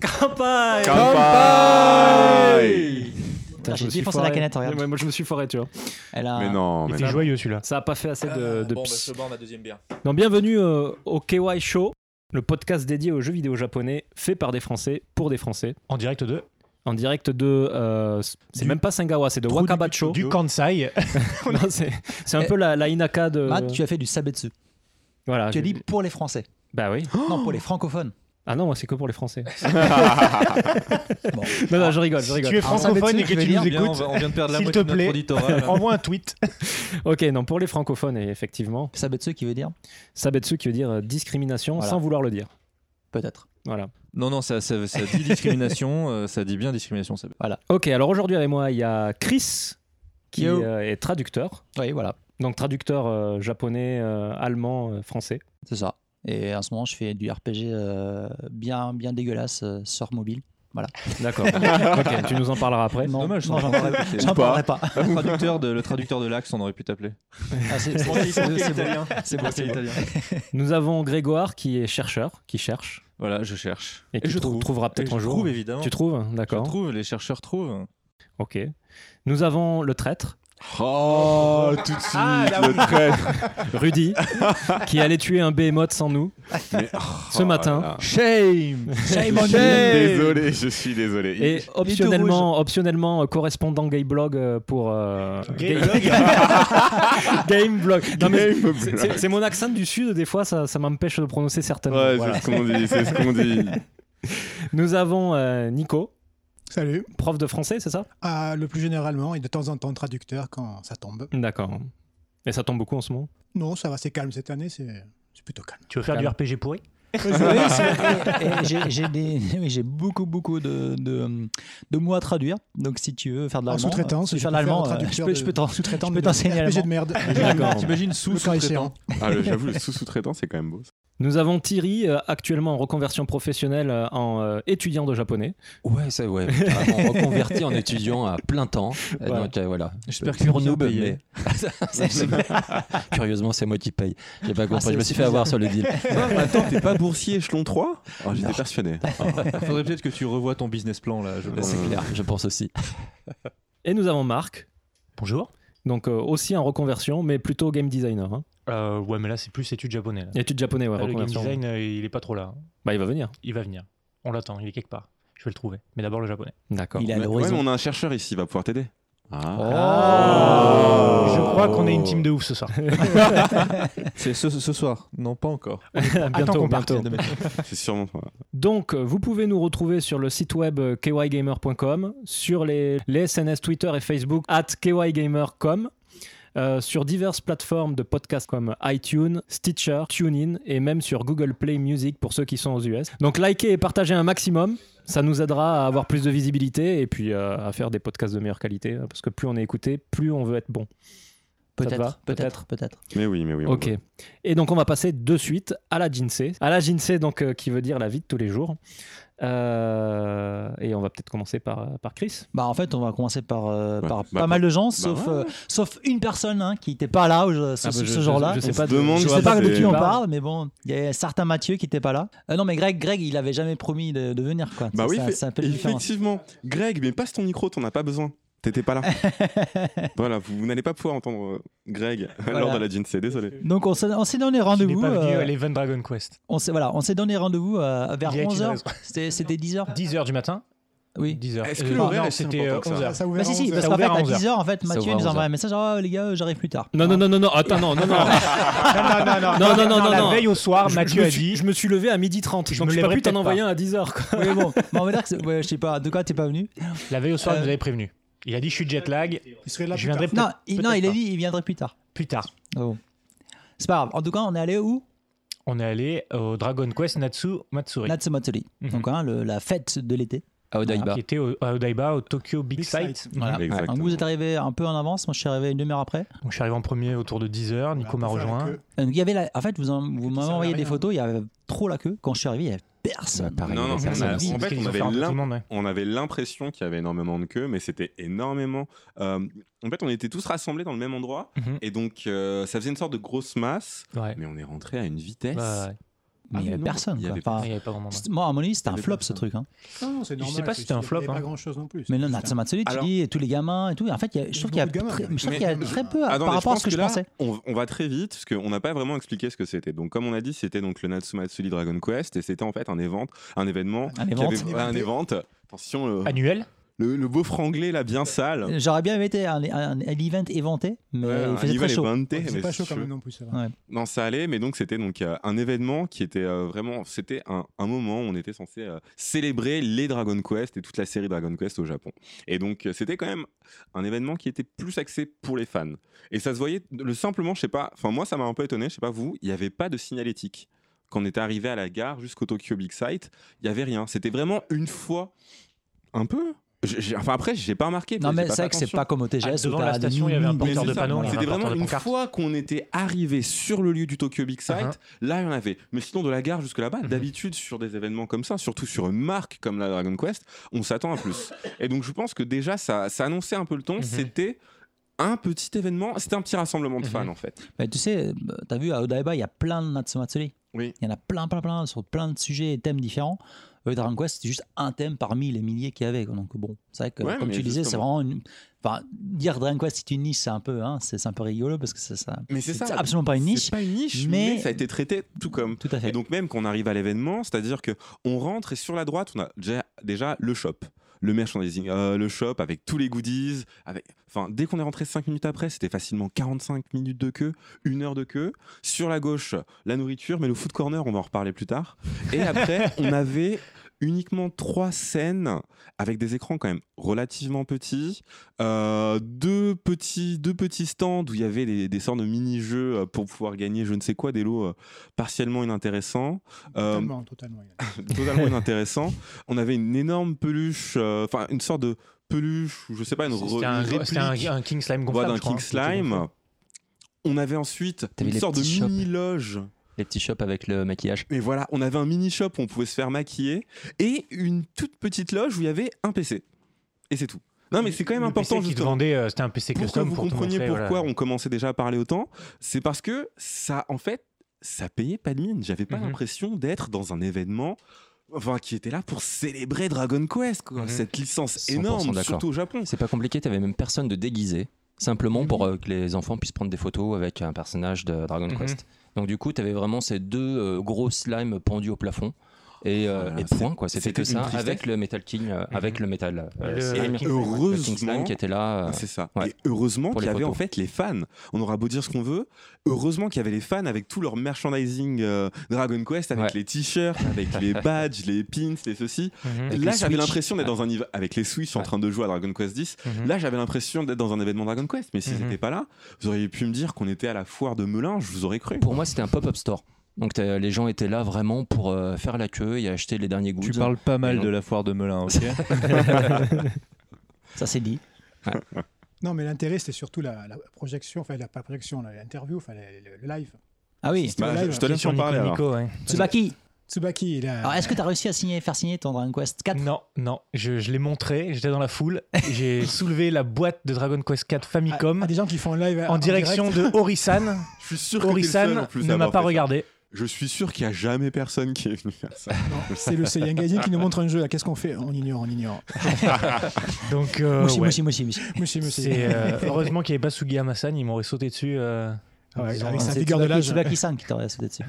Kanpai Kanpai Putain, J'ai dit pense à la canette, regarde. moi, je me suis foré, tu vois. Elle a Mais un- non, Il mais était non. joyeux celui-là. Ça a pas fait assez de, de bon, bah, psy. je bois ma deuxième bière. Non, bienvenue euh, au KY Show, le podcast dédié aux jeux vidéo japonais, fait par des Français, pour des Français, En direct de en direct de... euh, c'est Du- même pas Sengawa, c'est de Trou Wakabacho. du, du Kansai. Non, c'est c'est un peu la, la Inaka de... Eh, Matt, tu as fait du sabetsu. voilà, Tu Oh. as je- dit pour les Français. Bah oui. Non, pour les francophones. Ah non, moi, c'est que pour les Français. Bon. Non, non, je rigole, je Si rigole. tu es francophone Sabetsu, et que je vais tu nous lire. Bien, on, écoutes, va- on vient de perdre la s'il moitié te de notre plaît. auditorat. là. envoie un tweet. Ok, non, pour les francophones, et effectivement, Sabetsu qui veut dire Sabetsu qui veut dire euh, discrimination Voilà. sans vouloir le dire. Peut-être. Voilà. non, non, ça, ça, ça dit discrimination, euh, ça dit bien discrimination. Ça... Ok, alors aujourd'hui avec moi, il y a Chris, qui Yo. euh, est traducteur. Oui, voilà. Donc traducteur euh, japonais, euh, allemand, euh, français. C'est ça. Et en ce moment, je fais du RPG euh, bien, bien dégueulasse euh, sur mobile. D'accord. ok, tu nous en parleras après. Non, Dommage, non, j'en j'en parlerai parlerai- plus. j'en Ou pas. parlerai pas. Le traducteur de, le traducteur de l'axe, on aurait pu t'appeler. Ah, c'est- Manquait- c'est- manquait c'est beau. l'italien. C'est beau, Manquait c'est beau. l'italien. Nous avons Grégoire qui est chercheur, qui cherche Voilà, je cherche. et qui je trou- trouve. trouvera Et peut-être je un jour. trouve, évidemment. tu trouves hein, Je D'accord. trouve, les chercheurs trouvent. Ok. Nous avons le traître, Oh, tout de suite, le traître. Rudy, qui allait tuer un behemoth sans nous. Mais- oh, Oh Ce matin. là. Shame Je suis désolé, je suis désolé. Il- Et optionnellement, optionnellement euh, correspondant Gameblog euh, pour. euh, Ga- Gameblog. Non, mais Game c'est- Blog. c'est- C'est mon accent du sud, des fois ça, ça m'empêche de prononcer certaines mots, Ouais, voilà. c'est ce qu'on dit, c'est ce qu'on dit. Nous avons euh, Nico, Salut. prof de français, c'est ça Ah, le plus généralement et de temps en temps traducteur quand ça tombe. D'accord. Et ça tombe beaucoup en ce moment Non, ça va, c'est calme cette année, c'est c'est plutôt calme. Tu veux faire du RPG pourri Et j'ai- j'ai des- oui, j'ai beaucoup, beaucoup de, de, de mots à traduire. Donc, si tu veux faire de En l'allemand, si sous-traitance, tu veux je faire de peux faire l'allemand, un euh, je traducteur peux, je peux t'en- Sous-traitant je de peux t'enseigner RPG de l'allemand. merde. D'accord. T'imagines Le sous cas échéant. sous-traitant. Ah, le- j'avoue, le sous-sous-traitant, c'est quand même beau. ça. Nous avons Thierry, euh, actuellement en reconversion professionnelle euh, en euh, étudiant de japonais. Ouais, ça, ouais. carrément, reconverti en étudiant à plein temps. Euh, Voilà. Donc, euh, voilà. J'espère Euh, que c'est pur bien noob, payé. mais- Curieusement, c'est moi qui paye. J'ai pas compris. c'est- je me suis c'est fait avoir sur le deal. Attends, t'es pas boursier échelon 3 Ah, J'étais persuadé. Ah. Faudrait peut-être que tu revois ton business plan là. Je Mais pense. C'est clair, je pense aussi. Et nous avons Marc, Bonjour. donc euh, aussi en reconversion, mais plutôt game designer. hein. Euh, ouais, mais là, c'est plus étude japonais. là. Étude japonais, ouais, Là, le game reconversion. design, euh, il est pas trop là. Bah, il va venir. Il va venir. On l'attend, il est quelque part. Je vais le trouver. Mais d'abord le japonais. D'accord. Il est à Ouais, mais l'horizon. on a un chercheur ici, il va pouvoir t'aider. Oh. Ah. Ah. Je crois qu'on est une team de ouf ce soir. C'est ce, ce soir. Non, pas encore. Attends bientôt, qu'on parte. bientôt. C'est sûrement toi. Donc, euh, vous pouvez nous retrouver sur le site web euh, kygamer.com, sur les, les SNS Twitter et Facebook at kygamer.com, euh, sur diverses plateformes de podcasts comme iTunes, Stitcher, TuneIn et même sur Google Play Music pour ceux qui sont aux US. Donc, likez et partagez un maximum. Ça nous aidera à avoir plus de visibilité et puis euh, à faire des podcasts de meilleure qualité hein, parce que plus on est écouté, plus on veut être bon. Ça te va Peut-être, peut-être, peut-être. Mais oui, mais oui. on Ok. va. Et donc on va passer de suite à la Jinsei. À la Jinsei, donc euh, qui veut dire la vie de tous les jours. Euh, et on va peut-être commencer par, par Chris. Bah, en fait, on va commencer par, euh, Ouais. par Bah, pas mal de gens, sauf, ouais. euh, sauf une personne hein, qui n'était pas là, ou je- ce, Ah bah, je- ce je- jour-là. je sais On pas se de- demande Je je sais si pas de c'est- qui on Bah. parle, mais bon, il y a certains Mathieu qui n'était pas là. Euh, non, mais Greg, Greg, il avait jamais promis de, de venir, quoi. Bah Ça, oui, ça- fait- c'est un peu la différence. effectivement. Greg, mais passe ton micro, t'en as pas besoin. T'étais pas là. voilà, vous, vous n'allez pas pouvoir entendre euh, Greg lors de la jean, c'est désolé. Donc, on s'est on s'est donné Il n'est rendez-vous. pas venu euh, à l'Event Dragon Quest. on s'est voilà, on s'est donné rendez-vous euh, vers Il y a qu'une 11h. raison. C'était 10h 10h du matin. Oui. 10h. Est-ce que l'horaire est si c'était euh, important que ça 11h. Ça a Bah, ouvert si, si, à parce Ça a qu'en fait, ouvert à à 11h. 10h, en fait, Ça a Mathieu ouvert nous à envoie un message Oh, les gars, j'arrive plus tard. Non, non, non, non, non, attends, non, non, non. non, non, non, Non, non, non, non, non. La veille au soir, Mathieu je, a me suis, dit. je me suis levé à 12h30. Je donc me je peux lèverai plus t'en peut-être envoyer un à 10h. quoi. Oui, bon, mais on va dire que, c'est- ouais, je sais pas, de quoi t'es pas venu La veille au soir, Euh, il nous avait prévenu. Il a dit je suis jet lag Il serait là Je plus tard. viendrai Non, peut-être- il, peut-être non, il a pas. dit il viendrait plus tard. plus tard. Ah bon. C'est pas grave. En tout cas, on est allé où On est allé au Dragon Quest Natsu Matsuri. Natsumatsuri. Mhm. Donc, hein, le- la fête de l'été. À Odaiba. qui était au, à Odaiba, au Tokyo Big, Big Sight. Sight. Voilà. Exactement. Donc, vous êtes arrivé un peu en avance. Moi, je suis arrivé une demi-heure après. Donc, je suis arrivé en premier autour de 10h. Nico Bah, Voilà, m'a pour faire rejoint. la queue. Donc, il y avait la- En fait, vous, en- vous m'avez servait à envoyé des rien. photos. Il y avait trop la queue. Quand je suis arrivé, Ah, il y avait personne. Bah, pareil, Non, les non, personnes on a- aussi. en fait, Parce qu'ils on ont avait fait rentrer l'im- tout le monde, ouais. On avait l'impression qu'il y avait énormément de queues, mais c'était énormément. euh, en fait, on était tous rassemblés dans le même endroit, Mhm. et donc euh, ça faisait une sorte de grosse masse. Ouais. Mais on est rentré à une vitesse. Ouais, ouais. mais Ah il y oui, avait non, personne. il y quoi. avait Enfin, Ah, Il n'y avait pas vraiment. de- c'est- moi, à mon avis, c'était Il y un avait flop ce personne. truc. hein. Non, non, c'est Je sais normal. pas c'est- si c'était un il y flop, avait hein. pas grand chose non plus. Mais non, C'était un- Natsumatsuri, tu Alors- dis tous les gamins et tout. En fait, il y a- je trouve qu'il y a, Beaucoup de très, gamins, je trouve qu'il y a mais- très peu à- Ah, Attendez, par rapport à pense ce que, je là, pensais. On, on va très vite, parce qu'on n'a pas vraiment expliqué ce que c'était. Donc, comme on a dit, c'était donc le Natsumatsuri Dragon Quest, et c'était en fait un, évent, un événement. Un qui event. avait- ouais, un event. Attention, le, Annuel le- le beau franglais là, bien sale. J'aurais bien aimé un, un, un event éventé, mais Ouais, il un faisait niveau très chaud. éventé, mais C'est pas si chaud tu quand veux. même non plus, ça va. Non, ça allait, mais donc c'était donc euh, un événement qui était euh, vraiment, c'était un, un moment où on était censé euh, célébrer les Dragon Quest et toute la série Dragon Quest au Japon. Et donc euh, c'était quand même un événement qui était plus axé pour les fans. Et ça se voyait, le simplement, je sais pas, enfin moi ça m'a un peu étonné, je sais pas vous, il n'y avait pas de signalétique. Quand on était arrivé à la gare jusqu'au Tokyo Big Sight, il y avait rien. C'était vraiment une fois, un peu. J'ai- j'ai- enfin après, j'ai pas remarqué. Non, j'ai mais pas c'est fait vrai que c'est attention. pas comme au TGS. Ah, où devant la t'as des station, il y avait milliers un Mais porteur c'est de ça, panneau, il y avait C'était un vraiment porteur de une pancarte. fois qu'on était arrivé sur le lieu du Tokyo Big Sight, Uh-huh. là il y en avait. Mais sinon de la gare jusque là-bas, Mhm. d'habitude sur des événements comme ça, surtout sur une marque comme la Dragon Quest, on s'attend à plus. Et donc je pense que déjà ça, ça annonçait un peu le ton. Mhm. C'était un petit événement, c'était un petit rassemblement de fans Mhm. en fait. Mais tu sais, bah, t'as vu, à Odaiba, il y a plein de Natsumatsuri. Oui. Il y en a plein, plein, plein, sur plein de sujets et thèmes différents. Euh, Dragon Quest, c'est juste un thème parmi les milliers qu'il y avait. quoi. Donc bon, c'est vrai que, Ouais, comme mais tu disais, c'est justement. vraiment une... Enfin, dire Dragon Quest, c'est une niche, c'est un peu, hein, c'est c'est un peu rigolo parce que c'est ça. Mais c'est ça. absolument pas une niche. C'est pas une niche, mais... mais- ça a été traité tout comme. Tout à fait. Et donc même qu'on arrive à l'événement, c'est-à-dire que on rentre et sur la droite, on a déjà, déjà le shop, le merchandising, euh, le shop avec tous les goodies. Avec... Enfin, dès qu'on est rentré 5 minutes après, c'était facilement 45 minutes de queue, une heure de queue. Sur la gauche, la nourriture, mais le food corner, on va en reparler plus tard. Et après, on avait uniquement trois scènes avec des écrans quand même relativement petits, euh, deux petits deux petits stands où il y avait des, des sortes de mini-jeux euh, pour pouvoir gagner je ne sais quoi des lots euh, partiellement inintéressants, euh, Totalement, totalement. il y en a. totalement inintéressants. On avait une énorme peluche, euh, enfin une sorte de peluche ou je sais pas une, re- C'était un, une réplique c'était un- un King Slime gonflable. voilà, d'un je crois, hein, King Slime. On avait ensuite T'avais une les sorte de petits shops. mini loge Les petits shops avec le maquillage. mais voilà, on avait un mini shop où on pouvait se faire maquiller et une toute petite loge où il y avait un PC. Et c'est tout. Non, mais c'est quand même Le important PC qui te justement. vendait, euh, C'était un PC Pourquoi custom vous pour te compreniez montrer, pourquoi voilà. on commençait déjà à parler autant C'est parce que ça, en fait, ça payait pas de mine. J'avais pas Mhm. l'impression d'être dans un événement. Enfin, qui était là pour célébrer Dragon Quest, quoi. Mhm. cette licence 100% énorme, d'accord. surtout au Japon. C'est pas compliqué, t'avais même personne de déguisé. Simplement Mhm. pour euh, que les enfants puissent prendre des photos avec un personnage de Dragon Mhm. Quest. Donc du coup, t'avais vraiment ces deux euh, gros slimes pendus au plafond. Et, euh, Voilà, et c'est- point, quoi. C'était c'était que ça une tristesse. avec le Metal King, euh, avec le Metal. euh, Le- Slime. Et Le King Slime. King Slime heureusement, Ah, qui était là. euh, C'est ça. ouais. Et heureusement Pour qu'il y les avait en photos. fait les fans. On aura beau dire ce qu'on veut, heureusement qu'il y avait les fans avec tout leur merchandising euh, Dragon Quest, avec Ouais. les t-shirts, avec les badges, les pins, les ceci. Mhm, Avec Là, les j'avais Switch. l'impression d'être dans un niveau avec les Switch en Ouais. Mmh. train de jouer à Dragon Quest 10. mhm. Là, j'avais l'impression d'être dans un événement Dragon Quest, mais si Mhm. c'était pas là, vous auriez pu me dire qu'on était à la foire de Melun, je vous aurais cru. Pour moi, c'était un pop-up store. Donc t'as- les gens étaient là vraiment pour euh, faire la queue et acheter les derniers goûts. Tu parles pas mal non. de la foire de Melun, ok Ça, c'est dit. Non, mais l'intérêt, c'était surtout la, la projection, enfin, la, pas projection, la- l'interview, enfin, le, le- le live. Ah oui, C'était Bah, le live. je te laisse Sur en Nico parler. alors. Nico, ouais. Tsubaki. Tsubaki, il a. Alors, est-ce que t'as réussi à signer, faire signer ton Dragon Quest 4 Non, non, je, je l'ai montré, j'étais dans la foule, j'ai soulevé la boîte de Dragon Quest 4 à- Famicom Ah, à des gens qui font un live en direction de Orisan. Je suis sûr que t'es le seul, en Orisan plus, ne à m'a avoir pas fait ça. regardé. Je suis sûr qu'il y a jamais personne qui est venu faire ça. direct. Non, C'est le c'est un Gaijin qui nous montre un jeu. là. Qu'est-ce qu'on fait On ignore, on ignore. Donc, euh, Moshi, ouais. moshi, moshi, moshi. Monsieur, monsieur. C'est, euh, heureusement qu'il n'y avait pas Sugiyama-san, ils m'auraient sauté dessus. euh, en Ouais, disant, avec euh, sa C'est vigueur de Tsubaki- l'âge. Tsubaki 5 qui t'aurait sauté dessus.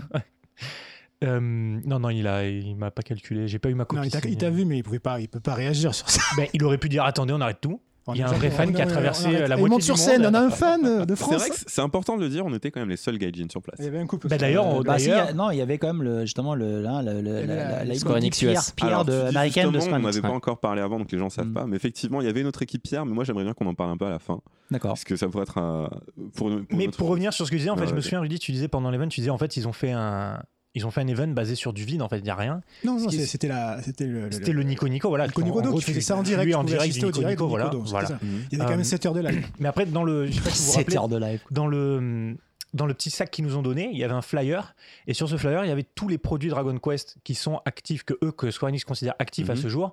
euh, non, non, il a, il m'a pas calculé, j'ai pas eu ma Non, copie. il t'a- signée. il t'a vu, mais il pouvait pas, il peut pas réagir sur ça. Ben, il aurait pu dire attendez, on arrête tout. Il y a un On- vrai fan on- qui a on- on traversé euh, arrête. la Et il moitié monte du sur monde. scène, on a un fan de C'est France. vrai que c'est important de le dire, on était quand même les seuls gaijins sur place. Il y avait un couple. Bah, d'ailleurs, on- Bah, si, il y d'ailleurs- a- non, il y avait quand même le, justement le, là, le- le- y avait la, la- la- la- Square Enix pierre, US. pierre Alors, de, tu dis américaine de justement, Square On Enix, n'avait ouais. pas encore parlé avant, donc les gens savent Mm. pas. Mais effectivement, il y avait notre équipe Pierre, mais moi j'aimerais bien qu'on en parle un peu à la fin. D'accord. Parce que ça pourrait être un. Pour, une- Mais notre- pour revenir sur ce que je disais, en fait, Ouais, je me ouais. souviens, Rudy, tu disais pendant l'event, tu disais en fait, ils ont fait un, ils ont fait un event basé sur du vide, en fait, il n'y a rien. Non, non, Parce que c'est- c'est- c'était la, c'était le, C'était le Nico Nico, voilà. Nico En- en Nicodo gros, qui tu faisait ça en direct. lui, tu en pouvais direct, assister du au Nico direct Nico, du voilà. Nicodo, c'était voilà. ça. Mhm. Il y avait quand même Euh, 7 heures de live. Mais après, dans le, je sais pas si vous vous 7 rappelez, heures de live. dans le, dans le petit sac qu'ils nous ont donné, il y avait un flyer. Et sur ce flyer, il y avait tous les produits Dragon Quest qui sont actifs, que eux, que Square Enix considère actifs à Mhm. ce jour.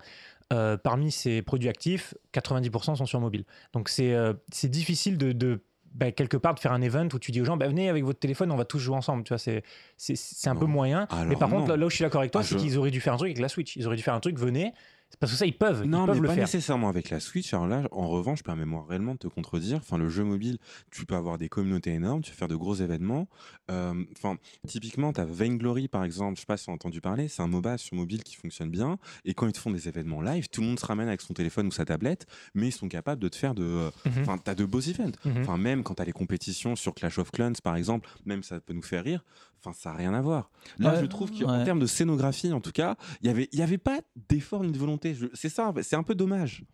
Euh, parmi ces produits actifs, 90% sont sur mobile. Donc c'est euh, c'est difficile de, de bah, quelque part de faire un event où tu dis aux gens, bah, venez avec votre téléphone, on va tous jouer ensemble. Tu vois, c'est c'est- c'est un peu Non. moyen. mais Alors par contre, non. là, là où je suis d'accord avec toi, Ah, c'est je- qu'ils auraient dû faire un truc avec la Switch. Ils auraient dû faire un truc, venez. C'est Parce que ça, ils peuvent. Non, ils mais peuvent le pas faire. nécessairement avec la Switch. Alors là, en revanche, permets-moi réellement de te contredire. Enfin, le jeu mobile, tu peux avoir des communautés énormes, tu peux faire de gros événements. Euh, Enfin, typiquement, tu as Vainglory, par exemple, je sais pas si tu as entendu parler, c'est un MOBA sur mobile qui fonctionne bien. Et quand ils te font des événements live, tout le monde se ramène avec son téléphone ou sa tablette, mais ils sont capables de te faire de. euh, Mhm. Enfin, tu as de beaux events. Mhm. Enfin, même quand tu as les compétitions sur Clash of Clans, par exemple, même ça peut nous faire rire. Enfin, ça n'a rien à voir. Là, Ouais, je trouve qu'en ouais. termes de scénographie, en tout cas, il n'y avait, il y avait pas d'effort ni de volonté. Je- C'est ça, c'est un peu dommage.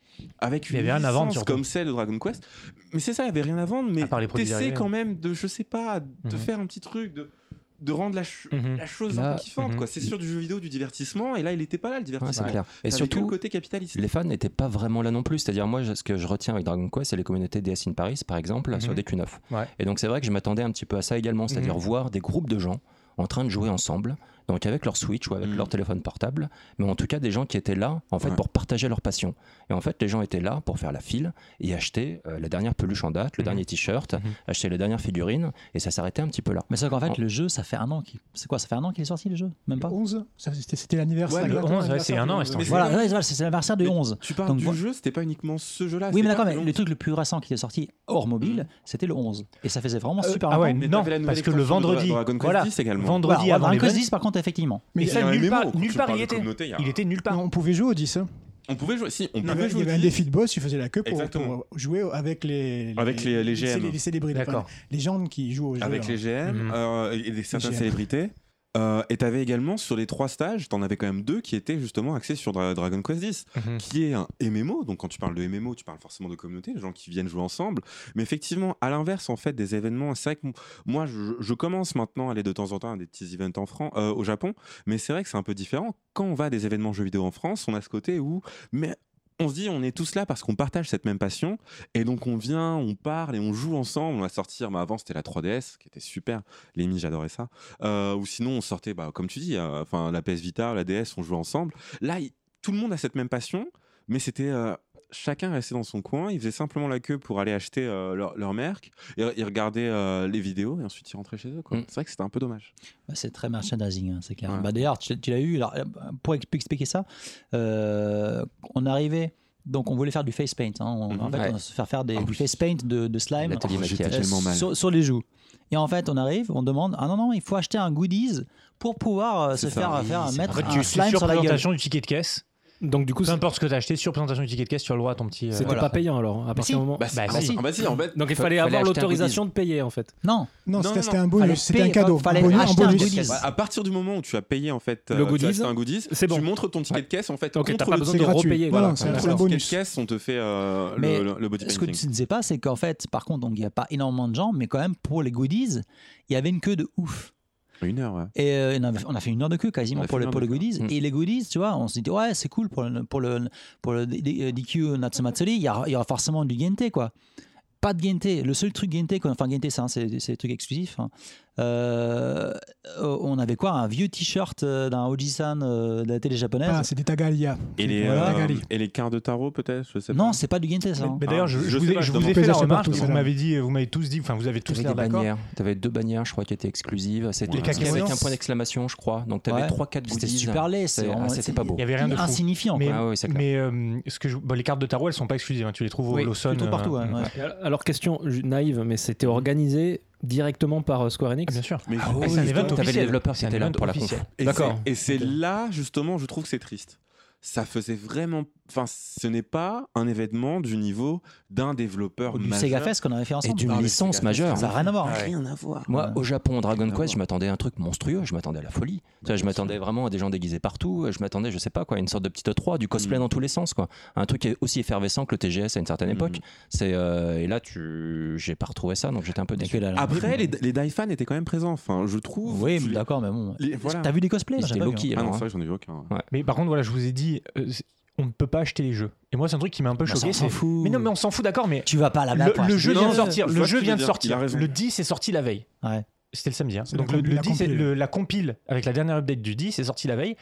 Avec Il y une avait rien à vendre, licence surtout. comme celle de Dragon Quest. Mais c'est ça, il n'y avait rien à vendre. Mais À part les produits t'essaies dérivés, quand même de, je sais pas, de Mhm. faire un petit truc, de, de rendre la, ch- Mhm. la chose Là, un peu kiffante. mhm. quoi. C'est sûr du jeu vidéo, du divertissement. Et là, il n'était pas là, le Ouais, c'est divertissement. clair. Et T'avais que le surtout, côté capitaliste. les fans n'étaient pas vraiment là non plus. C'est-à-dire, moi, je- ce que je retiens avec Dragon Quest, c'est les communautés DS in Paris, par exemple, sur Mhm. DQ9. Ouais. Mhm. Et donc, c'est vrai que je m'attendais un petit peu à ça également, c'est-à-dire voir des groupes de gens en train de jouer ensemble, donc avec leur Switch ou avec Mhm. leur téléphone portable, mais en tout cas des gens qui étaient là, en fait, Ouais. pour partager leur passion. Et en fait, les gens étaient là pour faire la file et acheter euh, la dernière peluche en date, le Mhm. dernier t-shirt, Mhm. acheter la dernière figurine, et ça s'arrêtait un petit peu là. Mais c'est qu'en fait, Oh. le jeu, ça fait un an qu'il. C'est quoi Ça fait un an qu'il est sorti le jeu Même Le pas 11, ça, c'était c'était l'anniversaire. Ouais, le exactement, 11, ouais, c'est l'anniversaire un du an, jeu. c'est en Mais juin. Voilà, ouais, voilà, c'est l'anniversaire du Mais- 11. Tu parles Donc, du vo- jeu, c'était pas uniquement ce jeu-là. Oui, c'était mais d'accord, pas mais long. le truc le plus récent qui est sorti hors mobile, c'était le 11. Et ça faisait vraiment Euh, super ah longtemps. ouais, Mais non, t'avais la nouvelle parce que le extension de Dra- vendredi, Dragon Quest voilà, 10 également. vendredi Voilà, avant Dragon les Quest 10, par contre, effectivement. Mais Et il y ça, a- un nulle MMO, part, quand nulle tu part, parles il de était. communauté, y a Il un- était nulle part. on pouvait jouer au 10. hein. On pouvait jouer. Si, on Il y pouvait avait, il jouer. y avait un au 10. défi de boss, tu faisais la queue pour, Exactement. pour jouer avec les, Avec les- les GM. célé- les célébrités, D'accord. enfin, les gens qui jouent au jeu. hein. avec les GM Mhm. euh, et des certaines GM. célébrités. Euh, et t'avais également sur les trois stages, t'en avais quand même deux qui étaient justement axés sur Dra- Dragon Quest X, Mhm. qui est un MMO. Donc quand tu parles de MMO, tu parles forcément de communauté, de gens qui viennent jouer ensemble. Mais effectivement, à l'inverse en fait des événements, c'est vrai que m- moi je, je commence maintenant à aller de temps en temps à des petits events en France, euh, au Japon. Mais c'est vrai que c'est un peu différent. Quand on va à des événements jeux vidéo en France, on a ce côté où mais on se dit on est tous là parce qu'on partage cette même passion et donc on vient, on parle et on joue ensemble. On va sortir. Bah, avant c'était la 3DS qui était super. Les Mi j'adorais ça. Euh, ou sinon on sortait, bah, comme tu dis, euh, enfin la PS Vita, la DS, on jouait ensemble. Là il- tout le monde a cette même passion, mais c'était euh, chacun restait dans son coin. Ils faisaient simplement la queue pour aller acheter euh, leur, leur merc. Ils, ils regardaient euh, les vidéos et ensuite ils rentraient chez eux. quoi. Mm. C'est vrai que c'était un peu dommage. Bah, c'est très merchandising, hein, c'est clair. Ouais. Bah, D'ailleurs, tu, tu l'as eu. alors, euh, pour expli- expliquer ça, euh, on arrivait. Donc, on voulait faire du face paint. hein, on- En Mhm. fait, Ouais. on se faire faire des, Ah du oui. face paint de, de slime. Ah, euh, L'atelier Oh, j'étais maquillage. tellement- mal. Sur, sur les joues. Et en fait, on arrive, on demande Ah non, non, il faut acheter un goodies pour pouvoir euh, se C'est ça, faire, oui, faire c'est mettre vrai. En fait, un tu slime c'est sur la gueule. surprésentation du ticket de caisse. Donc du coup, Peu c'est- importe ce que t'as acheté, surprésentation du ticket de caisse, tu as le droit à ton petit. euh, c'était voilà. pas payant alors. À partir si. du moment. Bah, Ah, si. ah, bah si, en fait. Donc il fa- fallait fallait avoir acheter un l'autorisation de payer en fait. Non, Non, Non, c'était- non, c'était un fallait bonus, c'était un payer, cadeau. fallait un bonus, acheter un bonus. goodies. Ouais, Bah, à partir du moment où tu as payé en fait euh, Le tu as goodies, acheté un goodies, c'est bon. tu montres ton ticket de caisse en fait. Ok, t'as contre pas le, besoin c'est de gratuit. repayer. Voilà, voilà. c'est un contre C'est le un ticket bonus. de caisse, on te fait euh, Mais le, le- le body Ce que painting. tu ne disais pas, c'est qu'en fait, par contre, donc, il n'y a pas énormément de gens, mais quand même, pour les goodies, il y avait une queue de ouf. Une heure, ouais. Et euh, on avait- on a fait une heure de queue quasiment On a pour, fait le, une heure pour de les goodies. Mm. Et les goodies, tu vois, on s'est dit, ouais, c'est cool pour le, pour le, pour le D- euh, D- DQ Natsumatsuri, il y, aura- il y aura forcément du Gente, quoi. Pas de Gente. Le seul truc Gente, qu'on- enfin Gente, ça, hein, c'est c'est des trucs exclusifs. hein. Euh, euh, on avait quoi Un vieux t-shirt euh, d'un Oji-san euh, de la télé japonaise. Ah, c'était Tagalia. Et les, Voilà. euh, Tagali. et les quarts de tarot peut-être, je sais pas. non, c'est pas du Gente, ça. hein. Mais d'ailleurs, je, Ah, je je vous sais ai, pas, je je vous ai demande. fait Je la sais pas remarque. tout Vous cela. m'avez dit, euh, vous m'avez tous dit, enfin, vous avez tous T'avais l'air des d'accord. bannières, t'avais deux bannières, je crois, qui étaient exclusives. C'était Les tout ce qui avait cacahuètes. un point d'exclamation, je crois. Donc t'avais Ouais. trois, quatre C'était goodies. super laid. C'est- ah, vraiment- c'était pas beau. Il y avait rien de fou. Insignifiant. Mais- quoi. Ah oui, c'est clair. Mais euh, ce que je- bah, les cartes de tarot, elles sont pas exclusives. hein. Tu les trouves au Oui, Lawson. plutôt euh, partout, ouais, mm. ouais. Et alors- Alors question ju- naïve, mais c'était organisé directement par euh, Square Ah, Enix. Bien sûr. Mais- Ah, c'est un T'avais event les officiel. développeurs qui C'est un étaient là event pour la conf. officiel. Et D'accord. c'est- Et c'est là, justement, je trouve que c'est triste. Ça faisait vraiment. Enfin, ce n'est pas un événement du niveau d'un développeur du majeur. Sega Fest qu'on avait fait Et ensemble. d'une Ah, mais licence c'est- majeure. Ça n'a rien à voir. hein. Rien à voir. Moi, au Japon, Dragon Rien à Quest, je voir. m'attendais à un truc monstrueux. Je m'attendais à la folie. Tu vois, je m'attendais vraiment à des gens déguisés partout. Je m'attendais, je sais pas quoi, à une sorte de petite 3 du cosplay Mm. dans tous les sens, quoi. Un truc qui est aussi effervescent que le TGS à une certaine Mm. époque. C'est euh, et là, tu, j'ai pas retrouvé ça, donc j'étais un peu Que déçu. dalle. hein. Après, les, les Die fans étaient quand même présents. Enfin, je trouve. Oui, tu mais les- d'accord, mais bon. les- voilà. T'as vu des cosplays J'ai Ils étaient pas vu, low-key, Ah alors, non, hein. c'est vrai, j'en ai vu aucun. ouais. Mais par contre, voilà, je vous ai dit, euh, c'est- on ne peut pas acheter les jeux. Et moi, c'est un truc qui m'a un peu Bah, ça, choqué. on s'en c'est- fout. Mais non, mais on s'en fout, d'accord, mais hein. Tu vas pas à la blague. le, le jeu Non, vient de je- sortir. je Le vois ce jeu qu'il vient veut de dire, il sortir. a raison. Le 10 est sorti la veille. Ouais. C'était le samedi. hein. C'est Donc la le, compi- le la 10 est- compile. le- la compile avec la dernière update du 10 est sortie la veille.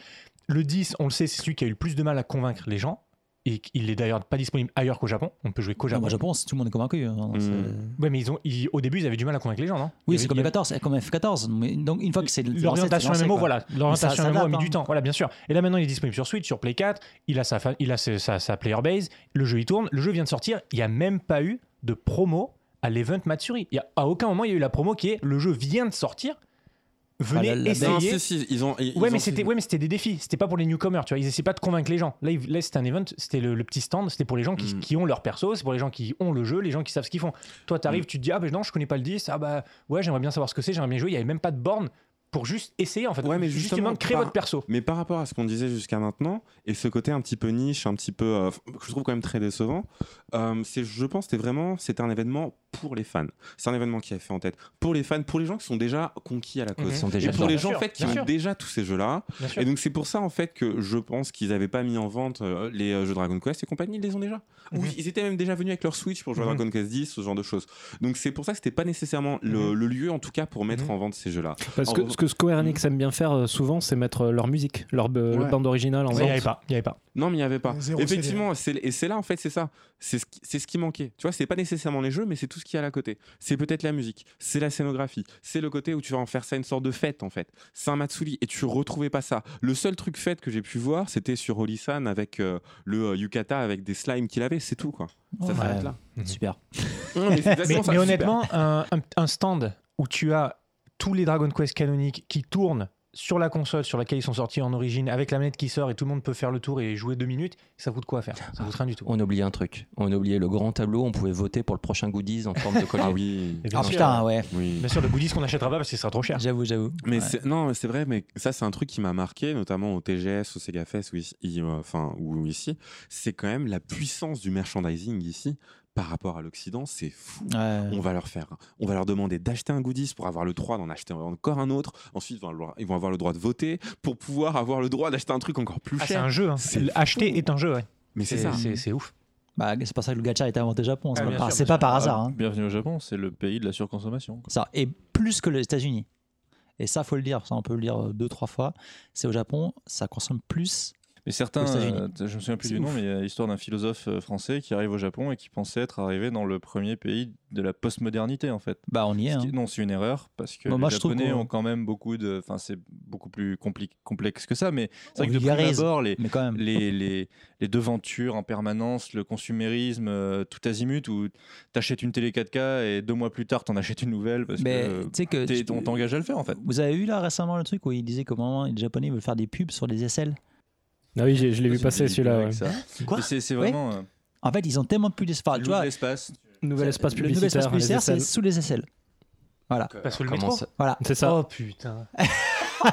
Le 10, on le sait, c'est celui qui a eu le plus de mal à convaincre les gens. et il n'est d'ailleurs pas disponible ailleurs qu'au Japon. On peut jouer qu'au Non, Japon. moi, je pense tout le monde est convaincu. hein. Non, Mm. Hmm. c'est- Ouais, mais ils ont, ils- au début, ils avaient du mal à convaincre les gens, non Il y Oui, avait- c'est comme il y les avait- 14, c'est comme F14. mais donc une fois que c'est c'est lancé, L'orientation c'est lancé, MMO, quoi. voilà. L'orientation ça MMO a mis date, du hein. temps. Voilà, bien sûr. Et là, maintenant, il est disponible sur Switch, sur Playcat. Il a sa, fa- il a ses- sa, sa player base. Le jeu, il tourne. Le jeu vient de sortir. Il n'y a même pas eu de promo à l'event Matsuri. Il y a, à aucun moment, il y a eu la promo qui est le jeu vient de sortir. Venez Ah, la- la- essayer. Non, si, si, ils ont. ils- Ouais ils mais, ont- c'était, ouais, mais c'était des défis. C'était pas pour les newcomers, tu vois. Ils essayaient pas de convaincre les gens. Là, ils- là, c'était un event, c'était le, le petit stand, c'était pour les gens qui, Mm. qui ont leur perso, c'est pour les gens qui ont le jeu, les gens qui savent ce qu'ils font. Toi, Mm. t'arrives, tu te dis, ah ben non, je connais pas le 10, ah bah ouais, j'aimerais bien savoir ce que c'est, j'aimerais bien jouer. Il y avait même pas de borne pour juste essayer, en fait. Ouais, mais Juste justement, bah, humain, créer par- votre perso. Mais par rapport à ce qu'on disait jusqu'à maintenant, et ce côté un petit peu niche, un petit peu, euh, que je trouve quand même très décevant, euh, c'est, je pense, c'était vraiment, c'était un événement pour les fans. C'est un événement qui a fait en tête pour les fans, pour les gens qui sont déjà conquis à la cause. Mhm. Ils sont Et déjà pour les Bien gens en sûr, fait qui bien ont sûr. déjà tous ces jeux-là. Bien sûr. Et donc c'est pour ça en fait que je pense qu'ils n'avaient pas mis en vente euh, les euh, jeux Dragon Quest et compagnie, ils les ont déjà. Ou Mhm. ils étaient même déjà venus avec leur Switch pour jouer à Mhm. Dragon Quest 10, ce genre de choses. Donc c'est pour ça que c'était pas nécessairement le, le lieu en tout cas pour mettre Mhm. en vente ces jeux-là. Parce En que revanche- ce que Square Enix aime bien faire euh, souvent, c'est mettre euh, leur musique, leur euh, Ouais. le bande originale en Ouais, Il vente. y avait pas, il y avait pas. Non, mais il n'y avait pas. Zéro Effectivement, c'est, et c'est là, en fait, c'est ça. C'est ce, qui- c'est ce qui manquait. Tu vois, c'est pas nécessairement les jeux, mais c'est tout ce qu'il y a à côté. C'est peut-être la musique, c'est la scénographie, c'est le côté où tu vas en faire ça une sorte de fête, en fait. C'est un Matsuri, et tu retrouvais pas ça. Le seul truc fête que j'ai pu voir, c'était sur Olisan avec euh, le euh, yukata, avec des slimes qu'il avait, c'est tout, quoi. Ça Ouais. s'arrête là. Super. Non, mais c'est exactement ça, Mais, mais super. honnêtement, un, un- un stand où tu as tous les Dragon Quest canoniques qui tournent sur la console sur laquelle ils sont sortis en origine, avec la manette qui sort et tout le monde peut faire le tour et jouer deux minutes, ça coûte quoi à faire Ça coûte rien du tout. On oubliait un truc. On oubliait le grand tableau. On pouvait voter pour le prochain goodies en forme de collier. Ah oui. Et bien Ah sûr, putain, ouais. oui. Bien sûr, le goodies qu'on n'achètera pas parce que ce sera trop cher. J'avoue, j'avoue. Mais Ouais. c'est- non, mais c'est vrai, mais ça, c'est un truc qui m'a marqué, notamment au TGS, au Sega Fest, ou ici, i- euh, enfin, ou ici. C'est quand même la puissance du merchandising ici par rapport à l'Occident, c'est fou. Ouais. On va leur faire, on va leur demander d'acheter un goodies pour avoir le droit d'en acheter encore un autre. Ensuite, ils vont avoir- ils vont avoir le droit de voter pour pouvoir avoir le droit d'acheter un truc encore plus Ah, c'est cher. un jeu. hein. C'est Le- Acheter est un jeu. ouais. Mais c'est ça. C'est c'est ouf. Bah, c'est pour ça que le gacha a été inventé au Japon. C'est Ah, pas, bien par- sûr, c'est bien pas par Ah, hasard. hein. Bienvenue au Japon, c'est le pays de la surconsommation. quoi. Ça, et plus que les États-Unis. Et ça, faut le dire. Ça, on peut le dire euh, deux, trois fois. C'est au Japon, ça consomme plus. Mais certains, Aux États-Unis. euh, je me souviens plus C'est du nom, ouf. mais il y a l'histoire d'un philosophe euh, français qui arrive au Japon et qui pensait être arrivé dans le premier pays de la postmodernité en fait. Bah, on y est. Ce qui- hein. Non, c'est une erreur parce que Moi, les moi, je trouve Japonais qu'on- ont quand même beaucoup de. Enfin, c'est beaucoup plus compli- complexe que ça, mais c'est On vrai que de prime vulgarise. abord, les, Mais quand même. les, les, les devantures en permanence, le consumérisme, euh, tout azimut, où t'achètes une télé 4K et deux mois plus tard t'en achètes une nouvelle parce Mais euh, que tu sais que. t'es- tu- on t'engage à le faire en fait. Vous avez vu là récemment le truc où il disait comment les Japonais veulent faire des pubs sur les aisselles Ah oui, j'ai- je l'ai vu C'est passer débile celui-là. avec ouais. ça. Quoi Mais C'est c'est vraiment. euh, En fait, ils ont tellement de pubs. Enfin, tu tu vois, l'espace. Nouvel espace le nouvel espace publicitaire. les publicitaire, c'est aisselles. sous les aisselles. Parce que le Comment métro. ça Voilà. C'est ça. Oh putain.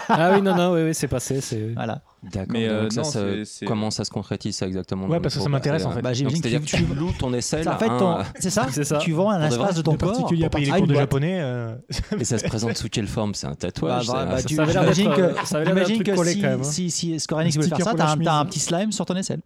Ah oui, non, non, oui, oui, c'est passé. c'est- Voilà. D'accord. Mais, euh, donc ça, non, ça- c'est- c'est- comment ça se concrétise ça exactement dans Ouais, le parce que métro ça m'intéresse, Bah, en fait. Bah, Donc, j'imagine C'est-à-dire que que tu loues ton aisselle. En fait, à un- ton- c'est ça, C'est ça. Tu vends un de vrai. espace de ton De corps. particulier à Après, il y a Ah, les une cours de boîte. japonais. euh, Et ça se présente sous quelle forme C'est un Bah, tatouage bah, c'est- bah, c'est- tu- ça avait l'air d'être- J'imagine que, ça avait l'air d'être un j'imagine truc que collé, si, quand même, hein. si, si Square Enix voulait faire Sticker ça, pour la t'as un, chemise. t'as un petit slime sur ton aisselle.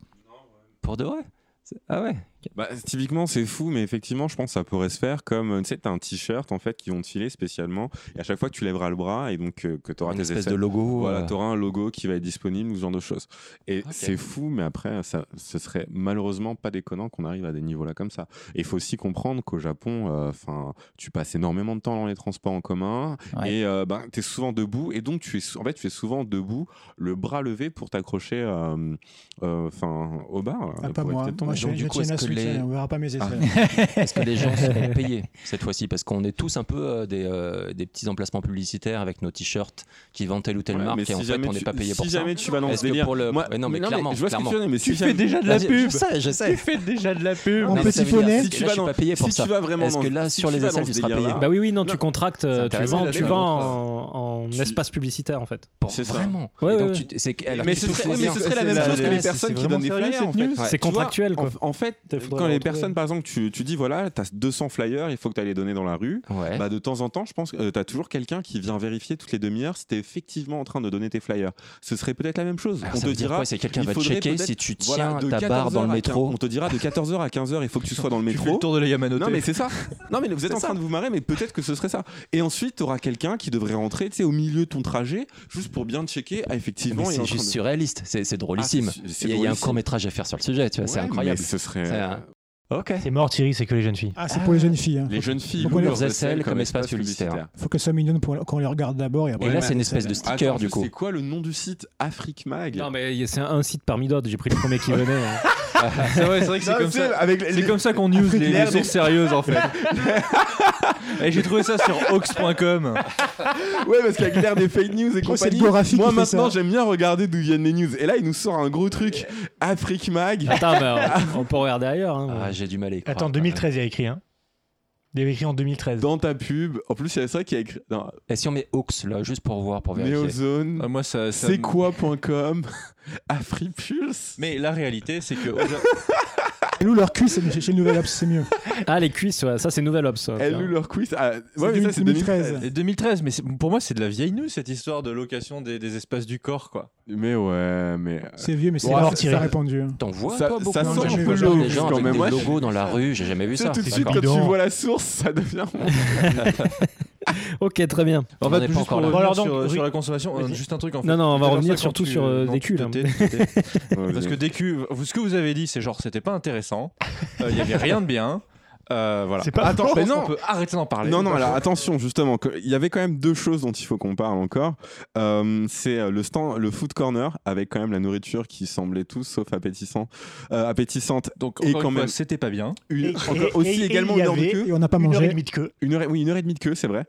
Pour de vrai C'est- Ah ouais Bah, typiquement, c'est fou, mais effectivement, je pense que ça pourrait se faire comme, euh, tu sais, t'as un t-shirt en fait qui vont te filer spécialement, et à chaque fois que tu lèveras le bras, et donc euh, que t'auras Une tes espèce aisselles de logo. Voilà, euh, tu auras un logo qui va être disponible ou ce genre de choses. Et c'est fou, mais après, ça, ce serait malheureusement pas déconnant qu'on arrive à des niveaux là comme ça. Et il faut aussi comprendre qu'au Japon, euh, enfin, tu passes énormément de temps dans les transports en commun Ouais. et euh, ben, tu es souvent debout. Et donc, tu es, sou- en fait, tu es souvent debout, le bras levé pour t'accrocher euh, euh, enfin, au bas. Ah, pour éviter pas moi. de tomber. Moi, je Donc, suis du je coup, tiens la est-ce que Switch. les- On verra pas mes aisselles. Est-ce que les gens seront payés cette fois-ci Parce qu'on est tous un peu euh, des, euh, des petits emplacements publicitaires avec nos t-shirts qui vendent telle ou telle Ouais, marque mais et en fait, on tu- n'est pas payé si pour ça. jamais tu vas dans ce Est-ce que délire. pour le- Moi- mais non, mais clairement, je vois ce que tu clairement. veux dire, mais si jamais- déjà Vas-y, Je sais, je sais. fais déjà de la pub. En Non, mais petit ça veut dire, poney. c'est que Si tu là, vas je suis dans- pas payé pour si ça. tu vas vraiment Est-ce dans- que là, si sur tu les vas aisselles, dans tu ce seras délire-là, payé Bah oui, oui, non, Ah. Non. tu contractes, euh, C'est tu intéressant, vends, la tu dame, vends je en, en Tu- espace publicitaire en fait. Pour- C'est ça. Vraiment. Ouais, Et ouais, donc, ouais. tu- c'est que- alors, mais tu ce te serait, souviens- mais ce serait la c'est même la- chose que la- les c'est- personnes c'est qui donnent des vraiment sérieux, flyers. en cette fait. news Ouais. C'est Tu vois, contractuel, quoi. En, en fait, faudrait quand les retrouver. personnes, par exemple, tu, tu dis voilà, t'as 200 flyers, il faut que tu les donner dans la rue. Ouais. Bah, de temps en temps, je pense que tu as toujours quelqu'un qui vient vérifier toutes les demi-heures si tu effectivement en train de donner tes flyers. Ce serait peut-être la même chose. Alors, on ça te veut dire dira. quoi C'est quelqu'un il va faudrait checker peut-être- si tu tiens voilà, de ta barre 14 dans le heures à 15 métro. on te dira de 14h à 15h, il faut que tu sois dans le Tu fais métro. le tour de la Yamanote. Non mais c'est ça. Non mais vous êtes C'est en ça. train de vous marrer, mais peut-être que ce serait ça. Et ensuite, tu auras quelqu'un qui devrait rentrer, tu sais, au milieu de ton trajet, juste pour bien checker. Ah, Mais effectivement, il est c'est en train juste de- surréaliste, c'est c'est Ah, c'est- drôlissime. c'est Il y a- il y a un drôlissime. court métrage à faire sur le sujet, tu vois, c'est Ouais, incroyable. mais ce serait. euh, C'est un- Ok. C'est mort, Thierry, c'est que les jeunes filles. Ah, c'est pour les jeunes filles. hein. Les jeunes filles, Faut connaître leurs aisselles comme espace publicitaire. Faut que ça soit mignon pour qu'on les regarde d'abord et après. Et là, Ouais, c'est une mais- espèce de sticker Attends, du je coup. sais quoi le nom du site Afrique Mag Non, mais y a- c'est un, un site parmi d'autres. J'ai pris le premier qui venait. hein. C'est vrai, c'est vrai que c'est Non, comme tu sais, ça. avec C'est comme ça qu'on use les, les l'air des- sources sérieuses en fait. Et j'ai trouvé ça sur ox.com. Ouais, parce qu'avec l'ère des fake news et crois que c'est compagnie. le Gorafi moi qui fait maintenant, ça. j'aime bien regarder d'où viennent les news. Et là, il nous sort un gros truc Afrique Mag. Attends, mais on, on peut regarder ailleurs. hein. Ah, j'ai du mal à y croire. Attends, 2013, il y a écrit, hein Il y avait écrit en 2013. Dans ta pub. En plus, il y a ça qui a écrit. Non, Et si on met Ox là, juste pour voir, pour vérifier. Ah, Neozone. Ah, moi, ça. ça C'est me- quoi.com Afripulse Mais la réalité, c'est que. Et nous, leur cul, c'est chez Nouvelle Ops, c'est mieux. Ah, les cuisses, ouais, ça c'est Nouvelle Ops. ça. Elle nous leur quiz. Ah, ouais, mais ça, c'est 2013. 2013. Et 2013, mais c'est- pour moi, c'est de la vieille news cette histoire de location des, des espaces du corps, quoi. Mais ouais, mais. C'est vieux, mais c'est Bon, ça alors, Thierry. a répandu. hein. T'en vois Ça- toi, beaucoup ça non, sent j'ai un vu peu genre low, des gens quand avec même, des ouais. logos dans la rue, j'ai jamais vu Tu sais, ça. tout de C'est suite, quand encore- tu bidon. vois la source, ça devient. Ok, très bien. On En en est fait, pas juste pour encore là. revenir Bon, alors sur, donc, sur oui. la consommation, euh, Vas-y. juste un truc en fait. Non, non, on va Tout à l'heure, revenir quand surtout tu- sur, euh, non, des tu culs, là. notais, tu notais. Parce que des culs, vous- ce que vous avez dit, c'est genre, c'était pas intéressant, Euh, il y avait rien de bien. Euh, voilà. C'est pas Attends, faux. mais non. On on peut arrêter d'en parler. Non, non, alors attention, justement, que- il y avait quand même deux choses dont il faut qu'on parle encore. Euh, c'est euh, le stand, le food corner, avec quand même la nourriture qui semblait tout sauf appétissant, euh, appétissante. Donc, Et encore quand une fois, même- c'était pas bien. Une- Et- encore- et- aussi et- et également il y une heure de avait- queue. Et on n'a pas Une heure et mangé. demie de queue. Une heure, et- oui, une heure et demie de queue, c'est vrai.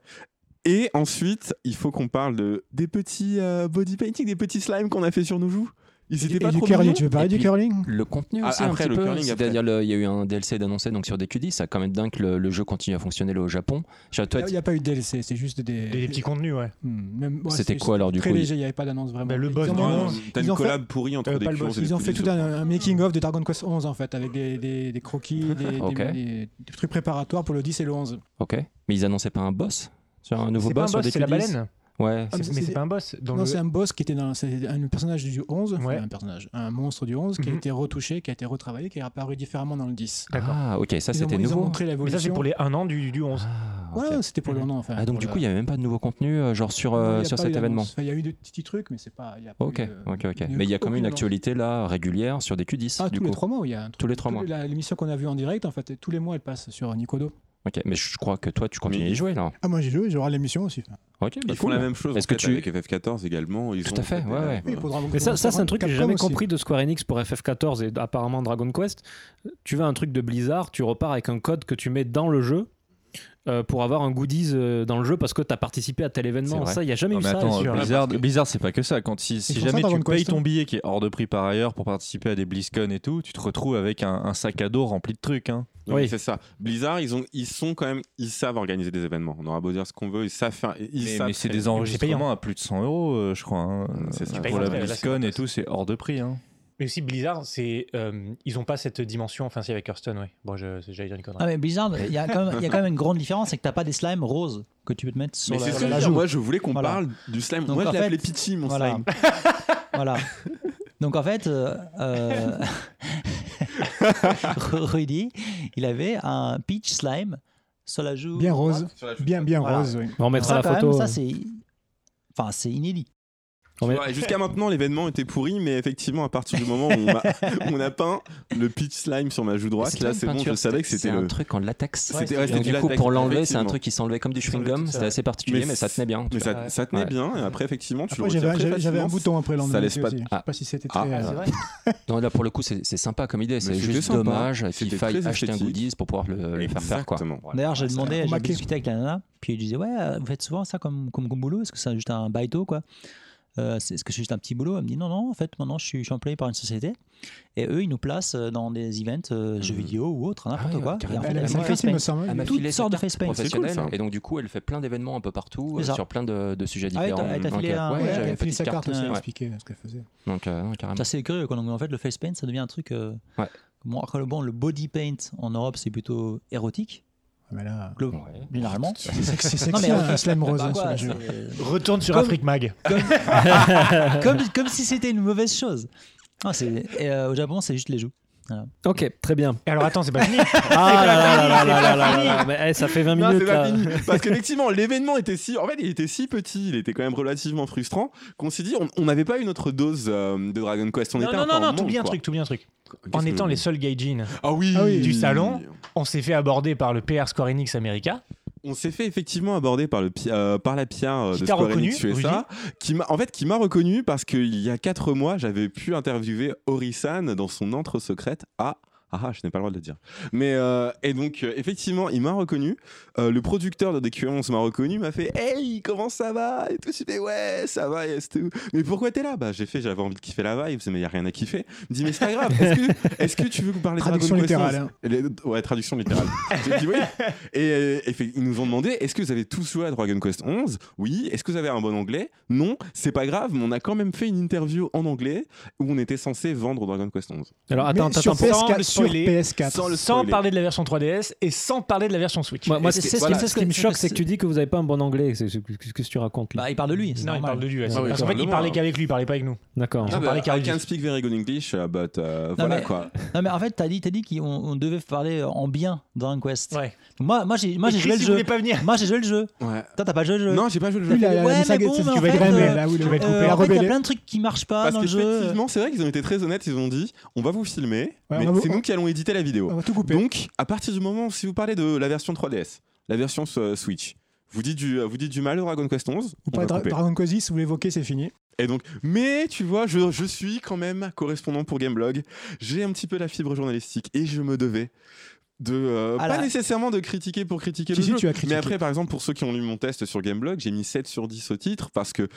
Et ensuite, il faut qu'on parle de, des petits euh, body painting, des petits slimes qu'on a fait sur nos joues. Ils étaient Et pas du trop curling, mignons tu veux parler Et du puis- curling Le contenu Ah, aussi, après, un le petit peu. curling, après. C'est-à-dire, le- il y a eu un DLC d'annoncé donc sur DQD, ça a quand même dingue que le, le jeu continue à fonctionner là, au Japon. Genre, toi, Il n'y a pas eu de DLC, c'est juste des. Des petits contenus, ouais. Hmm, même- ouais, c'était c'est- quoi alors du Très coup léger, il n'y avait pas d'annonce vraiment. Bah, le Ils boss ont- du Non, jeu. T'as Ils une ont fait- collab pourrie entre euh, des pas le clients boss, et des Ils ont fait petits tout un, making-of de Dragon Quest 11 en fait, avec des, des, des croquis, des, des- Ok. des- des trucs préparatoires pour le 10 et le 11. Ok. Mais ils annonçaient pas un boss sur un nouveau C'est pas un boss, sur boss, c'est la DQD baleine. Ouais. Ah, C'est- mais Mais c'est- c'est pas un boss. Dans Non, le- c'est un boss qui était dans. C'est un personnage du 11, enfin, Ouais. un personnage, un monstre du 11 qui a Mhm. été retouché, qui a été retravaillé, qui est apparu différemment dans le 10. D'accord. Ah, ok, ça Ils ont- c'était Ils ont nouveau. montré hein. Mais l'évolution. ça, c'est pour les Mhm. 1 an du, du 11. Ah, ok. Ouais, ouais, c'était pour le nom enfin. Ah, donc pour du le- coup, il n'y avait même pas de nouveau contenu euh, genre sur, euh, Non, il y a sur pas eu cet d'annonce. événement. Enfin, il y a eu des petits trucs, mais c'est pas. il y a pas Ok, eu de- ok, ok. il y a Mais il y a quand même une aucune- actualité là régulière sur des Q10 Ah, du tous coup. les trois mois, oui, il y a un truc. Tous les trois mois. La- L'émission qu'on a vue en direct, en fait, tous les mois, elle passe sur Nicodo. Ok, mais je crois que toi tu continues à Mais- y jouer là. Ah, moi j'ai joué, j'aurai l'émission aussi. Ok, bah, Ils font cool. la même chose Est-ce en que fait, tu- avec FF14 également. Ils Tout ont à fait, des ouais, lives. ouais. Oui, pour Dragon Mais ça, Quest ça c'est un truc que j'ai Capcom jamais aussi. compris de Square Enix pour FF14 et apparemment Dragon Quest. Tu vas à un truc de Blizzard, tu repars avec un code que tu mets dans le jeu euh, pour avoir un goodies euh, dans le jeu parce que tu as participé à tel C'est événement. vrai. Ça, il n'y a jamais Non, eu Ah, mais ça. attends, sur- Blizzard, Blizzard, c'est pas que ça. Quand si, si font ça jamais dans tu Dragon payes Quest, ton hein. billet qui est hors de prix par ailleurs pour participer à des BlizzCon et tout, tu te retrouves avec un, un sac à dos rempli de trucs. Hein. Non, Oui. mais c'est ça. Blizzard, ils, ont, ils sont quand même, ils savent organiser des événements. On aura beau dire ce qu'on veut, ils savent faire. Ils Mais, savent mais c'est créer. des enregistrements à plus de 100 euros, euh, je crois. hein. C'est ça. Euh, Tu payes Pour la l'entrée, là, c'est BlizzCon et fantastique. tout, c'est hors de prix. Hein. Mais aussi, Blizzard, c'est, euh, ils n'ont pas cette dimension. Enfin, c'est avec Hearthstone, oui. Bon, je- j'allais dire une connerie. Ah, mais Blizzard, il y, a quand même- il y a quand même une grande différence, c'est que t'as pas des slimes roses que tu peux te mettre sur Mais la, c'est ce que la je veux dire. joue. Moi, je voulais qu'on Voilà. parle du slime. Donc, Moi, en je fait, l'appelais Pitchy, mon voilà. slime. voilà. Donc en fait, euh, euh, Rudy, il avait un peach slime sur la joue. Bien droite. rose, bien, bien Voilà. rose, oui. On Ça, mettra la Ah, quand photo. même, euh. ça, c'est. Enfin, c'est inédit. Ouais, Jusqu'à maintenant, l'événement était pourri, mais effectivement, à partir du moment où on a, où on a peint le pitch slime sur ma joue droite, pas là, une c'est bon, peinture, je savais que c'est- c'était C'est un le. truc en latex. C'était Et resté donc, du du coup, latex, pour l'enlever, c'est un effectivement. truc qui s'enlevait comme du Ça enlève chewing-gum. tout ça. C'était assez particulier, Mais mais ça c'est- tenait bien. tu Mais vois. ça, ça tenait Ouais. bien, et après, effectivement, tu Après, le retires j'avais très j'avais- j'avais un facilement. bouton après l'endemain. laisse pas- aussi. Je Ah. sais pas si c'était Ah, très. ah, euh, Non, là, pour le coup, c'est c'est sympa comme idée. C'est c'était juste sympa. dommage qu'il C'était faille très acheter un esthétique. goodies pour pouvoir le, le faire faire. quoi. Exactement. Voilà. D'ailleurs, j'ai Ouais, c'est- demandé, on j'ai m'a discuté avec la nana, puis elle disait Ouais, euh, vous faites souvent ça comme, comme, comme boulot Est-ce que c'est juste un baito quoi Euh, c'est- Est-ce que c'est juste un petit boulot Elle me dit Non, non, en fait, maintenant, je suis, je suis employé par une société et eux, ils nous placent euh, dans des events euh, jeux vidéo ou autres, n'importe Hmm. Ah ouais, quoi. Et carrément. en fait, Elle Elle a m'a elle sa nous fait carte, fait il me paint. semble. Elle m'a Toutes filé sa sortes de carte face paint. professionnelle C'est cool, ça. et donc du coup elle fait plein d'événements un peu partout C'est euh, ça. sur plein de, de sujets Ah ouais, différents. t'as- elle t'a filé Ok. un- Ouais, ouais, j'avais Elle a une fini petite sa carte carte, aussi, elle ouais. expliqué ce qu'elle faisait. Ah Donc euh, ouais, carrément. C'est assez curieux, quoi. Donc, en fait, le face paint, ça devient un truc. euh, Ouais. Bon, après, bon, le body paint en Europe, c'est plutôt érotique, Ah, Mais là, glo- Ouais. généralement. c'est sexy, c'est Non, sexy, mais un slime rose. Bah, hein, quoi, sur le jeu. c'est- Retourne sur Comme- Afrique Mag. comme, comme si c'était une mauvaise chose. Non, c'est- et, euh, au Japon, c'est juste les joues. Ok, très bien. Et alors attends, c'est pas fini. Ah là là là là là là là là. Mais, eh, ça fait 20 Non, minutes c'est pas là. fini. Parce qu'effectivement, l'événement était si. En fait, il était si petit, il était quand même relativement frustrant qu'on s'est dit, on- on n'avait pas une autre dose euh, de Dragon Quest. On Non, était non, un peu non, en non, manque, t'oublies un quoi. truc, t'oublies un truc. Qu'est-ce En que- étant les seuls gaijin, Ah oui, Ah oui. du salon, on s'est fait aborder par le PR Square Enix America. On s'est fait effectivement aborder par, le, pi- euh, par la pierre euh, Qui de t'a Square reconnu, Enix USA, qui m'a- en fait qui m'a reconnu parce qu'il y a 4 mois, j'avais pu interviewer Ori-san dans son entre secrète à... Ah, ah, je n'ai pas le droit de le dire. Mais euh, et donc euh, effectivement, il m'a reconnu. Euh, le producteur de DQ11 m'a reconnu, m'a fait "Hey, comment ça va Et tout, je fais "Ouais, ça va." Et c'était où mais pourquoi t'es là Bah, j'ai fait, j'avais envie de kiffer la vibe, mais il y a rien à kiffer. Il me dit "Mais c'est pas grave. Est-ce que, est-ce que tu veux qu'on parle de Dragon Traduction Quest littérale. 11? hein. Les- ouais, traduction littérale. J'ai dit oui. Et, euh, et fait- ils nous ont demandé est-ce que vous avez tous joué à Dragon Quest 11 Oui. Est-ce que vous avez un bon anglais Non. C'est pas grave, mais on a quand même fait une interview en anglais où on était censé vendre Dragon Quest 11. Alors attends, Mais attends, sur attends. PS4, PS4, le sur spoiler. PS4. Sans le Sans spoiler. parler de la version 3DS et sans parler de la version Switch. Moi, moi, Et ce, qui, c'est ce voilà, que- ce qui me c'est- choque, c'est- c'est que tu dis que vous n'avez pas un bon anglais. C'est- c'est- Qu'est-ce que tu racontes là Bah, il parle de lui, c'est non, il normal. parle de lui. ouais, c'est- Ah oui, Parce qu'en fait, il pardon, parlait hein. qu'avec lui, il parlait pas avec nous. D'accord. Ah, parlait bah, I qu'à can speak very good English, uh, but uh, voilà mais- quoi. Non, mais en fait, t'as dit, t'as dit qu'on on devait parler euh, en bien Dragon Quest. Ouais. Moi, moi, j'ai, moi, Et j'ai Chris, joué le il jeu. voulait pas venir. Moi, j'ai joué le jeu. Ouais. Toi, t'as pas joué le jeu. Non, j'ai pas joué le jeu. Lui, la- Ouais, mais la saga, bon, c'est mais tu en vas être fait, vraiment euh, là où tu vas être le- coupé. Euh, la en fait, il y a rebelle. plein de trucs qui marchent Ah, pas Parce dans le jeu. qu'effectivement, c'est vrai qu'ils ont été très honnêtes. Ils ont dit on va vous filmer, mais Ouais, on va vous- Ah, c'est nous qui allons éditer la vidéo. On va tout couper. Donc, à partir du moment où si vous parlez de la version 3DS, la version euh, Switch, vous dites du, vous dites du mal au Dragon Quest 11 Ou on pas va Dra- couper. Dragon Quest 10, vous l'évoquez, c'est fini. Et donc, mais tu vois, je, je suis quand même correspondant pour Gameblog. J'ai un petit peu la fibre journalistique et je me devais de euh, Ah pas là. nécessairement de critiquer pour critiquer Si, le si, jeu. tu as critiqué. Mais après, par exemple, pour ceux qui ont lu mon test sur Gameblog, j'ai mis 7 sur 10 au titre parce que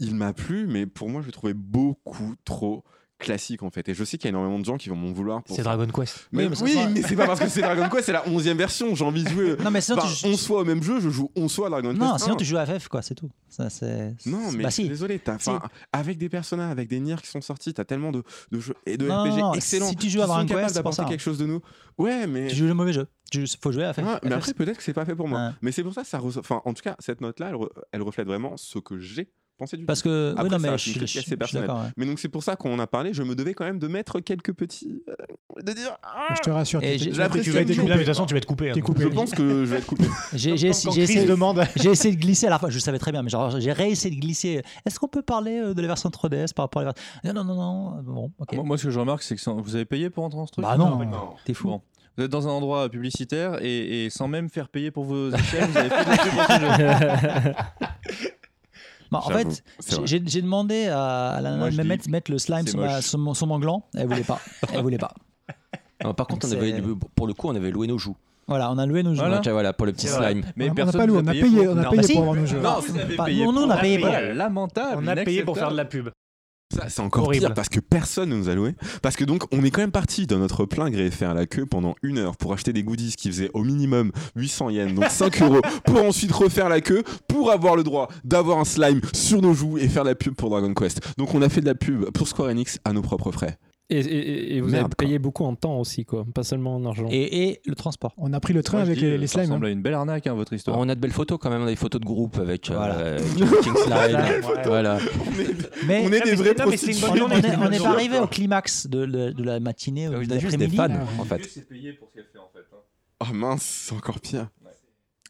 il m'a plu, mais pour moi, je le trouvais beaucoup trop classique en fait. Et je sais qu'il y a énormément de gens qui vont m'en vouloir pour. C'est Dragon Quest. Mais Oui, mais ça oui, sera- mais c'est pas parce que c'est Dragon Quest, c'est la 11e version. J'ai envie de jouer. Non, mais sinon, Enfin, tu, Bah, on soit au même jeu, je joue on soit à Dragon non, Quest. sinon 1. tu joues à FF, quoi, c'est tout. Ça, c'est... Non, c'est- mais bah, je suis si. désolé, t'as- Si. enfin, avec des personnages, avec des nirs qui sont sortis, t'as tellement de, de jeux et de Non, RPG non, non, excellents. si tu joues qui à sont Dragon capables Quest, c'est pour d'apporter ça. hein. quelque chose de nous. Ouais, mais. Tu joues le mauvais jeu. Tu faut jouer à FF. Ouais, mais FF. après, peut-être que c'est pas fait pour moi. Ouais. Mais c'est pour ça, que ça ressort- enfin, en tout cas, cette note-là, elle, re- elle reflète vraiment ce que j'ai pensé du Parce que, Après, oui, non, ça mais reste je, une suis- critique je assez suis personnelle. d'accord. ouais. Mais donc, c'est pour ça qu'on en a parlé, je me devais quand même de mettre quelques petits. euh, de dire. Ah, Je te rassure. Et t'es- j'ai- t'es- J'apprécie t'es Tu vas être T'es coupé. coupé. Là, mais de toute façon, tu vas être coupé. T'es hein. coupé. Je pense que je vais être coupé. J'ai, j'ai, Comme essayé- quand j'ai Chris essayé, demande. j'ai essayé de glisser à la fin. Je savais très bien, mais genre, j'ai réessayé de glisser. Est-ce qu'on peut parler euh, de la version 3DS par rapport à la version. Non, non, non, non. Bon, ok. Moi, moi, ce que je remarque, c'est que sans- vous avez payé pour entrer dans ce truc bah non, non, t'es fou. Bon. Vous êtes dans un endroit publicitaire et, et sans même faire payer pour vos échelles, vous avez fait de la pub pour ce jeu. Bah, en J'avoue, fait, c'est vrai. j'ai, j'ai demandé à, à la nana Moi, de je me dis, mettre, mettre le slime c'est sur, ma, moche. sur mon, sur mon gland. Elle voulait pas. Elle voulait pas. Non, Ah, par contre, on C'est- avait, pour le coup, on avait loué nos joues. Voilà, on a loué nos jeux. Voilà. Donc, euh, voilà, pour le petit C'est vrai. slime. Mais on a- on n'a personne pas loué, vous on a payé, pour- on a Non, payé bah si. pour avoir nos jeux. Non, vous avez pas- payé nous, pour- on a payé Ah, pour- lamentable. On a payé pour faire de inacceptable. la pub. Ça, c'est encore Horrible. pire parce que personne ne nous a loué. Parce que donc, on est quand même parti de notre plein gré faire la queue pendant une heure pour acheter des goodies qui faisaient au minimum 800 yens, donc 5 euros, pour ensuite refaire la queue pour avoir le droit d'avoir un slime sur nos joues et faire la pub pour Dragon Quest. Donc, on a fait de la pub pour Square Enix à nos propres frais. Et, et- et vous Merde, avez payé beaucoup en temps aussi, quoi. Pas seulement en argent. Et, et le transport. On a pris le train Moi, je avec dis, les euh, les ça slimes. ressemble hein. à une belle arnaque, hein, votre histoire. On a de belles photos quand même, on a des photos de groupe avec euh, Voilà. avec King Slime. Ouais. Voilà. Mais on est Ah, des mais vrais c'est- non, mais c'est une prostituées. on bonne est- on est on journée. est pas arrivé au climax de, de- de la matinée ou On de a juste des l'après-midi. fans, en fait. c'est payé pour ce qu'elle fait en fait. Oh mince, c'est encore pire.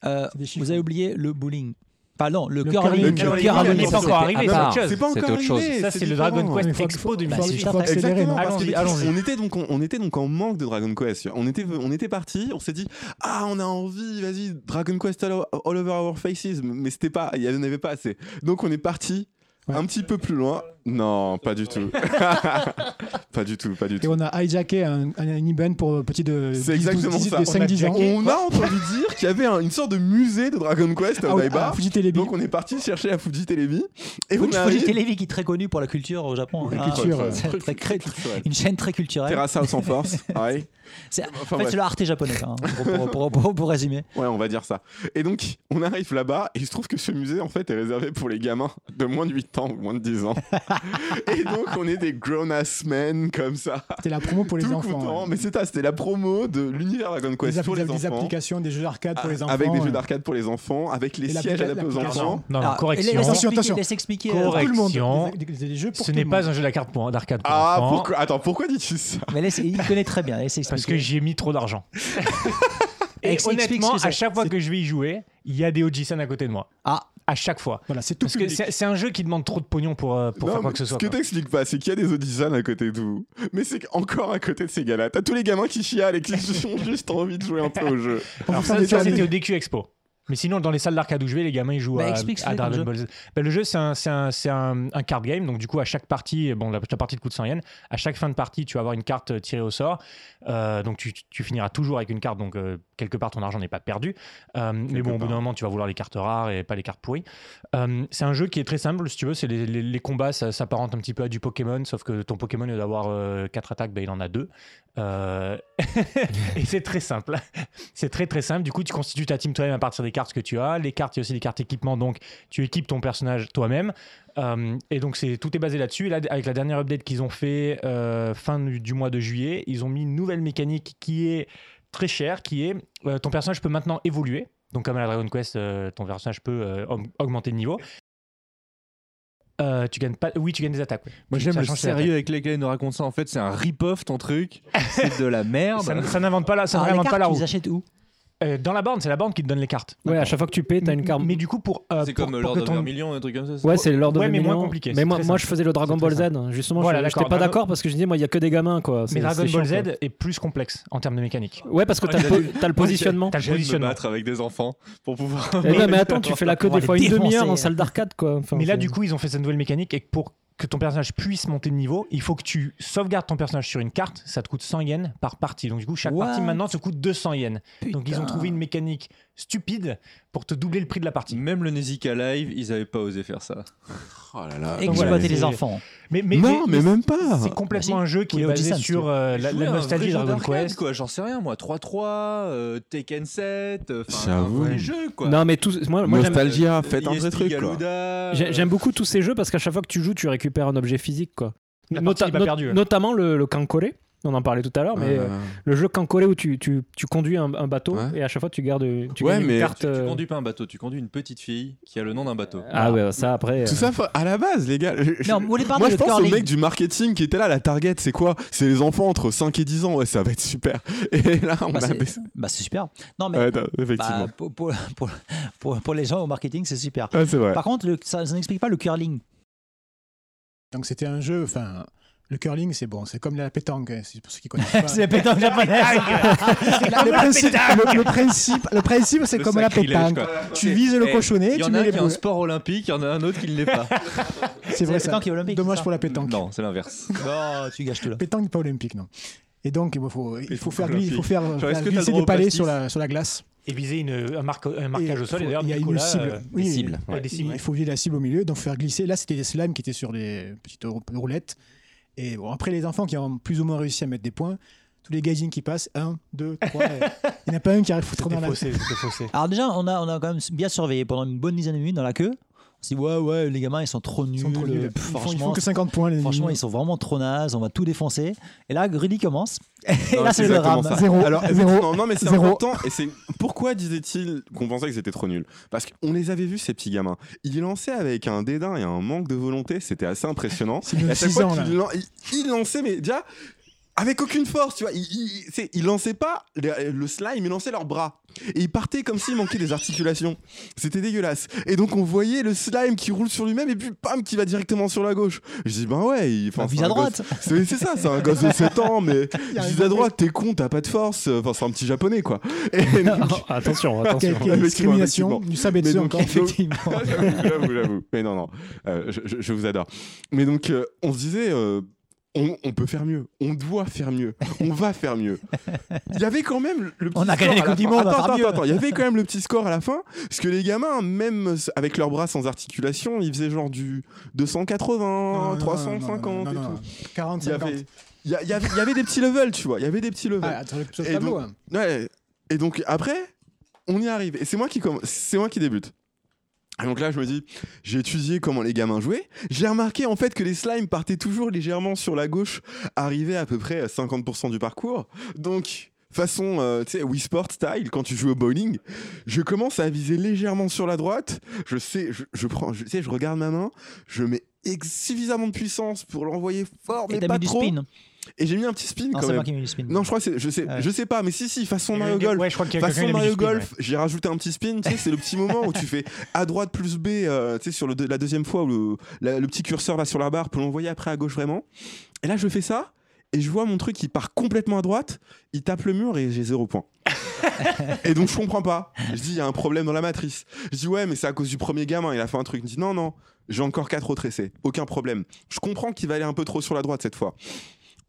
Euh, C'est des chiffres. vous avez oublié le bowling. Pardon, le Le curling. curling. Le curling, curling, on n'est pas c'est- encore arrivé, Ah, c'est bah, autre chose. C'est pas C'était encore autre chose. arrivé, Ça, c'est c'est le différent. Dragon Quest Ouais, faut- Expo faut- 2000. Bah, faut- c'est juste faut après. accélérer, non Exactement, parce Allons-y, que allons-y. On était donc en- on était donc en manque de Dragon Quest. On était on était parti, on s'est dit ah on a envie, vas-y Dragon Quest all, all over our faces, mais c'était pas, il y en avait pas assez. Donc on est parti Ouais. un petit peu plus loin. Non, pas du tout. pas du tout, pas du Et tout. on a hijacké un, un, un event pour petit de, C'est 10, 12, exactement 10, ça. de On 5 10 ans. On a entendu dire qu'il y avait un- une sorte de musée de Dragon Quest à Ah, Odaiba. ah, Fuji Telebi. donc on est parti chercher à Fuji Telebi et on Fuji est Fuji arrivé- Television qui est très connu pour la culture au Japon. La hein. culture, euh, C'est très cré- culturel. Une chaîne très culturelle. Terrace House en force. Ouais. C'est- Enfin, En fait, bref. c'est le arte japonais, hein, pour- pour- pour- pour- pour résumer. Ouais, on va dire ça. Et donc, on arrive là-bas, et il se trouve que ce musée, en fait, est réservé pour les gamins de moins de 8 ans ou moins de 10 ans. Et donc, on est des grown-ass men comme ça. C'était la promo pour les tout enfants. content. ouais. Mais c'est ça, c'était la promo de l'univers Dragon Des, Quest app- pour les des enfants. Ah, applications, des jeux d'arcade pour les enfants. Avec des jeux ouais. d'arcade pour les enfants, avec les Et la- sièges la- adaptés aux l'application. enfants. Non, non, Ah, correction. laisse Attention, expliquer, attention. Laisse expliquer. euh, Pour tout le Correction. monde. Des, des- des jeux pour Ce tout n'est le pas monde. un jeu d'arcade pour, d'arcade pour Ah, enfants, pourquoi Attends, pourquoi dis-tu ça Mais laisse, il connaît très bien. Laisse Parce que expliquer. j'y ai mis trop d'argent. Et Ex- explique honnêtement, ce que c'est. à chaque fois que je vais y jouer, il y a des Ojisan à côté de moi. Ah. À chaque fois. Voilà, c'est tout Parce que public. c'est c'est un jeu qui demande trop de pognon pour, euh, pour Non, faire quoi mais que ce soit. Ce que quoi. t'expliques pas, c'est qu'il y a des Odysseans à côté de vous. Mais c'est qu'encore à côté de ces gars-là, t'as tous les gamins qui chialent et qui ont juste envie de jouer un peu au jeu. On Alors vous fait ça, des ça, tas de- c'était au DQ Expo. Mais sinon, dans les salles d'arcade où je vais, les gamins ils jouent Bah, à- explique ce à, que c'est comme Dragon jeu. Ball Z. Bah, le jeu, c'est un, c'est un, c'est un- un card game. Donc, du coup, à chaque partie, bon, la, la partie de coûte 100 yens, à chaque fin de partie, tu vas avoir une carte euh, tirée au sort. Euh, donc, tu, tu finiras toujours avec une carte. Donc, euh, quelque part, ton argent n'est pas perdu. Euh, mais bon, au bout part. d'un moment, tu vas vouloir les cartes rares et pas les cartes pourries. Euh, c'est un jeu qui est très simple, si tu veux. C'est les, les- les combats, ça s'apparente un petit peu à du Pokémon, sauf que ton Pokémon, au lieu d'avoir 4 attaques, bah, il en a Euh, 2. et c'est très simple. C'est très très simple. Du coup, tu constitues ta team toi-même à partir des cartes que tu as. Les cartes, il y a aussi des cartes équipement, donc tu équipes ton personnage toi-même. Euh, et donc, c'est tout est basé là-dessus. Et Là, avec la dernière update qu'ils ont fait euh, fin du, du mois de juillet, ils ont mis une nouvelle mécanique qui est très chère, qui est euh, ton personnage peut maintenant évoluer. Donc, comme à la Dragon Quest, euh, ton personnage peut euh, aug- augmenter de niveau. Euh, tu gagnes pas. Oui, tu gagnes des attaques. oui. Moi Tu- j'aime ça le change tes attaques. sérieux avec lequel il nous raconte ça. En fait, c'est un rip-off ton truc. C'est de la merde. Ça, ne- ça n'invente pas la, ça Ah, Alors, les n'invente pas cartes, la tu roue. les achètes où Euh, dans la borne, c'est la borne qui te donne les cartes. Ouais, à chaque fois que tu paies, t'as une carte. Mais du coup, pour. euh, C'est pour- comme pour Lord que of ton- the Million, un truc comme ça. c'est- Ouais, c'est l'ordre Ouais, de mais Million. moins compliqué, Mais c'est moi, très moi, simple. je faisais le Dragon C'est Ball très Z. Justement, Voilà, je- j'étais d'accord. pas Dragon- d'accord parce que je disais, moi, il y a que des gamins, quoi. C'est- Mais Dragon c'est Ball chiant, Z est plus complexe en termes de mécanique. quoi. Ouais, parce que t'as le, po- t'as le positionnement. T'as le J'aime me positionnement. battre avec des enfants pour pouvoir. Eh non, mais attends, tu fais la queue Pour des fois aller une demi-heure défoncer. en salle d'arcade, quoi. Enfin, Mais là, c'est- du coup, ils ont fait cette nouvelle mécanique et que pour que ton personnage puisse monter de niveau, il faut que tu sauvegardes ton personnage sur une carte. Ça te coûte 100 yens par partie. Donc, du coup, chaque What partie maintenant te coûte 200 yens. Donc, ils ont trouvé une mécanique stupide pour te doubler le prix de la partie. Même le Nezika Live, ils avaient pas osé faire ça. Oh là là. Exploiter voilà, les c'est- enfants. Mais, mais, non, mais, mais même pas. c'est complètement Bah, si. un jeu qui Ou est les basé Odyssey, sur euh, la, Jouer la à un nostalgie vrai de jeu Dragon d'arcade, Quest. quoi. J'en sais rien, moi. 3-3, euh, Tekken 7. euh, 'fin, J'avoue. un vrai jeu, quoi. Non, mais tout. Moi, moi, j'aime- Nostalgia, Euh, faites un vrai ESP truc. Quoi. Galuda, j'ai- euh, j'aime beaucoup tous ces jeux parce qu'à chaque fois que tu joues, tu récupères un objet physique, quoi. La Nota- partie n'est pas not- perdue. Notamment le, le Kankore. On en parlait tout à l'heure, mais euh, le jeu Kankore où tu, tu, tu conduis un, un bateau Ouais. et à chaque fois tu gardes tu Ouais, gagnes une mais- Tu, carte. tu euh, conduis pas un bateau, tu conduis une petite fille qui a le nom d'un bateau. Ah ouais, ça après. Tout euh, ça, faut- à la base, les gars. je- je- Non, vous les parlez Moi, je de pense au curling. mec du marketing qui était là, la target, c'est quoi C'est les enfants entre 5 et 10 ans, ouais, ça va être super. Et là, on Bah, a c'est- baissé. Bah, c'est super. Non, mais Ouais, non, bah, Euh, effectivement. pour, pour, pour, pour- pour les gens au marketing, c'est super. Ouais, c'est vrai. Par contre, le- ça, ça n'explique pas le curling. Donc c'était un jeu, enfin, le curling, c'est bon, c'est comme la pétanque, hein, c'est pour ceux qui connaissent pas. C'est pétanque japonaise. le, principe, le, le principe, le principe, c'est Le comme la sacrilège, pétanque. quoi. Tu vises le Eh, cochonnet, Il y tu en a mets un les qui a un boules. sport olympique, il y en a un autre qui ne l'est pas. C'est la vrai ça. pétanque olympique, Dommage c'est pour la pétanque. Non, c'est l'inverse. Non, tu gâches tout là. Pétanque pas olympique, non. Et donc, il faut, il faut Pétanque faire, glisser- il faut olympique. faire, Genre, est-ce faire que t'as le glisser droit des au palets pastis sur la, sur la glace. Et viser une- un, marque- un Et marquage au sol. faut- Et d'ailleurs, il y a une Nicolas, cible. euh, Oui, des il- cibles. ouais, des cibles. Il faut viser la cible au milieu, donc faire glisser. Là, c'était des slimes qui étaient sur les petites rou- roulettes. Et bon, après, les enfants qui ont plus ou moins réussi à mettre des points, tous les gaijins qui passent, 1, 2, 3, il n'y en a pas un qui arrive foutre dans C'était la faussé, c'était faussé. Alors déjà, on a, on a quand même bien surveillé pendant une bonne dizaine de minutes dans la queue. On s'est dit, ouais, ouais, les gamins, ils sont trop nuls. euh, Ils, euh, sont trop Pff, nuls. Ils font- ils font, franchement, que 50 points, les franchement, ils nuls. sont vraiment trop nazes. On va tout défoncer. Et là, Rudy commence. Et là, c'est le exactement drame. ça. Zéro, Alors, zéro, non, non, mais c'est zéro. important. Et c'est pourquoi disait-il qu'on pensait qu'ils étaient trop nuls Parce qu'on les avait vus ces petits gamins. Ils lançaient avec un dédain et un manque de volonté. C'était assez impressionnant. C'est le Et à chaque 6 fois ans, là. qu'ils lan- ils- ils lançaient, mais déjà. Avec aucune force, tu vois. Ils, ils, c'est- ils lançaient pas le, le slime, ils lançaient leurs bras. Et ils partaient comme s'il manquait des articulations. C'était dégueulasse. Et donc on voyait le slime qui roule sur lui-même et puis pam, qui va directement sur la gauche. Je dis, ben ouais, il. enfin, Enfin, c'est Bah, vise un à gosse- droite. c'est c'est ça, c'est un gosse de 7 ans, mais y je a un dis à gosse. droite, t'es con, t'as pas de force. Enfin, c'est un petit japonais, quoi. Et donc- Oh, attention, attention. Quelle- quelle effectivement, effectivement. discrimination, du Mais sabetsu donc, encore. il faut- j'avoue, j'avoue, j'avoue. Mais non, non, euh, je, je- je vous adore. Mais donc, euh, on se disait, euh, on, on peut faire mieux, on doit faire mieux, on va faire mieux. Il y avait quand même le- le petit On a score gagné à la Coupe du fin. Monde, on va Attends, faire attends, mieux. attends, il y avait quand même le petit score à la fin, parce que les gamins, même euh, avec leurs bras sans articulation, ils faisaient genre du 280, 350 et tout. 40, Il y avait- 50. il y a- il y avait il y avait des petits levels, tu vois. Il y avait des petits levels. Ah, attends, sur le Et tableau, donc- hein. Ouais. Et donc après, on y arrive. Et c'est moi qui comm- c'est moi qui débute. Et donc là, je me dis, j'ai étudié comment les gamins jouaient. J'ai remarqué en fait que les slimes partaient toujours légèrement sur la gauche, arrivaient à peu près à 50% du parcours. Donc, façon, euh, tu sais, Wii Sport style, quand tu joues au bowling, je commence à viser légèrement sur la droite. Je sais, je, je prends, je, tu sais, je regarde ma main, je mets ex- suffisamment de puissance pour l'envoyer fort, mais Et t'as pas mis du trop. spin. Et j'ai mis un petit spin Non, quand c'est même. moi qui ai mis du spin. Non, je crois que c'est- je sais, Ouais. je sais pas, mais si, si, façon Mario Ouais, Golf. Ouais, je crois qu'il y a quelqu'un Façon qui a mis du Mario speed, ouais. Golf, j'ai rajouté un petit spin, tu sais, c'est le petit moment où tu fais à droite plus B, euh, tu sais, sur le deux- la deuxième fois où le, la- le petit curseur va sur la barre pour l'envoyer après à gauche vraiment. Et là, je fais ça, et je vois mon truc qui part complètement à droite, il tape le mur et j'ai zéro point. et donc, je comprends pas. Je dis, il y a un problème dans la matrice. Je dis, ouais, mais c'est à cause du premier gamin, il a fait un truc. Il me dit, non, non, j'ai encore quatre autres essais, aucun problème. Je comprends qu'il va aller un peu trop sur la droite cette fois.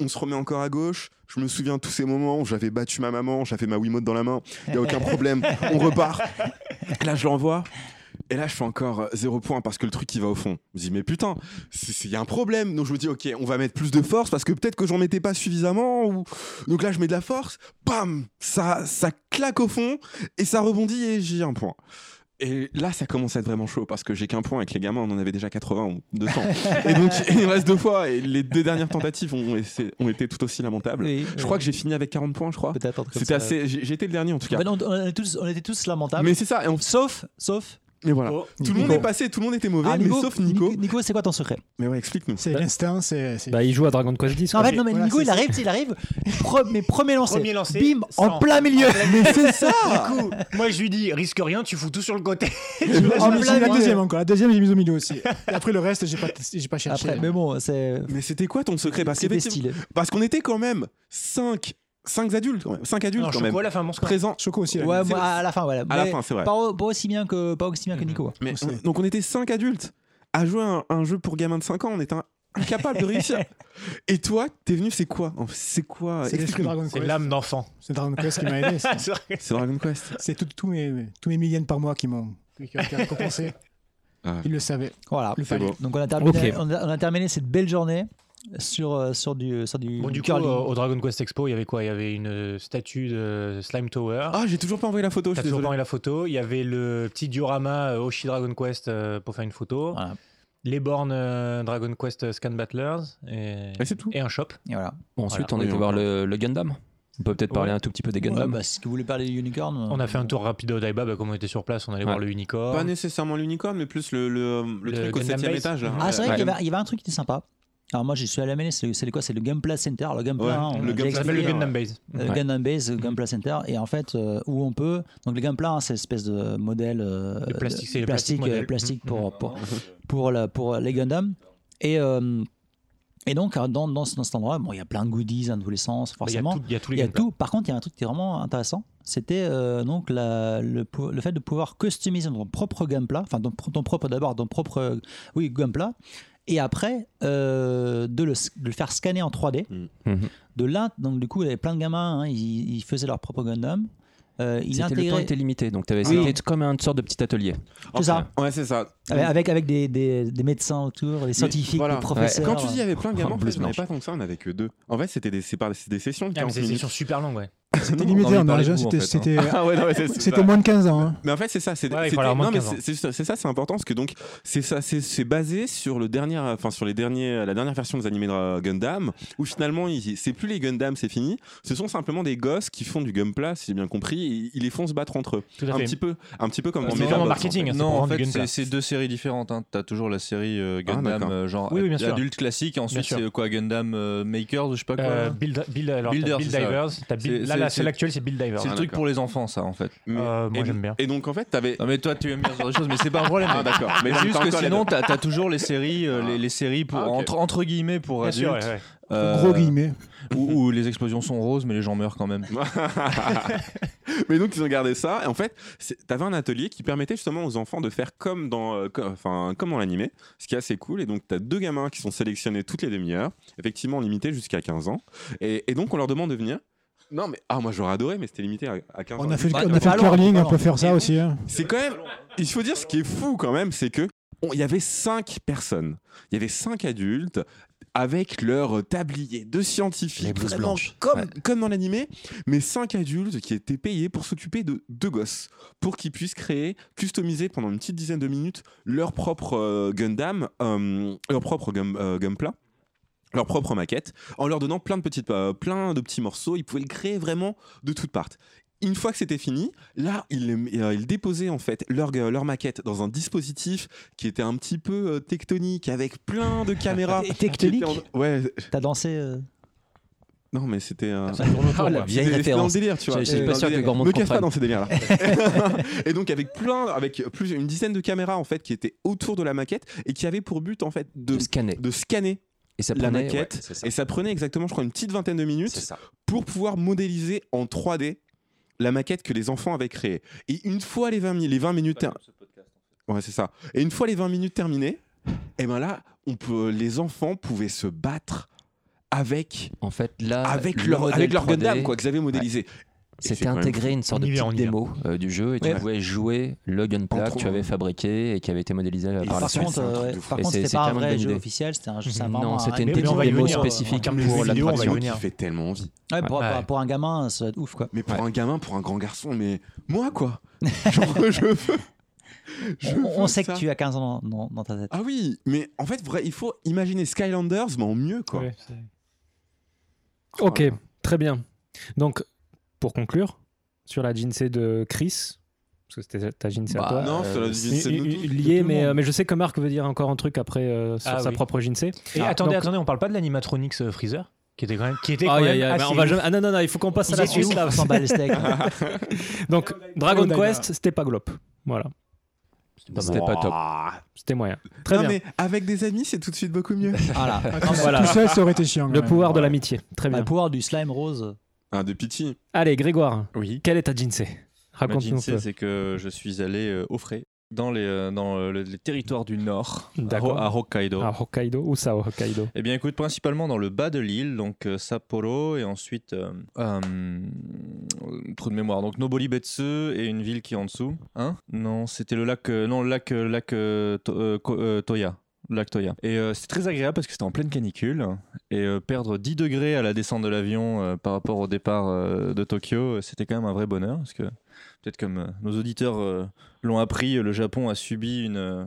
On se remet encore à gauche. Je me souviens de tous ces moments où j'avais battu ma maman, j'avais ma Wiimote dans la main. Il n'y a aucun problème. On repart. Et là, je l'envoie. Et là, je fais encore euh, zéro point parce que le truc, il va au fond. Je me dis, mais putain, c'est- c'est- il y a un problème. Donc, je me dis, ok, on va mettre plus de force parce que peut-être que j'en mettais pas suffisamment. Ou... Donc là, je mets de la force. Bam ça, ça claque au fond et ça rebondit et j'ai un point. Et là, ça commence à être vraiment chaud parce que j'ai qu'un point avec les gamins, on en avait déjà 80 ou 200. et donc, il me reste deux fois. Et les deux dernières tentatives ont, ont été tout aussi lamentables. Oui, Je crois que j'ai fini avec 40 points, je crois. peut-être un truc comme C'était ça. assez. j'ai- J'étais le dernier en tout cas. Ben, on, on était tous, on était tous lamentables. Mais Ah. c'est ça. Et on- Sauf, sauf. mais voilà. Oh, Tout le monde est passé, tout le monde était mauvais, Ah, mais sauf Nico. Nico, Nico, c'est quoi ton secret Mais ouais, explique-nous. C'est Bah- l'instinct, c'est. c'est- Ah, Bah, il joue à Dragon Quest X. Non, en quoi. fait, non, mais Voilà, Nico, c'est il arrive, tu sais, il arrive. Pre- mais premier lancé. Premier lancé, Bim, en sans- plein milieu. Mais c'est ça Du coup, moi je lui dis risque rien, tu fous tout sur le côté. Ah, mais plein c'est la milieu. deuxième encore. La deuxième, j'ai mis au milieu aussi. Et après, le reste, j'ai pas, j'ai pas cherché. Après, mais bon, c'est. Mais c'était quoi ton secret Parce C'est des qu'effectivement- styles. parce qu'on était quand même 5 cinq adultes quand même, 5 adultes Non, quand même. Chocolat fait un bon score. Présents Choco aussi. hein. là. Ouais, c'est- moi, à la fin, voilà. à la Mais fin, c'est vrai. Pas, au- pas aussi bien que, pas aussi bien que Nico. Mais On on- sait. donc on était 5 adultes à jouer à un, un jeu pour gamins de 5 ans, on était un- incapables de réussir. Et toi, t'es venu, c'est quoi En fait, C'est quoi C'est l'esprit Explique-nous. Dragon C'est Quest. l'âme d'enfant. C'est Dragon Quest qui m'a aidé. c'est- C'est vrai. C'est Dragon Quest. C'est tout- tous mes, tous mes millions par mois qui m'ont qui ont été récompensés. Ah. Ils le savaient. Voilà. Le C'est fallait. beau. Donc on a terminé, Ok. on a, on a terminé cette belle journée sur, euh, sur du, sur du, Bon, du du coup, curling. euh, au Dragon Quest Expo, il y avait quoi Il y avait une euh, statue de Slime Tower. Ah, j'ai toujours pas envoyé la photo, je T'as suis toujours désolé. pas eu la photo. Il y avait le petit diorama euh, Oshi Dragon Quest euh, pour faire une photo. Voilà. Les bornes euh, Dragon Quest Scan Battlers. Et, Et c'est tout. et un shop. Et voilà. Bon, ensuite, Voilà. on était Oui, voir le, le Gundam. On peut peut-être parler un tout petit peu des Ouais, Gundam. bah, si vous voulez parler du unicorn. euh, On a fait un tour rapide au Daiba. bah, comme on était sur place, on allait voir Ouais. le unicorn. Pas nécessairement l'unicorne, mais plus le, le, le Le truc au Gundam 7 Base. étage. Là. Ah, c'est vrai Ouais. qu'il y, avait- il y avait un truc qui était sympa. Alors moi, j'y suis allé amener, c'est c'est quoi C'est le Gunpla Center. Alors, Gunpla, Ouais, hein, on le a déjà Gunpla Ça s'appelle le expliqué, Gundam Base. euh, Ouais. Gundam Base, Mm-hmm. Gunpla Center, et en fait, euh, où on peut. Donc, le Gunpla, hein, c'est l'espèce de modèle euh, Le plastique, c'est le plastique, plastique euh, modèle. plastique Mhm. pour, pour, pour, la- pour les Gundam. Et, euh, et donc, hein, dans, dans, ce- dans cet endroit, bon, il y a plein de goodies hein, de tous les sens, Il y a forcément. tout- il y a tous Il les y a Gundam. tout. Par contre, il y a un truc qui est vraiment intéressant. C'était euh, donc la- le, pou- le fait de pouvoir customiser ton propre gameplay, enfin ton, pro- ton propre d'abord, ton propre euh, oui gameplay, et après euh, de, le, s- de le faire scanner en 3D. Mm. Mhm. De là, donc du coup, il y avait plein de gamins, hein, ils, ils faisaient leur propre Gundam. Euh, ils C'était- Le temps intégraient était limité, donc t'avais- Oui. c'était comme une sorte de petit atelier. tout ça Ouais, c'est ça. avec, avec, avec des, des- des médecins autour, des scientifiques, voilà. des professeurs. Quand tu dis hein. il y avait plein de gamins, en Blouse fait, on n'avait blanche. pas tant que ça, on n'avait que deux. En fait, c'était des, c'est par- c'est des sessions de Ah, mais 40 c'est une minutes. session super longue, ouais. C'était on en limité a en parlé âge. beaucoup, en C'était fait, c'était- Ah ouais, non, mais c'est- c'est c'était pas- moins de 15 ans. hein. Mais en fait, c'est ça. C'est Ouais, il faut c'était- avoir moins non, de mais 15 ans. c'est- c'est c'est ça, c'est important parce que donc c'est ça, c'est c'est basé sur le dernier, enfin sur les derniers, la dernière version des animés de Gundam, où finalement, ils- c'est plus les Gundam, c'est fini. Ce sont simplement des gosses qui font du gunpla, si j'ai bien compris. et Ils les font se battre entre eux, Tout à un fait. petit peu, un petit peu comme C'est dans vraiment Megabots, en marketing, fait. hein, c'est Non, pour en vendre du fait, Gundam. c'est c'est deux séries différentes. hein. T'as toujours la série euh, Ah, Gundam, d'accord. euh, genre Oui, oui, bien sûr. adulte classique, et ensuite sûr. c'est quoi Gundam euh, Makers ou je sais pas quoi. Euh, là. Build, build, alors, t'as Builder, c'est Build ça, ouais. Divers. t'as Build- C'est- là, c'est- là, c'est- c'est l'actuel, c'est Build Divers. C'est le Ah, truc d'accord. pour les enfants, ça, en fait. Mais- Euh, moi, et- j'aime bien. Et donc en fait, t'avais. Non mais toi tu aimes bien ce genre de choses mais c'est pas un problème. Ah d'accord. Mais Mais c'est t'as juste que encore les sinon deux. t'as as toujours les séries, euh, Ah. les, les séries pour Ah, ok. entre, entre guillemets pour Bien adultes sûr, ouais, ouais. euh, Gros guillemets. où, où les explosions sont roses mais les gens meurent quand même. mais donc ils ont gardé ça. Et en fait, c'est- t'avais un atelier qui permettait justement aux enfants de faire comme dans, euh, co- enfin comme dans l'animé, ce qui est assez cool. Et donc t'as deux gamins qui sont sélectionnés toutes les demi-heures, effectivement limités jusqu'à 15 ans. Et, et donc on leur demande de venir. Non mais ah moi j'aurais adoré, mais c'était limité à, à 15 ans. On a fait, le- Bah, on on a fait va le loin, on curling, va on loin. peut faire ça aussi. hein. C'est quand même. Il faut dire ce qui est fou quand même, c'est que on- il y avait cinq personnes. Il y avait cinq adultes avec leur tablier de scientifiques. Les blouses vraiment blanches. Comme, Ouais. comme dans l'animé, mais cinq adultes qui étaient payés pour s'occuper de deux gosses, pour qu'ils puissent créer, customiser pendant une petite dizaine de minutes leur propre euh, Gundam, euh, leur propre gum, euh, Gunpla, leur propre maquette, en leur donnant plein de, petites, euh, plein de petits morceaux. Ils pouvaient le créer vraiment de toutes parts. Une fois que c'était fini, là, ils, euh, ils déposaient en fait leur, euh, leur maquette dans un dispositif qui était un petit peu euh, tectonique, avec plein de caméras. Et qui étaient Tectonique en- Ouais, T'as dansé euh, non, mais c'était. euh, ça tourne autour, Ah, la quoi. vieille c'était- c'était dans le référence. délire, tu vois. Je- je suis C'était pas dans le sûr que délire. Gormand Me te casse pas comprenne. dans ces délires-là. et donc avec plein, avec plus une dizaine de caméras en fait qui étaient autour de la maquette et qui avaient pour but en fait de, de scanner. de scanner Et ça la prenait- maquette. ouais, c'est ça. et ça prenait exactement, je crois, une petite vingtaine de C'est minutes ça. pour pouvoir modéliser en 3D la maquette que les enfants avaient créée. Et une fois les 20, mi- les 20 minutes, ter- ouais, c'est ça. Et une fois les 20 minutes terminées, et ben là, on peut, les enfants pouvaient se battre avec En fait, là, avec Ah, le leur, modèle avec leur 3D, Gundam quoi, que avaient modélisé. c'est C'était quand même intégré une sorte On de y va, petite on y va. démo euh, du jeu et tu Ouais. pouvais jouer le gunpla Entre- que tu avais fabriqué et qui avait été modélisé euh, Et par la Par c'est- suite. contre, c'est un truc euh, de ouais, fou. par Et contre, c'est- c'était c'est pas un quand même vrai une jeu idée. officiel, c'était un jeu hein. c'est un Non, vraiment c'était un- une mais- mais on technique va y démo venir, euh, en spécifique. termes de Pour jeux la vidéo, on va y traduction venir. qui fait tellement vie. Ouais, pour, Ouais. pour- pour un gamin, ça doit être ouf quoi. Mais pour Ouais. un gamin, pour un grand garçon, mais moi quoi Genre, je veux. je on, on veux sait ça. que tu as 15 ans dans, dans- dans ta tête. Ah oui, mais en fait, vrai, il faut imaginer Skylanders, mais en mieux quoi. Euh, Ouais, c'est- ok, très bien. Donc, pour conclure, sur la Jinsei de Chris, parce que c'était ta Jinsei à Bah, toi. Non, Euh, c'est la- Il- c'est il- nous il- tous, lié, tout le mais, monde. euh, mais je sais que Marc veut dire encore un truc après euh, sur Ah sa oui. propre Jinsei. Et attendez, Ah, donc- attendez, on parle pas de l'animatronics euh, Freezer qui était quand même, qui était quand Aïe, même aïe, aïe, mais assez on va ouf. jamais- Ah non, non, non, il faut qu'on passe à Il la est suite. ouf, là. on s'en bat les steaks. Donc, Dragon Dynamite. Quest, c'était pas Glop. Voilà, C'était pas top. Ah. c'était moyen. Très non, bien. mais avec des amis, c'est tout de suite beaucoup mieux. Voilà. Voilà. Tout seul, ça aurait été chiant. quand Le même. pouvoir de l'amitié. Très Le bien. pouvoir du slime rose. Un de pitié. Allez, Grégoire, Oui. quelle est ta Jinsei Ma Raconte-nous. un Jinsei, peu. c'est que je suis allé euh, au frais dans les, euh, dans euh, le- les territoires du Nord, à, D'accord. Ho- à Hokkaido. À Ah, Hokkaido Où ça, au Hokkaido Eh bien, écoute, principalement dans le bas de l'île, donc euh, Sapporo et ensuite euh, euh, trou de mémoire. Donc Noboribetsu et une ville qui est en dessous. Hein Non, c'était le lac, euh, non le lac, euh, lac euh, To- euh, Ko- euh, Toya. Lac Toya. Et euh, c'est très agréable parce que c'était en pleine canicule et euh, perdre 10 degrés à la descente de l'avion euh, par rapport au départ euh, de Tokyo, euh, c'était quand même un vrai bonheur parce que peut-être comme euh, nos auditeurs euh, l'ont appris, le Japon a subi une euh,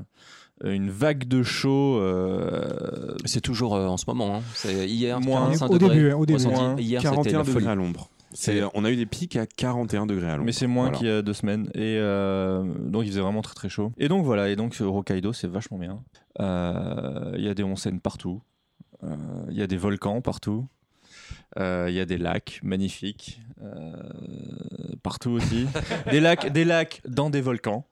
une vague de chaud euh, C'est toujours euh, en ce moment. hein. C'est hier, Moins. 45 Au degrés. début, hein, au début. Ressenti. Moins. Hier, c'était 41 la degrés folie. à l'ombre. C'est- On a eu des pics à 41 degrés à l'ombre. Mais c'est moins Voilà. qu'il y a deux semaines. Et euh, donc, il faisait vraiment très très chaud. Et donc, voilà. Et donc, euh, Hokkaido, c'est vachement bien. Euh, Il y a des onsen partout. Euh, Il y a des volcans partout. Euh, Il y a des lacs magnifiques. Euh, partout aussi. des, lacs, des lacs dans des volcans.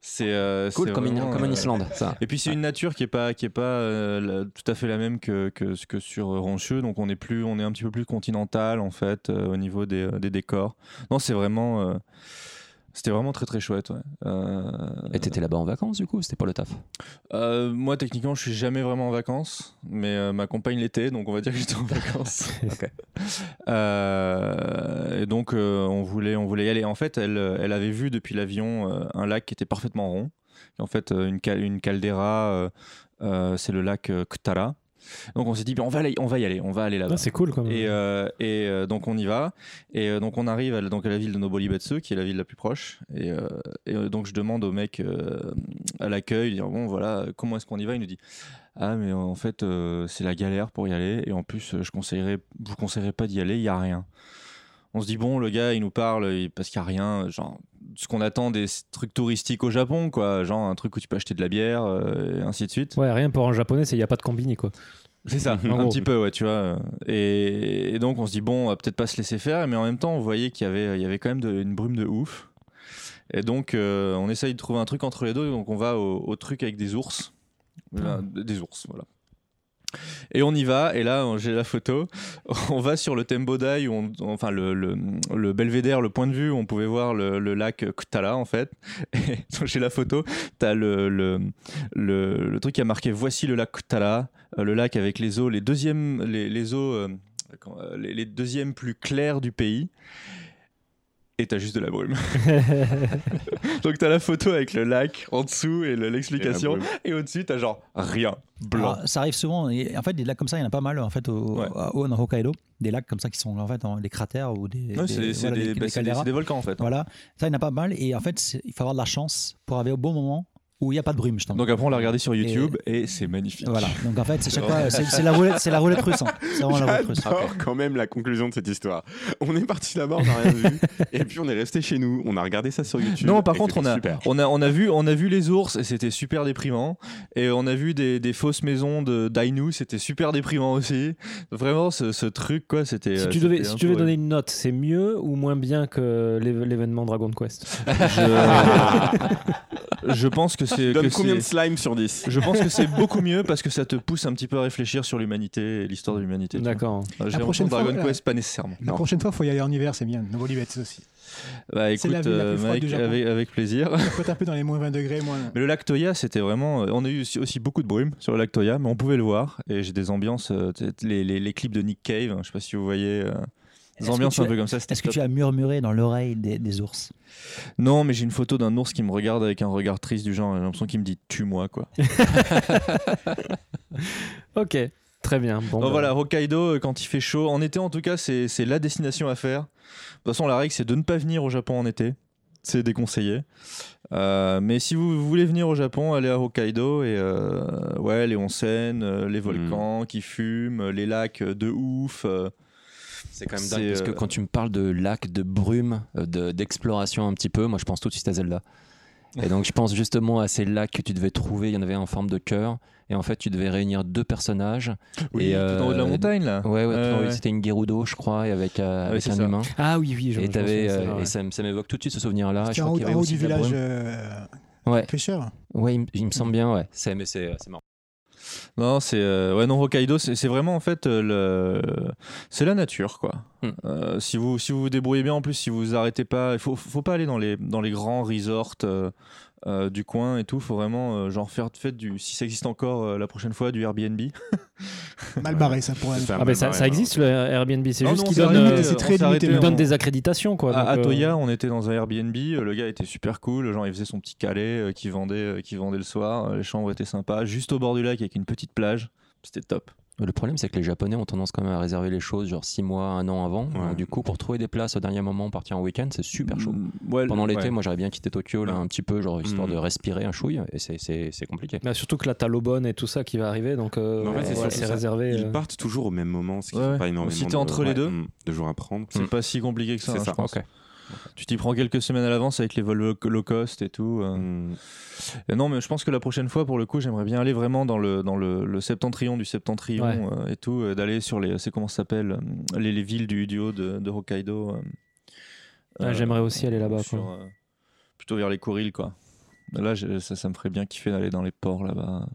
C'est euh, Cool, c'est comme, une, vraiment, comme en euh, Islande, ça. et puis c'est une nature qui est pas qui est pas euh, la- tout à fait la même que que, que sur euh, Roncheux, donc on est plus on est un petit peu plus continental en fait euh, au niveau des, euh, des décors. Non, c'est vraiment euh, c'était vraiment très très chouette. ouais. Euh, Et t'étais là-bas en vacances, du coup C'était pas le taf euh, moi techniquement je suis jamais vraiment en vacances, mais euh, ma compagne l'était, donc on va dire que j'étais en vacances. Ok. Euh, et donc euh, on voulait on voulait y aller. En fait, elle euh, elle avait vu depuis l'avion euh, un lac qui était parfaitement rond. Et en fait, euh, une, cal- une caldera, euh, euh, c'est le lac euh, Ktara. Donc on s'est dit, ben, on va aller, on va y aller, on va aller là-bas. Ah, C'est cool quand même. Et, euh, et, euh, donc on y va. Et euh, donc on arrive à, la- donc à la ville de Noboribetsu, qui est la ville la plus proche. Et, euh, et, euh, donc je demande au mec euh, à l'accueil, dire bon voilà, euh, comment est-ce qu'on y va Il nous dit ah mais euh, en fait euh, c'est la galère pour y aller. Et en plus euh, je conseillerais, je vous conseillerais pas d'y aller, il y a rien. On se dit bon le gars il nous parle il- parce qu'il y a rien, genre ce qu'on attend des trucs touristiques au Japon quoi, genre un truc où tu peux acheter de la bière euh, et ainsi de suite. Ouais, rien pour un japonais, c'est il n'y a pas de combini quoi. C'est ça, En un gros. petit peu, ouais, tu vois. euh, Et, et donc on se dit bon, on va peut-être pas se laisser faire, mais en même temps on voyait qu'il y avait, il y avait quand même de- une brume de ouf. Et donc euh, on essaye de trouver un truc entre les deux, donc on va au, au truc avec des ours, Voilà, des ours, voilà. Et on y va, et là j'ai la photo. On va sur le Tembodai, où on- enfin le, le, le belvédère, le point de vue où on pouvait voir le, le lac Ktala en fait. Et donc, j'ai la photo. T'as le, le, le, le truc qui a marqué voici le lac Ktala, euh, le lac avec les eaux, les deuxièmes, les, les eaux, euh, quand- euh, les, les deuxièmes plus claires du pays. et t'as juste de la brume. Donc t'as la photo avec le lac en dessous et le- l'explication, Et la et, au-dessus t'as genre rien, blanc. Alors, ça arrive souvent. Et en fait, des lacs comme ça, il y en a pas mal en fait au, Ouais. à- au- en Hokkaido. Des lacs comme ça qui sont en fait en- des cratères ou des, Ouais, c'est des, c'est voilà, des- des- des bah, c'est des- calderas. c'est des volcans en fait. Voilà, ça il y en a pas mal. Et en fait, c'est- il faut avoir de la chance pour arriver au bon moment où il n'y a pas de brume, je t'en Donc après on l'a regardé sur YouTube et, c'est magnifique. Voilà, donc en fait, c'est chaque fois, c'est c'est la roulette, c'est la roulette russe. hein. C'est vraiment la Ah, roulette russe. J'adore quand même la conclusion de cette histoire. On est parti là-bas, on n'a rien vu, et puis on est resté chez nous, on a regardé ça sur YouTube. Non, par et contre, on c'était a, super. on, a, on, a vu, on a vu les ours et c'était super déprimant. Et on a vu des, des fausses maisons de d'Ainu, c'était super déprimant aussi. Vraiment, ce, ce truc, quoi, c'était. Si euh, tu, devais, c'était si un tu peu devais donner une note, c'est mieux ou moins bien que l'éve- l'événement Dragon Quest horrible. Je pense que c'est. que Donne combien de c'est- slime sur 10 Je pense que c'est beaucoup mieux parce que ça te pousse un petit peu à réfléchir sur l'humanité et l'histoire de l'humanité. tu vois. D'accord. Euh, J'ai La l'impression prochaine que Dragon fois, Quest, pas nécessairement. La Non. prochaine fois, il faut y aller en hiver, c'est bien. No Bolivets aussi. Bah C'est écoute, la ville la plus euh, froide Mike, du Japon. avec, avec plaisir. Ça peut être un peu dans les moins 20 degrés, moins. Mais le lac Toya, c'était vraiment. euh, On a eu aussi, aussi beaucoup de brume sur le lac Toya, mais on pouvait le voir. Et j'ai des ambiances, euh, t- t- les, les- les clips de Nick Cave, hein, je sais pas si vous voyez. euh, Est-ce Des que ambiances tu un as- peu comme ça. c'était Est-ce que top. tu as murmuré dans l'oreille des, des ours Non, mais j'ai une photo d'un ours qui me regarde avec un regard triste du genre. J'ai l'impression qu'il me dit tue-moi quoi. Ok, très bien. Bon, Donc bah, Oh, voilà, Hokkaido euh, quand il fait chaud. En été en tout cas, c'est c'est la destination à faire. De toute façon, la règle c'est de ne pas venir au Japon en été. C'est déconseillé. Euh, mais si vous voulez venir au Japon, allez à Hokkaido et euh, ouais, les onsen, euh, les volcans qui fument, les lacs euh, de ouf. euh, C'est quand même C'est, dingue parce que euh, quand tu me parles de lac, de brume, euh, de- d'exploration un petit peu, moi je pense tout de suite à Zelda. Et donc je pense justement à ces lacs que tu devais trouver. Il y en avait un en forme de cœur. Et en fait, tu devais réunir deux personnages. et, Et, tout en haut de la euh, montagne là. Ouais, ouais, Euh, non, oui, ouais. c'était une Gerudo, je crois, et avec, euh, avec c'est un ça. humain. Ah oui, oui, je Et, je me souviens t'avais, de ça, euh, ouais. et ça, me- ça m'évoque tout de suite ce souvenir-là. Je C'était en haut, crois qu'il y avait en haut aussi du de la village brume. euh, Ouais, pêcheur. ouais il, me- il me semble bien, ouais. C'est- Mais c'est c'est marrant. Non, c'est euh, ouais non Hokkaido, c'est c'est vraiment en fait euh, le c'est la nature quoi. Hmm. Euh, si vous si vous vous débrouillez bien en plus, si vous vous arrêtez pas, il faut faut pas aller dans les dans les grands resorts euh, euh, du coin et tout. Faut vraiment euh, genre faire fait du si ça existe encore euh, la prochaine fois du Airbnb. Mal barré, ça pourrait. C'est un Ah, bah, mal Ah, ça, barré, ça existe le Airbnb, c'est Non, juste hein. Oh, non, qu'ils c'est donnent, limité, euh, c'est on très s'est arrêté, ils limité. on- donnent des accréditations. Quoi, à, à donc, euh, Toya, on était dans un Airbnb. euh, Le gars était super cool. le Genre, il faisait son petit calet euh, qui vendait euh, qui vendait le soir. euh, Les chambres étaient sympas. Juste au bord du lac avec une petite plage. C'était top. Le problème, c'est que les Japonais ont tendance quand même à réserver les choses genre 6 mois, un an avant. Ouais. Donc, du coup, pour trouver des places au dernier moment, partir en week-end, c'est super chaud. Mm, ouais, Pendant ouais. l'été, moi j'aurais bien quitté Tokyo là, un petit peu, genre histoire Mm. de respirer un chouille, et c'est- c'est c'est compliqué. bah, surtout que là, t'as l'Aubonne et tout ça qui va arriver, donc euh, Mais en fait, c'est ouais, surtout c'est ça. réservé. Ils euh. partent toujours au même moment, ce qui Ouais, fait ouais. pas énormément Si t'es de- entre les ouais, deux. mm, de jours à prendre. Hmm. C'est pas si compliqué que ça. C'est hein, ça. je pense. Ok. Tu t'y prends quelques semaines à l'avance avec les vols lo- low cost et tout. euh. Hmm. Mm. Et non, mais je pense que la prochaine fois, pour le coup, j'aimerais bien aller vraiment dans le, dans le, le septentrion du septentrion Ouais. euh, et tout, euh, d'aller sur les, c'est comment ça s'appelle, euh, les, les villes du, du haut de, de Hokkaido. euh, Ah, euh, J'aimerais aussi aller là-bas. sur, quoi. euh, plutôt vers les Kuriles, quoi. Là, j'ai- ça, ça me ferait bien kiffer d'aller dans les ports là-bas.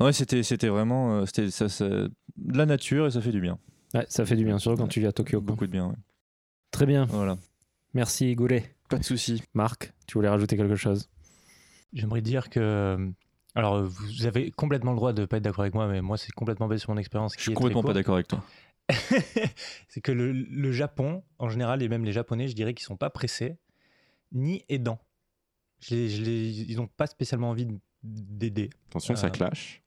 Non, mais c'était, c'était vraiment, euh, c'était ça, ça- de la nature et ça fait du bien. Ouais, ça fait du bien, sûr, quand tu vis à Tokyo. quoi. Beaucoup de bien. ouais. Très bien, Voilà. merci Goulet. Pas de souci. Marc, tu voulais rajouter quelque chose J'aimerais dire que. Alors, euh, vous avez complètement le droit de ne pas être d'accord avec moi, mais moi, c'est complètement basé sur mon expérience. Je suis complètement pas d'accord avec toi. c'est que le, le Japon, en général, et même les Japonais, je dirais qu'ils sont pas pressés, ni aidants. Je les- je les- ils n'ont pas spécialement envie de- d'aider. Attention, ça Euh, clash.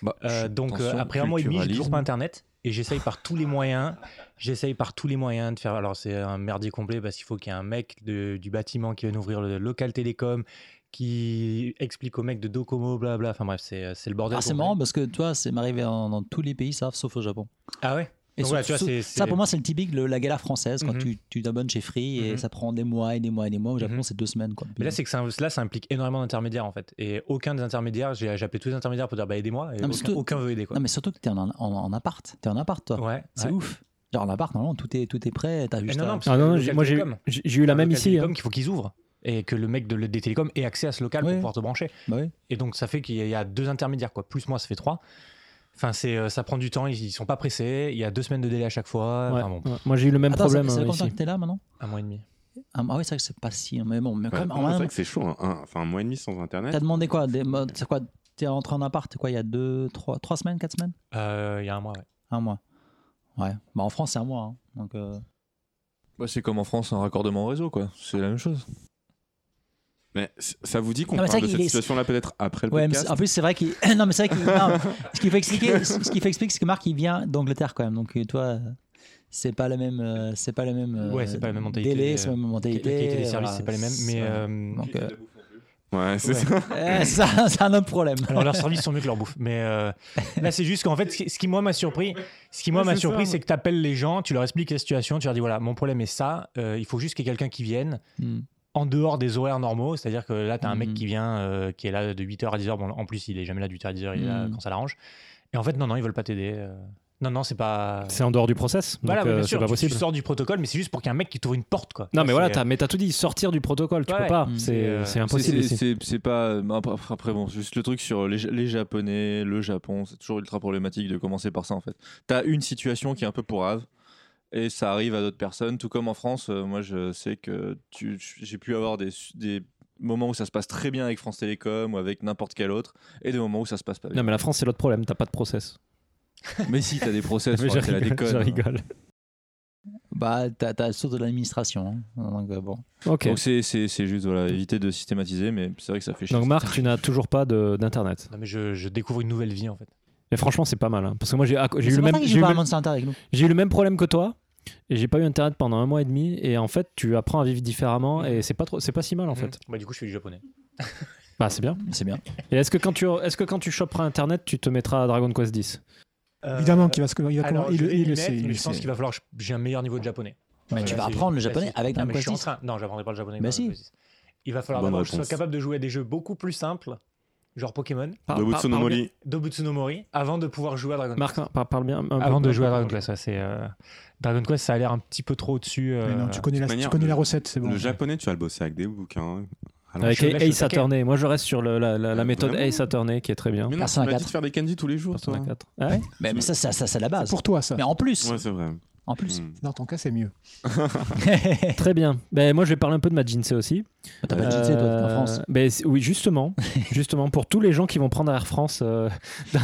Bah, Euh, donc, euh, attention, après un mois et demi, j'ai toujours culturalisme. pas Internet. Et j'essaye par tous les moyens, j'essaye par tous les moyens de faire. Alors, c'est un merdier complet parce qu'il faut qu'il y ait un mec de- du bâtiment qui vienne ouvrir le local télécom, qui explique au mec de Docomo, blabla. Enfin bref, c'est c'est le bordel. Ah, c'est complet. marrant parce que toi, c'est m'arrivé dans, dans tous les pays, ça, sauf au Japon. Ah ouais Et Donc sauf- voilà, tu vois, sauf- c'est- ça, c'est- pour moi, c'est le typique, le- la galère française, quand Mhm. tu- tu t'abonnes chez Free et Mhm. ça prend des mois et des mois et des mois. Au Japon, Mhm. c'est deux semaines. Quoi. Mm. Mais là, c'est que ça, là, ça implique énormément d'intermédiaires en fait. Et aucun des intermédiaires, j'ai j'ai appelé tous les intermédiaires pour dire bah aidez-moi. Et Non, mais aucun, surtout- aucun veut aider quoi. Non, mais surtout que t'es en, en, en appart. T'es en appart, toi. Ouais, C'est ouais. ouf. Genre, en appart, normalement, tout est, tout est prêt. T'as Eh juste non, à- non, parce Ah que non, le non, j'ai- local moi j'ai télécom- j'ai- j'ai eu la un même local ici. télécom hein. qu'il faut qu'ils ouvrent et que le mec de, des télécoms ait accès à ce local Ouais. pour pouvoir te brancher. Bah oui. Et donc ça fait qu'il y a- il y a deux intermédiaires quoi. Plus moi, ça fait trois. Enfin, c'est euh, ça prend du temps. Ils, ils sont pas pressés. Il y a deux semaines de délai à chaque fois. Ouais, Enfin bon, ouais. Moi j'ai eu le même Attends, problème. hein, c'est euh, c'est comme ici. ça que t'es là maintenant un mois et demi. Ah ah oui, c'est vrai que c'est pas si. Mais bon, mais quand Ouais, même, en non, c'est même, vrai que c'est chaud, hein. un, enfin un mois et demi sans internet. t'as demandé quoi des modes- C'est quoi T'es rentré en appart, quoi, il y a deux, trois, trois semaines, quatre semaines Euh, Il y a un mois. ouais. Un mois. Ouais. Bah, en France, c'est un mois. hein. Donc, euh, Ouais, c'est comme en France un raccordement au réseau, quoi. C'est la même chose. Mais c- ça vous dit qu'on Non, mais c'est parle de vrai cette qu'il est- situation-là peut-être après le Ouais, mais podcast c'est- en plus, c'est vrai qu'il. non, mais c'est vrai qu'il. non, Ce qu'il faut expliquer, ce qu'il faut expliquer, c'est que Marc, il vient d'Angleterre quand même. Donc, euh, toi, euh, c'est pas la même. euh, C'est pas la même. euh, Ouais, c'est pas la même mentalité, Délai, c'est pas la même La mentalité. qualité des services, voilà, c'est pas les mêmes. Mais voilà. euh, Donc, euh, Ouais, c'est Ouais. ça. euh, ça, c'est un autre problème. alors leurs services sont mieux que leur bouffe. Mais euh, là, c'est juste qu'en fait, ce qui- ce qui moi m'a surpris, ce qui moi Ouais, m'a c'est surpris, ça. c'est que tu appelles les gens, tu leur expliques la situation, tu leur dis voilà, mon problème est ça. euh, il faut juste qu'il y ait quelqu'un qui vienne. Hmm. en dehors des horaires normaux, c'est-à-dire que là, tu as un mec Mhm. qui vient, euh, qui est là de 8h à 10h, bon, en plus, il est jamais là de 8h à 10h, il est là Mhm. quand ça l'arrange. Et en fait, non, non, ils veulent pas t'aider. euh. Non, non, c'est pas. C'est en dehors du process. Donc, Voilà, ouais, euh, bien c'est sûr, pas tu- possible. tu sors du protocole, mais c'est juste pour qu'il y ait un mec qui t'ouvre une porte, quoi. Non, mais C'est- voilà, t'as, mais t'as tout dit, sortir du protocole, tu Ouais. peux pas. Mm. C'est, Et, euh, c'est C'est- impossible. C'est ici. c'est- c'est pas. mais Après, après, bon, juste le truc sur les, les Japonais, le Japon, c'est toujours ultra problématique de commencer par ça en fait. T'as une situation qui est un peu pourrave et ça arrive à d'autres personnes. Tout comme en France, euh, moi je sais que tu- j'ai pu avoir des, su- des moments où ça se passe très bien avec France Télécom ou avec n'importe quel autre et des moments où ça se passe pas bien. Non, mais la France, c'est l'autre problème, t'as pas de process. Mais si, t'as des process, Mais enfin, c'est la déconne. je rigole. Bah, t'as, t'as surtout de l'administration. hein. Donc, euh, bon. Ok. Donc c'est- c'est c'est juste voilà, éviter de systématiser, mais c'est vrai que ça fait chier. Donc, Marc, tu n'as toujours pas de- d'internet. Non, mais je, je découvre une nouvelle vie, en fait. Et franchement, c'est pas mal. hein. Parce que moi, j'ai, acc- j'ai eu le C'est pour même, ça qu'il j'ai eu joue pas à le- Monster Hunter avec nous. j'ai eu le même problème que toi. Et j'ai pas eu internet pendant un mois et demi. Et en fait, tu apprends à vivre différemment. Et c'est pas, trop, c'est pas si mal en fait. Bah, du coup, je suis du japonais. Bah, c'est bien. C'est bien. Et est-ce que quand tu, est-ce que quand tu choperas internet, tu te mettras à Dragon Quest 10 Évidemment qu'il va se il va Alors, il, je le- vais il m'y le mettre, sait. il mais le je pense sait. qu'il va falloir que je- j'ai un meilleur niveau de japonais. Mais tu Là, vas c'est- apprendre le là, japonais c'est- avec Non, Dragon mais je Quest suis en 10. train. Non, j'apprendrai pas le japonais. Bah dans si. Dragon Quest 10. Il va falloir Bonne d'abord que je sois réponse. capable de jouer à des jeux beaucoup plus simples, genre Pokémon, Par- Nobu par- Tsunomori. Dobutsu no Mori, avant de pouvoir jouer à Dragon par- Marc, Quest. par- parle bien. un peu- Avant de un jouer à peu. Dragon Quest, ouais, c'est euh, Dragon Quest, ça a l'air un petit peu trop au-dessus. euh, Mais non, tu connais, la, manière, tu connais le- la recette, c'est bon. Le japonais, tu vas le bosser avec des hein. bouquins. Alors, Avec Je laisse le Ace taquet. Attorney. Moi, je reste sur le- la, la- la méthode Ah, Vraiment Ace Attorney qui est très bien. Mais non, tu Persona m'as dit 4. de faire des candies tous les jours, toi. Persona 4. Ah ouais Mais, mais ça, ça, ça, c'est la base. Pour toi, ça. Mais en plus, Ouais, c'est vrai. en plus. Mm. Hmm. Dans ton cas, c'est mieux. Très bien. Ben, moi, je vais parler un peu de ma Jinsei aussi. Ah, T'as pas de JT, toi, t'es en Euh, France. ben, c- oui, justement. justement, pour tous les gens qui vont prendre Air France. euh, dans-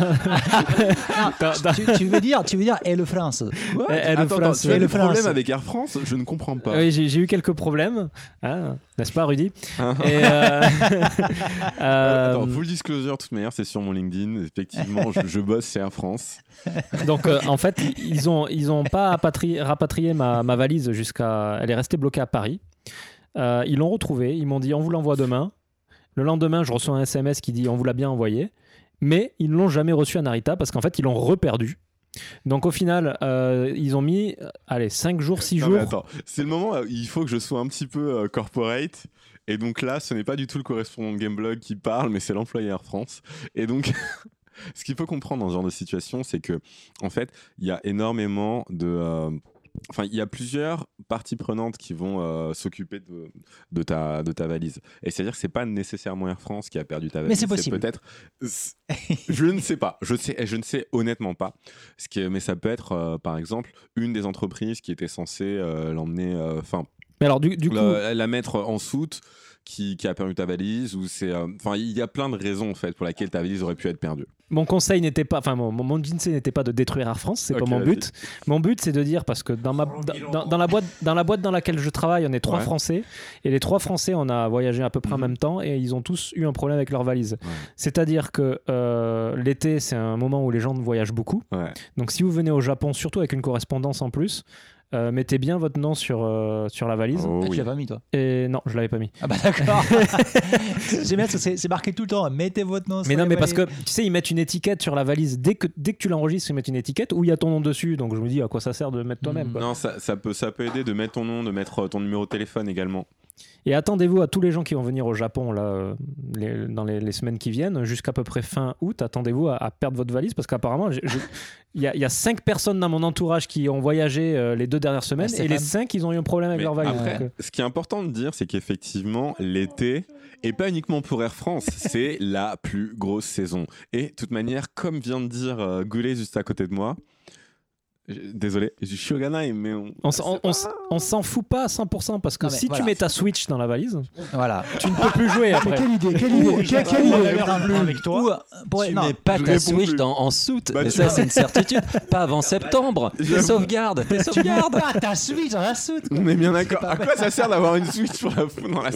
dans- dans- tu, tu veux dire, tu veux dire, et le France. Eh, eh, le attends, attends, France, tu as ouais. le Le France. problème avec Air France Je ne comprends pas. Oui, j'ai j'ai eu quelques problèmes, hein, n'est-ce pas, Rudy Et, Hein euh, euh, Attends, full disclosure, de toute manière, c'est sur mon LinkedIn. Effectivement, je, je bosse chez Air France. Donc, euh, en fait, ils ont ils ont pas apatri- rapatrié ma, ma valise jusqu'à. Elle est restée bloquée à Paris. Euh, ils l'ont retrouvée. Ils m'ont dit on vous l'envoie demain. Le lendemain, je reçois un SMS qui dit on vous l'a bien envoyé. Mais ils ne l'ont jamais reçu à Narita parce qu'en fait, ils l'ont reperdu. Donc, au final, euh, ils ont mis euh, allez 5 jours, 6 Non, mais jours. attends, c'est le moment où il faut que je sois un petit peu euh, corporate. Et donc là, ce n'est pas du tout le correspondant de Gameblog qui parle, mais c'est l'employé Air France. Et donc, ce qu'il faut comprendre dans ce genre de situation, c'est que, en fait, il y a énormément de. euh, Enfin, il y a plusieurs parties prenantes qui vont euh, s'occuper de, de, ta, de ta valise. Et c'est-à-dire que c'est pas nécessairement Air France qui a perdu ta valise. c'est possible. Peut-être. c'est- Je ne sais pas. Je, sais, je ne sais honnêtement pas. Ce qui est- mais ça peut être, euh, par exemple, une des entreprises qui était censée euh, l'emmener, euh, enfin, Mais alors, du, du coup. la, la mettre en soute, qui, qui a perdu ta valise, ou c'est, euh, enfin, il y a plein de raisons en fait pour lesquelles ta valise aurait pu être perdue. Mon conseil n'était pas, enfin mon, mon- mon Jinsei n'était pas de détruire Air France, c'est Ok, pas mon vas-y. but. Mon but c'est de dire parce que dans ma dans, dans- dans la boîte dans la boîte dans laquelle je travaille, on est trois Ouais. Français et les trois Français, on a voyagé à peu près en Mhm. même temps et ils ont tous eu un problème avec leur valise. Ouais. C'est-à-dire que euh, l'été c'est un moment où les gens voyagent beaucoup. Ouais. Donc si vous venez au Japon, surtout avec une correspondance en plus. euh, mettez bien votre nom sur, euh, sur la valise. Oh Tu oui. l'as pas mis, toi. Et non, je l'avais pas mis. Ah bah d'accord. J'aime bien parce que c'est- c'est marqué tout le temps. Mettez votre nom. sur Mais non, les mais parce que valises. tu sais, ils mettent une étiquette sur la valise. Dès que, dès que tu l'enregistres, ils mettent une étiquette où il y a ton nom dessus. Donc je me dis à quoi ça sert de mettre toi-même. Mhm. quoi. Non, ça, ça peut, ça peut aider de mettre ton nom, de mettre euh, ton numéro de téléphone également. Et attendez-vous à tous les gens qui vont venir au Japon là, euh, les- dans les, les semaines qui viennent, jusqu'à peu près fin août, attendez-vous à, à perdre votre valise parce qu'apparemment, j'ai- j'ai- il y, a- il y a cinq personnes dans mon entourage qui ont voyagé euh, les deux dernières semaines Ouais, Bah, c'est et les quand même- cinq, ils ont eu un problème avec Mais leur valise. après, Donc, euh, ce qui est important de dire, c'est qu'effectivement, l'été, et pas uniquement pour Air France, c'est la plus grosse saison. Et de toute manière, comme vient de dire euh, Goulet juste à côté de moi, J'ai- Désolé, je suis Shogunai, mais on- On, s- on- on s- on s'en fout pas à 100% parce que Non, mais si voilà. tu mets ta Switch dans la valise, Voilà. tu ne peux plus jouer Mais après. quelle idée, quelle idée, quelle, quelle Ou idée. alors, avec toi. Ou, euh, pour- tu non, mets pas je ta réponds Switch plus. dans, en soute, Bah, et tu ça vois. c'est une certitude. Pas avant septembre. Tes J'avoue. sauvegardes, tes tu mets sauvegardes. pas ta Switch dans la soute. on est bien d'accord. À quoi ça sert d'avoir une Switch pour la dans la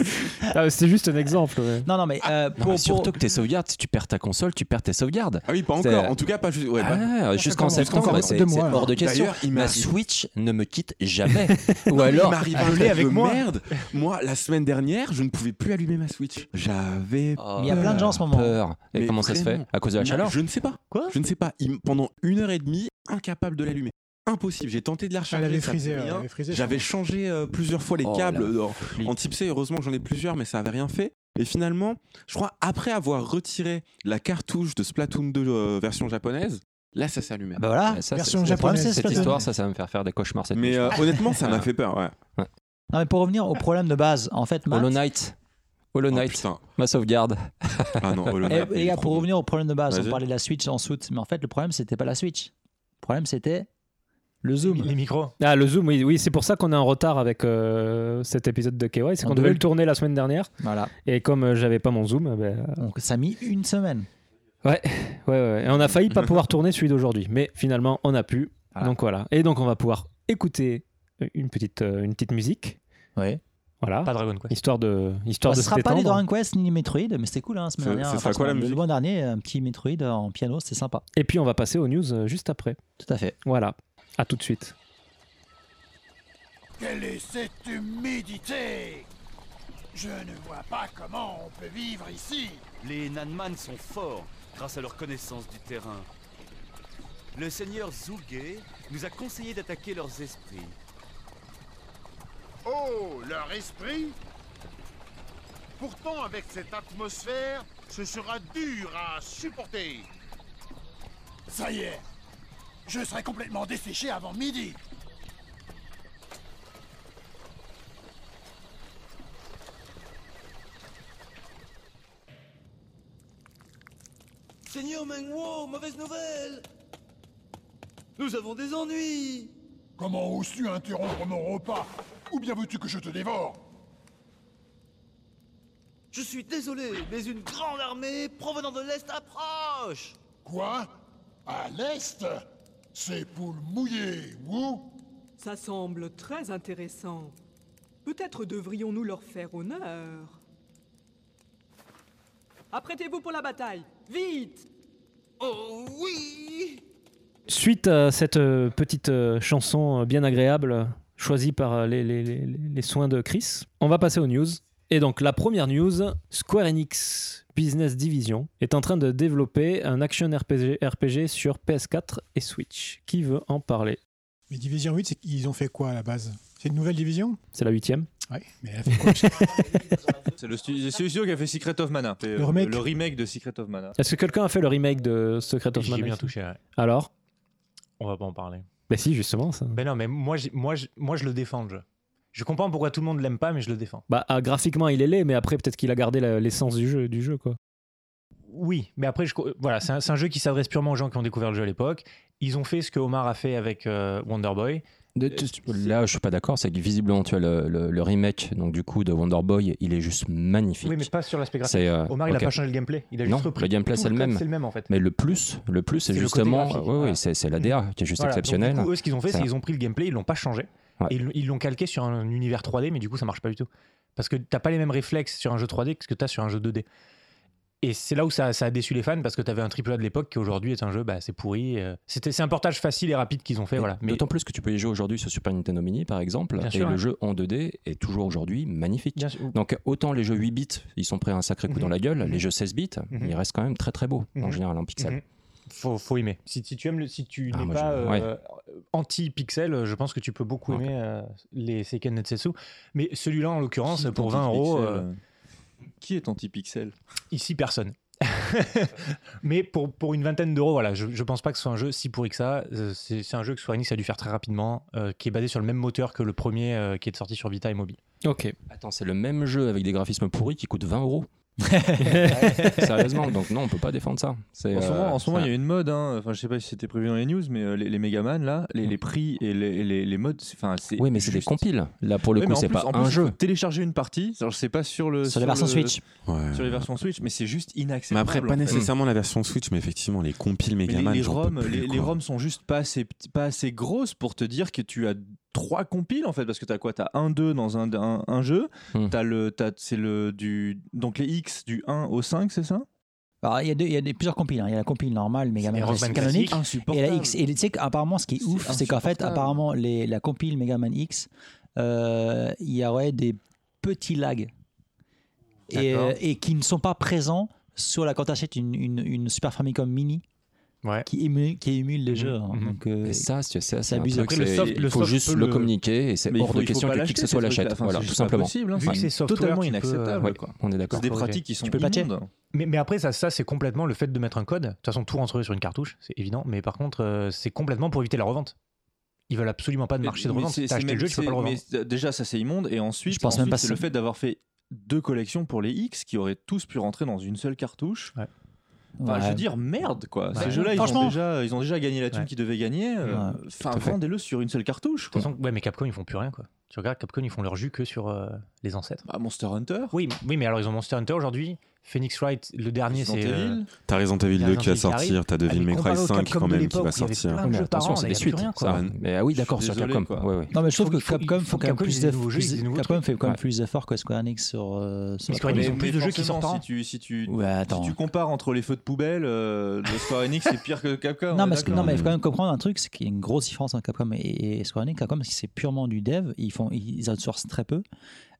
Ah, c'est juste un exemple. ouais. Non, non, mais euh, Non, pour, mais surtout pour- que tes sauvegardes, si tu perds ta console, tu perds tes sauvegardes. Ah oui, pas C'est- encore. En tout cas, pas juste. Ouais, bah, pas- Ah, Ah, Jusqu'en jusqu'en septembre, septembre, c'est deux c'est mois. hors de question. D'ailleurs, il Ma m'arrive- Switch ne me quitte jamais. Ou Non, mais alors, il m'arrive un truc de merde. Moi, la semaine dernière, je ne pouvais plus allumer ma Switch. J'avais Oh, Mais il y a plein de gens en ce moment. Peur. Et Mais comment ça se fait vraiment. À cause de la chaleur Je ne sais pas. Quoi Je ne sais pas. Il- pendant une heure et demie, incapable de l'allumer. Impossible. J'ai tenté de la Elle recharger. avait ça frisé, faisait elle rien. avait frisé. J'avais changé euh, plusieurs fois les Oh, câbles la en- flip. en type C. Heureusement que j'en ai plusieurs, mais ça avait rien fait. Et finalement, je crois après avoir retiré la cartouche de Splatoon 2 euh, version japonaise, là ça s'est allumé. Bah voilà. Ouais, ça, version c'est- Le problème, japonaise, c'est Cette Splatoon. histoire, ça, ça va me faire faire des cauchemars cette mais nuit. euh, honnêtement, ça m'a fait peur. Ouais. Non, mais pour revenir au problème de base, en fait, Matt, Hollow Knight. Hollow Oh, Knight, putain. ma sauvegarde. Ah non, Hollow Eh, Knight, les il est gars, trop pour bon. revenir au problème de base, on Vas-y. parlait de la Switch en soute, mais en fait, le problème, c'était pas la Switch. Le problème, c'était le zoom. Les micros. Ah, le zoom, oui, oui c'est pour ça qu'on est en retard avec euh, cet épisode de KY. C'est En qu'on devait deux. le tourner la semaine dernière. Voilà. Et comme euh, j'avais pas mon zoom, eh ben, Donc, ça a mis une semaine. euh, ouais, ouais, ouais. Et on a failli pas pouvoir tourner celui d'aujourd'hui. Mais finalement, on a pu. Voilà. Donc voilà. Et donc, on va pouvoir écouter une petite, euh, une petite musique. Ouais. Voilà. Pas Dragon Quest. Histoire de, histoire Bah, de ce se sera pas les détendre. Dragon Quest ni les Metroid, mais c'était cool, hein, semaine Ce- dernière. ce sera Enfin, quoi, la le musique mois dernier, un petit Metroid en piano, c'était sympa. Et puis, on va passer aux news euh, juste après. Tout à fait. Voilà. À tout de suite. Quelle est cette humidité Je ne vois pas comment on peut vivre ici. Les Nanman sont forts grâce à leur connaissance du terrain. Le seigneur Zougué nous a conseillé d'attaquer leurs esprits. Oh, leur esprit Pourtant, avec cette atmosphère, ce sera dur à supporter. Ça y est Je serai complètement desséché avant midi. Seigneur Mengwo, mauvaise nouvelle Nous avons des ennuis Comment oses-tu interrompre mon repas Ou bien veux-tu que je te dévore Je suis désolé, mais une grande armée provenant de l'Est approche Quoi À l'est C'est poules mouillées, ou Ça semble très intéressant. Peut-être devrions-nous leur faire honneur. Apprêtez-vous pour la bataille. Vite Oh oui Suite à cette euh, petite euh, chanson euh, bien agréable euh, choisie par euh, les, les- les- les soins de Chris, on va passer aux news. Et donc la première news, Square Enix Business Division est en train de développer un action RPG, RPG sur PS4 et Switch. Qui veut en parler Mais Division 8, c'est qu'ils ont fait quoi à la base C'est une nouvelle division C'est la huitième. Ouais, mais elle a fait quoi je sais pas. C'est le stu- c'est le studio qui a fait Secret of Mana. C'est, euh, Le remake. remake de Secret of Mana. Est-ce que quelqu'un a fait le remake de Secret of J'ai Mana bien touché. ouais. Alors On va pas en parler. Bah si, justement ça. Ben non, mais moi, j'ai- moi, je- moi je le défends. le jeu. Je comprends pourquoi tout le monde l'aime pas, mais je le défends. Bah ah, graphiquement il est laid, mais après peut-être qu'il a gardé la- l'essence du jeu, du jeu quoi. Oui, mais après, je, co- euh, voilà, c'est un, c'est un jeu qui s'adresse purement aux gens qui ont découvert le jeu à l'époque. Ils ont fait ce que Omar a fait avec euh, Wonder Boy. De- tu- tu- Euh, Là, je suis pas d'accord. C'est que visiblement, tu as le, le- le remake donc du coup de Wonder Boy. Il est juste magnifique. Oui, mais pas sur l'aspect graphique. c'est euh, Omar, il ok. a pas changé le gameplay. Il a Non, juste repris. le gameplay, tout c'est le code, même. C'est le même en fait. Mais le plus, le plus, c'est C'est le côté justement, graphique, oui, oui, voilà. c'est c'est la DA qui est juste Voilà, donc, du exceptionnelle. coup, eux, ce qu'ils ont fait, Ça. c'est qu'ils ont pris le gameplay, ils l'ont pas changé. Ouais. Et ils ils l'ont calqué sur un univers 3D, mais du coup, ça marche pas du tout. Parce que t'as pas les mêmes réflexes sur un jeu 3D que ce que t'as sur un jeu 2D. Et c'est là où ça, ça a déçu les fans parce que t'avais un triple A de l'époque qui aujourd'hui est un jeu, bah, c'est pourri. euh, C'était, c'est un portage facile et rapide qu'ils ont fait, voilà. Mais D'autant plus que tu peux y jouer aujourd'hui sur Super Nintendo Mini, par exemple, Bien et sûr, le ouais. jeu en 2D est toujours aujourd'hui magnifique. bien sûr, Donc autant les jeux 8 bits, ils sont prêts à un sacré coup Mhm. dans la gueule, Mhm. les jeux 16 bits, Mhm. ils restent quand même très très beaux en Mhm. général en pixels. Mhm. faut, faut aimer. Si, si tu aimes, le- si tu Ah, n'es moi, pas je- ouais. euh, anti-pixel, euh, je pense que tu peux beaucoup Ok. aimer euh, les Seiken Netsetsu. Mais celui-là, en l'occurrence, Qui est pour 20 euros, anti-pixel, euh, euh, Qui est anti-pixel ici personne. Mais pour, pour une vingtaine d'euros, voilà, je, je pense pas que ce soit un jeu si pourri que ça. Euh, C'est c'est un jeu que Square Enix a dû faire très rapidement, euh, qui est basé sur le même moteur que le premier euh, qui est sorti sur Vita et mobile. Ok. Attends, c'est le même jeu avec des graphismes pourris qui coûte 20 euros. Sérieusement, donc non, on peut pas défendre ça. C'est, En ce moment, euh, en ce moment, ça- il y a une mode. hein. Enfin, je sais pas si c'était prévu dans les news, mais euh, les, les Megaman là, les, les prix et les, les, les modes, c'est- enfin, c'est. Mm. Oui, mais c'est des juste- compiles. Là, pour le Oui, coup, mais en c'est plus- pas en plus, un il faut jeu. Télécharger une partie, alors c'est pas sur le Sur la version le- Switch. Ouais. sur les versions Switch, mais c'est juste Mais inacceptable. après, en pas fait. nécessairement la version Switch, mais effectivement, les compiles Mais les, Megaman. les j'en peux ROM, plus, les, les quoi. ROM sont juste pas assez, pas assez grosses pour te dire que tu as trois compiles en fait parce que t'as quoi t'as un 2 dans un, un, un jeu Hmm. t'as le t'as- c'est le du donc les X du 1 au 5 c'est ça Alors, il y a, deux- il y a des- plusieurs compiles. hein. Il y a la compile normale, Megaman Et Rockman Racing canonique. Et insupportable la X. Et tu sais qu'apparemment, ce qui est C'est ouf, c'est qu'en fait, insupportable. apparemment, les, la compile Megaman X, euh, il y aurait des petits lags. Et, euh, D'accord. et qui ne sont pas présents sur la quand tu achètes une, une, une Super Famicom Mini Ouais. qui, ému- qui émule le Mhm, jeu. hein. mhm. Donc, euh, Et ça, c'est ça, c'est un abusé. truc, Après, le c'est- soft- il le faut soft juste peut le le- communiquer et c'est Mais il hors faut- de il faut question pas que qui l'acheter, que ce soit ces trucs-là. l'achète. Enfin, Voilà, c'est tout juste pas simplement. possible, hein. Vu que Enfin, c'est software, totalement tu peux, euh, inacceptable ouais. quoi. On est c'est d'accord. des Faut pratiques qui sont peux patcher. immondes Mais, mais après, ça, ça c'est complètement le fait de mettre un code. De toute façon, tout rentre sur une cartouche, c'est évident. Mais par contre, euh, c'est complètement pour éviter la revente. Ils veulent absolument pas de Mais- marché de mais revente. c'est- T'as c'est acheté le même- jeu, tu peux pas le c'est- revendre. mais, euh, déjà, ça c'est immonde. Et ensuite, Je pense même ensuite, pas c'est le ça. fait d'avoir fait deux collections pour les X qui auraient tous pu rentrer dans une seule cartouche. Enfin, je ouais. veux dire, merde quoi. Ouais. Ces jeux-là, ils, ont Franchement. déjà- ils ont déjà gagné la thune Ouais. qu'ils devaient gagner. euh, Ouais, Enfin, tout à fait. vendez-le sur une seule cartouche. De Quoi. toute façon, ouais, mais Capcom, ils font plus rien, quoi. Tu regardes, Capcom, ils font leur jus que sur euh, les ancêtres. Bah, Monster Hunter, Oui, mais- oui, mais alors ils ont Monster Hunter aujourd'hui. Phoenix Wright, le dernier, Resident c'est. euh, Evil. T'as raison, t'as vu Resident le 2 qui va Evil qui arrive. sortir, t'as Ah, Devil mais May Cry comparé au 5 Capcom quand même de qui va l'époque où il y avait sortir. plein de mais jeux par attention, an, c'est là, des il y a plus suites. rien, quoi. ça. Mais ah oui, Je suis d'accord, sur désolé, Capcom. quoi. Ouais, ouais. Non, mais je trouve Faut- que faut- Capcom, il faut font quand même Capcom, plus ils aient des d'eff- nouveaux jeux, ils aient des plus- nouveaux Capcom trucs. fait quand même Ouais. plus d'efforts que Square Enix sur. euh, sur Mais la Square Enix, première. ont plus de jeux qui forcément, sortent par an. Si tu, si tu, Ouais, si attends. tu compares entre les feux de poubelle, euh, le Square Enix c'est pire que Capcom. Non, on est mais, ce que- d'accord. Mm. non, mais il faut quand même comprendre un truc, c'est qu'il y a une grosse différence entre Capcom et, et Square Enix. Capcom, c'est purement du dev, ils, font, ils outsourcent très peu.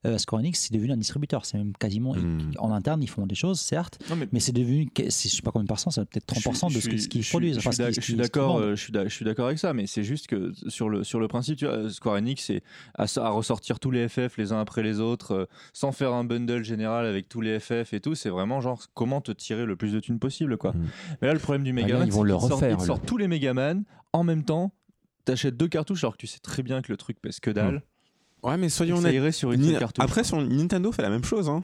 Euh, Square Enix, c'est devenu un distributeur. C'est même quasiment. Hmm. Mm. En interne, ils font des choses, certes, Non, mais mais c'est devenu. que- c'est- Je sais pas combien de pourcents, c'est peut-être 30% de ce Je qu'ils suis- ce qu'ils je suis- produisent. Je enfin, suis ce qu'ils- d'ac- ce je suis qu'ils- ce qu'ils d'accord, vendent. euh, je suis d'ac- je suis d'accord avec ça, mais c'est juste que sur le, sur le principe, tu vois, euh, Square Enix est à, s- à ressortir tous les FF les uns après les autres, euh, sans faire un bundle général avec tous les FF et tout, c'est vraiment genre comment te tirer le plus de thunes possible, quoi. Mm. Mais là, le problème du Bah là, Megaman, ils vont c'est le qu'ils sortent- refaire, ils là. sortent tous les Megaman en même temps, t'achètes deux cartouches alors que tu sais très bien que le truc pèse que dalle, Ouais, mais et Mmh. soyons que ça honnêtes. irait sur une Ni- seule cartouche. Après, son- Nintendo fait la même chose. Hein.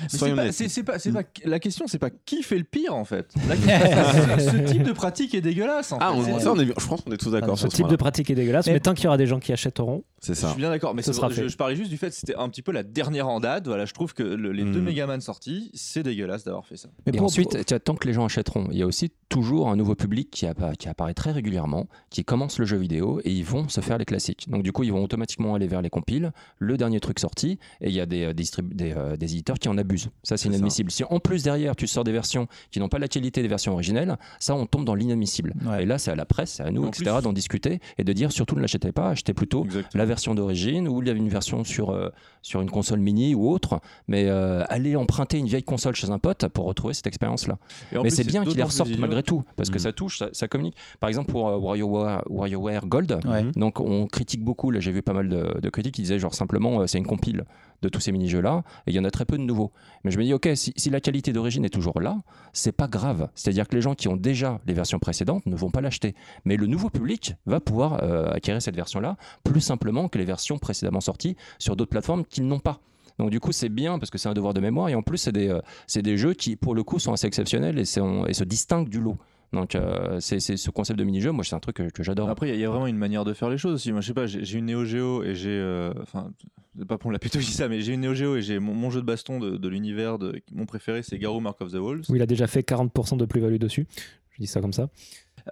Mais c'est Soyons pas- honnêtes. Mmh. c'est- c'est pas- c'est pas- la question, c'est pas qui fait le pire en fait. La question, c'est- ce type de pratique est dégueulasse. En Ah, fait. on- C'est- ça, on est bien- je pense qu'on est tous d'accord Ce sur ce type de point-là. pratique est dégueulasse, mais, Mais- tant qu'il y aura des gens qui achèteront, C'est Je ça. suis bien d'accord, mais Ce c'est- sera je, fait. je parlais juste du fait que c'était un petit peu la dernière en date. Voilà, je trouve que le- les Mm. deux Megaman sortis, c'est dégueulasse d'avoir fait ça. Mais Et pour- ensuite, tiens, tant que les gens achèteront, il y a aussi toujours un nouveau public qui, appa- qui apparaît très régulièrement, qui commence le jeu vidéo et ils vont se faire les classiques. Donc du coup, ils vont automatiquement aller vers les compiles, le dernier truc sorti, et il y a des, euh, distrib- des, euh, des éditeurs qui en abusent. Ça, c'est C'est ça. inadmissible. Si en plus derrière, tu sors des versions qui n'ont pas la qualité des versions originelles, ça, on tombe dans l'inadmissible. Ouais. Et là, c'est à la presse, c'est à nous, En etc., plus- d'en discuter et de dire surtout ne l'achetez pas, achetez plutôt la version d'origine ou il y avait une version sur, euh, sur une console mini ou autre. Mais euh, aller emprunter une vieille console chez un pote pour retrouver cette expérience-là. Et en Mais plus, c'est bien qu'il d'autant les plus ressorte idiot. malgré tout, parce que Mm. ça touche, ça, ça communique. Par exemple, pour euh, WarioWare, WarioWare Gold, Ouais. Mm-hmm. Mhm. donc on critique beaucoup, là j'ai vu pas mal de, de critiques qui disaient genre simplement euh, c'est une compile de tous ces mini-jeux-là, et il y en a très peu de nouveaux. Mais je me dis, ok, si, si la qualité d'origine est toujours là, c'est pas grave. C'est-à-dire que les gens qui ont déjà les versions précédentes ne vont pas l'acheter. Mais le nouveau public va pouvoir euh, acquérir cette version-là plus simplement que les versions précédemment sorties sur d'autres plateformes qu'ils n'ont pas. Donc du coup, c'est bien parce que c'est un devoir de mémoire et en plus, c'est des, euh, c'est des jeux qui, pour le coup, sont assez exceptionnels et, sont- et se distinguent du lot. Donc euh, c'est c'est ce concept de mini-jeu, moi c'est un truc que, que j'adore. Après, il y a- il y, a vraiment une manière de faire les choses aussi. Moi, je sais pas, j'ai j'ai une Neo Geo et j'ai. euh, Enfin, c'est pas pour la pétocher ça, mais j'ai une Neo Geo et j'ai mon, mon jeu de baston de, de l'univers. de- Mon préféré, c'est Garou Mark of the Wolves. où il a déjà fait 40% de plus-value dessus. Je dis ça comme ça.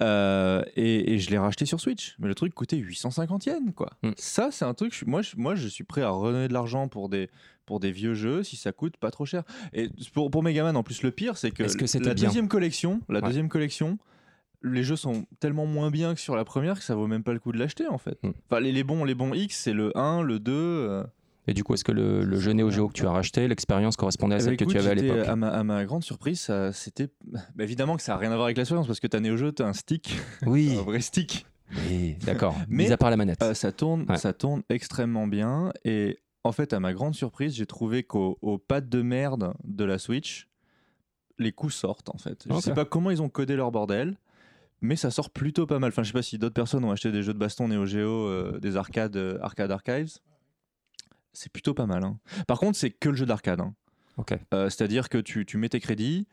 Euh, et, et je l'ai racheté sur Switch. Mais le truc coûtait 850 yens, quoi. Mm. Ça, c'est un truc. je suis- moi, je, moi, je suis prêt à redonner de l'argent pour des, pour des vieux jeux si ça coûte pas trop cher. Et pour, pour Megaman, en plus, le pire, c'est que, Est-ce que c'était la bien deuxième collection, la Ouais. deuxième collection, les jeux sont tellement moins bien que sur la première que ça vaut même pas le coup de l'acheter, en fait. Mm. Enfin, les, les bons, les bons X, c'est le 1, le 2. euh. Et du coup, est-ce que le, le jeu Neo Geo que tu as racheté, l'expérience correspondait à Eh ben, celle que tu écoute, avais à j'étais- l'époque à, ma, à ma grande surprise, ça, c'était. Bah, évidemment que ça a rien à voir avec l'expérience parce que t'as Neo Geo, t'as un stick, Oui, un vrai stick. Oui, d'accord. euh, Mais- Mis à part la manette. Euh, ça tourne, Ouais. ça tourne extrêmement bien. Et en fait, à ma grande surprise, j'ai trouvé qu'au aux pattes de merde de la Switch, les coups sortent en fait. Je Ok. sais pas comment ils ont codé leur bordel, mais ça sort plutôt pas mal. Enfin, je sais pas si d'autres personnes ont acheté des jeux de baston Neo Geo, euh, des arcades, euh, arcade archives. C'est plutôt pas mal. hein. Par contre, c'est que le jeu d'arcade. hein. Ok. Euh, C'est-à-dire que tu, tu mets tes crédits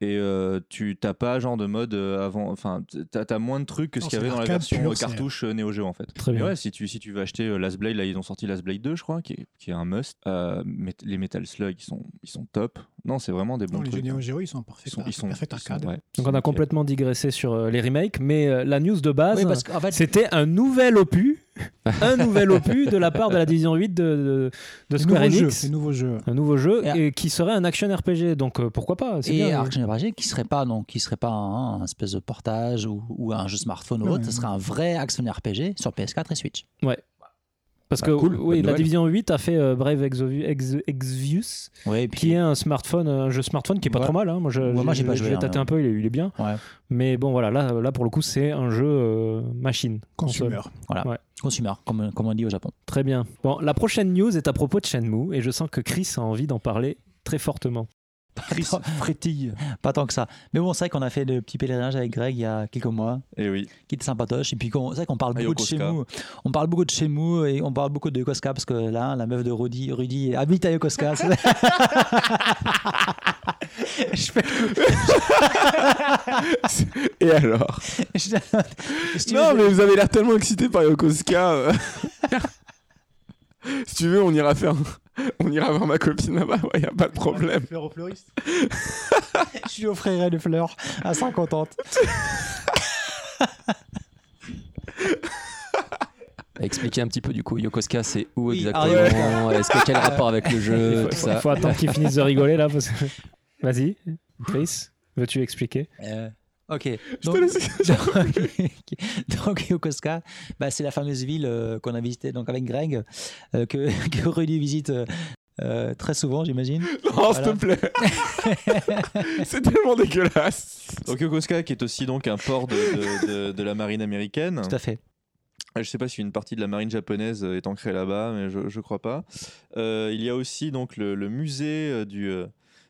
et euh, tu t'as pas genre de mode euh, avant. Enfin, t'as as moins de trucs que ce Non, qu'il y c'est avait dans la l'arcade version pure, euh, c'est- cartouche euh, Neo Geo en fait. Très Mais bien. ouais, si tu, si tu veux acheter euh, Last Blade, là ils ont sorti Last Blade 2, je crois, qui est, qui est un must. Euh, mais les Metal Slug, ils sont, ils sont top. Non, c'est vraiment des bons Non, les trucs. hein. jeux Neo Geo, ils sont Ils parfaits. sont, ils sont, parfait ils sont- arcade. ouais. Donc on a Ok. complètement digressé sur euh, les remakes, mais euh, la news de base, Ah Oui, parce qu'en fait, c'était un nouvel opus, un nouvel opus de la part de la division 8 de, de, de Les Square nouveaux jeux, Enix. les nouveaux jeux. Un nouveau jeu Et- et qui serait un action RPG, donc euh, pourquoi pas c'est et bien, Arc Generation qui serait pas non qui serait pas un, un espèce de portage ou, ou un jeu smartphone ou Mm. Non, autre, mais- ce serait un vrai action RPG sur PS4 et Switch. euh, Parce Bah, que cool, bonne oui, la nouvelle. division 8 a fait euh, Brave Exovi- Ex- Exvius, Ouais, et puis qui est un smartphone, un jeu smartphone qui est pas Ouais. trop mal. hein. Moi, je, Ouais, moi, j'ai pas je joué, l'ai hein, tâté mais- un peu, il est, il est bien. Ouais. Mais bon, voilà, là, là pour le coup, c'est un jeu euh, machine. console. Consumer. consumer comme, comme on dit au Japon. Très bien. Bon, la prochaine news est à propos de Shenmue et je sens que Chris a envie d'en parler très fortement. Chris frétille. Pas tant que ça. Mais bon, c'est vrai qu'on a fait le petit pèlerinage avec Greg il y a quelques mois, Et Eh oui. qui était sympatoche. Et puis qu'on- c'est vrai qu'on parle Ah, beaucoup de Yokosuka. chez nous. On parle beaucoup de chez nous et on parle beaucoup de Yokosuka parce que là, la meuf de Rudy, Rudy habite à Yokosuka. C'est- je fais Et alors je- si tu Non, veux- mais vous avez l'air tellement excité par Yokosuka. euh. si tu veux, on ira faire. On ira voir ma copine là-bas, il a pas de Euh, problème. Fleur au fleuriste. Je lui offrirai des fleurs à 50 ans. Expliquez un petit peu du coup, Yokosuka, c'est où Oui, exactement Est-ce que quel rapport avec le jeu Euh, il tout faut, ça il faut attendre qu'il finisse de rigoler là. parce que- Vas-y, Chris, veux-tu expliquer Euh, ok. Je Donc, te laisse. donc, donc, Yokosuka, bah, c'est la fameuse ville euh, qu'on a visitée donc, avec Greg, euh, que, que Rudy visite euh, euh, très souvent, j'imagine. Non, s'il te plaît. C'est tellement dégueulasse. Donc Yokosuka, qui est aussi donc un port de, de- de- de la marine américaine. Tout à fait. Je sais pas si une partie de la marine japonaise euh, est ancrée là-bas, mais je, je crois pas. Euh, il y a aussi donc le, le musée euh, du, euh,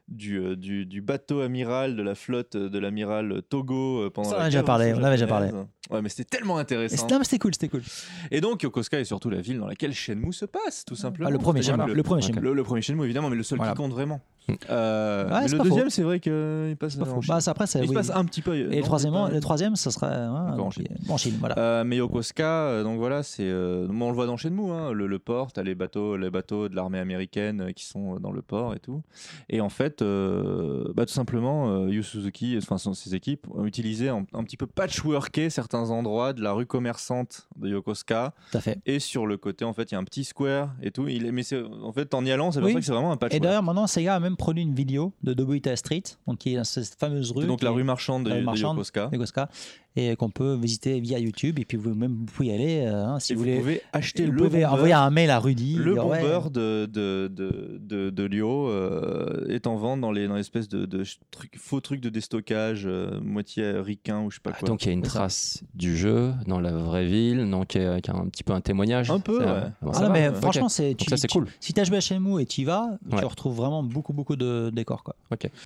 du, euh, du, du bateau amiral de la flotte euh, de l'amiral Togo euh, pendant Ça, on en la a déjà guerre parlé, on en avait déjà japonaise. Ouais, mais c'était tellement Mais intéressant. c'est- non, mais c'était cool, c'était cool. Et donc Yokosuka est surtout la ville dans laquelle Shenmue se passe, tout simplement. Ah, le premier, C'est-à-dire Shenmue, que le premier Shenmue. le, le premier Shenmue, évidemment, mais le seul Voilà. qui compte vraiment. Hmm. Euh, Ouais, mais c'est le pas faux. deuxième, c'est vrai qu'il passe. Pas en faux. Chine. Bah, ça, après, c'est. Il se oui. passe un petit peu. euh, non, Et le c'est troisième, pas- le troisième, ça sera hein, Encore en donc, Chine. euh, en Chine, voilà. Euh, mais Yokosuka, euh, donc voilà, c'est, euh, bon, on le voit dans Shenmue, hein, le, le port, t'as les bateaux, les bateaux de l'armée américaine euh, qui sont euh, dans le port et tout. Et en fait, euh, bah, tout simplement, euh, Yu Suzuki, enfin son- ses équipes, ont utilisé un, un petit peu patchworké certains endroits de la rue commerçante de Yokosuka. Tout à fait. Et Et sur le côté, en fait, il y a un petit square et tout. Il est, mais c'est, en fait, en y allant, c'est pour Oui. ça que c'est vraiment un patchwork. d'ailleurs, maintenant, Sega a même produit une vidéo de Dobuita Street, donc qui est cette fameuse rue. C'est donc qui la est- rue marchande de, la rue de marchande. Yokosuka. Yokosuka, et qu'on peut visiter via YouTube. Et puis, vous même, vous pouvez y aller euh, hein, si Et vous vous, voulez. pouvez acheter vous le pouvez bomber. envoyer un mail à Rudy. Le dire, ouais, bomber de, de, de, de, de Lio euh, est en vente dans les dans l'espèce de, de ch- truc- faux truc de déstockage, euh, moitié ricain ou je sais pas Ah, quoi. Donc il y a une trace du jeu dans la vraie ville, donc il y a, il y a un petit peu un témoignage. Un peu, C'est, ouais. bon, Ah ça non, va. mais ouais. franchement, Ok. c'est, tu, Donc ça c'est tu- cool. Si t'as joué à Shenmue et tu y vas, Ouais. tu retrouves vraiment beaucoup, beaucoup de décors. Quoi.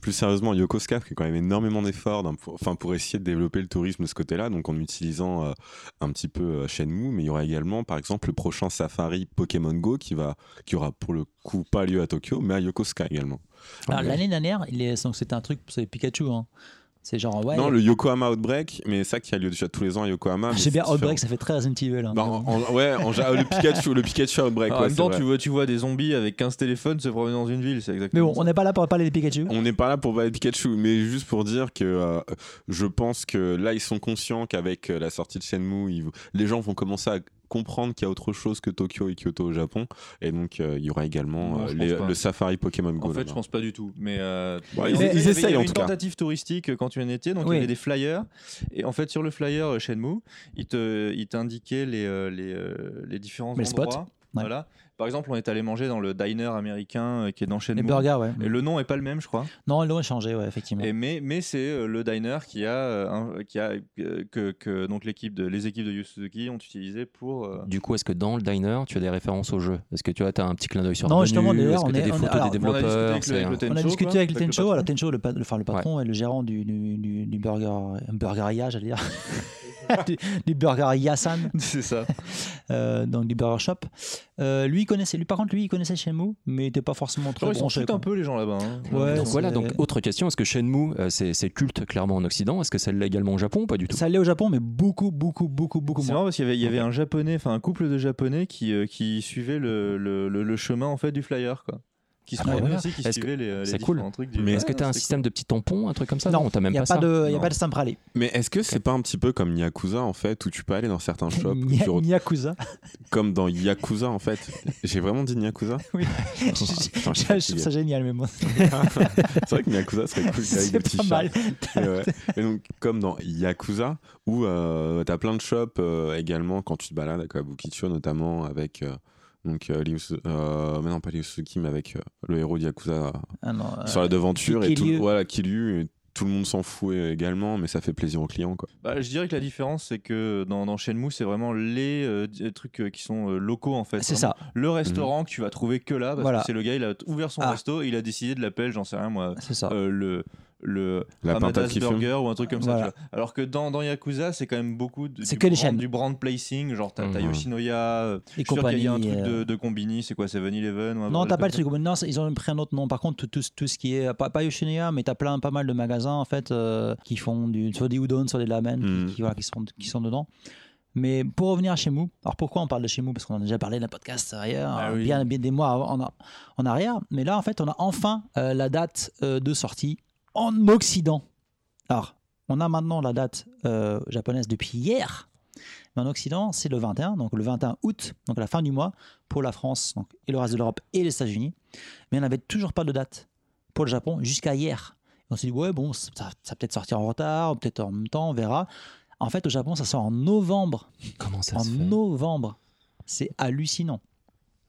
Plus sérieusement, Yokosuka fait quand même énormément d'efforts d'un- pour, enfin, pour essayer de développer le tourisme de ce côté-là, donc en utilisant euh, un petit peu euh, Shenmue, mais il y aura également, par exemple, le prochain safari Pokémon Go qui, va, qui aura pour le coup pas lieu à Tokyo, mais à Yokosuka également. Ah, Alors, Ouais. L'année dernière, il est, donc, c'était un truc, c'est Pikachu. hein. C'est genre, ouais. Ah, non, le Yokohama Outbreak, mais ça qui a lieu déjà tous les ans à Yokohama. mais J'ai bien c'est Outbreak, différent. ça fait très Resident Evil. hein. Bah, en- en- ouais, en ja- le Pikachu, le Pikachu Outbreak. Ah, en ouais, même c'est temps, vrai. tu vois, tu vois des zombies avec 15 téléphones se promener dans une ville, c'est mais exactement. bon, on n'est pas là pour parler des Pikachu. On n'est pas là pour parler de Pikachu, mais juste pour dire que euh, je pense que là, ils sont conscients qu'avec euh, la sortie de Shenmue, ils- les gens vont commencer à comprendre qu'il y a autre chose que Tokyo et Kyoto au Japon. Et donc, euh, il y aura également Non, euh, je les- pense pas. le safari Pokémon ça. Go. En fait, là-bas. je pense pas du tout. Mais euh, Bon, il Bah, ils- y avait- ils il y avait- essayent, il y avait en une tout cas. tentative touristique euh, quand tu en étais, donc il Oui. y avait des flyers. Et en fait, sur le flyer euh, Shenmue, il te, il t'indiquait les, euh, les, euh, les différents Mais le spot. endroits. Voilà. Par exemple, on est allé manger dans le diner américain euh, qui est dans Shenmue. Les burgers, ouais. Et le nom est pas le même, je crois. Non, ils l'ont changé, ouais, effectivement. Et mais mais c'est euh, le diner qui a, euh, un- qui a euh, que, que donc l'équipe de les équipes de Yu Suzuki ont utilisé pour euh, Du coup, est-ce que dans le diner, tu as des références au jeu Est-ce que tu vois, as un petit clin d'œil sur Non, le menu justement, d'ailleurs, Est-ce que on t'as est- des on est- photos alors, on a des discuté développeurs avec le- c'est avec le un- Tencho, On a discuté quoi, avec le Tencho, patron. alors Tencho, le, pa- le- enfin, le patron et le gérant du, du, du burger, un burgeria, j'allais dire. du, du burger Yassan, C'est ça. euh, donc du burger shop. Euh, lui, il connaissait, lui, par contre, lui, il connaissait Shenmue, mais il était pas forcément très Ils sont branché. tout quoi. un peu les gens là-bas. hein. Ouais, donc c'est- voilà, donc autre question, est-ce que Shenmue, euh, c'est c'est culte clairement en Occident Est-ce que ça l'est également au Japon ou pas du tout Ça allait au Japon, mais beaucoup, beaucoup, beaucoup, beaucoup C'est moins. marrant parce qu'il y avait, il y avait un japonais, enfin un couple de japonais qui, euh, qui suivait le, le, le- le chemin en fait du flyer quoi. Qui se Ah, promenaient voilà. aussi, qui Est-ce suivaient les, les c'est cool. différents trucs du- Mais Ouais, Est-ce que tu as un c'était système de petits tampons, un truc comme ça Non, Non, t'as même Il n'y a, pas pas ça. de- il y a Non. pas de Sampralé. Mais est-ce que c'est pas un petit peu comme Yakuza en fait, où tu peux aller dans certains shops, où tu re- Yakuza. comme dans Yakuza en fait J'ai vraiment dit Yakuza Putain, je suis Je trouve ça fatigué. génial, mais moi, C'est vrai que Yakuza serait cool avec des c'est petits pas chats. mal. Et ouais. Et euh, donc, comme dans Yakuza, où euh, t'as plein de shops euh, également quand tu te balades à Kabukicho, notamment avec. euh, donc, euh, Ryu- euh, mais non, pas Ryu Suzuki, mais avec euh, le héros de Yakuza Ah non, euh, sur la devanture. Et tout, Kiryu. voilà, Kiryu, et tout le monde s'en fout euh, également, mais ça fait plaisir aux clients. Quoi. Bah, je dirais que la différence, c'est que dans, dans Shenmue, c'est vraiment les euh, di- trucs euh, qui sont euh, locaux en fait. c'est Vraiment ça. Le restaurant que tu vas trouver que là, parce Voilà. que c'est le gars, il a t- ouvert son Ah. resto, il a décidé de l'appeler, j'en sais rien moi, C'est ça. euh, le le La Hamada's pintade qui fume. Burger ou un truc comme ça. Voilà. tu vois. Alors que dans, dans Yakuza, c'est quand même beaucoup de, C'est du, que les brand- chaînes. du brand placing, genre t'as t'as Mhm. Yoshinoya, euh, Et je suis sûr qu'il compagnie. y a un truc euh, de, de combini, c'est quoi, 7-Eleven ou un Non, bordel t'as pas comme le truc. Non, c'est- ils ont pris un autre nom. Par contre, tout, tout, tout ce qui est pas, pas Yoshinoya, mais t'as plein, pas mal de magasins en fait euh, qui font du, soit des udon, soit des lamen, Hmm. Mm. qui, qui, voilà, qui sont, qui sont dedans. Mais pour revenir à chez nous, alors pourquoi on parle de chez nous Parce qu'on en a déjà parlé dans le podcast ailleurs, Ah oui. bien, bien des mois avant- en, a- en arrière. Mais là, en fait, on a enfin euh, la date euh, de sortie en Occident. Alors, on a maintenant la date euh, japonaise depuis hier. Mais en Occident, c'est le 21, donc le 21 août, donc à la fin du mois, pour la France donc, et le reste de l'Europe et les États-Unis. Mais on n'avait toujours pas de date pour le Japon jusqu'à hier. On s'est dit, ouais, bon, ça, ça va peut-être sortir en retard, ou peut-être en même temps, on verra. En fait, au Japon, ça sort en novembre. Comment ça En se fait novembre. C'est hallucinant.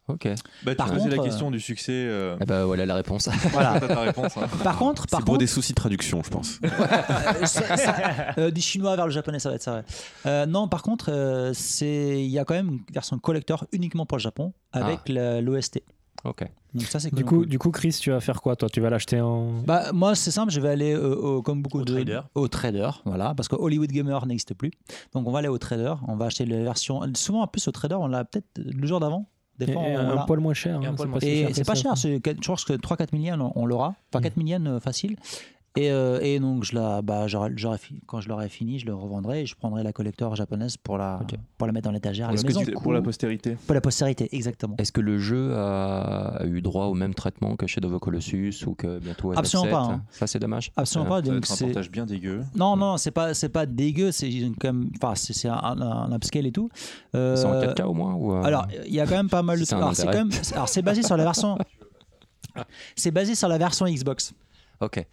Ok. Bah, tu Par posais la contre, question du succès. euh, Eh ben voilà la réponse. Eh Voilà. T'as ta réponse. hein. Par contre, par c'est pour contre, des soucis de traduction, je pense. euh, ça- ça- euh, du chinois vers le japonais, ça va être ça. ouais. Euh, non, par contre, euh, c'est il y a quand même une version collector uniquement pour le Japon avec l'OST. Ok. Donc euh, ça, c'est Du cool. coup, du coup, Chris, tu vas faire quoi toi Tu vas l'acheter en. Bah, moi, c'est simple, je vais aller euh, au- comme beaucoup Au de trader. au trader, voilà, parce que Hollywood Gamer n'existe plus. Donc on va aller au trader, on va acheter la version. Souvent, en plus, au trader, on l'a peut-être le jour d'avant. Des Et- fois, et on un l'a. poil moins cher. Et un hein, poil moins si Et c'est que pas ça. cher, c'est quatre- je pense que 3-4 millions, on, on l'aura. Enfin, Mm. 4 millions euh, facile. Et, euh, et donc, je la, bah, j'aurai- j'aurai fi- quand je l'aurai fini, je le revendrai et je prendrai la collector japonaise pour la, pour la mettre dans l'étagère à la Parce que maison. tu- pour la postérité. Pour la postérité, exactement. Est-ce que le jeu a a eu droit au même traitement que Shadow of the Colossus ou que bientôt FF7 Absolument pas, hein. Ça c'est dommage. Absolument Euh, pas. Ça va Donc être un c'est- portage bien dégueu. non, non, c'est pas, c'est pas dégueu, c'est ils ont quand même, enfin, c'est c'est un, un- un upscale et tout. Euh, C'est en 4K au moins ou, euh, Alors, il y a quand même pas mal de C'est un alors, c'est intérêt. quand même- alors, c'est basé sur la version. C'est basé sur la version Xbox. ok.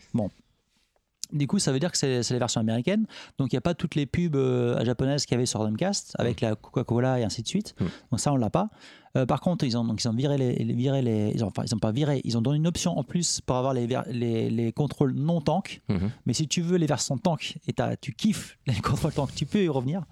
Du coup, ça veut dire que c'est c'est la version américaine. Donc, il n'y a pas toutes les pubs euh, japonaises qu'il y avait sur Dreamcast avec la Coca-Cola et ainsi de suite. Mm. Donc, ça, on l'a pas. Euh, par contre, ils ont, donc, ils ont viré les. les- viré les ils ont, enfin, ils ont pas viré. Ils ont donné une option en plus pour avoir les, ver- les, les contrôles non tank. Mhm. Mais si tu veux les versions tank et t'as- tu kiffes les contrôles tank, tu peux y revenir.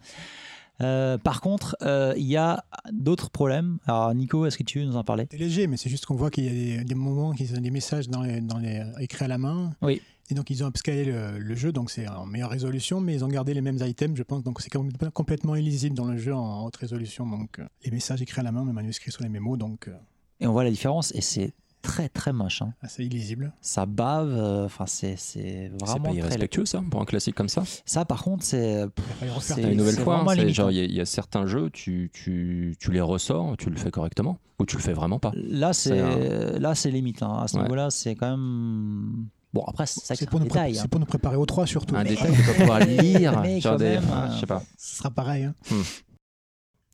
Euh, par contre, euh, il y a d'autres problèmes. Alors, Nico, est-ce que tu veux nous en parler C'est léger, mais c'est juste qu'on voit qu'il y a des, des moments, qu'ils ont des messages dans les, dans les, écrits à la main. Oui. Et donc, ils ont upscalé le, le jeu, donc c'est en meilleure résolution, mais ils ont gardé les mêmes items, je pense. Donc, c'est com- complètement illisible dans le jeu en haute résolution. Donc, euh, les messages écrits à la main, les manuscrits sur les mémos, donc euh, Et on voit la différence et c'est très très moche. hein. assez illisible. Ça bave. euh, Enfin, c'est c'est C'est vraiment pas très irrespectueux ça pour un classique comme ça. Ça, par contre, c'est. Il va falloir refaire C'est- T'as une nouvelle c'est fois, hein, vraiment c'est limitant. genre il y, a- il y a certains jeux, tu, tu, tu les ressors, tu le fais correctement ou tu le fais vraiment pas. Là, c'est C'est là, c'est limite. hein. À ce Ouais. niveau-là, c'est quand même. Bon, après, c'est C'est c'est pour, un nous pré- détail. hein. c'est pour nous préparer aux trois surtout. Un Mais détail que tu vas pouvoir lire, Mais genre quand des- même, ah, je sais pas. Ce sera pareil. hein.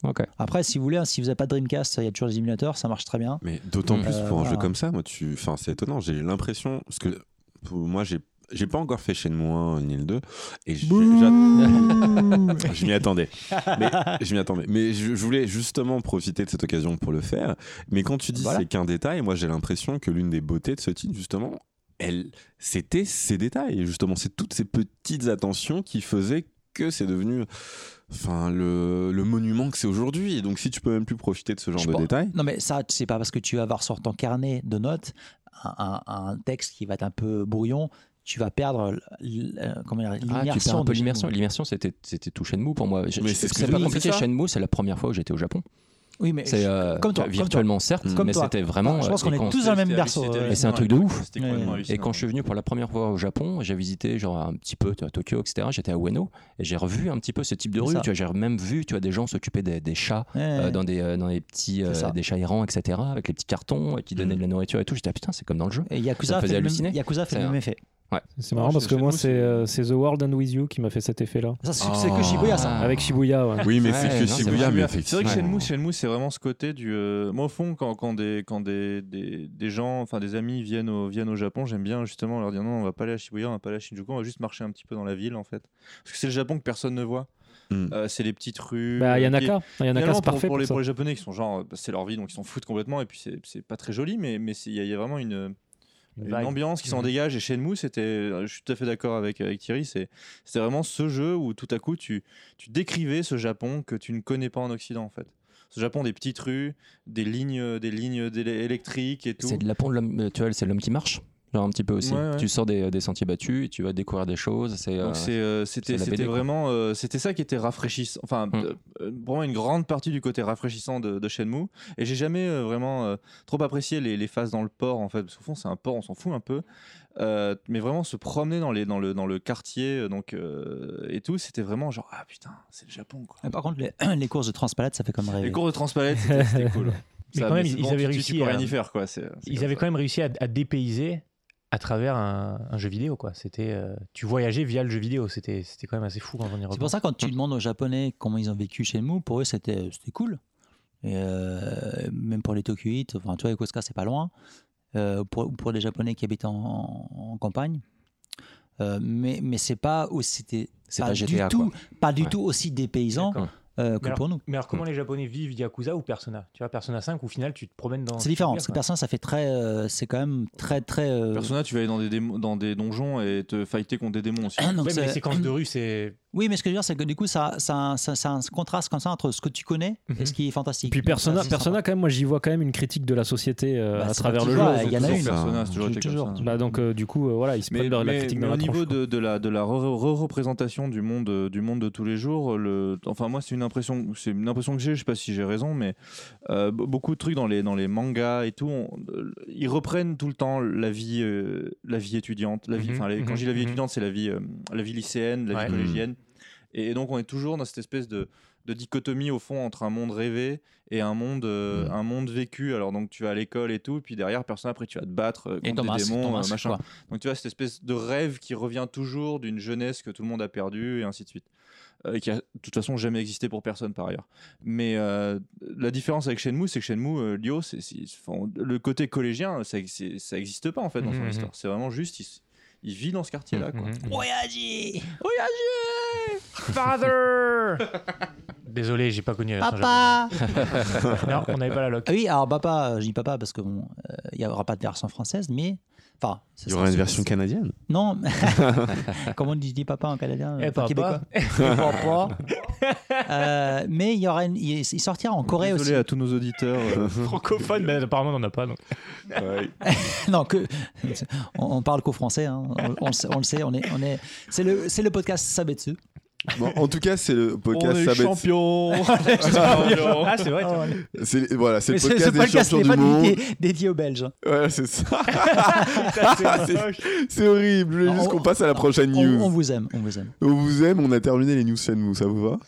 Ok. Après, si vous voulez, hein, si vous n'avez pas de Dreamcast, il y a toujours les émulateurs, ça marche très bien. Mais d'autant Mm. plus Euh, pour un voilà. jeu comme ça, moi, tu... enfin, c'est étonnant. J'ai l'impression, parce que pour moi, j'ai j'ai pas encore fait Shenmue 1 ni le 2, et j'ai- j'attends- je m'y attendais. Mais, je m'y attendais. Mais je, je voulais justement profiter de cette occasion pour le faire. Mais quand tu dis Voilà. c'est qu'un détail, moi j'ai l'impression que l'une des beautés de ce titre, justement, elle, c'était ces détails. Justement, c'est toutes ces petites attentions qui faisaient que c'est devenu enfin, le, le monument que c'est aujourd'hui. Et donc si tu peux même plus profiter de ce genre Je de pense- détails. Non, mais ça, c'est pas parce que tu vas avoir sur ton carnet de notes un, un- un texte qui va être un peu brouillon tu vas perdre l- l- euh, comment dire, Ah, tu perds l'immersion. un peu de l'immersion. Shenmue. L'immersion, c'était c'était tout Shenmue pour moi. Je- Mais je- c'est ce que C'est je pas dis, compliqué. c'est ça. Shenmue, c'est la première fois où j'étais au Japon. Oui, mais C'est euh, comme toi, tu vois, comme virtuellement certes, Comme mais toi. Ah, c'était vraiment. je euh, pense qu'on et est quand- tous hein. dans le même berceau. hallucinant. euh, Et c'est un truc de ouf. C'était Ouais. complètement Et quand hallucinant. je suis venu pour la première fois au Japon, j'ai visité genre un petit peu tu vois, Tokyo, etc. J'étais à Ueno et j'ai revu un petit peu ce type de C'est rue. ça. Tu vois, j'ai même vu tu vois des gens s'occuper des, des chats ouais, euh, ouais. dans des euh, dans des petits C'est euh, ça. Mmh. des chats errants, etc. Avec les petits cartons euh, qui donnaient de la nourriture et tout. J'étais ah, putain, c'est comme dans le jeu. Et Yakuza Ça me fait, faisait le halluciner. même, Yakuza fait C'est le un- même effet. C'est marrant parce que moi, c'est euh, c'est The World and With You qui m'a fait cet effet-là. Ça, c'est c'est que Shibuya, ça. Ah. Avec Shibuya, ouais. Oui, mais Ouais, c'est que non, c'est Shibuya, vrai. mais C'est vrai effectivement. que Ouais. Shenmue, Shenmue, c'est vraiment ce côté du. euh, Moi, au fond, quand, quand des, quand des, des, des gens, enfin des amis viennent au, viennent au Japon, j'aime bien justement leur dire non, on va pas aller à Shibuya, on va pas aller à Shinjuku, on va juste marcher un petit peu dans la ville en fait. Parce que c'est le Japon que personne ne voit. Mm. Euh, c'est les petites rues. Bah, euh, puis- Yanaka, Yanaka Finalement, c'est pour, parfait. pour les, pour ça. pour les Japonais qui sont genre, euh, bah, c'est leur vie, donc ils s'en foutent complètement, et puis c'est- c'est pas très joli, mais mais c'est- il y, a- il y a vraiment une, une vibe. ambiance qui s'en Mhm. dégage. Et Shenmue, c'était, euh, je suis tout à fait d'accord avec, avec Thierry, c'est c'était vraiment ce jeu où tout à coup tu, tu décrivais ce Japon que tu ne connais pas en Occident en fait. Ce Japon des petites rues, des lignes, des lignes d'élé- électriques et tout. C'est de la pente, l'homme- euh, tu vois, c'est l'homme qui marche. Genre un petit peu aussi. Ouais, ouais. Tu sors des, des sentiers battus et tu vas découvrir des choses. C'est euh, Donc c'est, euh, c'était c'est la c'était BD, quoi. vraiment euh, c'était ça qui était rafraîchissant. Enfin, Hmm. Mm. euh, euh, pour moi, une grande partie du côté rafraîchissant de, de Shenmue. Et j'ai jamais euh, vraiment euh, trop apprécié les, les phases dans le port en fait. Parce qu'au fond, c'est un port, on s'en fout un peu. Euh, mais vraiment se promener dans les dans le dans le quartier euh, donc euh, et tout, c'était vraiment genre ah putain, c'est le Japon quoi. Ah, Mais Par contre, les, les courses de Transpalette, ça fait comme rêver. Les cours de transpalette, c'était c'était cool. bah, Mais quand même, ils avaient tu- tu- réussi Tu peux à- rien y faire quoi. c'est- c'est Ils comme avaient ça. quand même réussi à, à dépayser à travers un, un jeu vidéo, quoi. C'était, euh, tu voyageais via le jeu vidéo. C'était, c'était quand même assez fou quand on y C'est pour repense. ça quand tu demandes aux Japonais comment ils ont vécu chez nous, pour eux c'était c'était cool. Et euh, même pour les Tokuites, enfin tu vois, Yokosuka c'est pas loin. Euh, pour, pour des Japonais qui habitent en, en campagne. Euh, mais mais c'est pas aussi c'était C'est pas GTA, du tout quoi. pas du Ouais. tout aussi dépaysant D'accord. euh, que Mais pour nous. Mais alors, comment les Japonais vivent Yakuza ou Persona Tu vois, Persona 5, au final, tu te promènes dans. C'est différent Ouais, parce que quoi. personne ça fait très euh, c'est quand même très très euh, Persona, tu vas aller dans des démons- dans des donjons et te fighter contre des démons aussi. donc Ouais, mais c'est- les séquences de rue, c'est. Oui, mais ce que je veux dire, c'est que du coup, ça, ça, ça, ça a un contraste comme ça entre ce que tu connais et Mhm. ce qui est fantastique. Et puis Donc, ça, Persona, Bah, c'est Persona quand même, moi, j'y vois quand même une critique de la société euh, Bah, à c'est travers pas le toujours, jeu. il y en a Toujours une. Persona, c'est toujours été comme Toujours, ça. toujours. Bah, donc, euh, du coup, euh, voilà, ils se prennent Mais, leur- la mais- critique mais dans au la tronche, niveau quoi. de, de la, de la re- re-représentation du monde, euh, du monde de tous les jours, euh, le, enfin moi c'est une impression, c'est une impression que j'ai, je sais pas si j'ai raison, mais euh, be- beaucoup de trucs dans les, dans les mangas et tout, on- euh, ils reprennent tout le temps la vie, euh, la vie étudiante, la vie, Mhm, enfin les- quand je dis la vie mhm, mhm. étudiante, c'est la vie, euh, la vie lycéenne, la Ouais. vie collégienne, et, et donc on est toujours dans cette espèce de, de dichotomie au fond entre un monde rêvé et un monde, euh, Mhm. un monde vécu. Alors donc tu vas à l'école et tout, puis derrière personne après tu vas te battre euh, Et contre des t'embrasses, démons, euh, t'embrasses, machin. quoi. Donc tu vois cette espèce de rêve qui revient toujours d'une jeunesse que tout le monde a perdue et ainsi de suite. Euh, et qui a de toute façon jamais existé pour personne par ailleurs. Mais euh, la différence avec Shenmue, c'est que Shenmue, euh, Lyo, c'est, c'est- enfin, le côté collégien, ça n'existe pas en fait dans son Mhm, histoire. C'est vraiment juste, il, s- il vit dans ce quartier-là. quoi. Mhm. Voyager Father Désolé, j'ai pas connu la version Papa japonaise. Non, on n'avait pas la loc. Ah Oui, alors papa, euh, je dis papa parce que bon, euh, il n'y aura pas de version française, mais enfin, ce Il y sera- aura une version canadienne. Non, comment on dit, je dis papa en canadien, Eh, enfin, papa. québécois. Papa. Euh, mais il y aura, une- il il sortira en Corée Désolé à tous nos auditeurs. euh, Francophone, mais apparemment, on n'en a pas. Donc. aussi. non, que on, on parle qu'au français, hein. on, on le sait, on le sait, on est, on est, c'est le, c'est le podcast Sabetsu. Bon, en tout cas, c'est le on podcast est Sabetsu. champion. Ah, c'est vrai. tu vois. C'est voilà, c'est Mais le podcast ce- ce des podcast champions n'est du pas monde. dédié, dédié aux Belges. Ouais, c'est ça. C'est moche. C'est horrible. Je voulais Non, juste on- qu'on passe à la prochaine On, on news. vous aime, on vous aime. On vous aime. On a terminé les news Shenmue. Ça vous va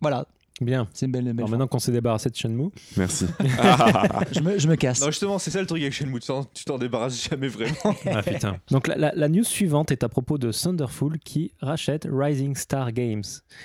Voilà, Bien. c'est une belle, une belle Alors fin. maintenant qu'on s'est débarrassé de Shenmue, Merci. je, me, je me casse. Non, justement, c'est ça le truc avec Shenmue, tu t'en- tu t'en débarrasses jamais vraiment. Donc la, la- la news suivante est à propos de Thunderful qui rachète Rising Star Games.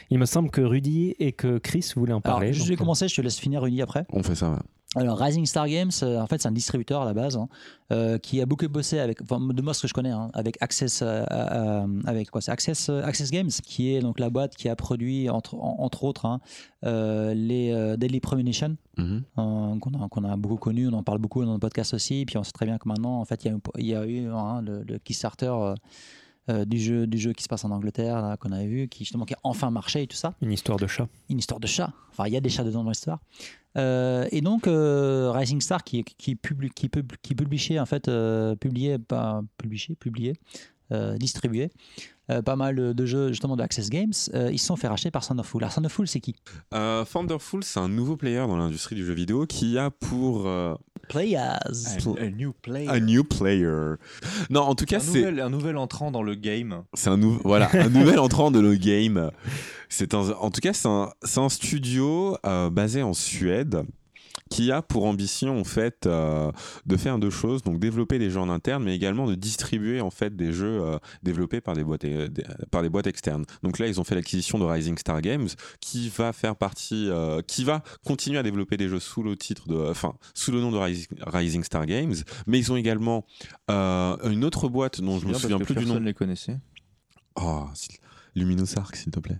Il me semble que Rudy et que Chris voulaient en Alors, parler. je donc, vais euh, commencer, je te laisse finir Uni après. On fait ça. ouais. Alors, Rising Star Games, euh, en fait, c'est un distributeur à la base hein, euh, qui a beaucoup bossé avec, enfin, de moi ce que je connais, hein, avec Access, euh, euh, avec quoi, c'est Access, euh, Access Games, qui est donc la boîte qui a produit entre, en- entre autres hein, euh, les euh, Deadly Premonition, Mhm. euh, qu'on a, qu'on a beaucoup connu, on en parle beaucoup dans le podcast aussi, puis on sait très bien que maintenant, en fait, il y a, eu- il y a eu hein, le, le Kickstarter. euh, euh, du jeu du jeu qui se passe en Angleterre là, qu'on avait vu qui justement qui a enfin marché et tout ça euh, une histoire de chat. une histoire de chat. Enfin, il y a des chats dedans dans l'histoire. Euh, et donc, euh, Rising Star, qui, qui, publie, qui, pub- qui publiait, en fait, euh, publiait, pas publié, publié euh, distribués. Euh, pas mal de- de jeux justement de Access Games, euh, ils se sont fait racheter par Thunderful. Alors Thunderful, c'est qui Euh, Thunderful, c'est un nouveau player dans l'industrie du jeu vidéo qui a pour euh, Ah, Players. new play. a new player. Non, en tout cas, Un c'est nouvel, un nouvel entrant dans le game. C'est un, nou- voilà, un nouvel entrant de le game. C'est un- en tout cas, c'est un, c'est un studio euh, basé en Suède qui a pour ambition en fait euh, de faire deux choses, donc développer des jeux en interne, mais également de distribuer en fait des jeux euh, développés par des boîtes euh, des- par des boîtes externes. Donc là, ils ont fait l'acquisition de Rising Star Games, qui va faire partie, euh, qui va continuer à développer des jeux sous le titre de, enfin sous le nom de Rising, Rising Star Games, mais ils ont également euh, une autre boîte dont je me Bien, parce souviens que plus du personne nom. les connaissait. Oh, s'il- Luminous Arc, s'il te plaît.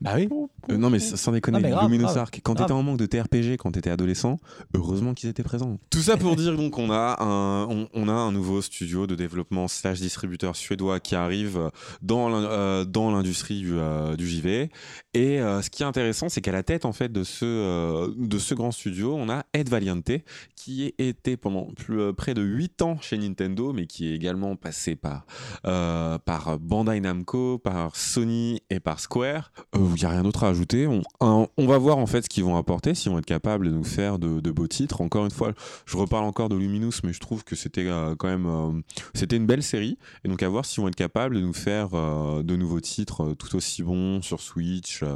Bah oui. Euh, non, mais s- sans déconner, Ah, mais grave, Luminous grave, Arc, quand grave. t'étais en manque de TRPG, quand t'étais adolescent, heureusement qu'ils étaient présents. Tout ça pour dire donc qu'on a un, on, on a un nouveau studio de développement slash distributeur suédois qui arrive euh, dans l'in- euh, dans l'industrie du, euh, du JV. Et euh, ce qui est intéressant, c'est qu'à la tête en fait de ce euh, de ce grand studio, on a Ed Valiente qui était pendant plus, euh, près de 8 ans chez Nintendo, mais qui est également passé par euh, par Bandai Namco, par Sony et par Square. Il n'y a rien d'autre à ajouter. On, un- on va voir en fait ce qu'ils vont apporter, s'ils vont être capables de nous faire de, de beaux titres. Encore une fois, je reparle encore de Luminous, mais je trouve que c'était euh, quand même euh, c'était une belle série. Et donc à voir s'ils vont être capables de nous faire euh, de nouveaux titres euh, tout aussi bons sur Switch. euh,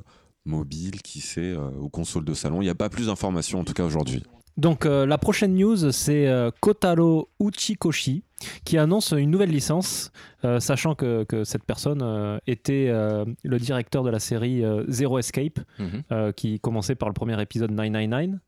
mobile, qui sait, euh, aux consoles de salon. Il n'y a pas plus d'informations en tout cas aujourd'hui. Donc euh, la prochaine news, c'est euh, Kotaro Uchikoshi qui annonce une nouvelle licence, euh, sachant que, que cette personne euh, était euh, le directeur de la série euh, Zero Escape, Mhm. euh, qui commençait par le premier épisode 999.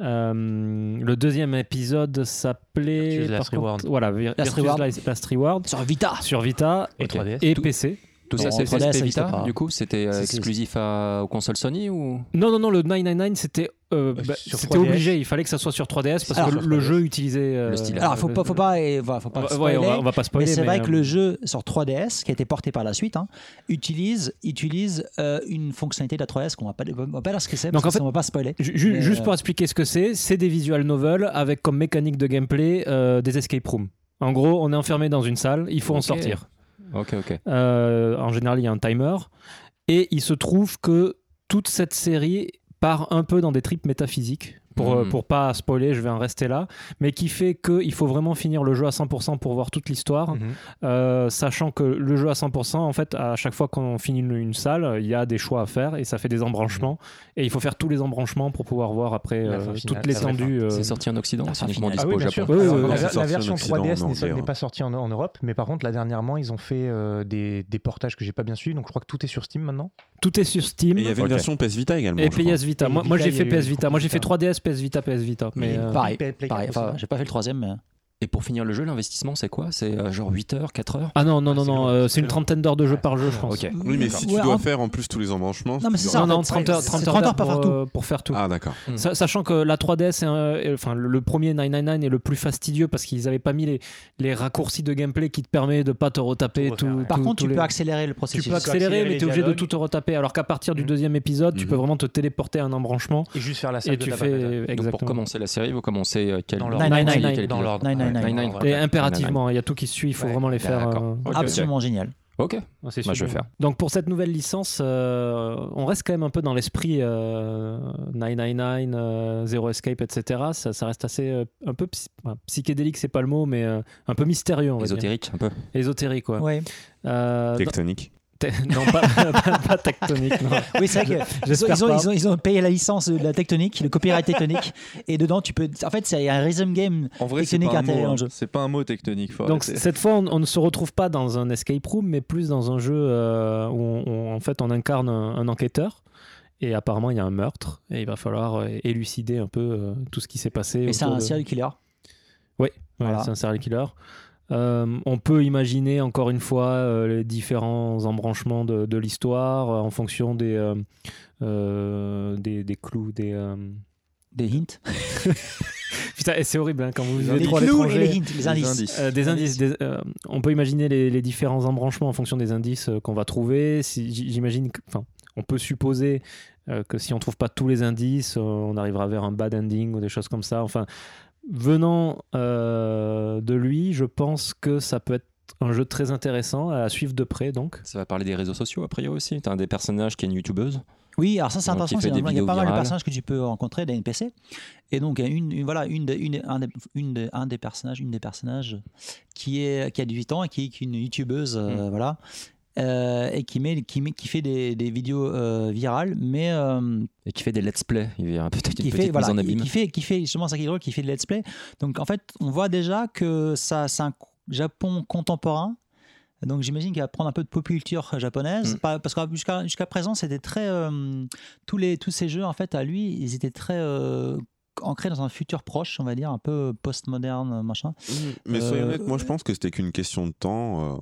Euh, le deuxième épisode s'appelait Virtue's Last par contre- Reward. voilà Vir- Last Virtue's Reward. Last- Last Reward Sur Vita. sur Vita Et et, 3DS. et Tout- PC. Tout ça, Non, c'est 3DS, ça PSP existait pas. Vita, du coup C'était euh, Si, si, si. exclusif à- aux consoles Sony ou Non non non le 999 c'était euh, bah, sur c'était 3DS. obligé, il fallait que ça soit sur 3DS parce Alors, que sur le 3DS. jeu utilisait euh, Le stylet. Alors faut pas, faut pas, et, voilà, faut pas. Ouais, spoiler. on, va, on va pas spoiler. mais c'est vrai euh, que le jeu sur 3DS, qui a été porté par la suite, hein, utilise, utilise euh, une fonctionnalité de la 3DS qu'on va pas, on va pas dire ce que c'est, Donc, parce en que fait- ça, on va pas spoiler. Ju- ju- Mais, juste euh, pour expliquer ce que c'est, c'est des visual novels avec comme mécanique de gameplay euh, des escape rooms. En gros, on est enfermé dans une salle, il faut en Ok. sortir. Ok, ok. Euh, en général, il y a un timer. Et il se trouve que toute cette série part un peu dans des trips métaphysiques. Pour, Mhm. Hmm. euh, pour pas spoiler, je vais en rester là. Mais qui fait qu'il faut vraiment finir le jeu à 100% pour voir toute Ah l'histoire. Mm-hmm. Euh, sachant que le jeu à 100%, en fait, à chaque fois qu'on finit une, une salle, il y a des choix à faire et ça fait des embranchements. Et il faut faire tous les embranchements pour pouvoir voir après La euh, fin finale, toute la vraie l'étendue. euh, C'est sorti en Occident, la c'est uniquement finale. Ah dispo au Japon. Oui, oui, oui. La- C'est la, sorti en version Occident, 3DS en n'est- anglais, n'est hein. pas sortie en, en Europe, mais par contre, là dernièrement, ils ont fait euh, des, des portages que j'ai pas bien suivis, donc je crois que tout est sur Steam maintenant. Tout est sur Steam. Et il y avait Ok. une version PS Vita également. Et je crois. PS Vita. Et Moi, moi, Vita, j'ai il y fait a eu PS une Vita. Moi j'ai fait proposition. 3DS, PS Vita, PS Vita. Mais Mais euh, pareil, Play- Play pareil. quatre Enfin, aussi. j'ai pas fait le troisième, mais Et pour finir le jeu, l'investissement, c'est quoi C'est euh, genre 8 heures, 4 heures ah non non Ah, non c'est non, long, euh, c'est c'est une long. trentaine d'heures de jeu par jeu, je pense. Ok. Oui, mais si tu Ouais, dois en- faire en plus tous les embranchements. Non, mais tu c'est dois- ça. Non en non, fait, 30 heures, c'est 30 30 heures d'heures pour pour, faire euh, pour faire tout. Ah, d'accord. Mm. Sa- Sachant que la 3DS, est un- est- enfin le, le premier 999 est le plus fastidieux parce qu'ils n'avaient pas mis les, les raccourcis de gameplay qui te permet de pas te retaper Tout tout. refaire, ouais. par tout- contre, tous tu les- peux accélérer le Tu processus. peux accélérer, accélérer mais les tu es obligé de dialogues. tout te retaper. Alors qu'à partir du Mhm. deuxième épisode, tu Mhm. peux vraiment te téléporter à un embranchement Et juste faire la salle et de tu tabac, fais là. exactement. Donc pour commencer la série, vous commencez euh, quel Dans euh, Nine, nine, quel nine, épisode dans l'ordre. Nine, nine, Ouais, nine. nine, Et nine, nine. impérativement, hein, il y a tout qui se suit, il faut Ouais, vraiment les faire. d'accord. euh, Ok, Absolument génial. Ok, ouais, c'est Bah, je super. vais faire. Donc pour cette nouvelle licence, euh, on reste quand même un peu dans l'esprit euh, 999, euh, Zero Escape, etc. Ça, ça reste assez euh, un peu psy- enfin, psychédélique, c'est pas le mot, mais euh, un peu mystérieux, on va dire. ésotérique un peu. Ésotérique, ouais. Ouais. Euh, Tectonique. dans- non, pas, pas- pas tectonique. non. Oui, c'est vrai que ils ont, J'espère ils, ont, pas. ils ont- ils ont payé la licence de la tectonique, le copyright tectonique, et dedans tu peux. En fait, c'est un rhythm game. En vrai, c'est Tectonique pas, un intégrée mot, dans hein. le jeu. c'est pas un mot tectonique. faut Donc arrêter. cette fois, on, on ne se retrouve pas dans un escape room, mais plus dans un jeu euh, où on, on- en fait on incarne un, un enquêteur. Et apparemment, il y a un meurtre, et il va falloir euh, élucider un peu euh, tout ce qui s'est passé. Et c'est autour un de- serial killer. Ouais, Voilà. C'est un serial killer. Euh, on peut imaginer encore une fois euh, les différents embranchements de, de l'histoire euh, en fonction des, euh, euh, des, des clous, des... euh, Des hints. Putain, eh, c'est horrible hein, quand vous Les êtes trop à clous l'étranger. et les hints, les indices. Euh, des indices. des- euh, on peut imaginer les, les différents embranchements en fonction des indices euh, qu'on va trouver. Si, j- J'imagine que- Enfin, on peut supposer euh, que si on trouve pas tous les indices, euh, on arrivera vers un bad ending ou des choses comme ça. Enfin, venant euh, de lui, je pense que ça peut être un jeu très intéressant à suivre de près donc. Ça va parler des réseaux sociaux, a priori aussi. T'as un des personnages qui est une youtubeuse. Oui, alors ça c'est Donc, il intéressant, fait c'est des normal, il y a vidéos pas mal de virales. personnages que tu peux rencontrer des NPC. Et donc il y a une, une- voilà, une, des- une, un, des, une des- un des personnages, une des personnages qui, est, qui a 18 ans et qui est une youtubeuse, Mm. euh, voilà, euh, et qui, met, qui, met, qui fait des, des vidéos euh, virales, mais euh, Et qui fait des let's play. Il y a peut-être une qui petite fait, voilà, mise en qui, abîme. qui fait, qui fait justement ça qui est drôle, qui fait de let's play. Donc en fait, on voit déjà que ça, c'est un Japon contemporain. Donc j'imagine qu'il va prendre un peu de pop culture japonaise, Mm. Pas- parce que jusqu'à jusqu'à présent, c'était très euh, tous les tous ces jeux en fait à lui, ils étaient très euh, ancrés dans un futur proche, on va dire un peu postmoderne machin. Mmh, Mais soyons Euh, honnêtes, moi je pense que c'était qu'une question de temps euh,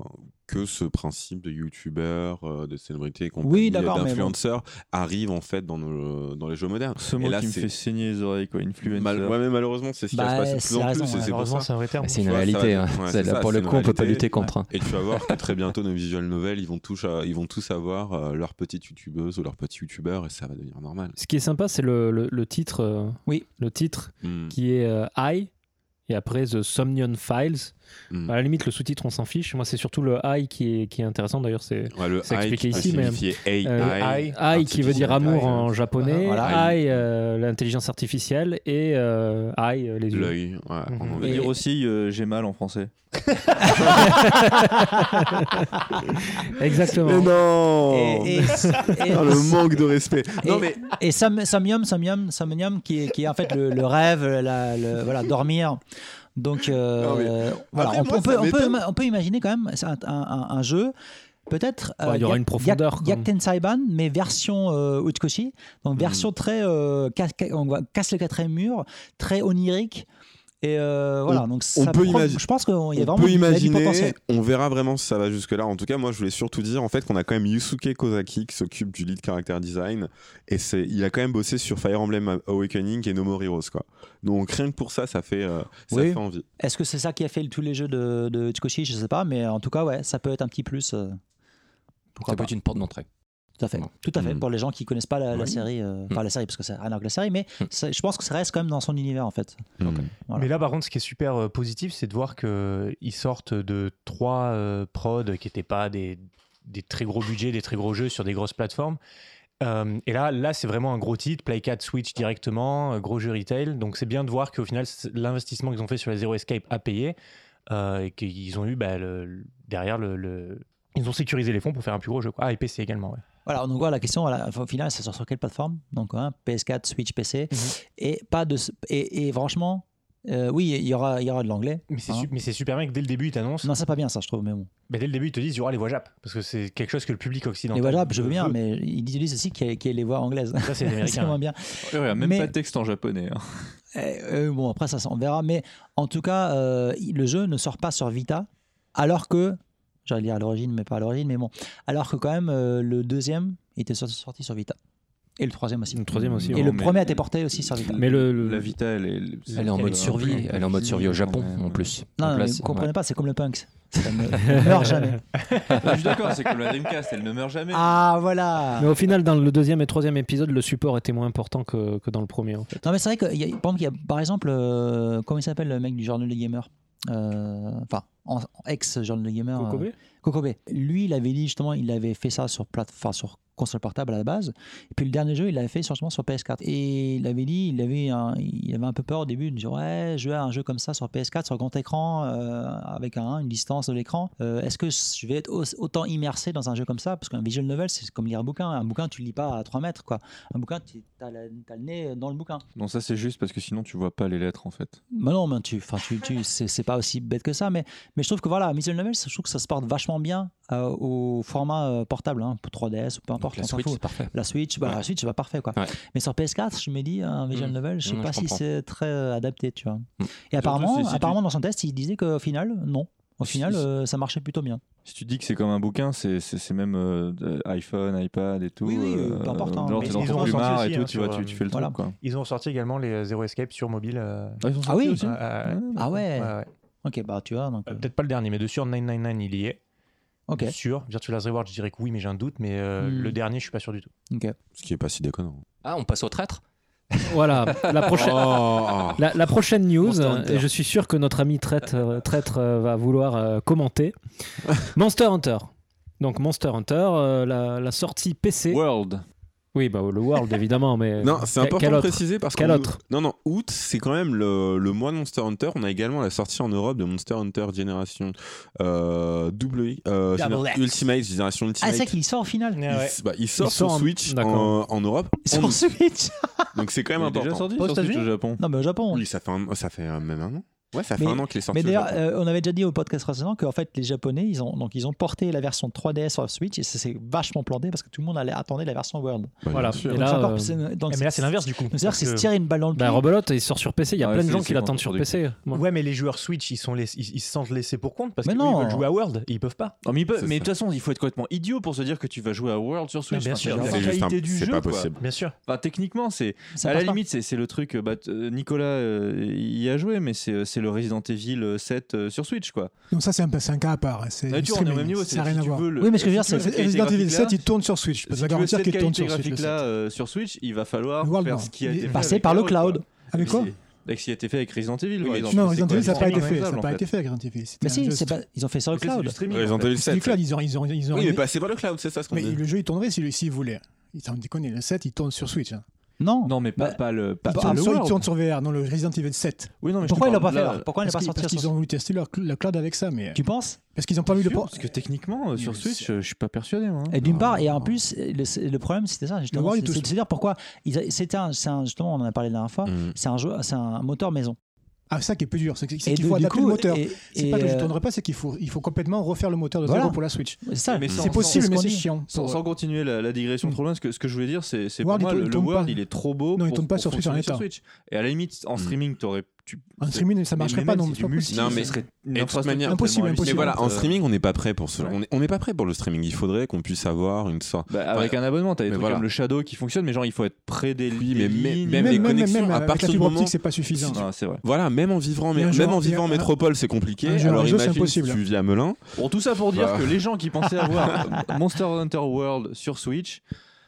que ce principe de youtubeur, euh, de célébrité, et compagnie, d'accord, mais bon. d'influenceur arrive en fait dans, nos- dans les jeux modernes. Ce Et mot là, qui me c'est- fait saigner les oreilles, quoi. Influencer. Mal- ouais, mais malheureusement, c'est ce qui va Bah, se passer de c'est plus en raison, plus. et c'est pour Malheureusement, ça. c'est un vrai terme. Ah, C'est une Ouais, ça va réalité. être- hein. ouais, Ça, c'est là, ça, pour c'est le une coup, on peut pas réalité. lutter contre. hein. Et tu vas voir que très bientôt, nos visual novels, ils vont tous, euh, ils vont tous avoir euh, leur petite youtubeuse ou leur petit youtubeur et ça va devenir normal. Ce qui est sympa c'est le, le- le titre euh, Oui. le titre Mm, qui est euh, I et après The Somnion Files. mm. À la limite le sous-titre on s'en fiche. Moi c'est surtout le I qui est qui est intéressant d'ailleurs c'est Ouais, le c'est AI expliqué qui ici, peut mais- signifier AI. Euh, I. I qui veut dire amour en japonais, Voilà. I euh, l'intelligence artificielle et euh, I euh, les yeux. L'œil. ouais, en Mhm. On anglais. va dire aussi euh, j'ai mal en français. Exactement. non Ah, Et, et- et- Oh, manque de respect. et- et Sam- Samyum, Samyum, Samyum, qui est, qui est en fait le, le rêve, la- le- voilà, dormir. Donc, euh, Non, mais- voilà, Après, on, moi, on peut, ça on, peut, m'étonne. on peut imaginer quand même c'est un, un- un- un jeu, peut-être. euh, Ouais, il y aura une profondeur, Hmm. quand même. Yakten Saiban, mais version euh, Utkoshi, donc Mhm. version très. euh, ca- ca- on va- casse le quatrième mur, très onirique. Et euh, voilà, donc ça peut prend- imagi- Je pense qu'il y a On vraiment peut du- il y a du imaginer, potentiel. on verra vraiment si ça va jusque-là. En tout cas, moi, je voulais surtout dire en fait qu'on a quand même Yusuke Kozaki qui s'occupe du lead character design et c'est, il a quand même bossé sur Fire Emblem Awakening et No More Heroes quoi. Donc rien que pour ça, ça fait, euh, ça Oui. fait envie. Est-ce que c'est ça qui a fait le- tous les jeux de, de Utkoshi Je sais pas, mais en tout cas, ouais, ça peut être un petit plus. euh, pourquoi Ça pas. peut être une porte d'entrée. Tout à fait. Bon. Tout à fait. Mm. Pour les gens qui connaissent pas la, la Oui. série, euh, enfin la série parce que c'est rien à voir avec la série, mais Mm. ça- je pense que ça reste quand même dans son univers en fait. Mm. Voilà. Mais là, par contre, ce qui est super euh, positif, c'est de voir qu'ils sortent de trois euh, prods qui n'étaient pas des, des très gros budgets, des très gros jeux sur des grosses plateformes. Euh, et là, là c'est vraiment un gros titre, Playcat Switch directement, euh, gros jeu retail. Donc c'est bien de voir qu'au final, c'est- l'investissement qu'ils ont fait sur les Zero Escape a payé euh, et qu'ils ont eu bah, le- le- derrière le, le- Ils ont sécurisé les fonds pour faire un plus gros jeu. quoi. Ah, et PC également, ouais. Voilà, donc voilà la question. voilà, au final, ça sort sur quelle plateforme Donc hein, PS4, Switch, PC, Mhm. Mm-hmm. et pas de. Et, et franchement, euh, oui, il y aura, il y aura de l'anglais. Mais c'est hein. su- mais c'est super bien que dès le début, ils t'annoncent. Non, c'est pas bien ça, je trouve, mais bon. bah, dès le début, ils te disent il y aura les voix Jap. Parce que c'est quelque chose que le public occidental. les voix arabes, je veux bien, veut. mais ils utilisent aussi qu'il y, ait- qu'il y ait les voix anglaises. Ça, c'est les C'est Américains. moins bien. Ouais, ouais, même Mais- pas de texte en japonais. hein. Euh, euh, bon, après, ça, ça, on verra. Mais en tout cas, euh, il- le jeu ne sort pas sur Vita, alors que, j'allais dire à l'origine, mais pas à l'origine, mais bon, alors que quand même, euh, le deuxième était sorti, sorti sur Vita. Et le troisième aussi. Le troisième aussi. Et ouais. le mais- premier a été porté aussi sur Vita. Mais le, le- La Vita, elle est. Elle est en mode survie. Elle est en mode survie au Japon, en plus. non, Donc non, là, mais c'est- vous comprenez pas, c'est comme le Punks. Ça ne meurt jamais. Ah, je suis d'accord, c'est comme la Dreamcast, elle ne meurt jamais. Ah, voilà Mais au final, dans le deuxième et troisième épisode, le support était moins important que, que dans le premier. en fait. Non, mais c'est vrai que, il y a- par exemple, il y a- par exemple, euh, comment il s'appelle le mec du Journal des Gamers Euh, Enfin, en- en ex-Journal des Gamers. euh, Kokobé Kokobé. Lui, il avait dit justement, il avait fait ça sur, plate- enfin, sur console portable à la base. Et puis le dernier jeu, il l'avait fait justement sur PS4. Et il avait dit, il avait un, il avait un peu peur au début de dire Ouais, jouer à un jeu comme ça sur PS4, sur grand écran, euh, avec un- une distance de l'écran, euh, est-ce que je vais être au- autant immersé dans un jeu comme ça Parce qu'un visual novel, c'est comme lire un bouquin. Un bouquin, tu le lis pas à 3 mètres, quoi. Un bouquin, tu as, le nez dans le bouquin. Non, ça c'est juste parce que sinon tu vois pas les lettres en fait. Mais Bah non, mais tu, enfin, tu, tu, c'est c'est pas aussi bête que ça, mais, mais je trouve que voilà, visual novel, je trouve que ça se porte vachement bien euh, au format euh, portable, hein, pour 3DS ou peu importe, Donc, la on s'en Switch, fout. c'est parfait. La Switch, bah, la Switch, c'est pas parfait quoi. Ouais. Mais sur PS4, je me dis un visual Mm. novel, je sais Non, pas je si comprends. c'est très euh, adapté, tu vois. Mm. Et apparemment, si- si tu- apparemment dans son test, il disait qu'au final, non. Au Si- final, si- euh, ça marchait plutôt bien. Si tu dis que c'est comme un bouquin, c'est- c'est c'est même euh, de- iPhone, iPad et tout. Oui, oui, euh, peu importe, hein. Genre, Mais t'es ils dans ont ton ressorti plumard et aussi, tout, hein, tu, vois, sur, tu, tu fais le voilà. truc quoi. Ils ont sorti également les Zero Escape sur mobile. euh, Ah oui euh, euh, Ah ouais. ouais, ouais. Ok, bah tu vois. Donc, Euh, euh, Peut-être pas le dernier, mais de sûr, 999, il y est. ok. Sur Virtual Last Reward, je dirais que oui, mais j'ai un doute. Mais euh, Hmm. le dernier, je suis pas sûr du tout. ok. Ce qui est pas si déconnant. Ah, on passe au traître Voilà, la prochaine. Oh. Ah, ah, La, la prochaine news, euh, Monster Hunter. et je suis sûr que notre ami traître, euh, traître, euh, va vouloir euh, commenter. Monster Hunter. Donc Monster Hunter, euh, la, la sortie PC. World. Oui, bah, le World évidemment, mais Euh, Non, c'est Quel- important quel de autre préciser parce que. Quel autre Non, non, août, c'est quand même le, le mois de Monster Hunter. On a également la sortie en Europe de Monster Hunter Génération euh, W, euh, Double Gener- X. Ultimate, Génération Ah, Ultimate. c'est ça qu'il sort au final. il, s- bah, il sort Il sur sort en- Switch en, d'accord. en Europe. Sur en- Switch. donc c'est quand même Il est déjà important. sorti Pas aux sur Switch États-Unis au Japon. Non, mais au Japon. Oui, ça fait, un- ça fait euh, même un an. Ouais, ça fait Mais- un an qu'il est sorti. Mais au d'ailleurs, Japon. euh, on avait déjà dit au podcast précédent qu'en fait, les Japonais, ils ont, donc, ils ont porté la version 3DS sur la Switch et ça s'est vachement planté parce que tout le monde allait attendait la version World. Bah, voilà. bien sûr. Et Donc, là, c'est encore- euh, c'est- donc, Eh, mais là, c'est l'inverse du coup. donc, C'est-à-dire que c'est se Parce que- tirer une balle dans le pied. bah, Rebelote, il sort sur PC. Il y a Ouais, plein de c'est- gens c'est qui l'attendent sur PC. Moi. Ouais, mais les joueurs Switch, ils, sont laissés- ils, ils se sentent laissés pour compte parce Mais qu'ils non. veulent jouer à World. Ils peuvent pas. Non, mais, ils peuvent- C'est mais de ça. toute façon, il faut être complètement idiot pour se dire que tu vas jouer à World sur Switch. bien Enfin, sûr, la bien C'est juste un- réalité du c'est jeu, pas quoi. possible. Bien sûr. Enfin, techniquement, c'est Ça à la passe pas. limite, c'est c'est le truc. Bah, t- euh, Nicolas euh, y a joué, mais c'est euh, c'est le Resident Evil 7 euh, sur Switch, quoi. Non, ça, c'est un, peu- c'est un cas à part. hein. C'est Ah, tu vois, on est au streaming, même niveau. Ça c'est- n'a rien si à tu voir. veux le- Oui, mais ce que je veux si dire, tu c'est- cette Resident qualité Evil 7, il graphique-là, tourne sur Switch. Je peux te si tu veux garantir cette qu'il tourne qualité sur Switch. le graphique-là 7. euh, sur Switch, il va falloir Le World, faire non. ce qui a Il- été fait. Passer avec par le World, quoi. cloud. Avec Mais quoi c'est- Avec ce qui a été fait avec Resident Evil. Oui, par exemple, Non, c'est Resident quoi, Evil, ça n'a pas été c'est fait. Ça n'a en pas fait. été fait, Resident Evil. C'était Mais un si, jeu c'est pas- ils ont fait ça au Donc là, c'est du cloud. streaming, en Resident fait. Evil C'est du 7. cloud, ils ont, ils ont, ils ont Oui, mais réglé- passé par le cloud, c'est ça ce qu'on mais dit. le jeu, il tournerait s'il s'il voulait. Il t'en déconne, le 7, il tourne sur Switch. hein. Non. Non, mais pas, Bah, pas le. Pas, Il, pas tourne le sur, il World. tourne sur VR, non, le Resident Evil 7. Oui, non, mais je Pourquoi te ils l'ont pas parle fait là- alors Pourquoi ils l'ont pas Parce qu'ils- sorti parce qu'ils sur ont voulu tester leur, le cloud avec ça, mais. Tu penses Parce qu'ils n'ont pas eu le. Sûr, port- Parce que techniquement, euh, sur Mais Switch, c'est- euh, je suis pas persuadé. moi, hein. Et d'une Non, part, et en non. plus, le, le problème c'était ça, justement, World, c'est il touche. c'est de se dire pourquoi. ils a- C'était un, c'est un- justement, on en a parlé la dernière fois, Mm. c'est un, jeu- c'est un moteur maison. Ah, ça qui est plus dur, c'est que- c'est Et qu'il du- faut du adapter coup, le moteur. et- C'est et, pas que je euh, tournerai pas, c'est qu'il faut, il faut complètement refaire le moteur de Voilà. zéro pour la Switch. c'est ça. Mais sans- C'est possible, c'est ce mais qu'on c'est dit. chiant. Sans, sans continuer la, la digression Mm. trop loin, ce que, ce que je voulais dire, c'est c'est pour World, il moi tourne- le, il le tourne World, pas. il est trop beau. Non, il pour- tourne pas pour sur Switch en fonctionner état. Switch. Et à la limite, en streaming, t'aurais. Tu... En streaming, ça marcherait mais pas même non si c'est tu pas multi- possible. Non, mais- ce serait Et de une toute infrastructure manière- tellement Impossible, hallucinante. Mais impossible. voilà, en streaming, on n'est pas prêt pour ce. euh, Ouais. On est- on n'est pas prêt pour le streaming. Il faudrait qu'on puisse avoir une sorte. Bah, avec Ouais. un abonnement, t'as des Mais trucs voilà. comme le Shadow qui fonctionne, mais genre il faut être près des Oui, lignes. mais des même- lignes. même les connexions, à avec partir du la fibre moment- optique, c'est pas suffisant. Non, c'est vrai. Voilà, même en vivant, Mais un même, jeu- en un- vivant en un- métropole, c'est compliqué. un jeu en Alors réseau, c'est imagine si impossible. tu vis à Melun. Bon, tout ça pour dire Bah. que les gens qui pensaient avoir Monster Hunter World sur Switch,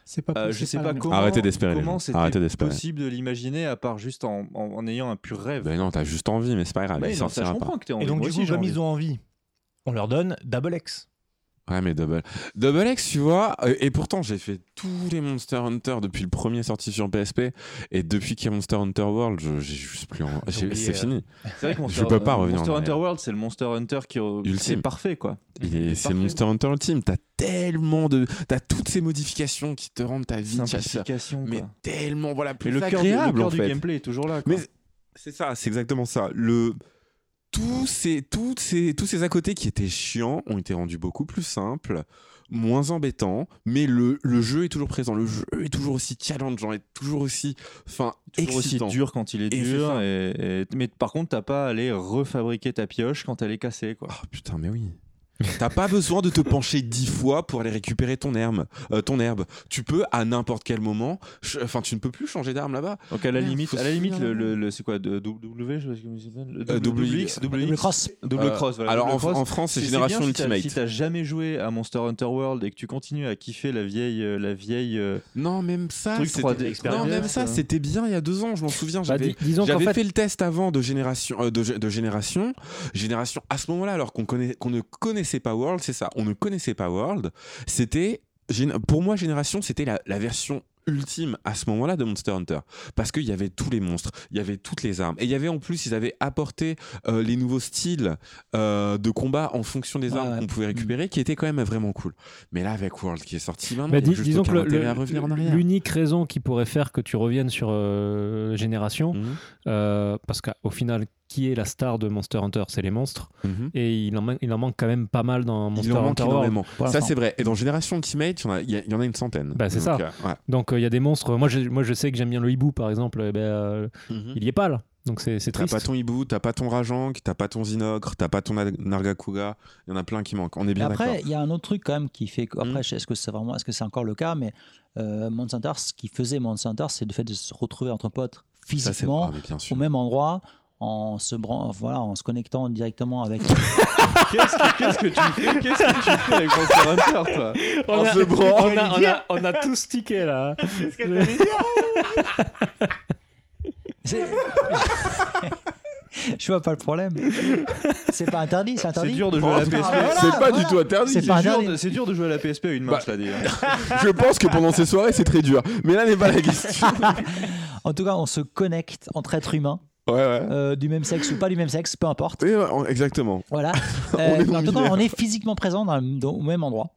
C'est pas euh, possible. je sais c'est pas la- comment. Arrêtez d'espérer, les Comment gens. c'était Arrêtez d'espérer. possible de l'imaginer à part juste en, en- en ayant un pur rêve. Ben non, t'as juste envie, mais c'est pas grave, Bah, il non, ça, je sortira pas. comprends que t'es en Et donc, moi du aussi, coup, j'ai comme envie. ils ont envie, on leur donne Double X. Ouais, mais Double. Double X, tu vois, euh, et pourtant j'ai fait tous les Monster Hunter depuis le premier sorti sur PSP, et depuis qu'il y a Monster Hunter World, je- j'ai juste plus en- j'ai- oublié, C'est euh, fini. C'est vrai que Monster, Je peux pas revenir en Monster Hunter arrière. World, c'est le Monster Hunter qui Ultime. C'est parfait, quoi. Il est- C'est parfait. le Monster Hunter Ultime. T'as tellement de. T'as toutes ces modifications qui te rendent ta vie de chasseur. Simplification, Mais quoi. tellement, voilà, Mais plus le cœur, du, le agréable cœur en du fait. gameplay est toujours là. Mais c'est ça, c'est exactement ça. Le tous ces toutes ces tous ces à côté qui étaient chiants ont été rendus beaucoup plus simples, moins embêtants, mais le, le jeu est toujours présent, le jeu est toujours aussi challengeant, est toujours aussi enfin toujours aussi excitant. dur quand il est Et c'est dur. ça. et- et- mais par contre, t'as pas à aller refabriquer ta pioche quand elle est cassée, quoi. Ah putain, mais oui. T'as pas besoin de te pencher dix fois pour aller récupérer ton herbe. euh, ton herbe. Tu peux à n'importe quel moment. ch- Enfin, tu ne peux plus changer d'arme là-bas. Donc à Ah, la Merde, limite, faut à se la limite, souvenir le, de- le- le- c'est quoi de- W, je sais pas comment il s'appelle, le Euh, WX, Le WX, cross. double Euh, cross. voilà, Alors double en, cross. en France, c'est C'est- c'est Génération bien si t'as- Ultimate. Si t'as jamais joué à Monster Hunter World et que tu continues à kiffer la vieille, euh, la vieille euh, non, même ça, truc c'était- 3D Non, expérience. même ça, euh. c'était bien il y a deux ans, je m'en souviens. Bah, J'avais dis- disons qu'en j'avais fait, fait le test avant de génération, euh, de, Gé- de génération, génération à ce moment-là, alors qu'on connaît, qu'on ne connaissait pas World, c'est ça, on ne connaissait pas World. C'était, Gén- pour moi, génération, c'était la, la version ultime à ce moment-là de Monster Hunter parce qu'il y avait tous les monstres il y avait toutes les armes et il y avait en plus ils avaient apporté euh, les nouveaux styles euh, de combat en fonction des Ouais, armes ouais. qu'on pouvait Mm. récupérer qui étaient quand même vraiment cool mais là avec World qui est sorti maintenant Bah, il y a dis- juste disons que aucun le- intérêt le- à revenir en arrière l'unique raison qui pourrait faire que tu reviennes sur euh, Génération, Mhm. euh, parce qu'au final, qui est la star de Monster Hunter C'est les monstres. Mhm. Et il en, man- il en manque quand même pas mal dans Monster il en manque Hunter World. énormément. pour Ça, l'instant. c'est vrai. Et dans Génération Ultimate, il y en a- il y, a- il y en a une centaine. Bah, c'est Donc, ça. euh, ouais. Donc euh, il y a des monstres. Moi je, moi, je sais que j'aime bien le hibou par exemple. Eh ben, euh, Mhm. Il y est pas là. Donc c'est c'est T'as triste. pas ton hibou, t'as pas ton rajank, t'as pas ton zinogre, t'as pas ton Na- nargacuga. Il y en a plein qui manquent. On est Mais bien d'accord. après, il y a un autre truc quand même qui fait que, Mm. après, je- est-ce que c'est vraiment, est-ce que c'est encore le cas, mais euh, Monsanto, ce qui faisait Monsanto, c'est le fait de se retrouver entre potes Ça, c'est physiquement Ah, mais bien sûr. au même endroit, en se bran- voilà, en se connectant directement avec. Qu'est-ce que, qu'est-ce que tu fais Qu'est-ce que tu fais avec Monster Hunter, toi On se branle. on a, on a- on a tous tiqué là. C'est- Je vois pas le problème. C'est pas interdit, c'est interdit. C'est dur de jouer à la PSP. Oh, c'est pas du tout C'est interdit. pas C'est dur interdit. de- C'est dur de jouer à la PSP à une main, Bah. cela dit. Je pense que pendant ces soirées, c'est très dur. Mais là n'est pas la question. En tout cas, on se connecte entre êtres humains, Ouais, ouais. euh, du même sexe ou pas du même sexe, peu importe. Oui, ouais, on- exactement. Voilà. On Euh, est en tout cas, non-binaire. on est physiquement présent dans, le- dans- au même endroit.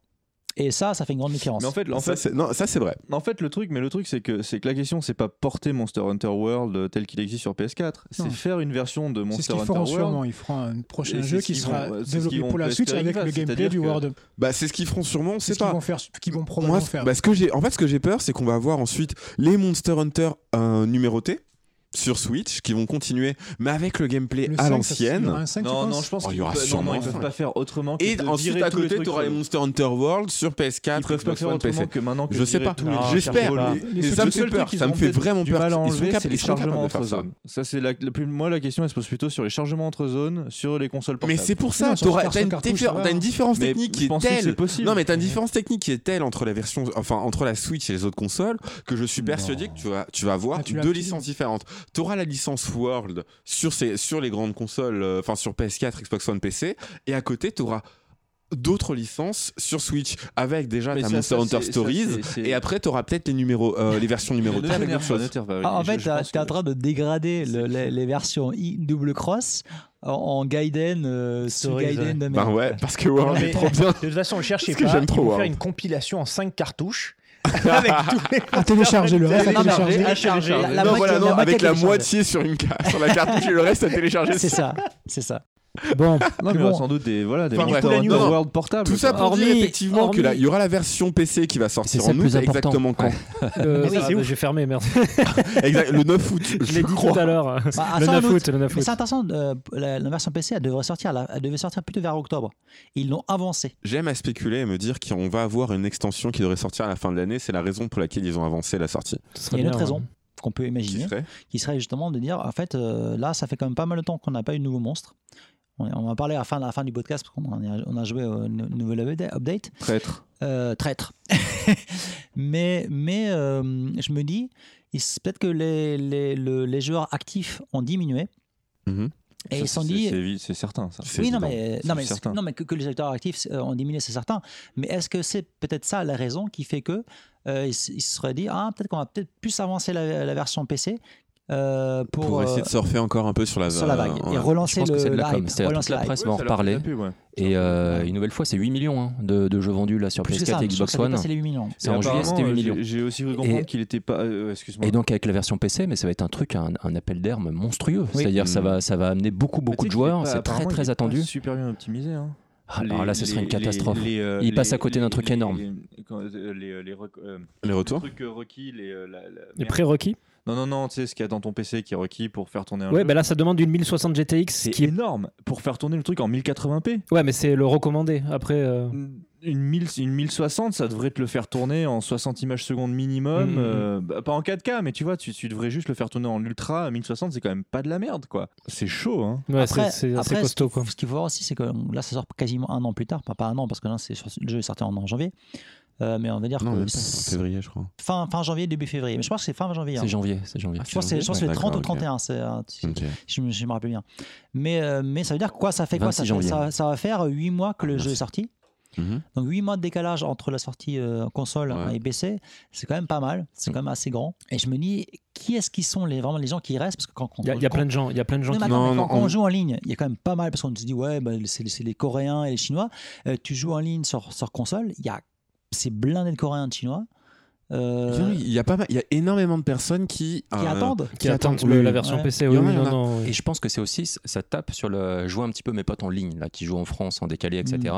Et ça, ça fait une grande différence. Mais en fait, en Ça, fait, c'est- non, ça c'est vrai. en fait, le truc, mais le truc, c'est que c'est que la question, c'est pas porter Monster Hunter World euh, tel qu'il existe sur PS4. Non. C'est faire une version C'est de ce Monster qu'ils Hunter feront World. sûrement. Ils feront un prochain Et c'est jeu ce qui qu'ils sera vont- c'est ce développé qu'ils vont pour la Switch espérer avec faire, le c'est-à-dire gameplay du que- World. Bah, c'est ce qu'ils feront sûrement, on C'est sait ce qu'ils pas. vont faire, qu'ils vont probablement Moi, faire. bah, ce que j'ai, en fait, ce que j'ai peur, c'est qu'on va avoir ensuite les Monster Hunter euh, numérotés sur Switch qui vont continuer, mais avec le gameplay Le à 5, ça- il y aura l'ancienne. un 5, tu Non, non, penses je pense Oh, il y qu'ils aura peuvent- non, sûrement non, ils un peuvent fin. pas faire autrement. que Et de ensuite, virer à tous les côté, trucs t'auras les sur- Monster Hunter World sur Ils PS4, peuvent pas Xbox faire One, autrement PC. que maintenant que Je sais virer pas. tous les- Non, J'espère. cherchez pas. mais- Les et seuls- ça me Le fait seul peur. truc qu'ils Ça me ont fait peut-être vraiment du peur. mal Ils à sont enlever, capables- c'est ils les sont capables de chargements faire entre ça. zones. Ça, c'est la, la plus- moi la question, elle se pose plutôt sur les chargements entre zones sur les consoles Mais portables. c'est pour ça, Non, sur t'auras- le t'as une, cartouche, diffé- ça va. t'as une différence Mais technique je qui est pense que c'est telle. possible. Non, mais t'as une différence technique qui est telle entre la version, enfin entre la Switch et les autres consoles que je suis persuadé que tu vas, tu vas avoir Ah, tu l'as deux pris. licences différentes. T'auras la licence World sur ces, sur les grandes consoles, euh, enfin sur PS4, Xbox One, PC, et à côté t'auras d'autres licences sur Switch avec déjà Mais ta ça, Monster ça, Hunter c'est- ça, Stories. c'est- c'est- Et après, t'auras peut-être les numéros, euh, les versions numéro Ne 3 t'énerve pas, ne choses. t'énerve pas, oui. Ah, en Je- fait, je t'es pense t'es en que- train de dégrader le- les, les versions I- double cross en, en Gaiden, euh, sur Cerise, Gaiden de Ben merde. ouais, parce que World Non, Oh, mais- est trop bien. De toute façon, ne cherchez Parce que pas. j'aime trop, ils vont hein. faire une compilation en 5 cartouches avec tous les. À télécharger le reste, à Non, mais télécharger. à charger, télécharger. la non, maquette- Ben voilà, non, la avec maquette la téléchargée. moitié sur une carte, sur la cartouche et le reste à télécharger. C'est ça, c'est ça. Bon, Non, mais Bon. sans doute des voilà des Enfin, Monster bref. Hunter Non, non. World portables. Tout ça quoi. pour dire Hormis- effectivement que là, il y aura la version PC qui va C'est sortir ça en le août plus important. exactement quand euh, Mais ça, ah, c'est bah, j'ai fermé, merde. Exact, Le 9 août, je, Je l'ai dit crois. tout à l'heure. hein. Bah, Le 9 attends, un autre. août, le 9 Mais août. c'est intéressant, euh, la, la version PC, elle devrait sortir, là, elle devait sortir plutôt vers octobre. Ils l'ont avancée. J'aime à spéculer et me dire qu'on va avoir une extension qui devrait sortir à la fin de l'année. C'est la raison pour laquelle ils ont avancé la sortie. Ce Il y serait a une bien, autre ouais. raison qu'on peut Qui imaginer, serait qui serait justement de dire, en fait, euh, là, ça fait quand même pas mal de temps qu'on n'a pas eu de nouveau monstre. On on en a parlé à la fin, à la fin du podcast, parce qu'on en a, on a joué au nou- nouvel upda- update. Traître. Euh, traître. mais mais euh, je me dis, il s- peut-être que les, les, le- les joueurs actifs ont diminué. Mhm. Et Mm-hmm. Ça, ils se sont c'est- dit, c'est évi- c'est certain ça. C'est Oui, non évident. mais, C'est non, mais, certain. non, mais que, que les acteurs actifs euh, ont diminué, c'est certain. Mais est-ce que c'est peut-être ça la raison qui fait que euh, ils, s- ils se seraient dit ah peut-être qu'on va peut-être plus avancer la, la version PC euh, pour, Pour, essayer de euh, surfer encore un peu sur la, sur la vague et relancer Je pense le que c'est de la la com. hype, C'est-à-dire toute relancer la la hype. presse va en reparler. Et euh, une nouvelle fois, c'est 8 millions hein, de, de jeux vendus là sur Plus que ça, PS4 je crois et que Xbox ça One. dépasse les 8 millions. C'est en juillet, c'était 8 millions. J'ai aussi cru Et- comprendre qu'il était pas. euh, Excuse-moi. Et donc avec la version PC, mais ça va être un truc, un, un appel d'herbe monstrueux. C'est-à-dire ça Mm. va, ça va amener beaucoup beaucoup Mais de tu sais qu'il est joueurs. pas- C'est très apparemment, il est très pas attendu. Super bien optimisé. hein. Ah, Alors Les- là, ce serait une les- les- catastrophe. les, euh, Il les- passe à côté d'un les- truc les- énorme. les- quand- euh, Les les rec- euh, Les les retours trucs euh, requis, les euh, la- la- Les merde. prérequis Non, non, non, tu sais ce qu'il y a dans ton PC qui est requis pour faire tourner un Ouais, jeu. bah là, ça demande une 1060 GTX. C'est Qui est... énorme pour faire tourner le truc en 1080p. Ouais, mais c'est le recommandé. Après, euh, Une, 1000 une 1060, ça devrait te le faire tourner en 60 images secondes minimum. Mhm. euh, bah, pas en 4K, mais tu vois, tu, tu devrais juste le faire tourner en ultra. à 1060, c'est quand même pas de la merde, quoi. C'est chaud, hein. ouais, Après- c'est- c'est après, assez ce costaud, qu'il- quoi. Ce qu'il faut voir aussi, c'est que là, ça sort quasiment un an plus tard. Pas, pas un an, parce que là, c'est sur- le jeu est sorti en en janvier. Euh, mais on va dire Non, que même pas. c'est C'est février, je crois. fin, fin janvier, début février. Mais je pense que c'est fin janvier. hein. C'est janvier, c'est janvier. Je pense que c'est- je pense que c'est le 30 ou 31. c'est, euh, Ok. Je, me- je me rappelle bien. Mais, euh, mais ça veut dire quoi Ça fait quoi ça, 26 fait- janvier. ça, ça va faire 8 mois que le Ah, jeu mince. est sorti. Mhm. Donc 8 mois de décalage entre la sortie euh, console Ouais. et PC, c'est quand même pas mal. C'est Mm. quand même assez grand. Et je me dis, qui est-ce qui sont les, vraiment les gens qui restent Parce que quand, quand- Il y a- il y a quand- plein de gens. Il y a plein de gens non, qui. mais qui- attends, mais Non, quand non, on on- joue en ligne, il y a quand même pas mal, parce qu'on se dit, ouais, bah, c'est c'est les Coréens et les Chinois. Euh, tu joues en ligne sur, sur console, il y a c'est blindé de Coréens et de Chinois euh, Tiens, Il y a pas mal- il y a énormément de personnes qui qui euh, attendent. Qui qui attendent attendent le- le- la version Ouais. PC. Il Oui, y en a, oui, il y en non, a. non. oui. Et je pense que c'est aussi, ça tape sur le jouer un petit peu mes potes en ligne, là, qui jouent en France, en décalé, etc.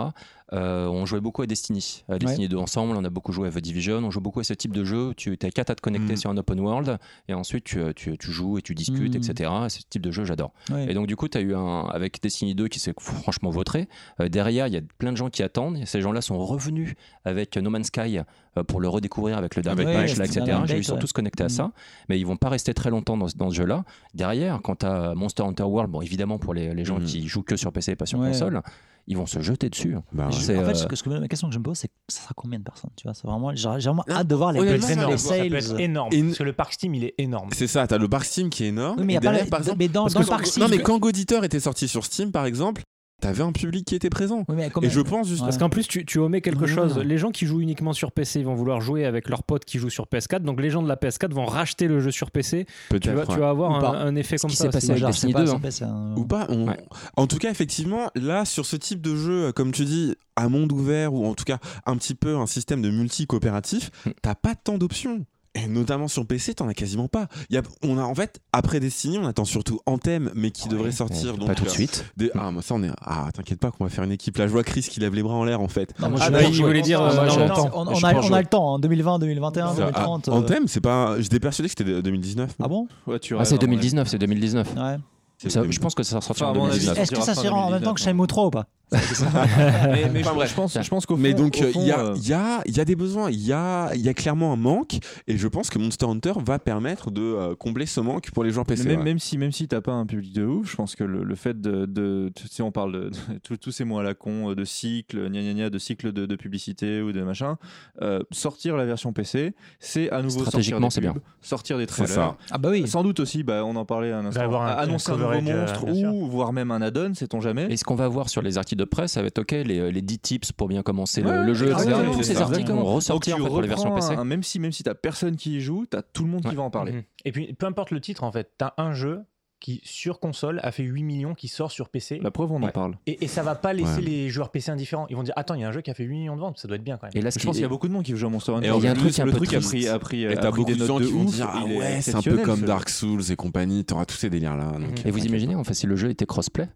Euh, on jouait beaucoup à Destiny, à Destiny 2 ensemble, on a beaucoup joué à The Division, on joue beaucoup à ce type de jeu. Tu as qu'à te connecter Mm. sur un open world, et ensuite tu, euh, tu- tu joues et tu discutes, Mm. etc. Ce type de jeu, j'adore. Ouais. Et donc, du coup, tu as eu un. Avec Destiny 2 qui s'est franchement vautré. euh, derrière, il y a plein de gens qui attendent. Et ces gens-là sont revenus avec No Man's Sky euh, pour le redécouvrir avec le dernier Avec patch, Patch, là, le etc. dernier J'ai vu, update, Ils sont ouais. tous connectés à Mm. ça. Mais ils vont pas rester très longtemps dans, ce- dans ce jeu-là. Derrière, quand tu as Monster Hunter World, bon, évidemment, pour les, les gens Mm. qui jouent que sur PC et pas sur Ouais. console. ils vont se jeter dessus. Bah ouais. C'est, en fait, euh, ce que- ce que- la question que je me pose, c'est ça sera combien de personnes Tu vois, c'est vraiment, j'ai j'ai vraiment hâte de voir les, Ça peut les être énorme. Ça sales. peut être énorme. Et- Parce que le parc Steam, il est énorme. C'est ça, t'as le Park Steam qui est énorme. Oui, mais, et y a pas derrière, la- par exemple, mais dans, parce dans que le parc quand- Steam, non, mais quand Goditeur était sorti sur Steam, par exemple, t'avais un public qui était présent. Oui, mais Et combien- je pense juste. Ouais. Parce qu'en plus, tu, tu omets quelque Ouais. chose. Les gens qui jouent uniquement sur PC, ils vont vouloir jouer avec leurs potes qui jouent sur PS4. Donc les gens de la PS4 vont racheter le jeu sur PC. Peut-être. Tu vas, ouais. tu vas Ou avoir pas. un, un effet comme qui ça. s'est passé Moi, avec je la Destiny sais pas, 2, ça hein. baisse, hein. Ou pas. on- Ouais. En tout cas, effectivement, là, sur ce type de jeu, euh, comme tu dis, à monde ouvert, ou en tout cas un petit peu un système de multi-coopératif, Mm. t'as pas tant d'options. Et notamment sur PC, t'en as quasiment pas. Y a, on a en fait, après Destiny, on attend surtout Anthem, mais qui devrait sortir. donc, pas tout de euh, suite. Hmm. des- Ah, moi, ça, on est. Ah, t'inquiète pas qu'on va faire une équipe. Là, je vois Chris qui lève les bras en l'air, en fait. Non, moi, Ah, je- bah, je- il je- voulait dire, je- euh, je- dans je- longtemps. on, Je on a, pense on a le temps, hein, 2020, 2021, Ça, ah, 2030. euh. Anthem, c'est pas. J'étais persuadé que c'était 2019. non Ah bon Ouais, tu Ah, rêves, c'est hein, 2019, c'est 2019. Ouais. C'est Ça, 2019. je pense que ça sortira en Enfin, à mon avis, 2019. ça Est-ce que ça sortira sera fin en même temps que 2019, Shenmue 3 ou pas ouais. Mais, mais je, je pense, je pense qu'au Mais fond- donc, au il fond, y, a, euh, y a- y a des besoins, il y a, y a clairement un manque, et je pense que Monster Hunter va permettre de euh, combler ce manque pour les joueurs PC. Mais même, ouais. même si même si t'as pas un public de ouf, je pense que le, le fait de, de- tu sais on parle de, de- tous- tous ces mots à la con euh, de cycle, gna gna gna, de cycle de, de publicité ou de machin, euh, sortir la version PC, c'est à nouveau sortir Stratégiquement, des c'est pubs, bien. sortir des C'est trailers. Ah bah oui. Sans doute aussi, bah, on en parlait un instant, D'avoir un- annoncer un un nouveau coverage, euh, monstre bien sûr. ou voire même un add-on, sait-on jamais. Et ce qu'on va voir sur les articles de presse, ça va être OK, les, les 10 tips pour bien commencer Ouais, le, le jeu, exactement, etc. c'est Tous ces ça. articles vont Exactement. ressortir Donc, en tu fait, pour les versions reprends PC. un- même si même si t'as personne qui y joue, t'as tout le monde qui Ouais. va en parler. Mhm. Et puis, peu importe le titre, en fait, t'as un jeu qui, sur console, a fait 8 millions, qui sort sur PC. La preuve, on en Ouais. parle. Et, et ça va pas laisser Ouais. les joueurs PC indifférents. Ils vont dire Attends, il y a un jeu qui a fait 8 millions de ventes, ça doit être bien quand même. Et là, ce Je qui pense qu'il y a est- beaucoup de monde qui joue à Monster Hunter. Et en Le plus, un le peu truc a triste. pris, a pris, Et a t'as pris beaucoup des de notes gens de qui vont ouf, dire Ah il est ouais, c'est un peu exceptionnel, comme ce- Dark Souls et compagnie, t'auras tous ces délires-là. donc. Et vous imaginez, en fait, si le jeu était crossplay,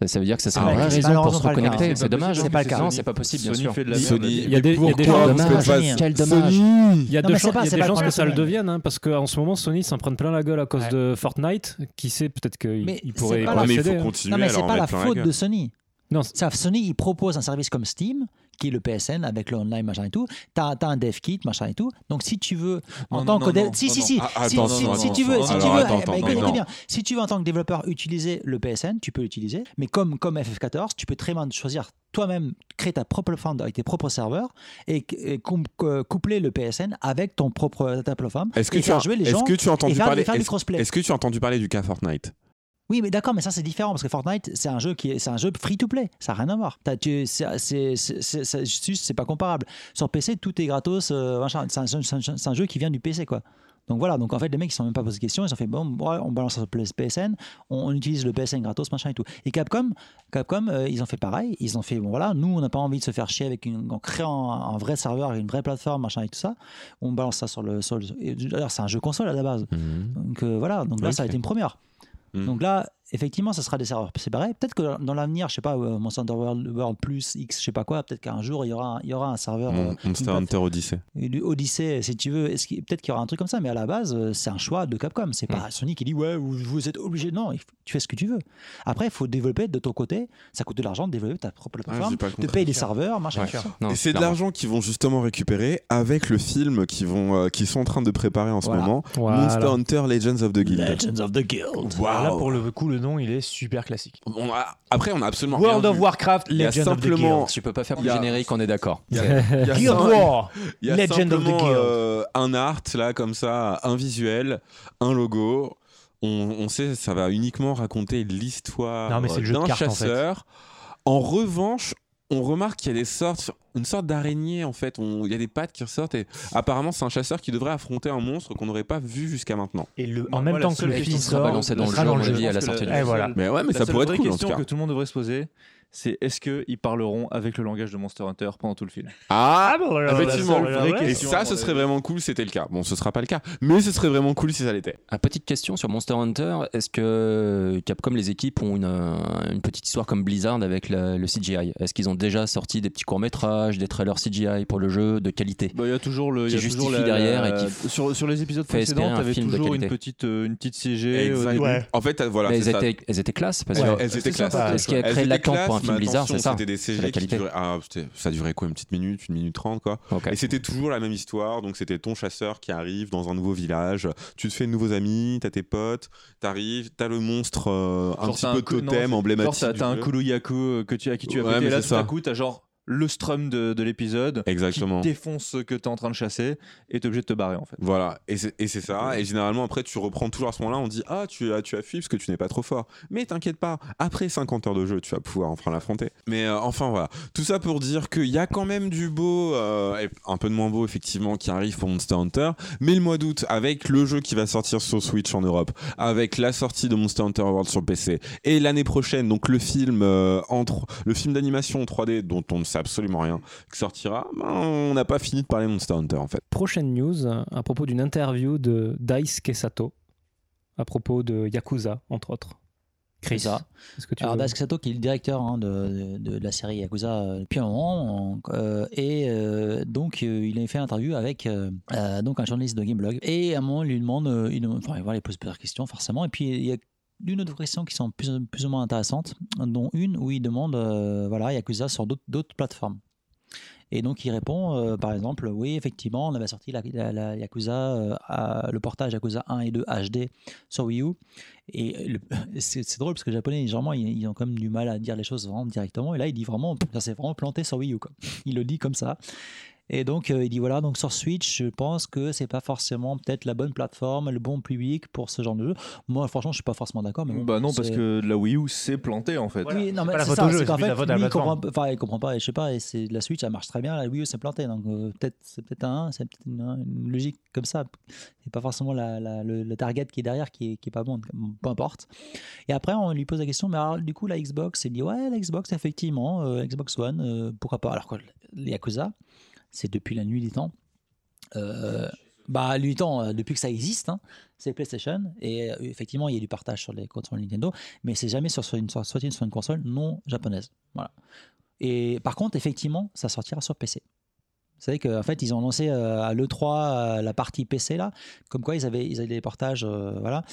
ça- ça veut dire que ça c'est Ah la ouais, vraie c'est raison pour malheureusement se pas le cas. reconnecter. C'est C'est dommage. possible, c'est pas le cas. Non, c'est pas possible, bien Sony sûr. fait de la Sony- merde. Il y a des, il y a des gens- Quel Pourquoi vous faites pas dommage. ça Quel dommage. il y a Non, deux mais chan- c'est pas- il y a c'est des pas le chances que ça le problème. devienne, hein, parce qu'en ce moment, Sony s'en prennent plein la gueule à cause Ouais. de Fortnite. Qui sait, peut-être qu'il Mais il c'est pourrait. il pas Ouais, la- pourrait mais il céder, faut hein. continuer Non, mais à leur c'est en pas la mettre plein faute gueule. de Sony. Non, Ça, Sony, il propose un service comme Steam, qui est le PSN avec le online, machin et tout. T'as as un dev kit, machin et tout. Donc, si tu veux, en Non, tant non, que non, dev. non, Si, non, si, non. si, Ah, si, attends, si, non, si non, tu veux, non, si non, tu non, veux, attends, eh ben, attends, écoutez non. bien, si tu veux en tant que développeur utiliser le PSN, tu peux l'utiliser, mais comme, comme FF14, tu peux très bien choisir toi-même, créer ta propre farm avec tes propres serveurs et, et com- euh, coupler le PSN avec ton propre, euh, ta propre farm Est-ce que, et tu as, faire jouer les est-ce gens que tu as et entendu faire, parler et faire du est-ce- crossplay. Est-ce que tu as entendu parler du cas Fortnite Oui, mais d'accord, mais ça c'est différent parce que Fortnite c'est un jeu qui est c'est un jeu free to play, ça n'a rien à voir. T'as- tu- C'est c'est- c'est- c'est- c'est juste c'est pas comparable. Sur PC tout est gratos, euh, machin. c'est un, jeu- c'est un jeu- c'est un jeu qui vient du PC quoi. Donc voilà, donc en fait les mecs ils se sont même pas posé de questions, ils se sont fait bon, ouais, on balance sur le PSN, on, on utilise le PSN gratos machin et tout. Et Capcom, Capcom euh, ils ont fait pareil, ils ont fait bon voilà, nous on n'a pas envie de se faire chier avec une, en créant un, un vrai serveur et une vraie plateforme machin et tout ça, on balance ça sur le, sur le- et d'ailleurs c'est un jeu console à la base. Donc euh, voilà, donc là ça a Ok. été une première. Mm. Donc là, effectivement, ça sera des serveurs séparés. Peut-être que dans l'avenir, je sais pas, euh, Monster Hunter World, World Plus X, je sais pas quoi, peut-être qu'un jour il y aura, un- il y aura un serveur Mon- euh, Monster une Hunter Odyssey. et du Odyssey, si tu veux, est-ce qu'il- peut-être qu'il y aura un truc comme ça, mais à la base, euh, c'est un choix de Capcom. C'est pas Sony qui dit ouais, vous, vous êtes obligé. Non, il faut- tu fais ce que tu veux. Après, il faut développer de ton côté. Ça coûte de l'argent de développer ta propre plateforme, pas le de contraire. payer des serveurs, machin. Ouais. tout ça. Non, Et c'est de clairement. l'argent qu'ils vont justement récupérer avec le film qu'ils vont, euh, qu'ils sont en train de préparer en ce Voilà. moment, hein. Voilà. Monster Hunter Legends of the Guild. Legends of the Guild. Là, Waouh. pour le coup, le nom, il est super classique. On a- ah, Après, on a absolument World rien of vu. Warcraft, Il y a Legend of the simplement- Guild. Tu peux pas faire Il plus y a- générique, on est d'accord. Il y a- il y a Guild ça- War Il y a Legend of the simplement, Guild. euh, un art là comme ça, un visuel, un logo. On, on sait ça va uniquement raconter l'histoire Non, mais c'est le jeu de d'un cartes, en fait. chasseur. En, revanche, on remarque qu'il y a des sortes, une sorte d'araignée en fait. On- Il y a des pattes qui ressortent et apparemment c'est un chasseur qui devrait affronter un monstre qu'on n'aurait pas vu jusqu'à maintenant. Et le, Moi, en même la temps que seule le question film qui sera sort, balancée dans il le sera jeu, dans à le mon jeu. avis, à la Je pense sortie que du la- jeu. Et voilà. Mais ouais, mais La ça seule pourrait vraie être cool en tout question cas. que tout le monde devrait se poser, c'est est-ce qu'ils parleront avec le langage de Monster Hunter pendant tout le film Ah, bon, alors, effectivement. la seule vraie et question, ça, ce serait vraiment cool. si C'était le cas. Bon, ce sera pas le cas, mais ce serait vraiment cool si ça l'était. Ah, petite question sur Monster Hunter. Est-ce que Capcom, les équipes, ont une, euh, une petite histoire comme Blizzard avec la- le CGI Est-ce qu'ils ont déjà sorti des petits courts-métrages, des trailers CGI pour le jeu de qualité Bah, Il y a toujours le. Qui il y a toujours justifie derrière et qui f- sur, sur les épisodes fait espérer précédents, un t'avais film de toujours une qualité. petite, euh, une petite CG. au Exact. début. En fait, voilà, Mais c'est elles ça. euh, étaient, elles étaient classe parce Elles- que Elles étaient C'était classe. sympa. c'est ce qui a Elles créé étaient l'attente pour un classes, film Blizzard, c'est ça. C'était des c'est CG la qui qualité. duraient- ah, c'était- ça durait quoi, une petite minute, une minute trente, quoi. Ok. Ah, Et c'était toujours la même histoire. Donc c'était ton chasseur qui arrive dans un nouveau village. Tu te fais de nouveaux amis, t'as tes potes, t'arrives, t'as le monstre, euh, un Genre, petit t'as peu cou- non, totem c'est- emblématique. genre, t'as- du T'as un jeu. Kuluyaku euh, que tu, à qui tu as Ouais, voté, mais et là c'est tout d'un ça. coup t'as genre le strum de, de l'épisode qui Exactement. défonce ce que t'es en train de chasser et t'es obligé de te barrer en fait. Voilà, et c'est et c'est ça. Et généralement, après, tu reprends toujours à ce moment-là, on dit Ah, tu as, tu as fui parce que tu n'es pas trop fort. Mais t'inquiète pas, après 50 heures de jeu, tu vas pouvoir enfin l'affronter. Mais euh, enfin, voilà. Tout ça pour dire qu'il y a quand même du beau, euh, et un peu de moins beau, effectivement, qui arrive pour Monster Hunter. Mais le mois d'août, avec le jeu qui va sortir sur Switch en Europe, avec la sortie de Monster Hunter World sur PC, et l'année prochaine, donc le film, euh, en tro- le film d'animation en 3D, dont on ne sait absolument rien, qui sortira, ben, on n'a pas fini de parler de Monster Hunter en fait. Prochaine news euh, à propos d'une interview de Dice Kesato à propos de Yakuza, entre autres. Chris, C'est ça. est-ce que tu Alors, veux- Daisuke Sato, qui est le directeur hein, de, de- de la série Yakuza euh, depuis un moment, en- euh, et euh, donc euh, il a fait l'interview avec euh, euh, donc un journaliste de Gameblog. Et à un moment, il lui demande, euh, il, enfin, voilà, il pose plusieurs questions forcément, et puis il y a une ou deux questions qui sont plus, plus ou moins intéressantes, dont une où il demande euh, voilà, Yakuza sur d'autres- d'autres plateformes. Et donc il répond, euh, par exemple, oui, effectivement, on avait sorti la, la- la Yakuza, euh, à- le portage Yakuza 1 et 2 HD sur Wii U. Et le- c'est c'est drôle parce que les Japonais, généralement, ils, ils ont quand même du mal à dire les choses vraiment directement. Et là, il dit vraiment, ça s'est vraiment planté sur Wii U. Quoi. Il le dit comme ça. Et donc, euh, il dit voilà, donc sur Switch, je pense que c'est pas forcément peut-être la bonne plateforme, le bon public pour ce genre de jeu. Moi, franchement, je suis pas forcément d'accord. Ah, Mais bon, Bah non parce c'est- que la Wii U s'est plantée en fait. oui, non, c'est mais pas la c'est faute ça, au jeu, c'est qu'en c'est plus fait, la faute à la lui, il comprend, plateforme. enfin, il comprend pas, et je sais pas, et c'est la Switch, ça marche très bien, la Wii U s'est plantée, donc euh, peut-être c'est peut-être un, c'est peut-être une, une logique comme ça, c'est pas forcément la, la- le, le target qui est derrière qui est, qui est pas bon, peu importe. Et après, on lui pose la question, mais alors, du coup, la Xbox, il dit, ouais, la Xbox, effectivement, euh, Xbox One, euh, pourquoi pas, alors que les Yakuza, c'est depuis la nuit des temps, euh, bah, lui temps, euh, depuis que ça existe, hein, c'est PlayStation. Et euh, effectivement, il y a du partage sur les consoles Nintendo, mais c'est jamais sur, sur une, sur- sorti sur une console non japonaise. Voilà. Et par contre, effectivement, ça sortira sur PC. Vous savez qu'en fait, ils ont lancé euh, à l'E3 euh, la partie PC, là, comme quoi ils avaient, ils avaient des portages. euh, voilà.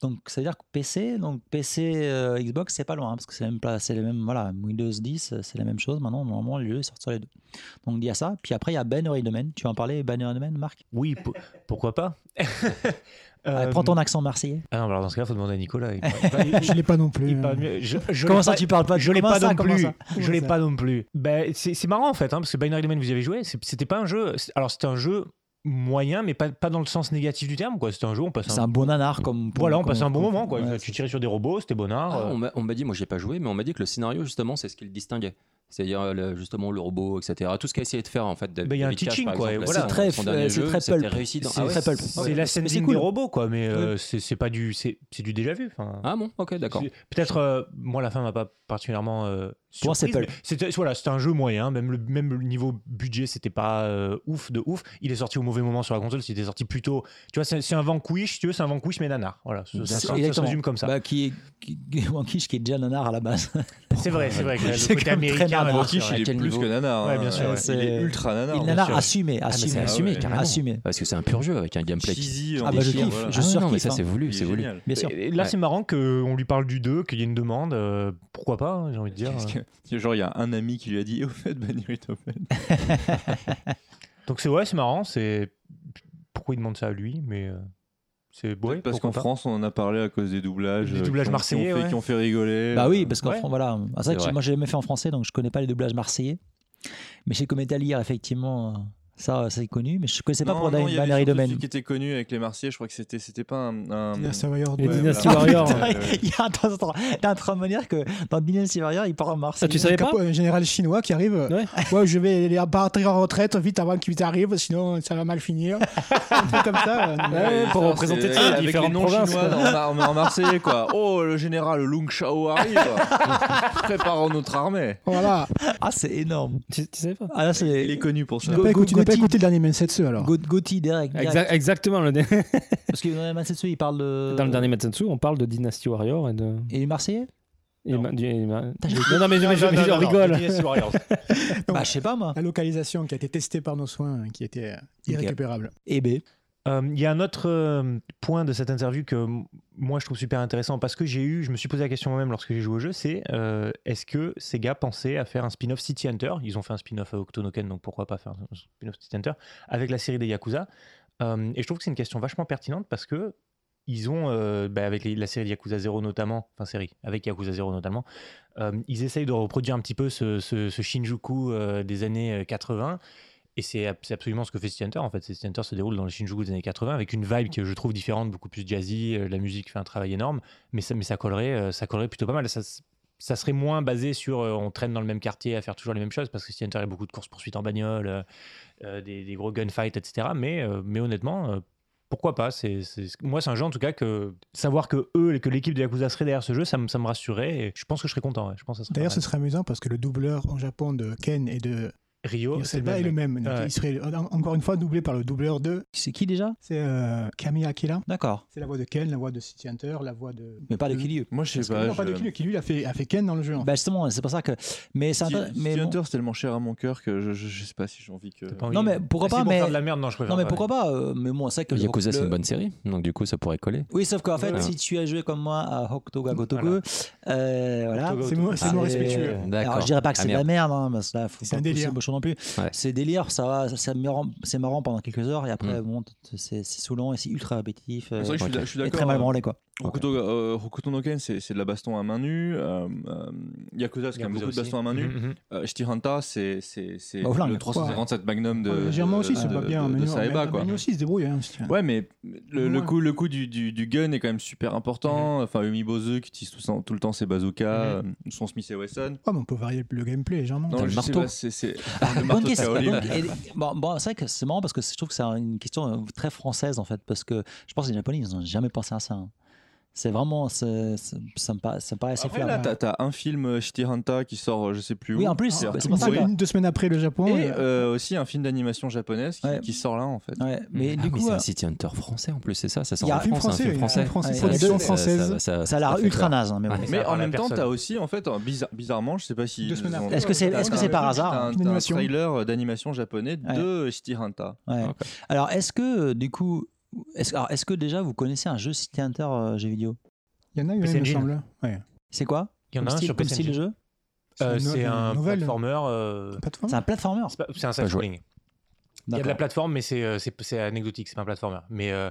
Donc, ça veut dire que PC, donc PC, euh, Xbox, c'est pas loin, hein, parce que c'est la même pla- c'est le même, voilà, Windows 10, euh, c'est la même chose. Maintenant, normalement, les jeux sortent sur les deux. Donc, il y a ça. Puis après, il y a Banner Domain. Tu vas en parler, Banner Domain, Marc Oui, pour- pourquoi pas Ouais, Euh, Prends ton accent marseillais. Ah non, alors dans ce cas, faut demander à Nicolas. il- Je l'ai pas non plus. il parle mieux. Je- je Comment l'ai ça, pas- tu parles pas de- Je l'ai comment pas ça, non comment plus. ça Je Comment l'ai ça pas non plus. Ben, c'est c'est marrant en fait, hein, parce que Binary Domain, vous y avez joué. c'est- C'était pas un jeu. c'est- Alors c'était un jeu moyen, mais pas, pas dans le sens négatif du terme. quoi. C'était un jeu, on passait C'est un, un bon nanar comme. voilà, on comme- passait un bon comme- moment. Quoi. Ouais, tu tirais sur des robots, c'était bonnard. Ah, euh. on m'a- on m'a dit, moi j'ai pas joué, mais on m'a dit que le scénario justement c'est ce qui le distinguait. C'est-à-dire euh, le- justement le robot, etc. Tout ce qu'a essayé de faire en fait. Ben, il y a un David Cage, teaching, par quoi, exemple, et voilà. son- C'est très- son dernier euh, c'est jeu, très c'était pulp. réussi dans- C'est Ah ouais très pulp. Ouais. C'est Ouais, la mais scène c'est des cool. robots, quoi, mais euh, c'est c'est pas du, c'est c'est du déjà vu. enfin. Ah bon, ok, d'accord. C'est- Peut-être, euh, moi, la fin m'a pas particulièrement. Euh, Pour moi, c'est surprise, mais C'était voilà, c'était un jeu moyen. Même le, même le niveau budget, c'était pas euh, ouf de ouf. Il est sorti au mauvais moment sur la console. S'il était sorti plus tôt, tu vois, c'est c'est un Vanquish, si tu veux, c'est un Vanquish mais nanar. Voilà, ça, ça- ça- ça se Exactement. résume comme ça. Bah, qui est. Qui, qui- Wankish, qui est déjà nanar à la base. c'est vrai, c'est vrai. que C'est le comme côté très américain, nanar. ouais, Kish, c'est il est quel plus niveau que nanar. Ouais, hein. bien sûr, ouais. Il est C'est- ultra nanar. Il bien nanar sûr. Ah, assumé. mais c'est Assumé. assumé, carrément. Assumé. Parce que c'est un pur jeu avec un gameplay. qui- Cheesy, Ah en bah, je déchire, kiffe, voilà. je Ah, non, surkiffe, mais ça hein. c'est voulu, Il est c'est voulu. génial. Bien sûr. Et Là, Ouais. c'est marrant qu'on lui parle du 2, qu'il y ait une demande. euh, pourquoi pas, hein, j'ai envie de dire. Parce que, Genre, il y a un ami qui lui a dit Au fait, Banner Domain. Donc, c'est ouais, c'est marrant. C'est pourquoi il demande ça à lui, mais euh, c'est ouais, Parce pourquoi qu'en pas. France, on en a parlé à cause des doublages. Des euh, doublages qui ont- marseillais, qui ont fait, ouais. qui ont fait rigoler. euh. Bah oui, parce qu'en ouais. France, voilà. Ah, ça, C'est tu- vrai. moi, j'ai jamais fait en français, donc je connais pas les doublages marseillais. Mais j'ai commencé à lire, effectivement. euh, Ça, c'est connu, mais je connaissais pas Non, pour non, il y avait Banner surtout Domain. Celui qui était connu avec les Marseillais, je crois que c'était c'était pas un. un- Dynasty Warrior Les deux. Dynasty voilà. Warrior. Ouais, ouais, ouais. Il y a attends, attends, t'es en train de me dire que dans Dynasty Warrior, il part en Marseille. Ah, tu savais Un pas capo- un général chinois qui arrive. euh, Ouais. Ouais. je vais les partir en retraite vite avant qu'ils arrivent, sinon ça va mal finir. un truc comme ça. euh, Ouais, Eh, pour Enfin, représenter Ah, c'est- tu sais, les avec différentes les noms provinces. chinois quoi. en, Mar- en Marseillais, quoi. Oh, le général Lung Shao arrive. Préparons notre armée. Voilà. Ah, c'est énorme. Tu, tu savais pas Ah, là, Il est c'est. connu pour ça. Tu n'as pas écouté- tu n'as pas Gauthier. écouté le dernier Mensetsu alors. Go- Gauthier, direct. direct. Exact- Exactement. le- Parce que dans les Matsetsu, il parle de. Dans le dernier Matsatsu, on parle de Dynasty Warrior et de. Et les Marseillais et ma- du- et ma- Non, non, mais je- mais je Non, non, je non, rigole. Dynasty Warriors. Bah, je sais pas, moi. La localisation qui a été testée par nos soins, hein, qui était euh, irrécupérable. Eh ben. Euh, Il y a un autre euh, point de cette interview que m- moi je trouve super intéressant parce que j'ai eu, je me suis posé la question moi-même lorsque j'ai joué au jeu, c'est euh, est-ce que ces gars pensaient à faire un spin-off City Hunter Ils ont fait un spin-off à Octonoken, donc pourquoi pas faire un spin-off City Hunter avec la série des Yakuza Euh, Et je trouve que c'est une question vachement pertinente parce que ils ont, euh, bah, avec les- la série Yakuza 0 notamment, enfin série, avec Yakuza 0 notamment, euh, ils essayent de reproduire un petit peu ce, ce- ce Shinjuku euh, des années euh, 80. Et c'est ab- c'est absolument ce que fait City Hunter en fait. City Hunter se déroule dans le Shinjuku des années 80 avec une vibe que je trouve différente, beaucoup plus jazzy. euh, La musique fait un travail énorme, mais ça, mais ça, collerait, euh, ça collerait plutôt pas mal. Ça, s- ça serait moins basé sur euh, on traîne dans le même quartier à faire toujours les mêmes choses parce que City Hunter, il y a beaucoup de courses-poursuites en bagnole, euh, euh, des, des gros gunfights, etc. Mais, euh, mais honnêtement, euh, pourquoi pas c'est, c'est- Moi, c'est un jeu en tout cas que savoir que eux, que l'équipe de Yakuza serait derrière ce jeu, ça me, ça me rassurait et je pense que je serais content. ouais. Je pense que ça serait D'ailleurs, pas ce mal. serait amusant parce que le doubleur en Japon de Ken et de Rio, Yoseba est le mec. même. Donc, Oh, Ouais. Il serait en- encore une fois doublé par le doubleur de. C'est qui déjà C'est euh, Kami Akira. D'accord. C'est la voix de Ken, la voix de City Hunter, la voix de. Mais pas de Kiryu. Moi, je Parce sais que- pas. non, pas de je- Kiryu, Kiryu a fait, a fait Ken dans le jeu. en Bah justement, c'est pour ça que. Mais c'est City- intér- mais City bon. Hunter, c'est tellement cher à mon cœur que je, je, je sais pas si j'ai envie que. T'as pas envie Non, de- mais pourquoi Ah, si, pas, pour mais- faire de la merde, non, je préfère. Non mais pas. pourquoi pas euh, Mais moi, c'est vrai que le- Yakuza, c'est le- une bonne série, donc du coup, ça pourrait coller. Oui, sauf qu'en fait, Voilà. si tu as joué comme moi à Hokutoga Gotoku, euh, voilà. fait. C'est moins c'est moins Ah, respectueux. euh, D'accord. Alors je dirais pas que Ah, c'est de la merde, hein, parce que là, faut C'est pas un pousser délire. le bouchon non plus. Ouais. C'est délire, ça va, ça, ça me rend- c'est marrant pendant quelques heures et après, Mm. bon, t- t- c'est c'est saoulant et c'est ultra répétitif. euh, C'est vrai que je suis ok. d'a- Ah, je suis et d'accord. très mal euh, branlé quoi. Hokuto, euh, Hokuto no Ken, c'est c'est de la baston à main nue. euh, euh, Yakuza, c'est quand même Yakuza beaucoup de aussi. baston à main nue. Mhm, mhm. Euh, Shitihanta, c'est c'est- c'est Bah, au flingue. le 357 Magnum de. Ouais, Légèrement aussi, de- c'est pas de- bien. euh, De, mais de non, Saeba, mais- quoi. mais nous aussi, il se débrouille. hein, City Hunter. Ouais, mais le, le Ouais. coup, le coup du, du, du gun est quand même super important. Enfin, Umibozu qui utilise tout, le temps- tout le temps ses bazookas, euh, son Smith et Wesson. Ouais, mais on peut varier le gameplay légèrement. Non, T'as le je sais marteau. pas, c'est- c'est. Ah, Le bonne marteau question. Shaolin. bonne- et- bon, bon, c'est vrai que c'est marrant parce que je trouve que c'est une question euh, très française en fait, parce que je pense que les Japonais ils n'ont jamais pensé à ça. hein. C'est vraiment, c'est- c'est- ça, me paraît, ça me paraît assez Après, clair. là, ah, t'as- t'as un film euh, Shitihanta qui sort, euh, je sais plus où. Oui, en plus, C'est bah, c'est tout pour ça pourri. que- Une, deux semaines après le Japon. Et et- euh, aussi un film d'animation japonaise qui, Ouais. qui sort là en fait. Ouais, mais Ah, du mais coup, c'est euh, un City Hunter français en plus, c'est ça Ça sort Il y a en un France, hein, film français, un il film y a un ah, français. film français, Ah, production ça- française. ça- ça- ça a l'air fait peur. ultra naze. hein, mais bon. Ouais. Ça Mais parle en à même temps, personne. t'as aussi, en fait, un bizarre- bizarrement, je sais pas si. Deux semaines après. Est-ce que c'est- est-ce que c'est par hasard, T'as un, une t'as un animation trailer euh, d'animation japonais de Shitihanta. Ouais. Ok. Alors, est-ce que euh, du coup, est-ce alors, est-ce que déjà vous connaissez un jeu City Hunter euh, jeu vidéo Il y en a une, PC il me Engine. semble. Ouais. C'est quoi Il y en Comme a un style- sur comme PC style de jeu Euh, une- C'est une un nouvelle. platformer. euh, C'est Plateforme. un platformer. c'est pas- C'est un Pas joué. side-scrolling. Il y a de la plateforme, mais c'est euh, c'est- c'est anecdotique, c'est pas un platformer. Mais euh,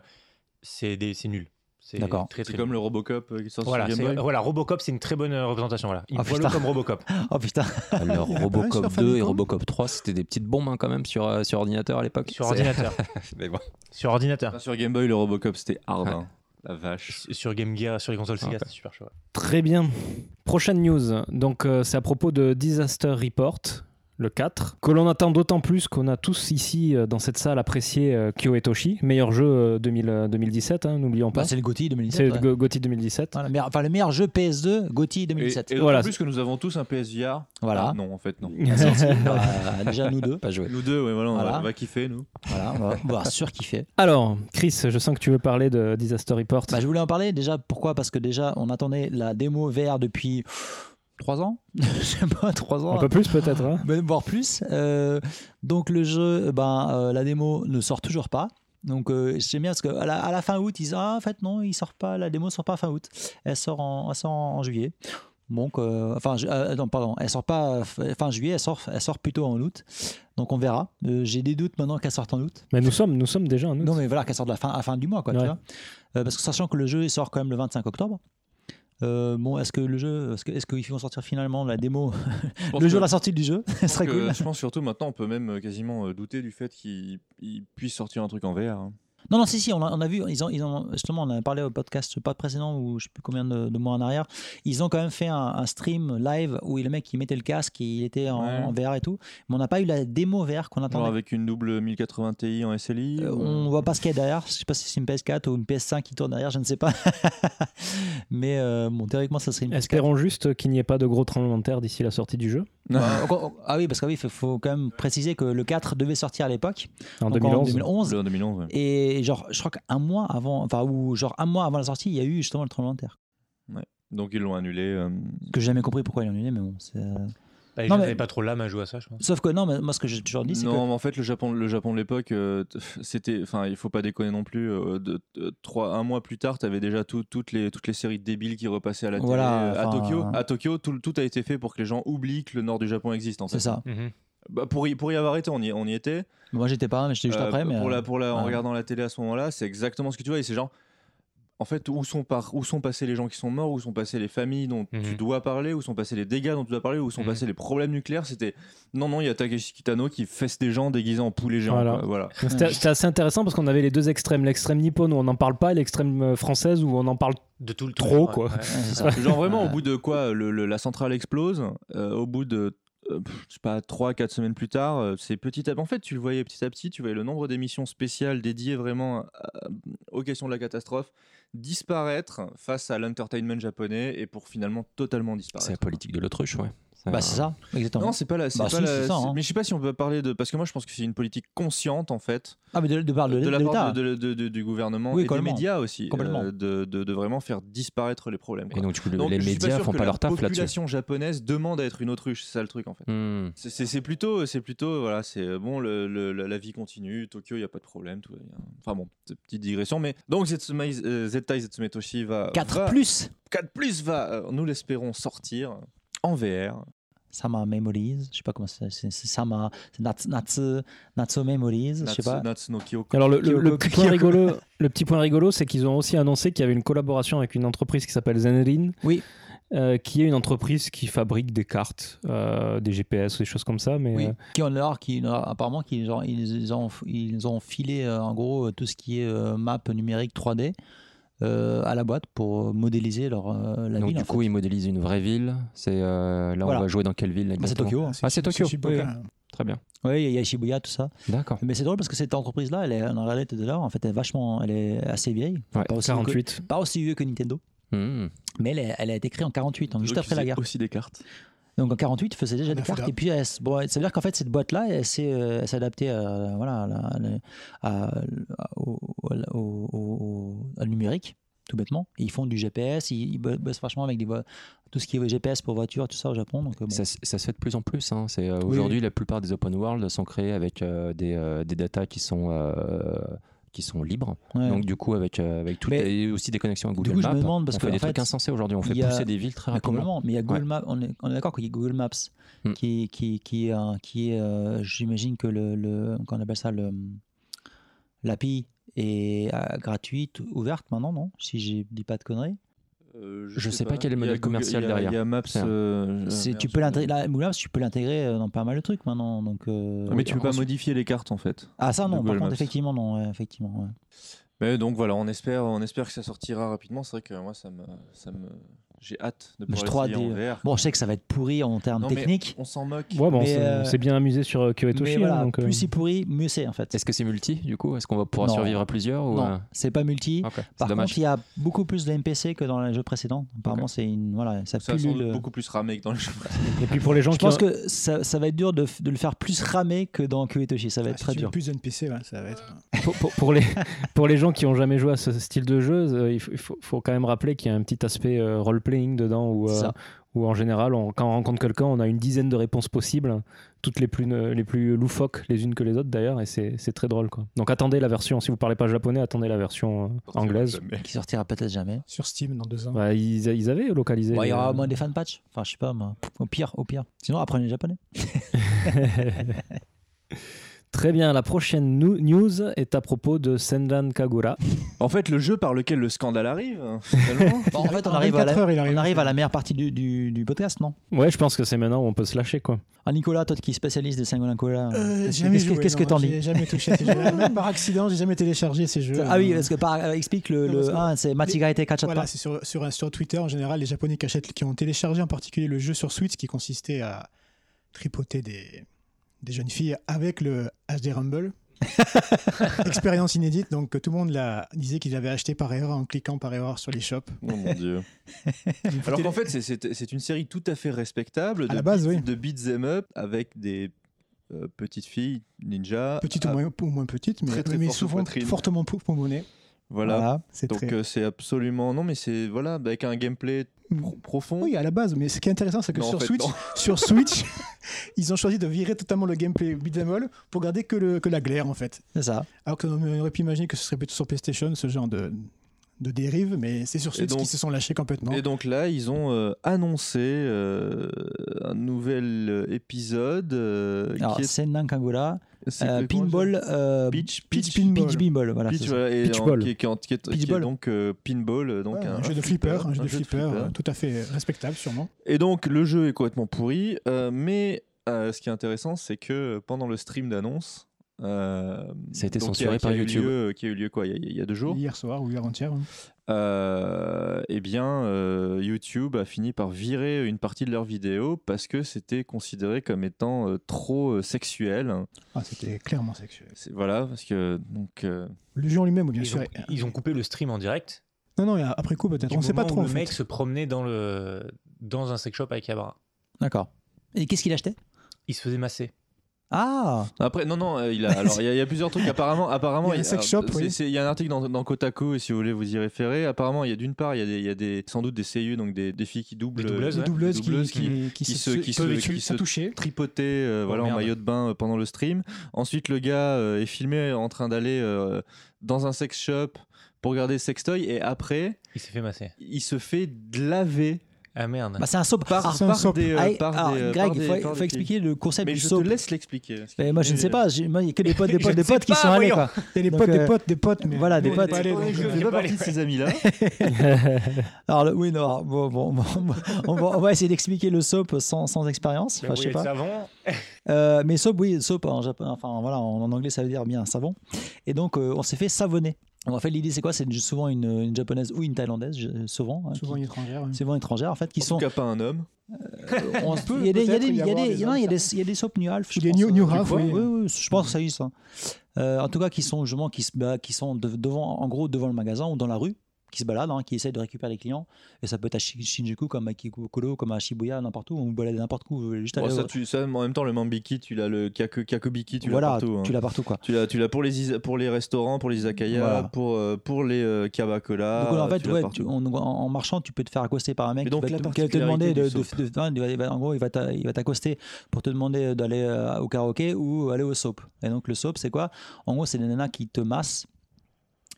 c'est des- c'est nul. C'est D'accord. Très, C'est très comme nul. le Robocop euh, qui sort Voilà, sur c'est- Game Boy. voilà, Robocop, c'est une très bonne euh, représentation. Voilà. Il Ah, voit le putain. comme Robocop. Oh putain. Alors Il y en a pas un Robocop sur 2 et Famicom Robocop 3, c'était des petites bombes hein, quand même sur, euh, sur ordinateur à l'époque. Sur C'est- ordinateur. Mais bon. sur ordinateur. Enfin, sur Game Boy, le Robocop, c'était hard. Ouais. hein. La vache. Sur Game Gear, sur les consoles Sega, Ah, c'était super chaud. Très bien. Prochaine news. Donc, euh, c'est à propos de Disaster Report, le 4, que l'on attend d'autant plus qu'on a tous ici, euh, dans cette salle, apprécié euh, Kyo Etoshi, meilleur jeu euh, 2000, euh, 2017, hein, n'oublions Bah, pas. c'est le GOTY c'est 2017. ouais. Go- GOTY 2017. Voilà, mais- enfin, le meilleur jeu PS2 GOTY Et, et 2017. d'autant Voilà. plus que nous avons tous un PSVR. Voilà. Ah, non, en fait, non. Bah, déjà nous deux. Pas joué. Nous deux, ouais, voilà, on, Voilà. va- on va kiffer, nous. Voilà, on va, on va surkiffer. Alors, Chris, je sens que tu veux parler de Disaster Report. Bah, je voulais en parler déjà. Pourquoi Parce que déjà, on attendait la démo VR depuis 3 ans. je sais pas, 3 ans. Un peu plus peut-être. hein. Mais voire plus. Euh, donc le jeu, ben, euh, la démo ne sort toujours pas. Donc euh, j'aime bien parce qu'à la, à la fin août, ils disent ah, en fait non, il sort pas, la démo sort pas fin août. Elle sort en, elle sort en juillet. Donc, euh, enfin, ju- euh, non, pardon, elle sort pas euh, fin juillet, elle sort, elle sort plutôt en août. Donc on verra. Euh, J'ai des doutes maintenant qu'elle sorte en août. Mais nous sommes, nous sommes déjà en août. Non, mais voilà, qu'elle sorte de la fin, à la fin du mois, quoi, tu Ouais. vois. Euh, parce que sachant que le jeu il sort quand même le 25 octobre. Euh, bon, est-ce que le jeu, est-ce que- est-ce qu'ils vont sortir finalement la démo Je pense le jour que- de la sortie du jeu Ce je pense serait que- cool. Je pense surtout maintenant, on peut même euh, quasiment euh, douter du fait qu'il il puisse sortir un truc en VR. hein. Non, non, si, si, on a, on a vu, ils ont, ils ont, justement, on en a parlé au podcast, pas précédent, ou je sais plus combien de, de mois en arrière, ils ont quand même fait un, un stream live où le mec, il mettait le casque, il était en, Ouais. en VR et tout, mais on n'a pas eu la démo VR qu'on Genre attendait. avec une double 1080 Ti en SLI. Euh, ou- on voit pas ce qu'il y a derrière, je sais pas si c'est une PS4 ou une PS5 qui tourne derrière, je ne sais pas. mais euh, bon, théoriquement, ça serait une PS4. Espérons juste qu'il n'y ait pas de gros tremblements de terre d'ici la sortie du jeu, Bah, encore- ah oui, parce que oui, faut, faut quand même préciser que le 4 devait sortir à l'époque, en donc 2011. en 2011. Le- en 2011, ouais. Et genre, je crois qu'un mois avant, enfin, ou genre un mois avant la sortie, il y a eu justement le tremblement de terre. Donc ils l'ont annulé. euh, Que j'ai jamais compris pourquoi il en est, mais bon, c'est. Bah, Bah, Non, ils mais- avaient pas trop l'âme à jouer à ça, je pense. Sauf que non, mais moi ce que j'ai toujours dit, c'est Non, que mais en fait, le Japon, le Japon de l'époque, euh, t- c'était, enfin, il faut pas déconner non plus. euh, de, de- trois, un mois plus tard, t'avais déjà tout- toutes les toutes les séries débiles qui repassaient à la télé. Voilà, euh, à enfin- Tokyo, à Tokyo, tout, tout a été fait pour que les gens oublient que le nord du Japon existe. En fait. c'est ça. Mhm. Bah, pour y pour y avoir été, on y on y était. Moi j'étais pas, mais j'étais juste Euh, après. Mais, pour la, pour la, en ouais. regardant la télé à ce moment-là, c'est exactement ce que tu vois. Et c'est genre, en fait, où sont, par, où sont passés les gens qui sont morts, où sont passées les familles dont tu Mhm. dois parler, où sont passés les dégâts dont tu dois parler, où sont Mhm. passés les problèmes nucléaires. C'était non, non, il y a Takeshi Kitano qui fesse des gens déguisés en poulet géant. Voilà. quoi. Voilà. Mais C'était c'était assez intéressant parce qu'on avait les deux extrêmes, l'extrême nippone où on n'en parle pas et l'extrême euh, française où on en parle De tout le trop, temps, quoi. Ouais, c'est ça. Genre vraiment, au Ouais. bout de quoi, euh, le- le- la centrale explose, euh, au bout de. euh, pff, je sais pas, 3-4 semaines plus tard, euh, c'est petit à En fait, tu le voyais petit à petit, tu voyais le nombre d'émissions spéciales dédiées vraiment à- aux questions de la catastrophe disparaître face à l'entertainment japonais et pour finalement totalement C'est la disparaître. politique de l'autruche, ouais. Bah c'est ça, exactement. Non, c'est pas la. c'est Bah pas si, la- c'est ça, c'est- hein. Mais je sais pas si on peut parler de. Parce que moi, je pense que c'est une politique consciente, en fait, ah mais de, de part de, de la de part l'État. de- de- de- de- du gouvernement Oui, et des complètement. médias aussi, Complètement. euh, de, de- de vraiment faire disparaître les problèmes. quoi. Et donc, du coup, le- Donc, les je suis médias sûr font que pas leur taf La là-dessus. population japonaise demande à être une autruche, c'est ça le truc en fait. Hmm. C'est- C'est c'est plutôt, c'est plutôt, voilà, c'est euh, bon, le- le- la, la vie continue, Tokyo, il n'y a pas de problème. Tout, va bien. enfin bon, c'est une petite digression, mais donc Zetsumai, euh, Zettai Zetsumetoshi va. 4 va- plus 4 plus va, euh, nous l'espérons, sortir en VR. Sama Memories, je sais pas comment c'est, c'est, c'est Sama, c'est Nats- Natsu, Natsu Memories, je sais Natsu, pas. Natsu no Kyoko. Alors le, le- le Kyoko- petit point Kyoko. rigolo, le petit point rigolo, c'est qu'ils ont aussi annoncé qu'il y avait une collaboration avec une entreprise qui s'appelle Zenrin, Oui. euh, qui est une entreprise qui fabrique des cartes, euh, des GPS, des choses comme ça, mais Oui, euh, qui ont leur, qui leur- apparemment qui leur- ils ont ils ont filé euh, en gros euh, tout ce qui est euh, map numérique 3D euh, à la boîte pour modéliser leur euh, la Donc, ville. du en coup, fait. ils modélisent une vraie ville. C'est euh, là, Voilà. on va jouer dans quelle ville là, Bah, c'est exactement Tokyo. hein. Ah, c'est Tokyo. Shibuya, Oui, oui. hein. Très bien. Oui, il y a Shibuya tout ça. D'accord. Mais c'est drôle parce que cette entreprise là, elle est en réalité de là, en fait, elle est vachement, elle est assez vieille. Ouais, pas, aussi vieux que, 48. pas aussi vieux que Nintendo, Hmm. mais elle, est- elle a été créée en 48, donc juste après la guerre. Aussi des cartes. Donc en 48, il faisait déjà Ah, On des a fait cartes. là. Et puis, elle s- bon, ça veut dire qu'en fait, cette boîte-là, elle s'est euh, elle s'est adaptée à, voilà, à la- à la- à- au, au- au- au- au numérique, tout bêtement. Et ils font du GPS, ils, ils bo- bossent vachement avec des vo- tout ce qui est GPS pour voiture, tout ça au Japon. Donc, euh, bon. Ça, se- ça se fait de plus en plus. hein. C'est, euh, aujourd'hui, la plupart des open world sont créés avec euh, des, euh, des datas qui sont, euh, qui sont libres. Ouais. Donc, du coup, avec, euh, avec tout, Mais- et aussi des connexions à Google coup, je Maps, me demande, parce on que, fait des en trucs fait, insensés aujourd'hui. On fait il y a- pousser des villes très Mais rapidement. complètement. Mais il y a Google Ouais. Maps, on est, on est d'accord qu'il y a Google Maps Hmm. qui, qui, qui, est un- qui est, euh, j'imagine que le, le qu'on appelle ça le l'API est euh, gratuite, ouverte maintenant, non Si je dis pas de conneries. Euh, Je sais pas quel est Il le y a modèle Google- il commercial y a- derrière. Il y a Maps. C'est un- euh, C'est- merde, tu je peux sais l'intégrer, pas. la Google Maps, tu peux l'intégrer euh, dans pas mal de trucs maintenant. Donc, euh, Ah, Mais tu peux pas ensuite- modifier les cartes en fait. Ah ça non, Google par contre Maps. effectivement non, ouais, effectivement. ouais. Mais donc voilà, on espère, on espère que ça sortira rapidement. C'est vrai que moi, ça me, ça me, j'ai hâte de Mais je pouvoir essayer 3D, en VR. Bon, je sais que ça va être pourri en termes Non, mais techniques, on s'en moque. Ouais, bon, Mais, on s'est- euh, on s'est bien amusé sur euh, mais, Kyotoshi. hein, voilà, donc, euh, plus c'est pourri, mieux c'est en fait. Est-ce que c'est multi, du coup Est-ce qu'on va pouvoir Non. survivre à plusieurs ou, euh, Non, c'est pas multi. ok, c'est Par dommage. contre, il y a beaucoup plus de NPC que dans les jeux précédents. Apparemment, c'est une voilà, ça ça semble pullule. euh, beaucoup plus ramé que dans le jeu. Et puis pour les gens Je qui pense ont- que ça, ça va être dur de, f- de le faire plus ramer que dans Kuetoshi, ça va Ah, être si très tu veux dur. plus de NPC, ouais, ça va être. euh, pour, pour- pour les, pour les gens qui ont jamais joué à ce style de jeu, euh, il faut, il faut- faut quand même rappeler qu'il y a un petit aspect euh, role-playing dedans où, C'est euh, ça. où en général, on- quand on rencontre quelqu'un, on a une dizaine de réponses possibles, toutes les plus, ne- les plus loufoques les unes que les autres d'ailleurs, et c'est c'est très drôle. Quoi. Donc attendez la version, si vous parlez pas japonais, attendez la version euh, anglaise. Qui sortira peut-être jamais. Sur Steam dans deux ans. Bah, ils, ils avaient localisé. Bon, il y aura euh, au moins des fan patch. Enfin, je sais pas, moi. Au pire, au pire. Sinon, apprenez le japonais. Très bien, la prochaine nou- news est à propos de Sendan Kagura. En fait, le jeu par lequel le scandale arrive, hein, finalement. Bon, Bah, en fait, on En arrive, à 24 la, heures, il arrive. on arrive à la meilleure partie du, du- du podcast, non Ouais, je pense que c'est maintenant où on peut se lâcher quoi. Ah, Nicolas, toi qui es spécialiste des Sengolan Koala, Euh, qu'est-ce j'ai que- jamais qu'est-ce que joué, qu'est-ce que non, t'en J'ai dis jamais touché à ces jeux. Même par accident, j'ai jamais téléchargé ces jeux. Ah oui, Euh, parce que par- euh, explique le, Non, le parce que- 1, c'est Machigaete Kachapa. Voilà, c'est sur, sur, un- sur Twitter en général, les Japonais qui, achètent- qui ont téléchargé en particulier le jeu sur Switch qui consistait à tripoter des, des jeunes filles avec le HD Rumble. Expérience inédite, donc tout le monde l'a, disait qu'il l'avait acheté par erreur en cliquant par erreur sur les shops. Oh mon dieu. Alors qu'en fait, c'est- c'est c'est une série tout à fait respectable de, À la base, beat- oui. de beats em up avec des euh, petites filles ninja. Petite ou Ah, moins, ou moins petite, mais, Très, très mais forte souvent poitrine. fortement pou- pomponée. Voilà. c'est Donc très- euh, c'est absolument non mais c'est voilà bah, avec un gameplay pro- profond. Oui, à la base, mais ce qui est intéressant, c'est que Non, en sur, fait, Switch, non. sur Switch, ils ont choisi de virer totalement le gameplay beat'em all pour garder que, le, que la glaire, en fait. C'est ça. Alors qu'on aurait pu imaginer que ce serait plutôt sur PlayStation, ce genre de, de dérive, mais c'est sur Et Switch donc- qu'ils se sont lâchés complètement. Et donc là, ils ont euh, annoncé euh, un nouvel euh, épisode euh, Alors, qui est, c'est Nankangula, c'est- euh, comment ça Pinball, euh, Pitch- Pitch, Pinball. Pitch Pinball, voilà. Pitch, c'est ça. voilà, et Pitch en- ball. qui est, qui est- qui est- qui est Pitch ball. donc euh, pinball, euh, donc Ouais, un, un, jeu de flipper, un jeu de flipper, flipper. euh, tout à fait respectable, sûrement. Et donc le jeu est complètement pourri, euh, mais euh, ce qui est intéressant, c'est que pendant le stream d'annonce, euh, Ça a été donc, qui a- censuré qui a par eu YouTube. lieu- euh, qui a eu lieu quoi, il y a- il y, a deux jours. Hier soir ou hier entière. hein. euh, eh bien, euh, YouTube a fini par virer une partie de leurs vidéos parce que c'était considéré comme étant euh, trop euh, sexuel. Ah, c'était clairement sexuel. C'est- Voilà, parce que donc euh, Le jeu en lui-même, bien Ils sûr. ont, est- ils ont coupé le stream en direct. Non, non, et après coup, peut-être. du On ne sait pas moment où trop, en Le mec fait. se promenait dans, le, dans un sex shop avec Yabara. D'accord. Et qu'est-ce qu'il achetait Il se faisait masser. Ah après non non, euh, il a alors il y, a- il y a plusieurs trucs apparemment Il apparemment y a un sex shop, c'est- oui. c'est- il y a un article dans, dans Kotaku et si vous voulez vous y référer, apparemment il y a d'une part il y a des il y a des sans doute des seiyuu donc des, des filles qui doublent Des doubleuses, Les euh, ouais. doubleuses des qui, doubleuses qui- qui, qui se- se, qui se- peuvent être qui se- touchées. tripoté euh, Oh, voilà, en merde. maillot de bain euh, pendant le stream. Ensuite, le gars euh, est filmé en train d'aller euh, dans un sex shop pour regarder Sextoy et après, Il s'est fait masser. il se fait laver Ah merde. Bah, c'est un soap. par, Ah, c'est un par soap. des, euh, ah, par alors, des, euh, par Greg, il des- faut, par faut des filles. expliquer le concept Mais du je soap. te laisse l'expliquer. parce que- Eh, moi, je ne sais pas. j'ai- moi, Il n'y a que des potes, des Je potes, des ne sais potes qui pas, sont allés. voyons. Quoi. Et les Donc, potes, euh, des potes, des potes. mais- Voilà, des Nous, on potes. est pas allés, donc, Je euh, ne fais pas partie de ces amis-là. Alors, le- oui, non. alors, Bon, bon, bon, on, va, on va essayer d'expliquer le soap sans, sans expérience. Enfin, je sais pas. Savon. Euh, mais soap, oui, soap en japonais, enfin voilà, en, en anglais ça veut dire bien savon. Et donc euh, on s'est fait savonner. Donc, en fait, l'idée c'est quoi C'est une- souvent une, une japonaise ou une thaïlandaise, je- souvent, hein, Souvent qui- une étrangère. ouais. souvent étrangères en fait, qui En sont. tout cas, pas un homme. on- Euh, peut il y a des, il y a des, peut-être y il y a avoir des, des non, il y a hommes, des, il y a des soap new half. je Des pense, new- euh, new tu half, vois. oui. oui, je pense que ça existe. hein. Euh, en tout cas, qui sont justement qui, se, bah, qui sont de- devant, en gros, devant le magasin ou dans la rue, qui se baladent, hein, qui essayent de récupérer les clients. Et ça peut être à Shi- Shinjuku, comme à Kikokoro, comme à Shibuya, n'importe où. On vous balade n'importe où. vous voulez Juste Bon, aller ça, au- tu- ça, en même temps, le Mambiki, tu l'as, le Kaku- Kakobiki, tu l'as voilà, partout. hein. tu l'as partout quoi. Tu l'as, tu l'as pour les isa- pour les restaurants, pour les izakayas, Voilà. pour euh, pour les euh, kabakolas. Donc en fait, tu l'as ouais, partout. tu- en, en- en marchant, tu peux te faire accoster par un mec Mais qui donc, va, la te- qui va te demander particularité de, du soap. de- de- enfin, il va- il va- en gros, il va t'a- il va t'accoster pour te demander d'aller euh, au karaoké ou aller au soap. Et donc le soap, c'est quoi En gros, c'est des nanas qui te massent.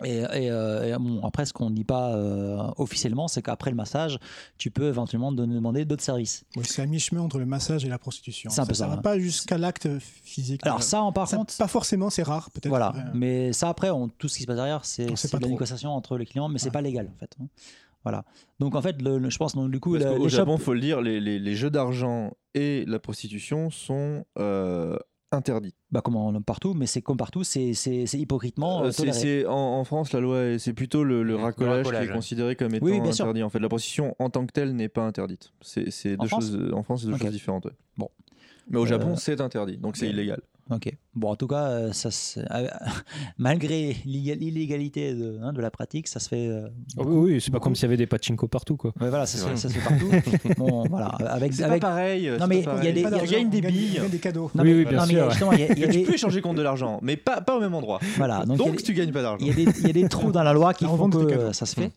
Et, et, euh, et, bon, après, ce qu'on ne dit pas euh, officiellement, c'est qu'après le massage, tu peux éventuellement de- demander d'autres services. Oui, c'est à mi-chemin entre le massage et la prostitution. C'est un peu ça, Ça hein. va pas jusqu'à l'acte physique. Alors ça, en par Euh, Ça, contre, pas forcément, c'est rare, peut-être. voilà. Ouais. Mais ça, après, on, tout ce qui se passe derrière, c'est hein. On sait c'est pas de la trop. négociation entre les clients, mais c'est Ouais. pas légal en fait. hein. Voilà. Donc en fait, le- le- je pense donc du coup, Parce la- les qu'au shops- Japon, faut le dire, les, les- les jeux d'argent et la prostitution sont euh, interdits. bah comme on- partout, mais c'est comme partout, c'est c'est- c'est hypocritement Euh, euh, c'est, toléré. c'est- en, en France, la loi, est- c'est plutôt le, le racolage, qui racolage, est ouais. considéré comme étant Oui, bien sûr. interdit. En fait, la prostitution en tant que telle n'est pas interdite. C'est, c'est En deux France choses euh, en France, c'est deux Ok. choses différentes. ouais. Bon. Mais au Japon, Euh, c'est interdit, donc c'est mais- illégal. Ok. Bon, en tout cas, euh, ça, se- euh, malgré l'illégal- l'illégalité de, hein, de la pratique, ça se fait. euh, Ah oui, oui, c'est pas comme s'il y avait des pachinko partout quoi. ouais, voilà, ça, se C'est fait- ça se fait partout. bon, voilà, avec C'est avec. pas pareil. c'est Non, pas mais il y a pareil. des- Pas il y a- Tu d'argent, gagnes des on gagne- billes. on gagne des cadeaux. Non, Oui, mais- oui, bien non, mais il y a- sûr. justement, il y a- il y a Tu des- peux échanger contre de l'argent, mais pas, pas au même endroit. voilà, donc, Donc, il y a des- tu gagnes pas d'argent. il y, a des- il y a des trous dans la loi qui La font revente que des euh, cadeaux. ça se fait.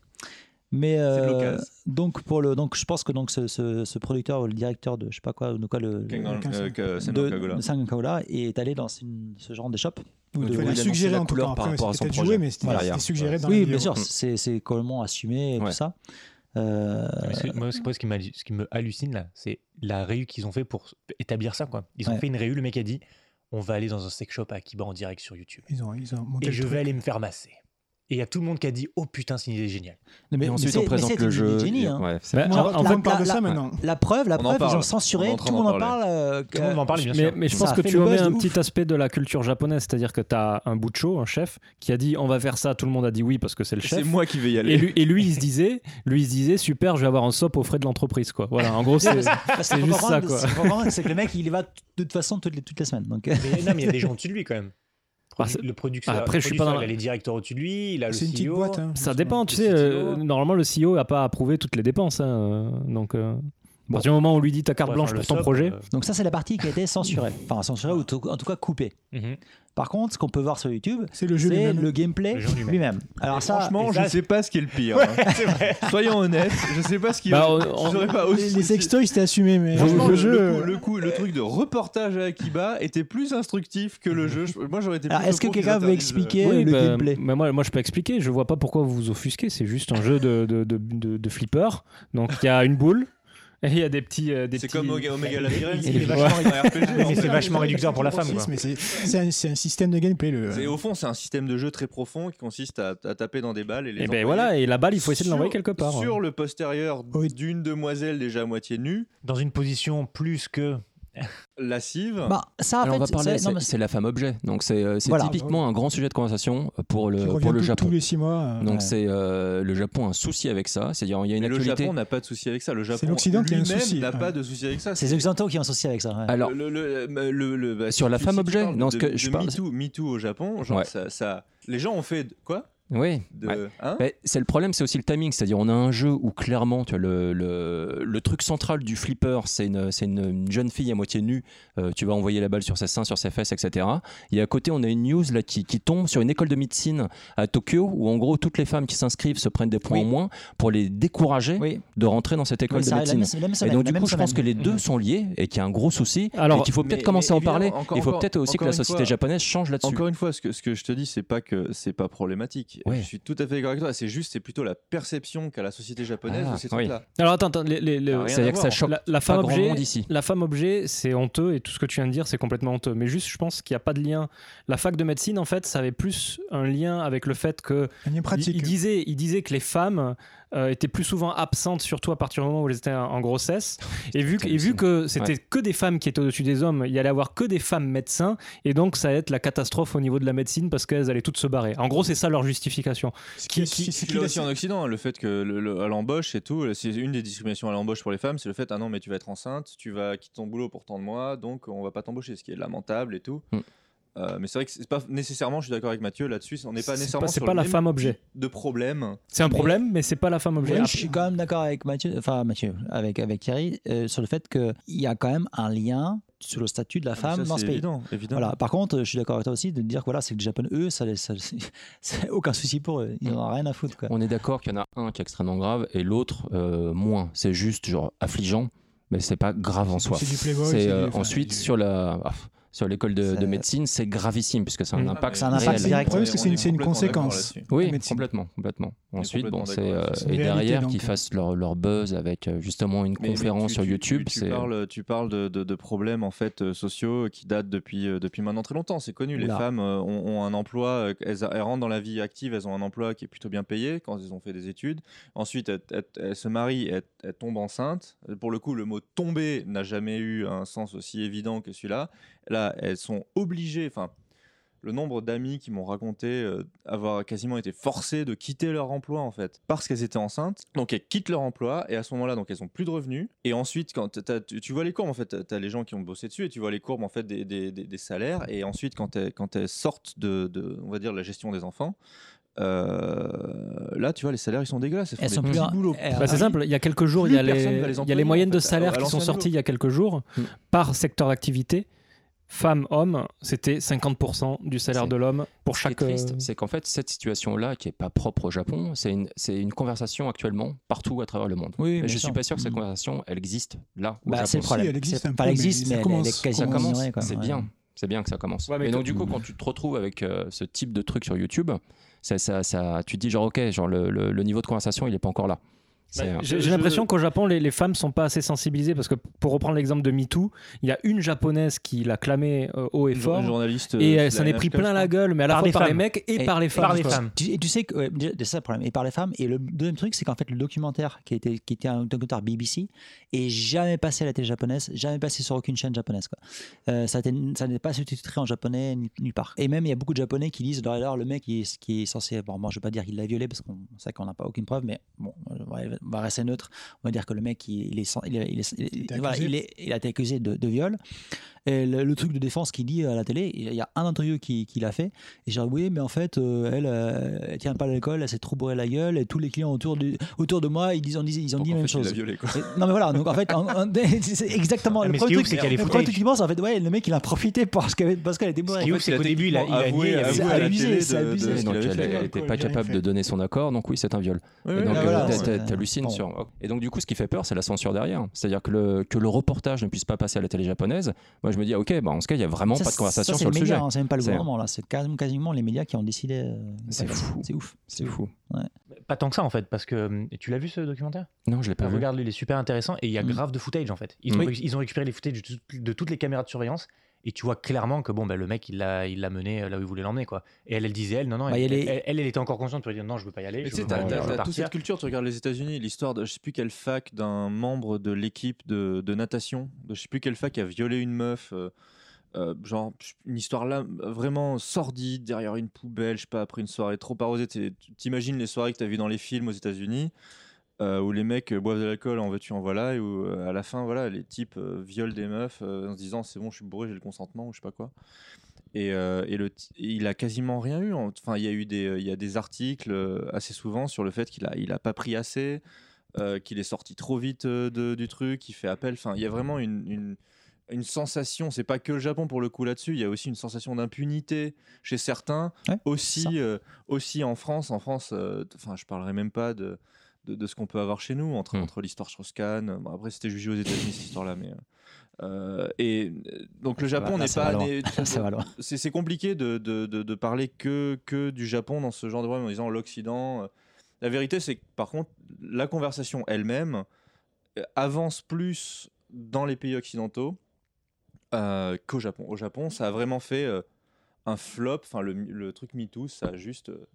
Mais de euh, l'occasion. donc pour le donc je pense que donc ce, ce- ce producteur ou le directeur de je sais pas quoi ou de quoi le, le- Kangan- Aucun euh, sens. que- c'est de, non, Kagola. de Sangankaola est allé dans une- ce genre de shop ou de- Donc, il Il annonçait l'a suggéré la en tout couleur cas. par Après, rapport à c'était son peut-être projet. joué, mais c'était Voilà. c'était suggéré dans la Oui, vidéo. bien sûr, c'est c'est complètement assumé et Ouais. tout ça. Euh, Mais c'est- moi, c'est pas ce qui, m'hallu- ce qui me hallucine là, c'est la réu qu'ils ont fait pour établir ça quoi. Ils ont Ouais. fait une réu, le mec a dit, on va aller dans un sex shop à Akiba en direct sur YouTube Ils ont, ils ont monté et le je truc. vais aller me faire masser. Et il y a tout le monde qui a dit, oh putain, c'est une idée géniale. mais- mais Et ensuite, c'est- on mais présente c'est le une idée jeu. de génie, hein. Ouais, c'est- Bah, Genre, en- On en- la- va me parler de la- ça la- maintenant. La preuve, la On en preuve, ils parle. ont censuré, On est en tout train le monde d'en en parle. euh, Tout le monde que- en parle bien Mais, sûr. mais je Ça pense a que fait tu le remets buzz un de ouf. petit aspect de la culture japonaise, c'est-à-dire que tu as un bucho, un chef, qui a dit on va faire ça, tout le monde a dit oui parce que c'est le C'est chef. moi qui vais y aller. Et lui, et lui, il se disait, lui, il se disait super, je vais avoir un sop aux frais de l'entreprise quoi. Voilà, en gros c'est. Parce c'est qu'il faut juste comprendre- ça, quoi. ce qu'il faut comprendre, C'est que le mec, il y va t- de toute façon toutes les, toutes les semaines. Donc, euh, Mais non, mais il y a des gens au-dessus de lui quand même. Ah, c'est- le producteur, Après, le je suis pas dans producteur, la- il a les directeurs au-dessus de lui, il a le E C'est une petite CEO. boîte. hein. Ça dépend, tu Le sais. CTO. E euh, normalement, le CEO n'a pas approuvé toutes les dépenses. hein, euh, donc, euh, À partir du moment où on lui dit ta carte Ouais, blanche pour enfin, le ton sub, projet, euh, Donc ça, c'est la partie qui a été censurée. Enfin, censurée ou tout- en tout cas coupée. Mhm. Par contre, ce qu'on peut voir sur YouTube, C'est le jeu c'est lui-même. le gameplay Le jeu lui-même. lui-même. Alors ça, Franchement, et ça, je sais pas ce qui est le pire. hein. Soyons honnêtes, je sais pas ce qui. Bah, on- je saurais pas Les, aussi. les sextoys, c'était assumé, mais Franchement, le le, jeu. le coup, le coup- le truc de reportage à Akiba était plus instructif que le jeu. Je- Moi, j'aurais été. alors, plutôt est-ce que pour qu'ils quelqu'un veut interdisent le- expliquer Oui, le bah, gameplay mais moi, moi, je peux expliquer. Je vois pas pourquoi vous vous offusquez. C'est juste un jeu de, de, de, de- de flipper. Donc, il y a une boule. Et il y a des petits. euh, des C'est petits- comme Omega Omega Labyrinth, Et qui les- est vachement un Mais RPG. en c'est fait. vachement réducteur pour la femme, quoi. Mais c'est- c'est un, c'est un système de gameplay. Le, C'est- Au fond, c'est un système de jeu très profond qui consiste à, à taper dans des balles et les. Et ben envoyer voilà. Et la balle, il faut essayer de sur- l'envoyer quelque part. hein. Sur le postérieur Oui. d'une demoiselle déjà à moitié nue, Dans une position plus que. lascive. Bah, ça, en Alors, fait, on va parler, c'est- non, c'est mais c'est la femme objet. Donc, c'est euh, c'est Voilà. typiquement un grand sujet de conversation euh, pour qui le, revient pour le tous- Japon. tous les six mois. euh, Donc, ouais. c'est euh, le Japon a un souci avec ça. C'est-à-dire, il y a une Mais le actualité. Japon n'a pas de souci avec ça. Le Japon l'Occident qui a un lui-même souci, n'a ouais. pas de souci avec ça. c'est les Occidentaux qui ont un souci avec ça. ouais. Alors, le, le- le- le- le- bah, Sur la si- femme si tu objet, parles non, de- ce que de je parle- Me Too, Me Too au Japon, genre Ouais. ça, ça- les gens ont fait de- quoi oui. de, Ouais. hein Mais Bah, c'est le problème, c'est aussi le timing. C'est-à-dire, on a un jeu où clairement, tu vois, le, le, le truc central du flipper, c'est une, c'est une, une jeune fille à moitié nue. Euh, tu vas envoyer la balle sur ses seins, sur ses fesses, etc. Et à côté, on a une news là qui, qui tombe sur une école de médecine à Tokyo où, en gros, toutes les femmes qui s'inscrivent se prennent des points Oui. en moins pour les décourager Oui. de rentrer dans cette école Oui, de ça arrive la médecine. même- la même Et semaine, donc, la du même coup, je pense semaine. Mhm. que les deux sont liés et qu'il y a un gros souci. Alors, et qu'il faut mais- peut-être commencer à en mais évidemment, parler. encore- Il faut encore- peut-être aussi que encore la une société fois- japonaise change là-dessus. Encore une fois, ce que, ce que je te dis, c'est pas que c'est pas problématique. Ouais. Je suis tout à fait d'accord avec toi. C'est juste, c'est plutôt la perception qu'a la société japonaise Ah, de ces oui. trucs-là. Alors, attends, attends. les- les- les- Ah, rien C'est-à-dire que à ça voir. choque la, la femme pas grand objet. monde ici. La femme objet, c'est honteux et tout ce que tu viens de dire, c'est complètement honteux. Mais juste, je pense qu'il n'y a pas de lien. La fac de médecine, en fait, ça avait plus un lien avec le fait que Un lien pratique. Il, il disait, il disait que les femmes euh, étaient plus souvent absentes, surtout à partir du moment où elles étaient en en grossesse. Et vu que, et vu que c'était que des femmes qui étaient au-dessus des hommes, il y allait avoir que des femmes médecins. Et donc, ça allait être la catastrophe au niveau de la médecine parce qu'elles allaient toutes se barrer. En gros, c'est ça leur justification. Ce qui- qui- ce qui- Ce ce qu'il qui y a laisse- aussi en Occident, hein, le fait que le- le- à l'embauche et tout, c'est une des discriminations à l'embauche pour les femmes, c'est le fait ah non mais tu vas être enceinte, tu vas quitter ton boulot pour tant de mois, donc on va pas t'embaucher, ce qui est lamentable et tout. Mm. Euh, mais c'est vrai que c'est pas nécessairement, je suis d'accord avec Mathieu là-dessus, on n'est pas C'est pas, nécessairement c'est sur pas le la même femme type objet. de problème. Ah, C'est un problème, mais c'est pas la femme objet. Oui, Après- je suis quand même d'accord avec Mathieu, enfin Mathieu, avec, avec Thierry, euh, sur le fait qu'il y a quand même un lien sur le statut de la femme Ah, Ça, dans c'est ce pays. évident, évident. Voilà. Par contre, je suis d'accord avec toi aussi de dire que voilà, c'est que les Japonais, eux, ça, les- ça, c'est aucun souci pour eux. Ils n'en ont rien à foutre. Quoi. On est d'accord qu'il y en a un qui est extrêmement grave et l'autre euh, moins. C'est juste genre affligeant, mais c'est pas grave en soi. C'est du Playboy, C'est, c'est euh, du- enfin, ensuite c'est du- sur la ah, sur l'école de, de C'est- médecine, c'est gravissime puisque ça a un Mm. impact. Ça a un impact réel. c'est le direct. problème, c'est que c'est une- On est c'est une complètement d'accord conséquence. là-dessus. Oui, la médecine. complètement, complètement. Ensuite, complètement bon, c'est d'accord, euh, c'est et une réalité, derrière donc, qu'ils hein. fassent leur, leur buzz avec euh, justement une Mais- mais conférence tu- sur tu- YouTube. tu, tu c'est parles, tu parles de, de- de problèmes en fait euh, sociaux qui datent depuis, euh, depuis maintenant très longtemps. C'est connu. Les Oula. femmes euh, ont, ont un emploi, euh, elles, elles rentrent dans la vie active, elles ont un emploi qui est plutôt bien payé quand elles ont fait des études. Ensuite, elles, elles- elles se marient, elles, elles tombent enceintes. Pour le coup, le mot tomber n'a jamais eu un sens aussi évident que celui-là. Là, elles sont obligées. Enfin, le nombre d'amis qui m'ont raconté euh, avoir quasiment été forcés de quitter leur emploi en fait parce qu'elles étaient enceintes donc elles quittent leur emploi et à ce moment-là donc elles ont plus de revenus et ensuite quand t'as- t'as- tu tu vois les courbes en fait t'as- t'as les gens qui ont bossé dessus et tu vois les courbes en fait des, des- des- des salaires et ensuite quand elles, quand elles sortent de, de, on va dire la gestion des enfants euh, là tu vois les salaires ils sont dégueulasses elles font Elles des sont plus. petits un- boulots elles- Bah, c'est simple, il y a quelques jours, il y a Plus personne va les, les il y a employer, les moyennes en de fait, à- salaire à qui sont l'ancien sorties niveau. il y a quelques jours Hmm. par secteur d'activité. Femme, homme, c'était 50% du salaire C'est- de l'homme pour Ce qui est chaque. triste, euh, c'est qu'en fait, cette situation-là, qui n'est pas propre au Japon, c'est une, c'est une conversation actuellement partout à travers le monde. Oui, oui, Et bien je ne sûr. suis pas sûr que cette Mm. conversation, elle existe là. au Bah, Japon. c'est le Si, problème. elle existe C'est- un enfin, peu, elle mais existe, ça mais elle- elle commence. est quasi ça ignorée, commence, quoi. c'est Ouais. bien. C'est bien que ça commence. Ouais, mais et donc, que- du coup, quand tu te retrouves avec euh, ce type de truc sur YouTube, ça, ça, ça- tu te dis, genre, ok, genre, le, le- le niveau de conversation, il n'est pas encore là. C'est, euh, J'ai j'ai l'impression qu'au Japon, les, les femmes sont pas assez sensibilisées parce que, pour reprendre l'exemple de MeToo, il y a une japonaise qui l'a clamé euh, haut et Une fort journaliste euh, et euh, c'est ça la n'est pris NHK, je plein la crois. gueule, mais à la Par fois des par les femmes. mecs et, Et- par les et femmes. par les quoi. femmes. Tu, et tu sais que ouais, déjà, c'est ça le problème. Et par les femmes. Et le deuxième truc, c'est qu'en fait, le documentaire qui était, qui était un documentaire BBC est jamais passé à la télé japonaise, jamais passé sur aucune chaîne japonaise. Quoi. Euh, ça a été- ça n'est pas sous-titré en japonais ni- nulle part. Et même, il y a beaucoup de japonais qui disent alors, le mec qui est, qui est censé. Bon, moi, je vais pas dire qu'il l'a violé parce qu'on sait qu'on n'a pas aucune preuve, mais bon, euh, ouais, on va rester neutre, on va dire que le mec, il, il est, sans- il, est- il est- il- voilà, il est- il a été accusé de, de viol. Et le, le truc de défense qu'il dit à la télé, il y a un d'entre eux qui, qui l'a fait. Et j'ai dit, oui, mais en fait, euh, elle, euh, elle tient pas l'alcool, elle s'est trop bourrée la gueule, et tous les clients autour, du, autour de moi, ils, disent, ils ont dit la même chose. Et- non mais voilà, donc en fait, en- en- c'est exactement Mais le ce qui est premier ouf, c'est truc. qu'il y a Le premier les footage. truc qu'il pense, en fait, ouais, le mec il a profité parce qu'elle parce qu'elle était bourrée. qui est ouf, c'est qu'au début, il a, il a nié, il avait- C'est abusé, c'est abusé. Donc elle fait. n'était pas J'ai rien capable fait. de donner son accord, donc oui, c'est un viol. et oui, donc bah euh, voilà, t'a- c'est- t'a- t'hallucines bon. sur. Et donc du coup, ce qui fait peur, c'est la censure derrière. C'est-à-dire que le, que le reportage ne puisse pas passer à la télé japonaise. Moi, je me dis, ah, ok, bah, en ce cas, il y a vraiment Ça, pas de c'est- conversation ça, c'est sur le les médias, sujet. hein, c'est même pas le C'est- gouvernement là, c'est quasiment, quasiment les médias qui ont décidé. euh, de C'est pas passer. fou. C'est ouf. C'est fou. Pas tant que ça en fait, parce que et tu l'as vu ce documentaire Non, je l'ai pas vu. Regarde, il est super intéressant et il y a Mm. grave de footage en fait. Ils, ont, Oui. récu- ils ont récupéré les footage de, tout- de toutes les caméras de surveillance et tu vois clairement que bon bah, le mec il l'a il l'a mené euh, là où il voulait l'emmener quoi. Et elle elle disait elle non non Bah, elle, il y a les- elle, elle, elle était encore consciente pour lui dire non je veux pas y aller. Mais je tu sais, veux t'as, pas- t'as- je veux t'as toute partir. cette culture. Tu regardes les États-Unis, l'histoire de je sais plus quelle fac d'un membre de l'équipe de, de natation, de je sais plus quelle fac qui a violé une meuf. euh, euh, genre je- une histoire là euh, vraiment sordide derrière une poubelle, je sais pas, après une soirée trop arrosée. T'es- tu- T'imagines les soirées que t'as vues dans les films aux États-Unis euh, où les mecs euh, boivent de l'alcool en veux-tu en voilà et où euh, à la fin voilà les types euh, violent des meufs euh, en se disant c'est bon je suis bourré j'ai le consentement ou je sais pas quoi et, euh, et le ti- et il a quasiment rien eu en- enfin il y a eu des euh, il y a des articles euh, assez souvent sur le fait qu'il a il a pas pris assez euh, qu'il est sorti trop vite euh, de- du truc qu'il fait appel enfin il y a vraiment une, une une sensation, c'est pas que le Japon pour le coup là-dessus, il y a aussi une sensation d'impunité chez certains, Ouais, ça. aussi, euh, aussi en France. En France, euh, enfin, je parlerai même pas de, de, de ce qu'on peut avoir chez nous entre, Mm. Hmm. entre l'histoire Strauss-Kahn. euh, bon, après, c'était jugé aux États-Unis cette histoire-là, mais. euh, euh, et euh, donc le va- Japon là, n'est ça va pas. loin. n'est- Ça va loin. c'est c'est compliqué de, de, de- de parler que, que du Japon dans ce genre de problème en disant l'Occident. euh. La vérité, c'est que par contre, la conversation elle-même euh, avance plus dans les pays occidentaux euh, qu'au Japon. Au Japon, ça a vraiment fait euh, un flop. Enfin, le, le truc MeToo, ça a juste. euh,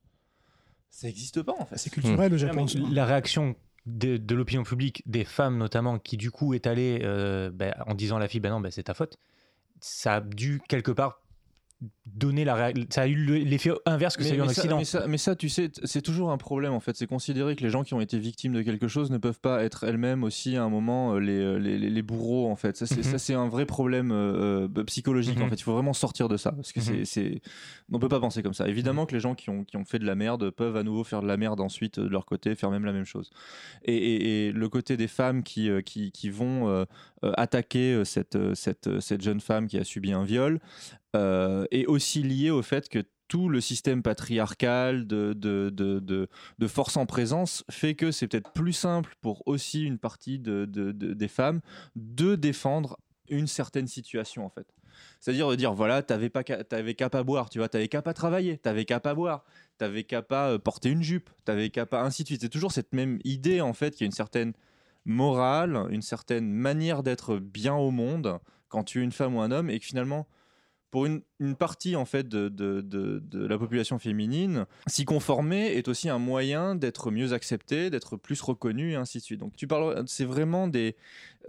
ça n'existe pas en fait. C'est culturel le Japon. Non, mais la réaction de, de l'opinion publique, des femmes notamment, qui du coup est allée euh, ben, en disant à la fille, ben non, ben, c'est ta faute, ça a dû quelque part donner la réa- ça a eu le- l'effet inverse que ça a eu en ça- Occident. mais ça, mais ça, tu sais, t- c'est toujours un problème en fait. C'est considérer que les gens qui ont été victimes de quelque chose ne peuvent pas être elles-mêmes aussi à un moment euh, les, euh, les, les- les bourreaux en fait. Ça, c'est Mhm. ça, c'est un vrai problème euh, euh, psychologique en Mhm. fait. Il faut vraiment sortir de ça parce que c'est- Mhm. c'est. On peut pas penser comme ça. Évidemment que les gens qui ont, qui ont fait de la merde peuvent à nouveau faire de la merde ensuite euh, de leur côté, faire même la même chose. Et, et- et le côté des femmes qui, euh, qui, qui vont euh, euh, attaquer euh, cette, euh, cette, euh, cette jeune femme qui a subi un viol euh, est aussi lié au fait que tout le système patriarcal de, de, de, de, de force en présence fait que c'est peut-être plus simple pour aussi une partie de, de- de- des femmes de défendre une certaine situation en fait. C'est-à-dire de dire, voilà, t'avais pas qu'à- t'avais qu'à pas boire, tu vois, t'avais qu'à pas travailler, t'avais qu'à pas boire, t'avais qu'à pas euh, porter une jupe, t'avais qu'à pas ainsi de suite. C'est toujours cette même idée en fait qu'il y a une certaine morale, une certaine manière d'être bien au monde quand tu es une femme ou un homme et que finalement pour une, une partie en fait de, de- de- de la population féminine, s'y conformer est aussi un moyen d'être mieux accepté, d'être plus reconnu et ainsi de suite. Donc tu parles, c'est vraiment des,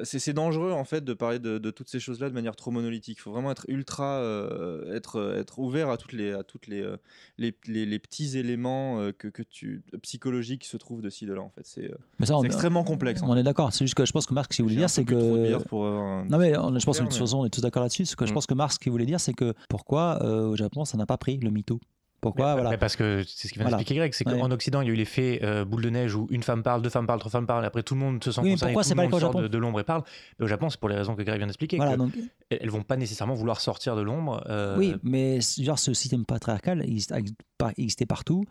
c'est c'est dangereux en fait de parler de, de toutes ces choses-là de manière trop monolithique. Il faut vraiment être ultra, euh, être être ouvert à toutes les à toutes les euh, les, les- les petits éléments euh, que, que tu psychologiques qui se trouvent de ci de là en fait. C'est euh, Mais ça, c'est on, extrêmement complexe. en on est d'accord. C'est juste que je pense que Marc, ce qu'il voulait J'ai un dire, c'est peu bu trop de que bière pour avoir un- Non mais on- je pense que Clair, de toute façon on est tous d'accord là-dessus. Ce que je Mm. pense que Mars ce qu'il voulait dire c'est que pourquoi euh, au Japon ça n'a pas pris le MeToo Pourquoi Mais- voilà mais parce que c'est ce qui vient Voilà. d'expliquer Greg, c'est Ouais. qu'en Occident, il y a eu l'effet euh, boule de neige où une femme parle, deux femmes parlent, trois femmes parlent, après tout le monde se sent Oui, mais concerné, pourquoi tout c'est le pas le monde cas au sort de, Japon de l'ombre et parle. Mais au Japon, c'est pour les raisons que Greg vient d'expliquer, Voilà que donc elles elles vont pas nécessairement vouloir sortir de l'ombre. euh, oui, mais c- genre ce système patriarcal il existe- par- il existait partout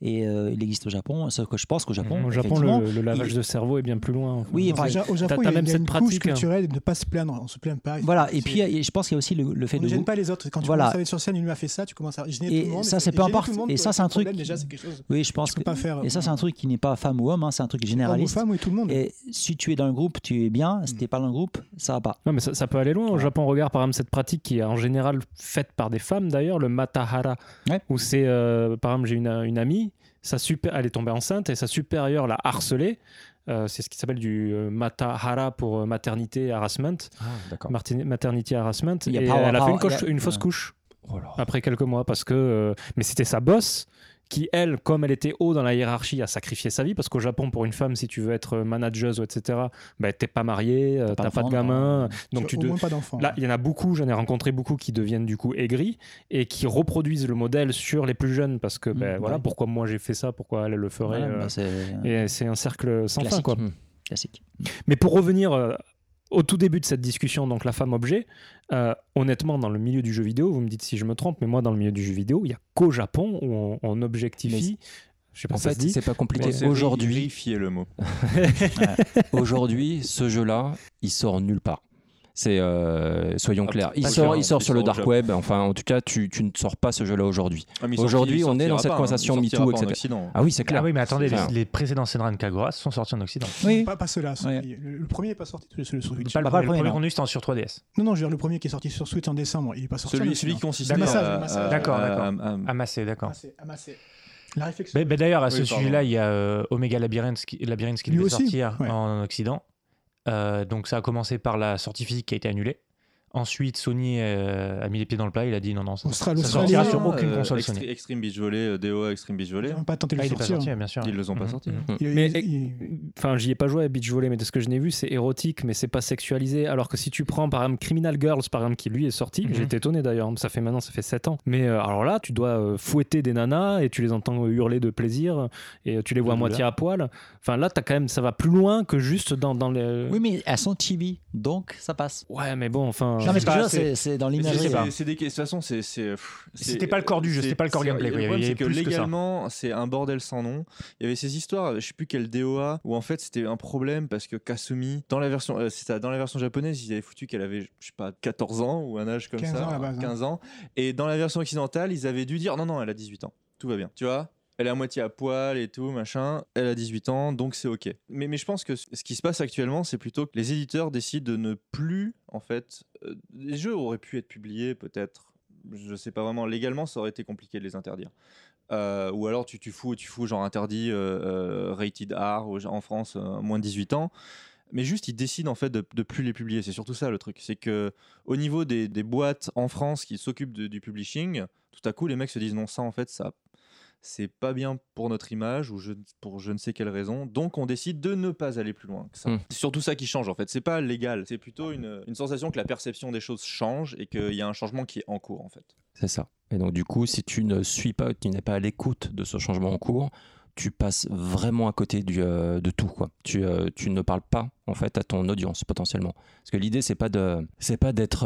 et euh, il existe au Japon. Sauf que je pense qu'au Japon, Mhm. Au Japon, effectivement, le, le lavage il- de cerveau est bien plus loin. enfin. Oui, enfin, Déjà, au Japon, t'as il y a, même il y a cette une pratique, couche hein. culturelle de ne pas se plaindre. On se plaint pas. voilà. Et C'est- puis et je pense qu'il y a aussi le, le fait on de ne gêne pas les autres. Quand tu Voilà. commences à être sur scène, une m'a fait ça, tu commences à gêner Et tout le monde. ça, et c'est peu gêner tout importe. le monde, Et toi, ça, c'est un problème, truc- Déjà, c'est quelque chose. oui, je pense tu peux que pas faire, et ça euh, c'est un truc qui n'est pas femme ou homme, hein, c'est un truc Homme ou hein. généraliste. femme, oui, tout le monde. Et si tu es dans le groupe, tu es bien. Si t'es pas dans le groupe, ça va pas. Non, mais ça, ça peut aller loin. Au Japon, regarde par exemple cette pratique qui est en général faite par des femmes d'ailleurs, le matahara, Ouais. où c'est, euh, par exemple, j'ai une, une amie, sa super, elle est tombée enceinte et sa supérieure l'a harcelée. Euh, c'est ce qui s'appelle du euh, matahara pour euh, maternité harassment, Ah, d'accord. Martin- maternity harassment. Il y a et pas- elle a fait pas- une, coche- il y a- une fausse ouais. couche Oh là. après quelques mois parce que, euh, mais c'était sa boss qui, elle, comme elle était haut dans la hiérarchie, a sacrifié sa vie. Parce qu'au Japon, pour une femme, si tu veux être manageuse, ou etc., bah, t'es pas mariée, euh, t'as pas, d'enfant, de gamin. non. Donc tu au de- moins pas d'enfants. Là, il y en a beaucoup, j'en ai rencontré beaucoup qui deviennent du coup aigris et qui reproduisent le modèle sur les plus jeunes parce que, ben Mm, voilà, ouais. pourquoi moi j'ai fait ça, pourquoi elle le ferait. Voilà, euh, bah, c'est et c'est un cercle sans fin, classique. Hmm. quoi. classique. Mais pour revenir euh, au tout début de cette discussion, donc la femme objet, euh, honnêtement, dans le milieu du jeu vidéo, vous me dites si je me trompe, mais moi, dans le milieu du jeu vidéo, il n'y a qu'au Japon où on, on objectifie. Je sais pas En si ça se fait, dit. c'est pas compliqué. C'est Aujourd'hui, vérifier le mot. aujourd'hui, ce jeu-là, il sort nulle part. C'est, euh, soyons Ah, clairs, il pas sûr. sort, il sort Il sur le sort au dark Japon. web. Enfin, en tout cas, tu, tu ne sors pas ce jeu-là aujourd'hui. Ah, mais il sorti- Aujourd'hui, il on est dans sortira cette pas, hein. conversation Il sortira MeToo, pas en etc. Occident. hein. Ah oui, c'est clair. Ah oui, mais attendez, les, Enfin, les précédents Senran Kagura sont sortis en Occident. Oui, Pas, pas ceux-là. Ouais. Le, le premier est pas sorti sur le Switch. Pas le pas le premier, le premier premier, hein. qu'on a eu, c'était en- sur 3DS. Non, non, je veux dire le premier qui est sorti sur Switch en décembre. Il est pas sorti. Celui, en celui qui Occident. consistait L'amassage, à- l'amassage. à- D'accord, à- d'accord. à- à- Amassé, d'accord. Amassé, amassé. La réflexion. Mais- mais Bah, D'ailleurs, à Oui, ce pardon. sujet-là, il y a euh, Omega Labyrinth qui, Labyrinth qui Lui devait aussi, sortir ouais. hein, en Occident. Euh, donc ça a commencé par la sortie physique qui a été annulée. Ensuite, Sony euh, a mis les pieds dans le plat. Il a dit non, non, ça, Austral- ça Australien, sortira sur aucune euh, console Extreme- Sony. Extreme Beach Volley, euh, DOA Extreme Beach Volley. Ils ont pas tenté de Ah, le il est pas sortir. sorti, bien sûr. Ils les ont pas Mhm, sortis. mhm. Il- Mais- il- il- Enfin, j'y ai pas joué à Beach Volley, mais de ce que je n'ai vu, c'est érotique, mais c'est pas sexualisé. Alors que si tu prends par exemple Criminal Girls, par exemple, qui lui est sorti, Mhm. j'ai été étonné d'ailleurs, ça fait maintenant, ça fait 7 ans. Mais euh, alors là, tu dois euh, fouetter des nanas et tu les entends hurler de plaisir et euh, tu les vois à De moitié à poil. Enfin là, t'as quand même, ça va plus loin que juste dans, dans les. Oui, mais elles sont chibi, donc ça passe. Ouais, mais bon, enfin. non, mais sais je te pas, jure, c'est c'est dans Mais c'est- l'imagerie. c'est- là. c'est des- De toute façon, c'est- c'est. pff, c'est- C'était pas le corps du jeu, c'est- c'était pas le corps c'est- gameplay, quoi. Le Il y problème, avait c'est que plus que ça. légalement, c'est un bordel sans nom. Il y avait ces histoires, je sais plus quel DOA, où en fait c'était un problème parce que Kasumi, dans la version, euh, c'est ça, dans la version japonaise, ils avaient foutu qu'elle avait, je sais pas, 14 ans ou un âge comme 15 ça. ans à la base, hein. 15 ans. Et dans la version occidentale, ils avaient dû dire non, non, elle a 18 ans, tout va bien. Tu vois elle est à moitié à poil et tout, machin. Elle a 18 ans, donc c'est ok. Mais, mais je pense que ce qui se passe actuellement, c'est plutôt que les éditeurs décident de ne plus, en fait. euh, les jeux auraient pu être publiés, peut-être. Je sais pas vraiment. Légalement, ça aurait été compliqué de les interdire. Euh, ou alors tu, tu fous tu fous genre interdit euh, euh, rated R ou genre en France euh, moins de 18 ans mais juste ils décident en fait de, de plus les publier c'est surtout ça le truc c'est que au niveau des, des boîtes en France qui s'occupent de- du publishing tout à coup les mecs se disent non ça en fait ça c'est pas bien pour notre image ou je, pour je ne sais quelle raison donc on décide de ne pas aller plus loin que ça Hmm. c'est surtout ça qui change en fait c'est pas légal c'est plutôt une, une sensation que la perception des choses change et qu'il y a un changement qui est en cours en fait C'est ça. Et donc, du coup, si tu ne suis pas, tu n'es pas à l'écoute de ce changement en cours, tu passes vraiment à côté du, euh, de tout. Quoi. Tu, euh, tu ne parles pas, en fait, à ton audience, potentiellement. Parce que l'idée, c'est pas de, c'est pas d'être,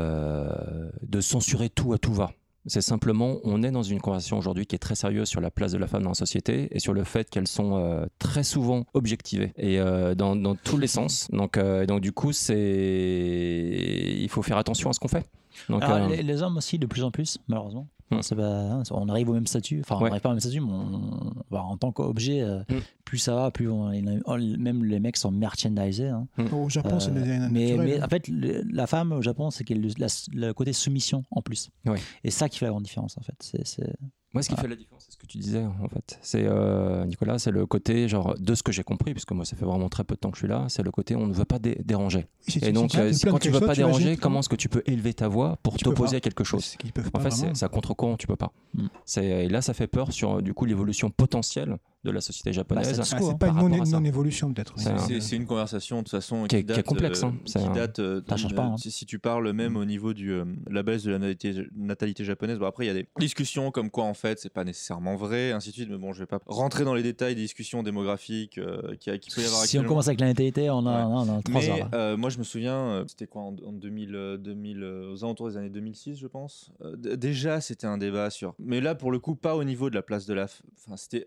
euh, de censurer tout à tout va. C'est simplement, on est dans une conversation aujourd'hui qui est très sérieuse sur la place de la femme dans la société et sur le fait qu'elles sont euh, très souvent objectivées et euh, dans, dans tous les sens. Donc, euh, et donc du coup, c'est, il faut faire attention à ce qu'on fait. Donc, Alors, euh, Ah, les, les hommes aussi, de plus en plus, malheureusement. Hmm. C'est pas- hein, on arrive au même statut, enfin on Ouais. arrive pas au même statut, mais on, on va en tant qu'objet, euh, Hmm. plus ça va, plus on, on- oh, même les mecs sont merchandisés. hein. Au Japon, c'est Euh, des mais, naturel. hein. mais en fait, le- la femme au Japon, c'est qu'elle la- le côté soumission en plus. Ouais. Et ça qui fait la grande différence en fait. C'est, c'est- Moi, ce qui Ah. fait la différence, c'est ce que tu disais, en fait. C'est, euh, Nicolas, c'est le côté, genre, de ce que j'ai compris, puisque moi, ça fait vraiment très peu de temps que je suis là, c'est le côté, on ne veut pas dé- déranger. Et si tu Et donc, sens que euh, si- plein de quand tu ne quelque veux pas chose, imagines déranger, tout- comment est-ce que tu peux élever ta voix pour Tu peux pas. t'opposer à quelque chose C'est qu'ils peuvent En pas fait, c'est, vraiment. c'est à contre-courant, tu peux pas. Mm. C'est, et là, ça fait peur sur, du coup, l'évolution potentielle de la société japonaise. Bah, Ah, c'est c'est pas par une rapport à non- ça. non-évolution peut-être. C'est un- C'est c'est une conversation de toute façon euh, Qui qui, est- qui est date, complexe, hein. Mm. qui C'est un- date, euh, Ça change d'une- pas, hein. si, si tu parles même au niveau du euh, la baisse de la natalité, natalité japonaise, bon après il y a des discussions comme quoi en fait c'est pas nécessairement vrai, ainsi de suite. Mais bon, je vais pas rentrer dans les détails des discussions démographiques euh, qui, a- qui peut y avoir. si on actuellement. commence avec la natalité, on a, Ouais. on a- on a trois Mais heures. là. euh, moi, je me souviens, euh, c'était quoi en, en 2000, euh, 2000, euh, aux alentours des années 2006, je pense. Euh, d- déjà, c'était un débat sur. Mais là, pour le coup, pas au niveau de la place de la. f- Enfin, c'était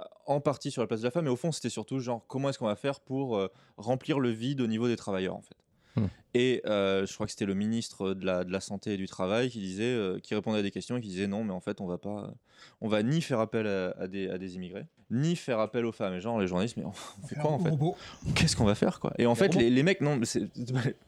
euh, en partie sur la place de la femme, mais au fond, c'était surtout genre comment est-ce qu'on va faire pour euh, remplir le vide au niveau des travailleurs, en fait. Hmm. Et euh, je crois que c'était le ministre de la, de la santé et du travail qui disait, euh, qui répondait à des questions et qui disait non, mais en fait, on va pas, on va ni faire appel à, à des, à des immigrés, ni faire appel aux femmes. Et genre les journalistes, mais on, on fait quoi en fait Robot. qu'est-ce qu'on va faire quoi Et en fait, les, les mecs, non, mais c'est-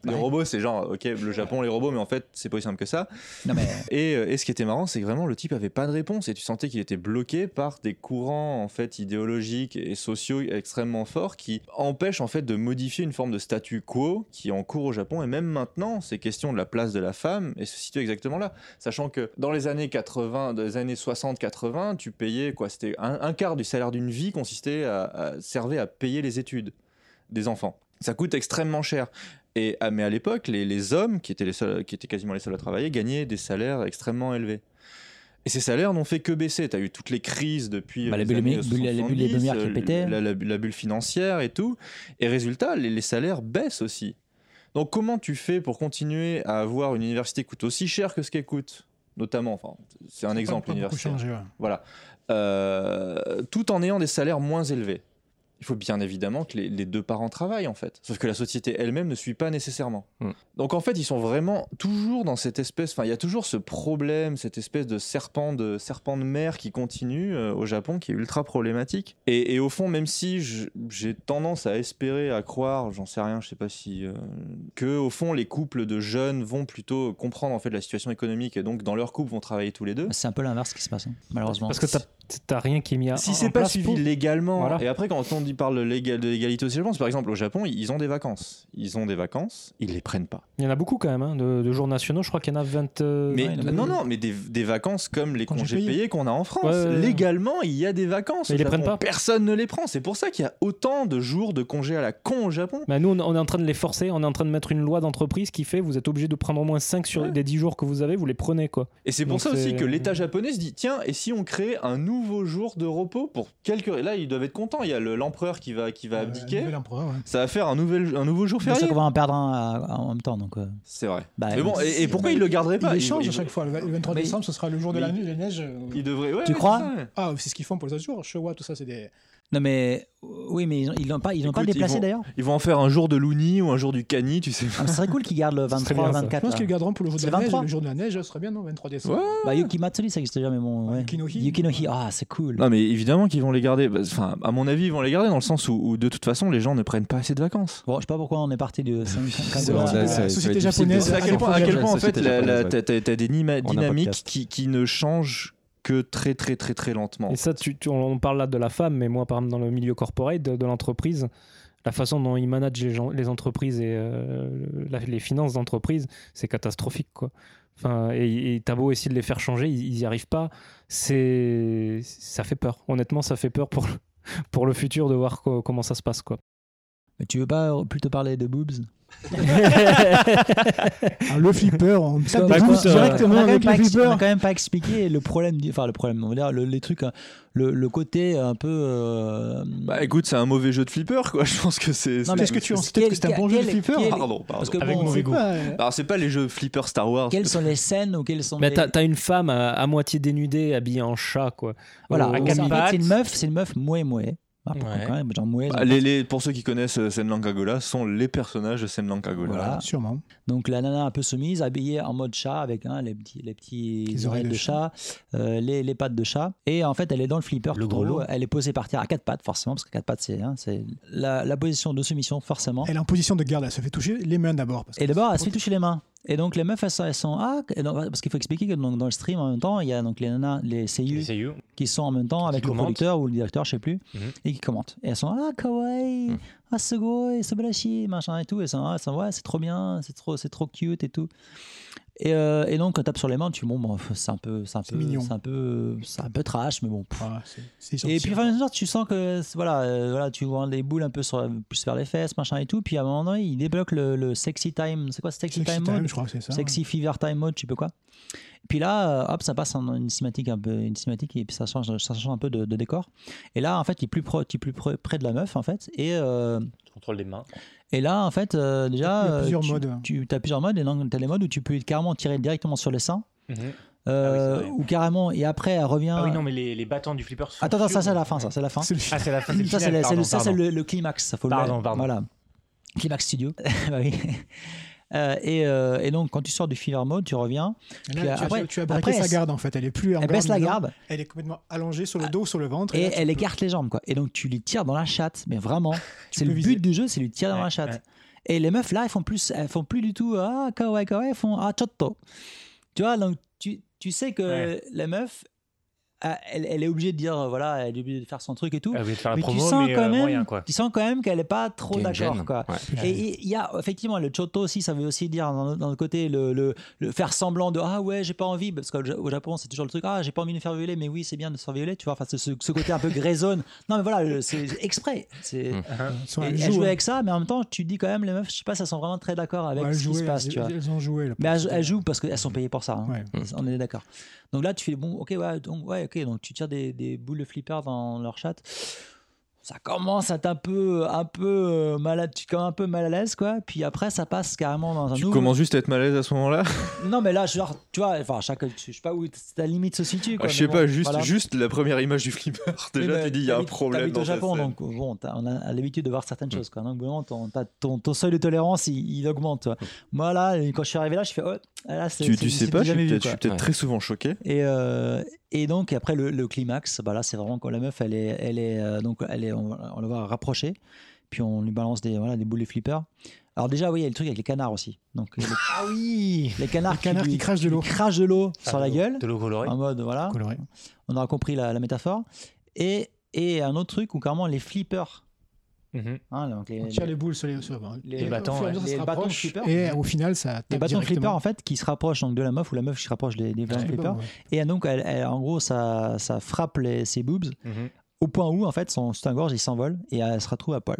les robots, c'est genre, ok, le Japon, les robots, mais en fait, c'est pas aussi simple que ça. Non, mais Et, euh, et ce qui était marrant, c'est que vraiment, le type avait pas de réponse et tu sentais qu'il était bloqué par des courants en fait idéologiques et sociaux extrêmement forts qui empêchent en fait de modifier une forme de statu quo qui est en cours au Japon Japon et même maintenant, ces questions de la place de la femme et se situent exactement là. Sachant que dans les années 80, dans les années 60-80, tu payais quoi C'était un, un quart du salaire d'une vie consistait à, à servait à payer les études des enfants. Ça coûte extrêmement cher. Et, ah, mais à l'époque, les, les hommes, qui étaient, les seuls, qui étaient quasiment les seuls à travailler, gagnaient des salaires extrêmement élevés. Et ces salaires n'ont fait que baisser. Tu as eu toutes les crises depuis. Bah, euh, la les bulle années émi- bulle- la bulle 70, émière qui euh, pétait. La, la- la bulle financière et tout. Et résultat, les, les salaires baissent aussi. Donc, comment tu fais pour continuer à avoir une université qui coûte aussi cher que ce qu'elle coûte Notamment, enfin, c'est un Pas exemple beaucoup universitaire. changé, ouais. Voilà. Euh, tout en ayant des salaires moins élevés. Il faut bien évidemment que les, les deux parents travaillent en fait. Sauf que la société elle-même ne suit pas nécessairement. Mm. Donc en fait, ils sont vraiment toujours dans cette espèce. Enfin, il y a toujours ce problème, cette espèce de serpent de serpent de mer qui continue euh, au Japon, qui est ultra problématique. Et, et au fond, même si je- j'ai tendance à espérer, à croire, j'en sais rien, je sais pas si euh, que au fond les couples de jeunes vont plutôt comprendre en fait la situation économique et donc dans leur couple vont travailler tous les deux. C'est un peu l'inverse qui se passe, hein, malheureusement. Parce que t'as- t'as rien qui est mis à. Si Hein, en- c'est en pas place suivi pour- légalement, Voilà. et après quand on dit parle de l'égal- de l'égalité aussi, je pense par exemple au Japon, ils ont des vacances. Ils ont des vacances, ils les prennent pas. Il y en a beaucoup quand même, hein, de, de jours nationaux. Je crois qu'il y en a 20. euh, mais ouais, il y en a non, beaucoup. non, mais des, des vacances comme les Congés congés payés. payés, qu'on a en France. Ouais, ouais, ouais. Légalement, il y a des vacances. Mais au ils les Japon. prennent pas. Personne ne les prend. C'est pour ça qu'il y a autant de jours de congés à la con au Japon. Bah, nous, on on est en train de les forcer, on est en train de mettre une loi d'entreprise qui fait vous êtes obligé de prendre au moins 5 sur Ouais. des 10 jours que vous avez, vous les prenez quoi. Et c'est pour Donc ça aussi c'est- que l'État japonais se dit tiens, et si on crée un nouveau jour de repos pour quelques. Là, ils doivent être contents. Il y a le- l'empereur qui va, qui va Euh, abdiquer. nouvel empereur, ouais. Ça va faire un, nouvel, un nouveau jour C'est sûr férié. qu'on va en perdre un à- en même temps. Donc, euh, C'est vrai. bah, mais bon, euh, et, et pourquoi mais ils le garderaient Il pas les change ils- à chaque fois. Le vingt- le 23 Mais- décembre, ce sera le jour de la, mais- nu- la neige. euh, Ils devraient. ouais, Tu ouais, crois c'est ça. Ah, c'est ce qu'ils font pour les autres jours. Showa, tout ça, c'est des. Non, mais oui, mais ils n'ont ils l'ont pas, ils l'ont pas Écoute, ils déplacé vont- d'ailleurs. Ils vont en faire un jour de l'Ouni ou un jour du Cani, tu sais. Ah, mais Ce serait cool qu'ils gardent le Ce serait 23, bien, ça. 24. Je pense là. qu'ils le garderont pour le jour de C'est la neige. 23. Le jour de la neige, ce sera bien, non 23 décembre. Ouais. Bah, Yuki Matsuri, ça existe déjà, mais bon. Ah, Ouais. Yuki no Hi. Yuki no Hi, ah, c'est cool. Non, mais évidemment qu'ils vont les garder. Bah, Enfin, à mon avis, ils vont les garder dans le sens où, où de toute façon, les gens ne prennent pas assez de vacances. Bon, je sais pas pourquoi on est parti de. C'est vrai, Kangura. la société japonaise, C'est à Ah, quel non, point, faut à quel jamais, point, en ça, fait, c'était la- japonais, la- ouais. t'as t'as- t'as des nima- On a un dynamiques podcast. qui, qui ne changent que très, très, très, très lentement. Et ça, tu, tu- on parle là de la femme, mais moi, par exemple, dans le milieu corporate, de, de l'entreprise, la façon dont ils managent les, gens, les entreprises et euh, la- les finances d'entreprise, c'est catastrophique, quoi. Enfin, et, et t'as beau essayer de les faire changer, ils, ils y arrivent pas. C'est, ça fait peur. Honnêtement, ça fait peur pour le, pour le futur de voir co- comment ça se passe, quoi. Mais tu veux pas plutôt parler de boobs Ah, le flipper, on tape Bah, des écoute, coups euh, directement on a quand avec même pas le ex- on a flipper. quand même pas expliqué le problème, du- enfin le problème, on va dire le- les trucs, hein, le, le côté un peu. euh, Bah écoute, c'est un mauvais jeu de flipper, quoi. Je pense que c'est. Non, c'est- mais- Qu'est-ce que tu en Quel- sais Peut-être que c'est un bon jeu de quel- flipper. quel- Pardon, pardon. parce que Avec bon, mauvais c'est- C'est pas, euh, Alors, c'est pas les jeux flipper Star Wars. quelles sont les scènes ou quelles sont Mais les- t'as, t'as une femme à, à moitié dénudée, habillée en chat, quoi. Voilà, Au- en au- fait, pattes. c'est une meuf, c'est une meuf moué moué. Ah, pourquoi Ouais. quand même, genre mouais, Bah, genre- les, les- pour ceux qui connaissent euh, Senlan Kagola, sont les personnages de Senlan Kagola. Voilà. Sûrement. Donc la nana un peu soumise, habillée en mode chat avec hein, les petits, les petits Les oreilles de, chat, euh, les, les pattes de chat. Et en fait, elle est dans le flipper. Le tout gros en haut. lot. Elle est posée par terre à quatre pattes, forcément, parce que quatre pattes, c'est hein, c'est la, la position de soumission, forcément. Elle est en position de garde, elle se fait toucher les mains d'abord. parce que Et d'abord, elle se c'est- fait toucher les mains. Et donc les meufs, elles sont, elles sont ah, et donc, parce qu'il faut expliquer que donc, dans le stream en même temps, il y a donc les nanas, les CU Les AU. qui sont en même temps avec le commentent. producteur ou le directeur, je sais plus, Mhm. et qui commentent. Et elles sont ah kawaii, Mhm. ah sugoi, subarashi, machin et tout. Et elles sont, ah, elles sont, ouais, c'est trop bien, c'est trop, c'est trop cute et tout. Et, euh, et donc quand tape sur les mains, tu dis, bon, bon, c'est un peu, c'est un C'est peu, mignon. c'est un peu, c'est un peu trash, mais bon. pff. Ah, c'est- c'est gentil. Et puis, enfin, tu sens que c'est- voilà, euh, voilà, tu vois les boules un peu sur, plus vers les fesses, machin et tout. Puis à un moment donné, il débloque le, le sexy time. C'est quoi sexy, Sexy time, time, mode je crois que c'est ça. Sexy Fever Time Mode, tu peux quoi. Puis là, euh, hop, ça passe en une cinématique un peu, une cinématique et puis ça change, ça change un peu de, de décor. Et là, en fait, il est plus, pro, il est plus pro- près de la meuf, en fait. Et, euh, Tu contrôles les mains. et là, en fait, euh, déjà, Il y a euh, plusieurs tu, modes. as plusieurs modes. Et donc, tu as les modes où tu peux carrément tirer directement sur les seins. Mhm. euh, Ah oui, c'est vrai. ou carrément, et après, elle revient. Ah oui, non, mais les, les battants du flipper. sont Attends, attends, ça, sûrs. c'est la fin, ça, c'est la fin. C'est le fi- Ah, c'est la fin. c'est le Ça, c'est final, le, c'est le- pardon, ça, c'est pardon. le- le climax. ça, Faut le- Pardon, pardon. Voilà. Climax Studio. Bah oui. Euh, et, euh, et donc, quand tu sors du fever mode, tu reviens. Et là, Puis tu, après- as, tu as braqué après, sa elle- garde en fait. Elle est plus en Elle garde. baisse la maintenant. garde. Elle est complètement allongée sur le dos, sur le ventre. Et là, tu elle peux- écarte les jambes, quoi. Et donc tu lui tires dans la chatte, mais vraiment. C'est peux le viser. but du jeu, c'est lui tirer dans Ouais, la chatte. ouais. Et les meufs là, elles font plus, elles font plus du tout ah kawaii kawaii, elles font ah chotto. Tu vois, donc tu, tu sais que Ouais. les meufs, ah, elle, elle est obligée de dire, euh, voilà, elle est obligée de faire son truc et tout. Elle voulait te faire la mais promo, tu sens mais, euh, quand même, moyen, quoi. tu sens quand même qu'elle est pas trop Il y a une d'accord, gêne, quoi. ouais. Et il y a effectivement le chotto aussi, ça veut aussi dire d'un d'un autre côté le, le- le faire semblant de ah ouais j'ai pas envie parce qu'au Ja- au Japon c'est toujours le truc ah j'ai pas envie de me faire violer mais oui c'est bien de se faire violer tu vois enfin ce, ce- ce côté un peu graisonne non mais voilà le- c'est exprès c'est Elles sont- et elles elles jouent, jouent hein. avec ça mais en même temps tu dis quand même les meufs je sais pas ça sont vraiment très d'accord avec Ouais, elles ce qui jouaient, se passe elles- tu vois Elles ont joué. là, mais pour elles, ce elles jouent parce qu'elles sont payées pour ça. hein. Ouais. Mmh. On est d'accord. Donc là, tu fais bon, ok, ouais, donc, ouais, ok, donc tu tires des, des boules de flipper dans leur chat. Ça commence à être un peu, un peu euh, mal, à- tu es quand même un peu mal à l'aise, quoi. Puis après, ça passe carrément dans un Tu nouveau- commences juste à être mal à l'aise à ce moment-là Non, mais là, genre, tu vois, enfin, chaque, je sais pas où ta limite se situe. Ah, quoi, Je sais mais pas, bon, juste, voilà. juste la première image du flipper. Oui, Déjà, mais tu dis, il y a un t'habites- problème t'habites dans au ta Japon, scène. Mmh. donc bon, t'as- on a l'habitude de voir certaines choses. Quoi. Donc, bon, ton, t'as- ton, ton seuil de tolérance, il, il augmente. quoi. Moi, là, quand je suis arrivé là, je fais, oh, là, c'est Mmh. Tu, c'est- tu sais c'est pas, du je suis jamais vu, peut-être je quoi. suis peut-être Ouais. très souvent choqué. Et, euh, et donc après le, le climax, bah là c'est vraiment quand la meuf elle est, elle est euh, donc elle est, on, on la voit rapprocher, puis on lui balance des voilà des boules de flipper. Alors déjà oui il y a le truc avec les canards aussi. Donc les, Ah oui les canards, Les canards qui lui- crachent de lui l'eau. crachent de l'eau sur la gueule, Ah, De l'eau colorée. en mode voilà, coup-là, ouais. on aura compris la, la métaphore. Et et un autre truc où carrément les flippers, Mhm. hein, donc les, On tire les boules sur les, sur- bon, Les et au bâtons, fur et à mesure, ouais. ça se Les bâtons rapproche, flippers. Et au final, ça tape les bâtons directement. Ah, flippers en fait qui se rapprochent donc de la meuf ou la meuf qui se rapproche des, des bâtons Je sais pas, flippers. ouais. Et donc elle- elle- en gros ça, ça frappe les, ses boobs Mhm. au point où en fait son soutien-gorge il s'envole et elle se retrouve à poil.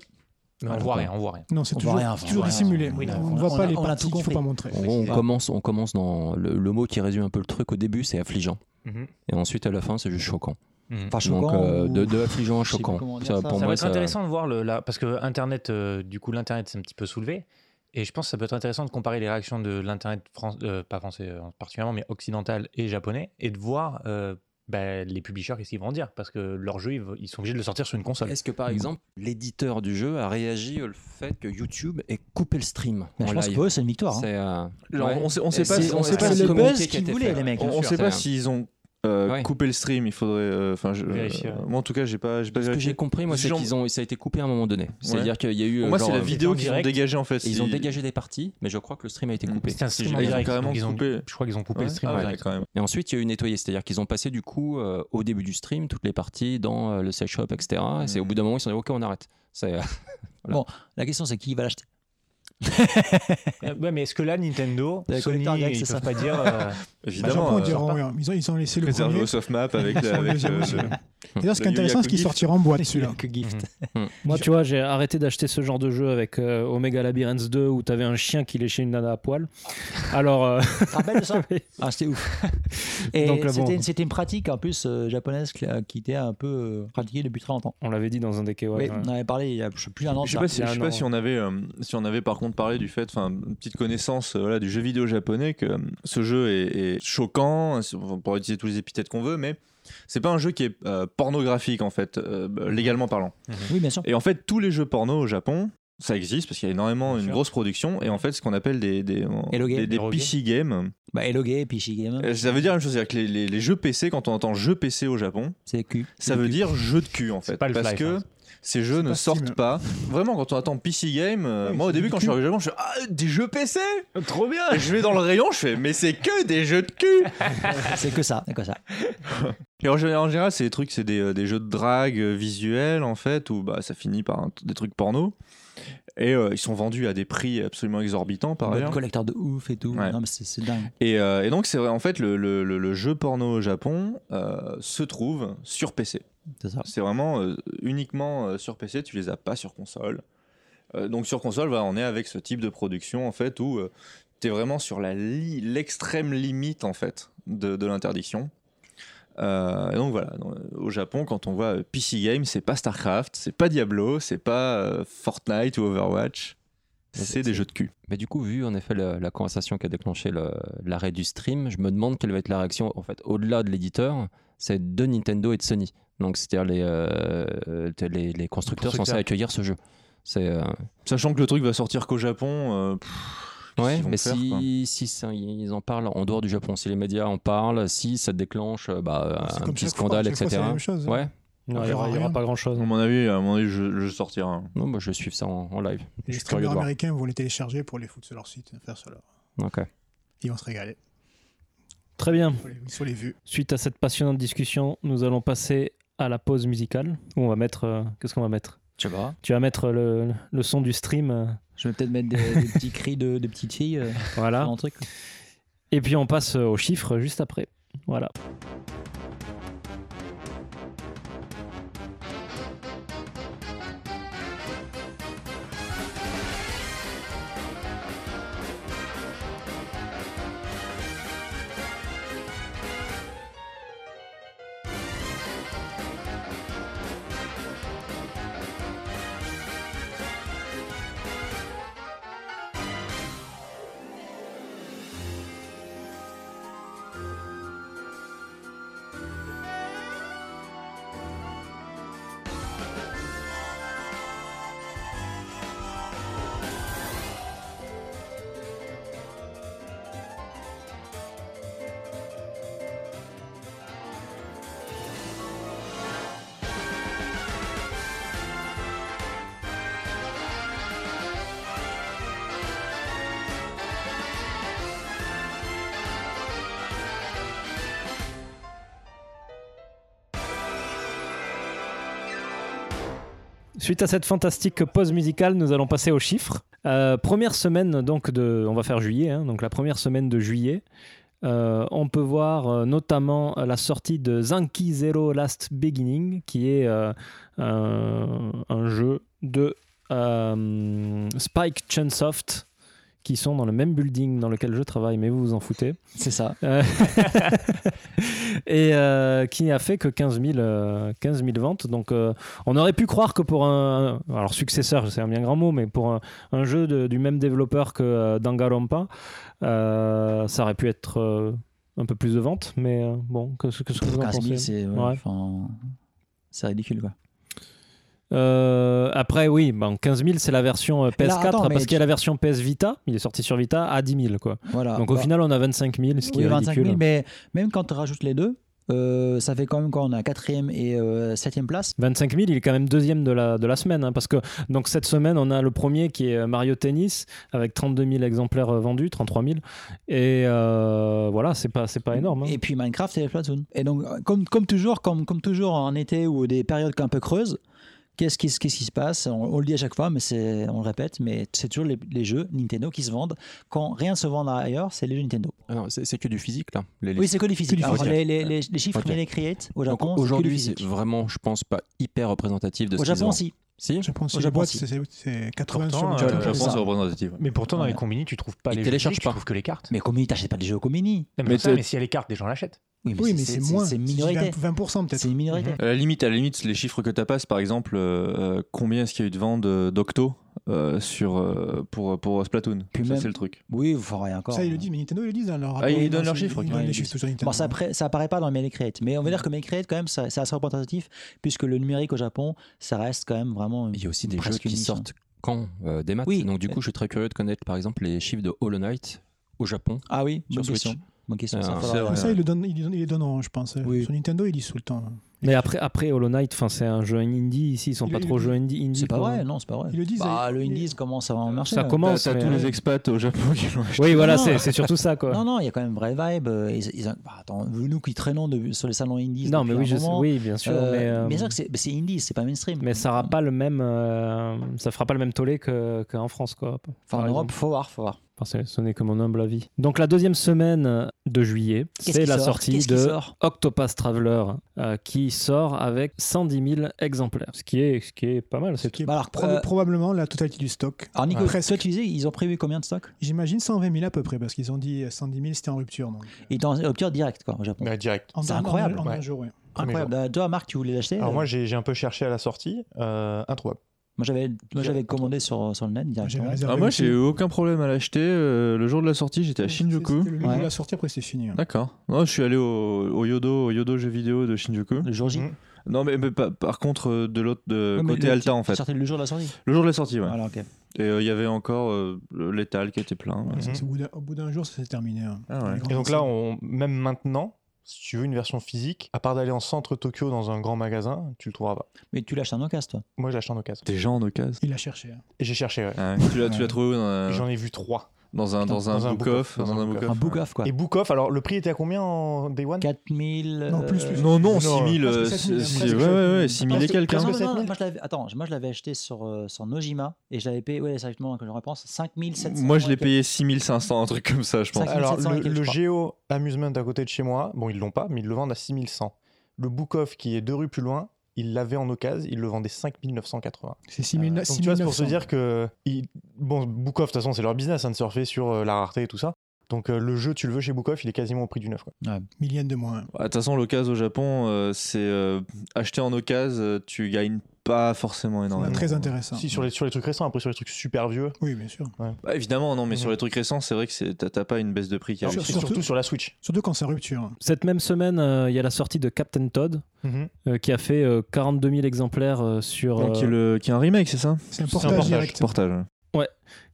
Mais on voit rien, on voit rien. Non, c'est On toujours, voit rien, enfin, toujours on voit rien. dissimulé. Oui, on on ne a- voit on pas a- les on a parties tout qu'il ne faut compris. pas montrer. En gros, on Ouais. commence, on commence dans le, le mot qui résume un peu le truc. Au début, c'est affligeant. Mm-hmm. Mhm. Et ensuite, à la fin, c'est juste choquant. Enfin Donc, choquant. euh, ou- de, de affligeant à je sais plus choquant. comment dire ça. Ça, pour Ça moi, ça va être ça- intéressant de voir le, là, parce que Internet, euh, du coup, l'Internet s'est un petit peu soulevé. Et je pense que ça peut être intéressant de comparer les réactions de l'Internet, fran- euh, pas français euh, particulièrement, mais occidental et japonais, et de voir euh, bah, les publishers qu'est-ce qu'ils vont dire. Parce que leur jeu, ils, v- ils sont obligés de le sortir sur une console. Est-ce que Mm. par exemple l'éditeur du jeu a réagi au fait que YouTube ait coupé le stream Mais Bah, en je pense que live pour eux, c'est une victoire. hein. C'est, euh, Là, on- on sait- on sait Et pas- c'est- on sait c'est pas le si- communiqué buzz qui a qu'ils été voulaient, fait. les mecs, On, bien on sait C'est pas un- s'ils ont euh, Ouais. coupé le stream. Il faudrait. euh, Enfin, je- Vérifier, ouais. moi en tout cas, j'ai pas, j'ai pas Ce euh, que j'ai vérifié. compris, moi, c'est Genre- qu'ils ont, ça a été coupé à un moment donné. C'est-à-dire qu'il y a eu. Pour euh, moi, c'est genre, la euh, vidéo en qu'ils ont direct. dégagée en fait. Ils ont dégagé des parties, mais je crois que le stream a été Mm. coupé. C'était un Si stream en j'ai- ils ont direct. carrément donc ils ont- coupé. Je crois qu'ils ont coupé Ouais, Ah le stream en ouais, direct. quand même. Et ensuite, il y a eu nettoyé, c'est-à-dire qu'ils ont passé du coup euh, au début du stream toutes les parties dans euh, le sex shop, etc. Et Mm. c'est au bout d'un moment, ils se sont dit ok, on arrête. C'est euh, La question c'est qui va l'acheter. Euh, Ouais, mais est-ce que là, Nintendo, Les Sony, collecteurs directs, ils c'est ça. peuvent pas dire. euh, Au Japon, Évidemment. on euh, dirait, ouais, ils, ont, ils ont laissé le Réservé premier. au soft map avec Ils sont la- le avec euh, deuxième le- aussi, le- ouais. D'ailleurs, ce qui est le intéressant, c'est qu'il Yaku sortira en boîte celui-là. Que gift. Moi, tu vois, j'ai arrêté d'acheter ce genre de jeu avec euh, Omega Labyrinth 2 où t'avais un chien qui léchait une nana à poil. Alors, euh, Rappelle ça. Ah c'était ouf. Et Donc, là, bon. c'était une- c'était une pratique en plus euh, japonaise qui euh, qui était un peu euh, pratiquée depuis très longtemps. on l'avait dit dans un des KO. Oui, On en avait parlé il y a je sais plus un an. de Je sais ça. pas si, Il y a je sais un pas an. si on avait, euh, si on avait par contre parlé du fait, enfin, une petite connaissance euh, voilà, du jeu vidéo japonais, que euh, ce jeu est, est choquant, euh, on pourrait utiliser tous les épithètes qu'on veut, mais c'est pas un jeu qui est euh, pornographique en fait, euh, bah, légalement parlant. Oui bien sûr. Et en fait, tous les jeux porno au Japon, ça existe parce qu'il y a énormément, Bien une sûr. grosse production, et en fait, ce qu'on appelle des, des, Hello Game. des, des Hello PC games. Bah Hello Gay, Pichi Game, Euh, Ça veut dire la même chose, c'est-à-dire que les, les- les jeux PC, quand on entend jeu PC au Japon, c'est cul. ça veut dire jeu de cul en C'est fait. pas le parce fly, que ça. ces jeux hein. C'est ne pas sortent Steam. pas. Vraiment, quand on attend PC Game, euh, Oui, moi au c'est début, du quand je suis cul. arrivé au Japon, je fais Ah, des jeux PC Trop bien Et Je vais dans le rayon, je fais Mais c'est que des jeux de cul C'est que ça, c'est que ça. Et en général, en général, c'est des trucs, c'est des, euh, des jeux de drague euh, visuels en fait, où bah, ça finit par un- des trucs porno. Et euh, ils sont vendus à des prix absolument exorbitants par Un ailleurs. collecteur de ouf et tout. Ouais. Non mais c'est c'est dingue. Et, euh, et donc, c'est vrai, en fait, le, le- le- le jeu porno au Japon euh, se trouve sur PC. C'est ça. C'est vraiment euh, uniquement euh, sur PC, tu les as pas sur console. Euh, donc sur console, voilà, on est avec ce type de production en fait où tu es vraiment sur la li- l'extrême limite en fait de, de l'interdiction. Euh, et donc voilà, dans- au Japon, quand on voit euh, PC Game, c'est pas StarCraft, c'est pas Diablo, c'est pas euh, Fortnite ou Overwatch, Mais c'est c'est- des jeux de cul. Mais du coup, vu en effet la, la conversation qui a déclenché le- l'arrêt du stream, je me demande quelle va être la réaction en fait au-delà de l'éditeur, c'est de Nintendo et de Sony. Donc c'est-à-dire les, euh, les, les constructeurs Constructeurs. censés accueillir ce jeu. C'est euh, Sachant que le truc va sortir qu'au Japon, euh, pff, qu'est-ce ouais, qu'ils vont mais faire, quoi si, si ça- ils en parlent en dehors du Japon, si les médias en parlent, si ça déclenche euh, bah, Ah, C'est un comme petit chaque fois, scandale, chaque fois, c'est etc. la même chose. ouais, Il n'y Il y aura aura, il y aura rien. pas grand chose. à mon avis, à mon avis, je, je sortirai. non, bah, je vais suivre ça en, en live. Je Les suis streamers curieux de voir. américains vont les télécharger pour les foutre sur leur site, faire sur leur- Ok. Ils vont se régaler. Très bien. Ils sont les vues. Suite à cette passionnante discussion, nous allons passer à la pause musicale. Où on va mettre. euh, Qu'est-ce qu'on va mettre Je sais pas. Tu vas mettre le, le son du stream. euh, Je vais peut-être mettre des, des petits cris de, de petites filles. euh, Ah. voilà. sur un truc. Et puis on passe euh, aux chiffres juste après. Voilà. Suite à cette fantastique pause musicale, nous allons passer aux chiffres. Euh, première semaine donc de, on va faire juillet, hein, donc la première semaine de juillet. Euh, on peut voir euh, notamment euh, la sortie de Zanki Zero Last Beginning, qui est euh, un- un jeu de euh, Spike Chunsoft, qui sont dans le même building dans lequel je travaille, mais vous vous en foutez. C'est ça. Euh, et euh, qui a fait que 15 000, euh, 15 000 ventes. Donc euh, on aurait pu croire que pour un... Alors successeur, c'est un bien grand mot, mais pour un, un jeu de- du même développeur que euh, Danganronpa, euh, ça aurait pu être euh, un peu plus de ventes. Mais euh, bon, qu'est-ce que, ce que vous en 15 000, pensez c'est ouais, Ouais. enfin, c'est ridicule quoi. Euh, après, oui, bon, 15 000, c'est la version euh, PS4, attends, mais parce qu'il y tu- a la version PS Vita, il est sorti sur Vita, à 10 000. Quoi. Voilà. Donc au Bah, final, on a 25 000, ce qui oui, est 25 ridicule. 000, mais même quand tu rajoutes les deux, euh, ça fait quand même quand on a quatrième et euh, septième place. 25 000, il est quand même deuxième de la, de la semaine. hein, parce que donc cette semaine, on a le premier qui est euh, Mario Tennis, avec 32 000 exemplaires euh, vendus, 33 000. Et euh, voilà, c'est pas, c'est pas énorme. hein. Et puis Minecraft et Splatoon. Et donc, euh, comme, comme, toujours, comme, comme toujours en été ou des périodes un peu creuses, qu'est-ce qui, se- qu'est-ce qui se passe on, on le dit à chaque fois, mais c'est, on le répète, mais c'est toujours les, les jeux Nintendo qui se vendent. Quand rien ne se vend ailleurs, c'est les jeux Nintendo. Ah non, c'est c'est que du physique là. Les- les- Oui, c'est que les physiques. du Alors, physique. les, les, les, les chiffres, Ok. mais les create au Donc, Japon, c'est que du aujourd'hui, c'est physique. vraiment, je pense, pas hyper représentatif de ce Au qu'ils Japon ont. aussi. Si Je pense Au que les Japon boîtes, aussi. c'est- c'est c'est 80 Pourtant, sur euh, le je Japon. pense Je c'est pense ça. représentatif. Mais pourtant, dans Ouais. les combini, tu trouves pas Ils les téléchargent jeux physiques, pas. tu trouves que les cartes. Mais Comini, t'achètes pas des jeux au Comini. Non, mais, Mais ça, t'es- mais si y a les cartes, les gens l'achètent. Oui, mais c'est moins. C'est une minorité. 20%, peut-être. C'est une minorité. Mhm. À la limite, à la limite, les chiffres que tu passes, par exemple, euh, euh, combien est-ce qu'il y a eu de ventes euh, d'Octo euh, sur euh, pour pour Splatoon Puis Ça même- c'est le truc. Oui, vous ferez encore. Ça, ils le disent, mais Nintendo, ils le disent dans leur Ah, ils donnent leurs c'est- chiffres, Ils ok. donnent Ouais, les ils chiffres disent. toujours Nintendo. Bon, ça, apparaît- ça apparaît pas dans les Create, mais on va dire que les Create, quand même, ça- c'est assez représentatif, puisque le numérique au Japon, ça reste quand même vraiment. une- Il y a aussi des jeux Presque qui unique, hein. sortent quand euh, des maths. Oui. Donc du coup, je suis très curieux de connaître, par exemple, les chiffres de Hollow Knight au Japon. Ah oui, Sur bonne Switch. question. Bonne question. Ah, ça, c'est faudra- vrai. Ça, ils le donnent, ils le donnent- ils le donneront, je pense. Oui. Sur Nintendo, ils disent tout le temps. Mais après, après Hollow Knight, 'fin, c'est un jeu indie ici, ils sont Il pas est- trop jeux indie. indie C'est pas quoi. vrai, non, c'est pas vrai. Ils le disent. hein, Bah, ils- le indies commence à en marcher. hein. Ça là. commence. T'as t'as mais- euh, tous les expats au Japon qui l'ont acheté. Oui, voilà, Non. c'est c'est surtout ça quoi. Non, non, il y a quand même une vraie vibe. euh, ils- ils ont- bah, attends, nous qui traînons de- sur les salons indies. Non, mais depuis oui, un je sais- moment, oui, bien sûr. euh, mais, euh, bien sûr que c'est mais c'est indies, c'est pas mainstream. mais ça aura pas le même, euh, ça fera pas le même tollé que- qu'en France, quoi. Enfin, par en Europe, exemple. faut voir, faut voir. Enfin, c'est- ce n'est que mon humble avis. Donc la deuxième semaine de juillet, Qu'est-ce c'est qui la sort sortie Qu'est-ce qui de sort Octopath Traveler, euh, qui sort avec 110 000 exemplaires, ce qui est, ce qui est pas mal. C'est Qui est Bah, alors, prob- euh, probablement la totalité du stock. Alors, Nico, Ouais. toi, Presque. tu disais, ils ont prévu combien de stocks J'imagine 120 000 à peu près, parce qu'ils ont dit euh, 110 000, c'était en rupture. donc. Ils t'ont obtenu direct, quoi, au Japon. direct. En C'est un- en- incroyable. En, un Ouais. jour, ouais. Incroyable. Euh, toi, Marc, tu voulais l'acheter Alors euh, moi, j'ai j'ai un peu cherché à la sortie. Euh, introuvable. Moi, j'avais, moi, j'avais commandé sur, sur le net J'avais directement. réservé Ah, moi aussi. j'ai eu aucun problème à l'acheter. euh, le jour de la sortie, j'étais à Shinjuku. C'était le Ouais. la sortie, après c'est fini. hein. D'accord. Non, je suis allé au, au Yodo, au Yodo jeux vidéo de Shinjuku. Le jour J. Mm. Non, mais, mais pas- par contre, euh, de l'autre de Ouais, mais côté le- Alta en C'est fait. sorti le jour de la sortie. Le jour de la sortie, ouais. Voilà, ok. Et euh, il y avait encore euh, l'étal qui était plein. ouais. Ouais, ça, Mhm. c'est au bout d'un- Au bout d'un jour, ça s'est terminé. hein. Ah ouais. Les grandes Et donc là, enseignes. on, même maintenant, si tu veux une version physique, à part d'aller en centre Tokyo dans un grand magasin, tu le trouveras pas. Mais tu l'achètes en occasion, toi. Moi, je l'achète en occasion. Des gens en occasion. Il a cherché. hein. Et j'ai cherché, ouais. Ah ouais. Tu l'as tu l'as trouvé où dans la- Et J'en ai vu trois. dans un, dans un Dans un book-off. book-off, Dans un book-off. Un book off quoi. Et Book Off, alors le prix était à combien en Day One 4000. Non, plus, euh, plus. Non, non, Non, 6000. presque euh, 7000, si- presque ouais, ouais, ouais, presque 6000 et quelques. Non, hein. non, non, sept moi je l'avais- attends, je- moi je l'avais acheté sur, euh, sur Nojima et je l'avais payé, ouais, exactement, que je repense, 5700. Moi, je l'ai payé 6500, un truc comme ça, je pense. Cinq- Alors, 1700 et le, quelques, le je crois. Géo Amusement à côté de chez moi, bon, ils l'ont pas, mais ils le vendent à 6100. Le Book Off, qui est deux rues plus loin, ils l'avaient en occasion, ils le vendaient 5980. C'est 6000 Bah, Donc, tu vois, c'est pour se dire que. ils- Bon, Book Off, de toute façon, c'est leur business hein, de surfer sur euh, la rareté et tout ça. Donc, euh, le jeu, tu le veux chez Book Off, il est quasiment au prix du neuf. Quoi. Millions de moins. Bah, De toute façon, l'occasion au Japon, euh, c'est euh, acheter en occasion, euh, tu gagnes pas forcément énormément. Très intéressant. Si, sur les, sur les trucs récents, après, sur les trucs super vieux. Oui, bien sûr. Bah, évidemment, non, mais sur Mhm. les trucs récents, c'est vrai que c'est- t'as t'as pas une baisse de prix qui Alors, arrive. Surtout, Surtout- surtout sur la Switch. Surtout quand c'est en rupture. hein. Cette même semaine, euh, il y a la sortie de Captain Todd Mhm. euh, qui a fait euh, 42 000 exemplaires euh, sur Donc, qui, est euh, le- qui est un remake, c'est ça C'est un C'est un portage portage. direct. Portage.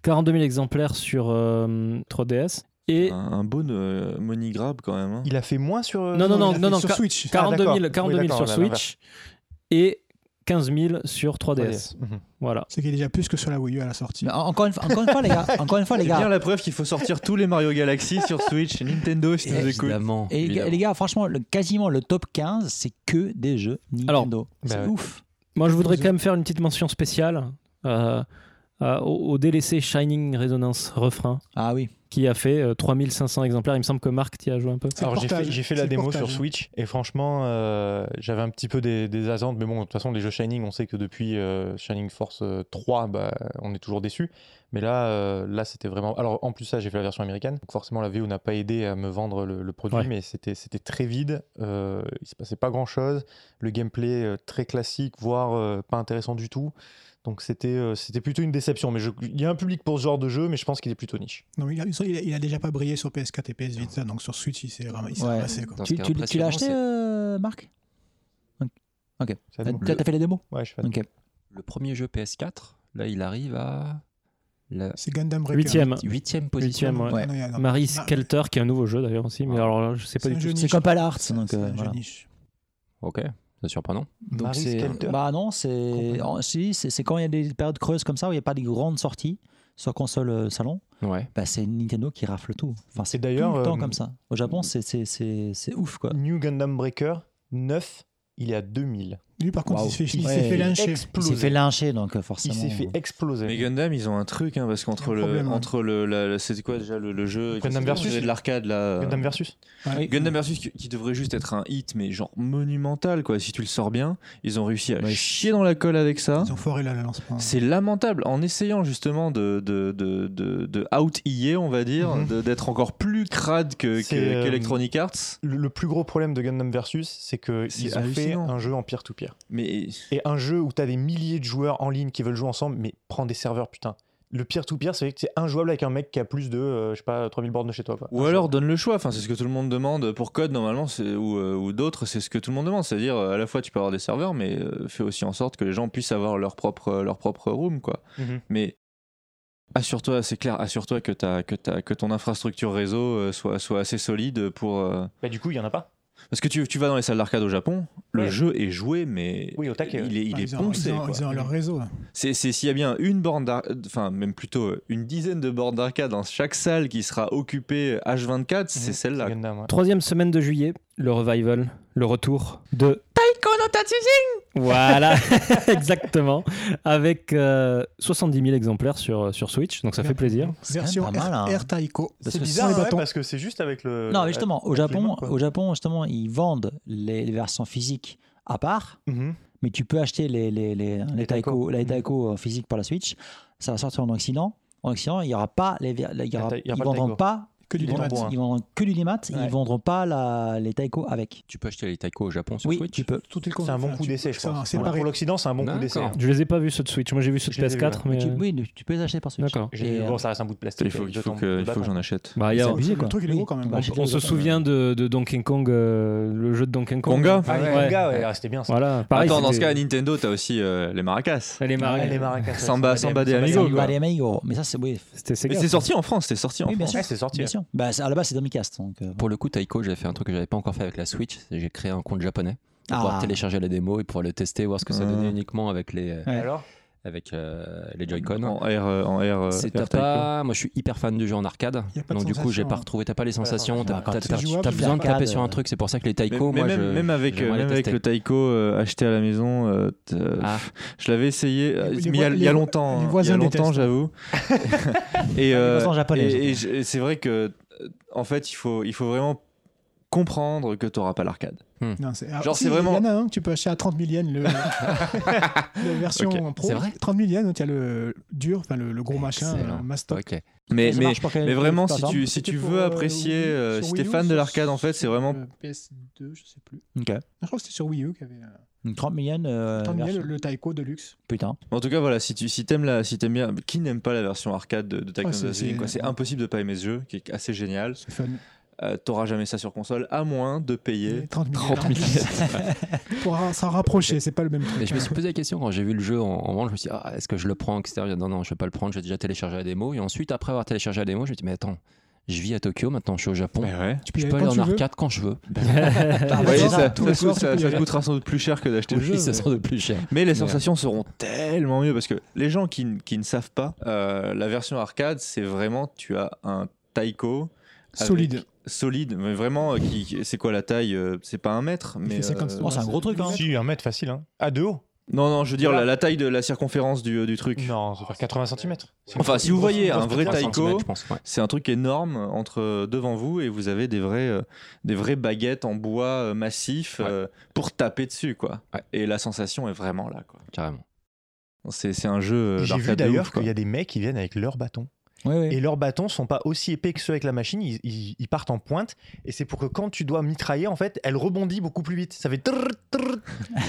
42 000 exemplaires sur euh, 3DS et Un, un beau euh, money-grab quand même. hein. Il a fait moins sur. euh, Non, non, il a non, fait non, non, sur ca- Switch. 42 Ah, 000, d'accord. 42 000 Oui, sur d'accord, l'inverse. Switch et 15 000 sur 3DS. 3DS. Mhm. Voilà. C'est qu'il est déjà plus que sur la Wii U à la sortie. Mais en- encore, une fois, encore une fois, les gars, encore une fois, les C'est bien gars. la preuve qu'il faut sortir tous les Mario Galaxy sur Switch. Nintendo, si tu nous écoutes. Évidemment. Et les gars, les gars, franchement, le- quasiment le top 15, c'est que des jeux Nintendo. c'est bah ouais. ouf. Moi, je voudrais quand même faire une petite mention spéciale euh, à- au, au DLC Shining Resonance Refrain Ah oui. qui a fait euh, 3500 exemplaires. Il me semble que Marc t'y a joué un peu. C'est le Alors j'ai portage, fait, j'ai fait c'est la le démo portage. sur Switch et franchement euh, j'avais un petit peu des, des attentes mais bon de toute façon les jeux Shining on sait que depuis euh, Shining Force euh, 3 bah, on est toujours déçu mais là euh, là c'était vraiment alors en plus ça j'ai fait la version américaine donc forcément la VO n'a pas aidé à me vendre le, le produit Ouais. mais c'était c'était très vide euh, il se passait pas grand chose le gameplay euh, très classique voire euh, pas intéressant du tout donc c'était euh, c'était plutôt une déception mais je- il y a un public pour ce genre de jeu mais je pense qu'il est plutôt niche Non, il a, il a- il a déjà pas brillé sur PS4 et PS Vita, donc sur Switch, il s'est ram- il s'est Ouais. ramassé. Quoi. Attends, ce Tu, qui est tu- tu l'as impressionnant, acheté, c'est euh, Marc C'est la T'as démo. Euh, t'as fait la démo ouais je fais Ok. Le premier jeu PS4, là, il arrive à la C'est Gundam Breaker. Huitième. huitième position. Huitième, ouais. Non, il y a- non. Marie Ah, Skelter qui est un nouveau jeu d'ailleurs aussi, mais Ah. alors là, je sais pas C'est du un tout. jeu C'est niche. comme Pal Arts, C'est- donc c'est euh, un jeu voilà. niche. Ok, c'est surprenant. Marie Donc c'est Skelter. Bah non, c'est Complètement. en- si, c'est c'est quand il y a des périodes creuses comme ça où il n'y a pas des grandes sorties sur console euh, salon, ouais. bah c'est Nintendo qui rafle tout. Enfin, c'est Et tout d'ailleurs, le temps euh, comme ça. Au Japon, c'est- c'est c'est- c'est ouf quoi. New Gundam Breaker 9, il est à 2000. Lui, par contre, Waouh. il s'est fait, il Ouais. s'est fait lyncher. Il s'est fait Explosé. lyncher donc euh, Il forcément. s'est fait Mais exploser. Gundam, ils ont un truc, hein, parce qu'entre Un le, problème, ouais. entre le, la- la- c'était quoi déjà le, le jeu Gundam C'était versus. de l'arcade là. euh, Gundam Versus Oui. Gundam versus qui, qui devrait juste être un hit, mais genre monumental quoi. Si tu le sors bien, ils ont réussi à Ouais. chier dans la colle avec ça. Ils ont foiré là, le lancement. hein. C'est lamentable en essayant justement de de de de, out on va dire, Mhm. de- d'être encore plus crade que C'est, que- euh, qu'Electronic Arts. Le, le plus gros problème de Gundam Versus, c'est C'est qu'ils ont fait hallucinant. un jeu en peer-to-peer. Mais Et un jeu où t'as des milliers de joueurs en ligne qui veulent jouer ensemble, mais prends des serveurs, putain. Le peer-to-peer, c'est que c'est injouable avec un mec qui a plus de, euh, je sais pas, 3000 bornes de chez toi. quoi. Ou alors donne le choix, enfin, c'est ce que tout le monde demande pour Code normalement, c'est- ou, euh, ou d'autres, c'est ce que tout le monde demande. C'est-à-dire euh, à la fois tu peux avoir des serveurs, mais euh, fais aussi en sorte que les gens puissent avoir leur propre, euh, leur propre room. Quoi. Mhm. Mais assure-toi, c'est clair, assure-toi que, t'as- que, t'as- que ton infrastructure réseau euh, soit, soit assez solide pour... euh, Bah, du coup, il y en a pas. Parce que tu, tu vas dans les salles d'arcade au Japon, le Ouais. jeu est joué, mais Oui, au taquet, il est, il Ah, est ils ont- poncé. ils ont- quoi. Ils ont leur réseau. C'est c'est- s'il y a bien une borne d'arcade, enfin même plutôt euh, une dizaine de bornes d'arcade dans chaque salle qui sera occupée H24, c'est Mhm. celle-là. quoi. Gundam, ouais. Troisième semaine de juillet, le revival, le retour de Taiko no Tatsujin Voilà, exactement. Avec euh, 70 000 exemplaires sur, euh, sur Switch, donc ça fait plaisir. Version quand même pas mal, hein. Air Taiko. Parce C'est que bizarre sans les ouais, bâtons. parce que c'est juste avec le. Non, mais justement, au avec les Japon, mains, quoi. au Japon, justement, ils vendent les, les versions physiques à part, Mhm. mais tu peux acheter les, les, les, les taiko, taiko. les Mhm. taiko, euh, physiques par la Switch. Ça va sortir en Occident. En Occident, il y aura pas les, ver- il y aura- ta- il y ils aura pas de vendront taiko. pas. Que du ils vendront- démat. Ils vendront que du démat. Ouais. Ils vendront pas la- les taiko avec. Tu peux acheter les Taiko au Japon sur oui, Switch tu peux. Tout est con. C'est un bon Enfin, coup tu- d'essai, je c'est un- pense. C'est Pour pareil. l'Occident, c'est un bon coup d'essai. D'accord. Je les ai pas vus ceux de Switch, moi j'ai vu ceux de Je les ai vus, PS4, mais... Tu, euh, oui, tu peux les acheter par Switch. D'accord. J'ai Et, vu, euh, bon, ça reste un bout de plastique. Il faut, avec il deux faut tombes que, de il faut que bâton. j'en achète. Bah, il y a- C'est on, abusé, quoi. Le truc, il est Oui. gros quand même. Bah, Acheter- j'ai- se souvient de, de Donkey Kong, euh, le jeu de Donkey Kong. Konga hein. Ah, les Ouais. gars, ouais, ah, c'était bien ça. Voilà, pareil. Attends, dans ce c'était- cas, à Nintendo, t'as aussi euh, les maracas. Elle est marrée. Ouais, Ah, les maracas. ouais, Samba- Samba des des Amigos, Amigos. quoi. Bah, les Amigo. Mais ça, c'est oui, C'était Mais Sega. c'est sorti en France, c'est sorti en Oui, bien France. sûr. Ouais, c'est sorti. bien sûr. Bah, c'est- à la base, c'est Domicast. Donc, euh, Pour le coup, Taiko, j'ai fait un truc que j'avais pas encore fait avec la Switch. c'est J'ai créé un compte japonais pour pouvoir Ah. télécharger la démo et pouvoir le tester, voir ce que ça Ah. donnait uniquement avec les, euh, Alors avec euh, les Joy-Con. En R, euh, en R, euh, C'est R t'as Type, quoi. pas. Moi, je suis hyper fan du jeu en arcade. Y a pas de Donc du coup, j'ai sensation, pas hein. retrouvé. T'as pas les sensations. sensation. T'as Quand t'as- c'est t'as- jouable, t'as c'est besoin de arcade, taper sur euh. un truc. C'est pour ça que les Taiko, Mais- moi, mais même, je- même avec, j'aimerais euh, les même avec tester. le Taiko euh, acheté à la maison, euh, t- euh, Ah. pff, je l'avais essayé, euh, Les mais il y a- vo- il y a les vo- longtemps. les hein, Il y voisins a longtemps, détestent. j'avoue. et, euh, voisins japonais, et- et surtout. je- et c'est vrai que, euh, en fait, il faut, il faut vraiment comprendre que tu n'auras pas l'arcade. Non, c'est ah, Genre, si, c'est vraiment- Il y en a un que tu peux acheter à 30 000 yens, le... la version Ok, pro. c'est vrai 30 000 yens, tu as le dur, enfin le, le gros machin, Excellent. euh, Mastoc. Ok. Mais, Ça mais, marche pour hein. quelle- mais vraiment, quelle si plateforme tu, si C'était tu pour, veux euh, apprécier, Wii U, euh, sur si Wii t'es U, fan de sur- l'arcade, en fait, sur, c'est vraiment. euh, PS2, je sais plus. Ok. Je crois que c'était sur Wii U qu'il y avait euh, Une 30 millions. euh, 30 000 yens, version. le, le Taiko Deluxe. Putain. En tout cas, voilà, si tu si t'aimes la, si t'aimes bien, qui n'aime pas la version arcade de, de Tekken Ouais, Ah, c'est- Assassin, quoi. c'est- C'est impossible de pas aimer ce jeu, qui est assez génial. C'est fun. Euh, T'auras jamais ça sur console, à moins de payer. 30 000 yens. 30 000 Pour ra- s'en rapprocher, c'est pas le même truc. Mais je me suis posé la question quand j'ai vu le jeu en, en vente. Je me suis dit, ah, est-ce que je le prends, etc. Je dis, Non, non, je vais pas le prendre. J'ai déjà téléchargé la démo. Et ensuite, après avoir téléchargé la démo, je me suis dit, mais attends, je vis à Tokyo. Maintenant, je suis au Japon. ouais. Tu Je y peux aller aller quand en tu veux. arcade quand je veux. Vous les voyez, soirs, ça, tous ça les te soirs, coûte- tu peux ça- y ça te aller. coûtera sans doute plus cher que d'acheter le jeu. Oui, ça sort de plus cher. Mais les Ouais. sensations seront tellement mieux parce que les gens qui, n- qui ne savent pas, euh, la version arcade, c'est vraiment tu as un taiko avec- Solide. solide, mais vraiment euh, qui, qui- c'est quoi la taille euh, C'est pas un mètre, mais euh, fait 50 Oh, c'est un gros truc. Hein. Si, un mètre facile. Hein. À deux haut non non, je veux dire la, la taille de la circonférence du, euh, du truc. Non, ça va faire 80 cm. Enfin, si vous voyez un vrai 3 taiko, centimètres, je pense, ouais. c'est un truc énorme entre euh, devant vous et vous avez des vrais, euh, des vraies baguettes en bois euh, massif euh, pour taper dessus quoi. Ouais. Et la sensation est vraiment là quoi. Carrément. C'est c'est un jeu euh, J'ai vu d'arcade de d'ailleurs ouf, quoi. qu'il y a des mecs qui viennent avec leurs bâtons. Ouais, ouais. Et leurs bâtons sont pas aussi épais que ceux avec la machine, ils, ils- ils partent en pointe. Et c'est pour que quand tu dois mitrailler, en fait, elle rebondit beaucoup plus vite. Ça fait. trrr, trrr.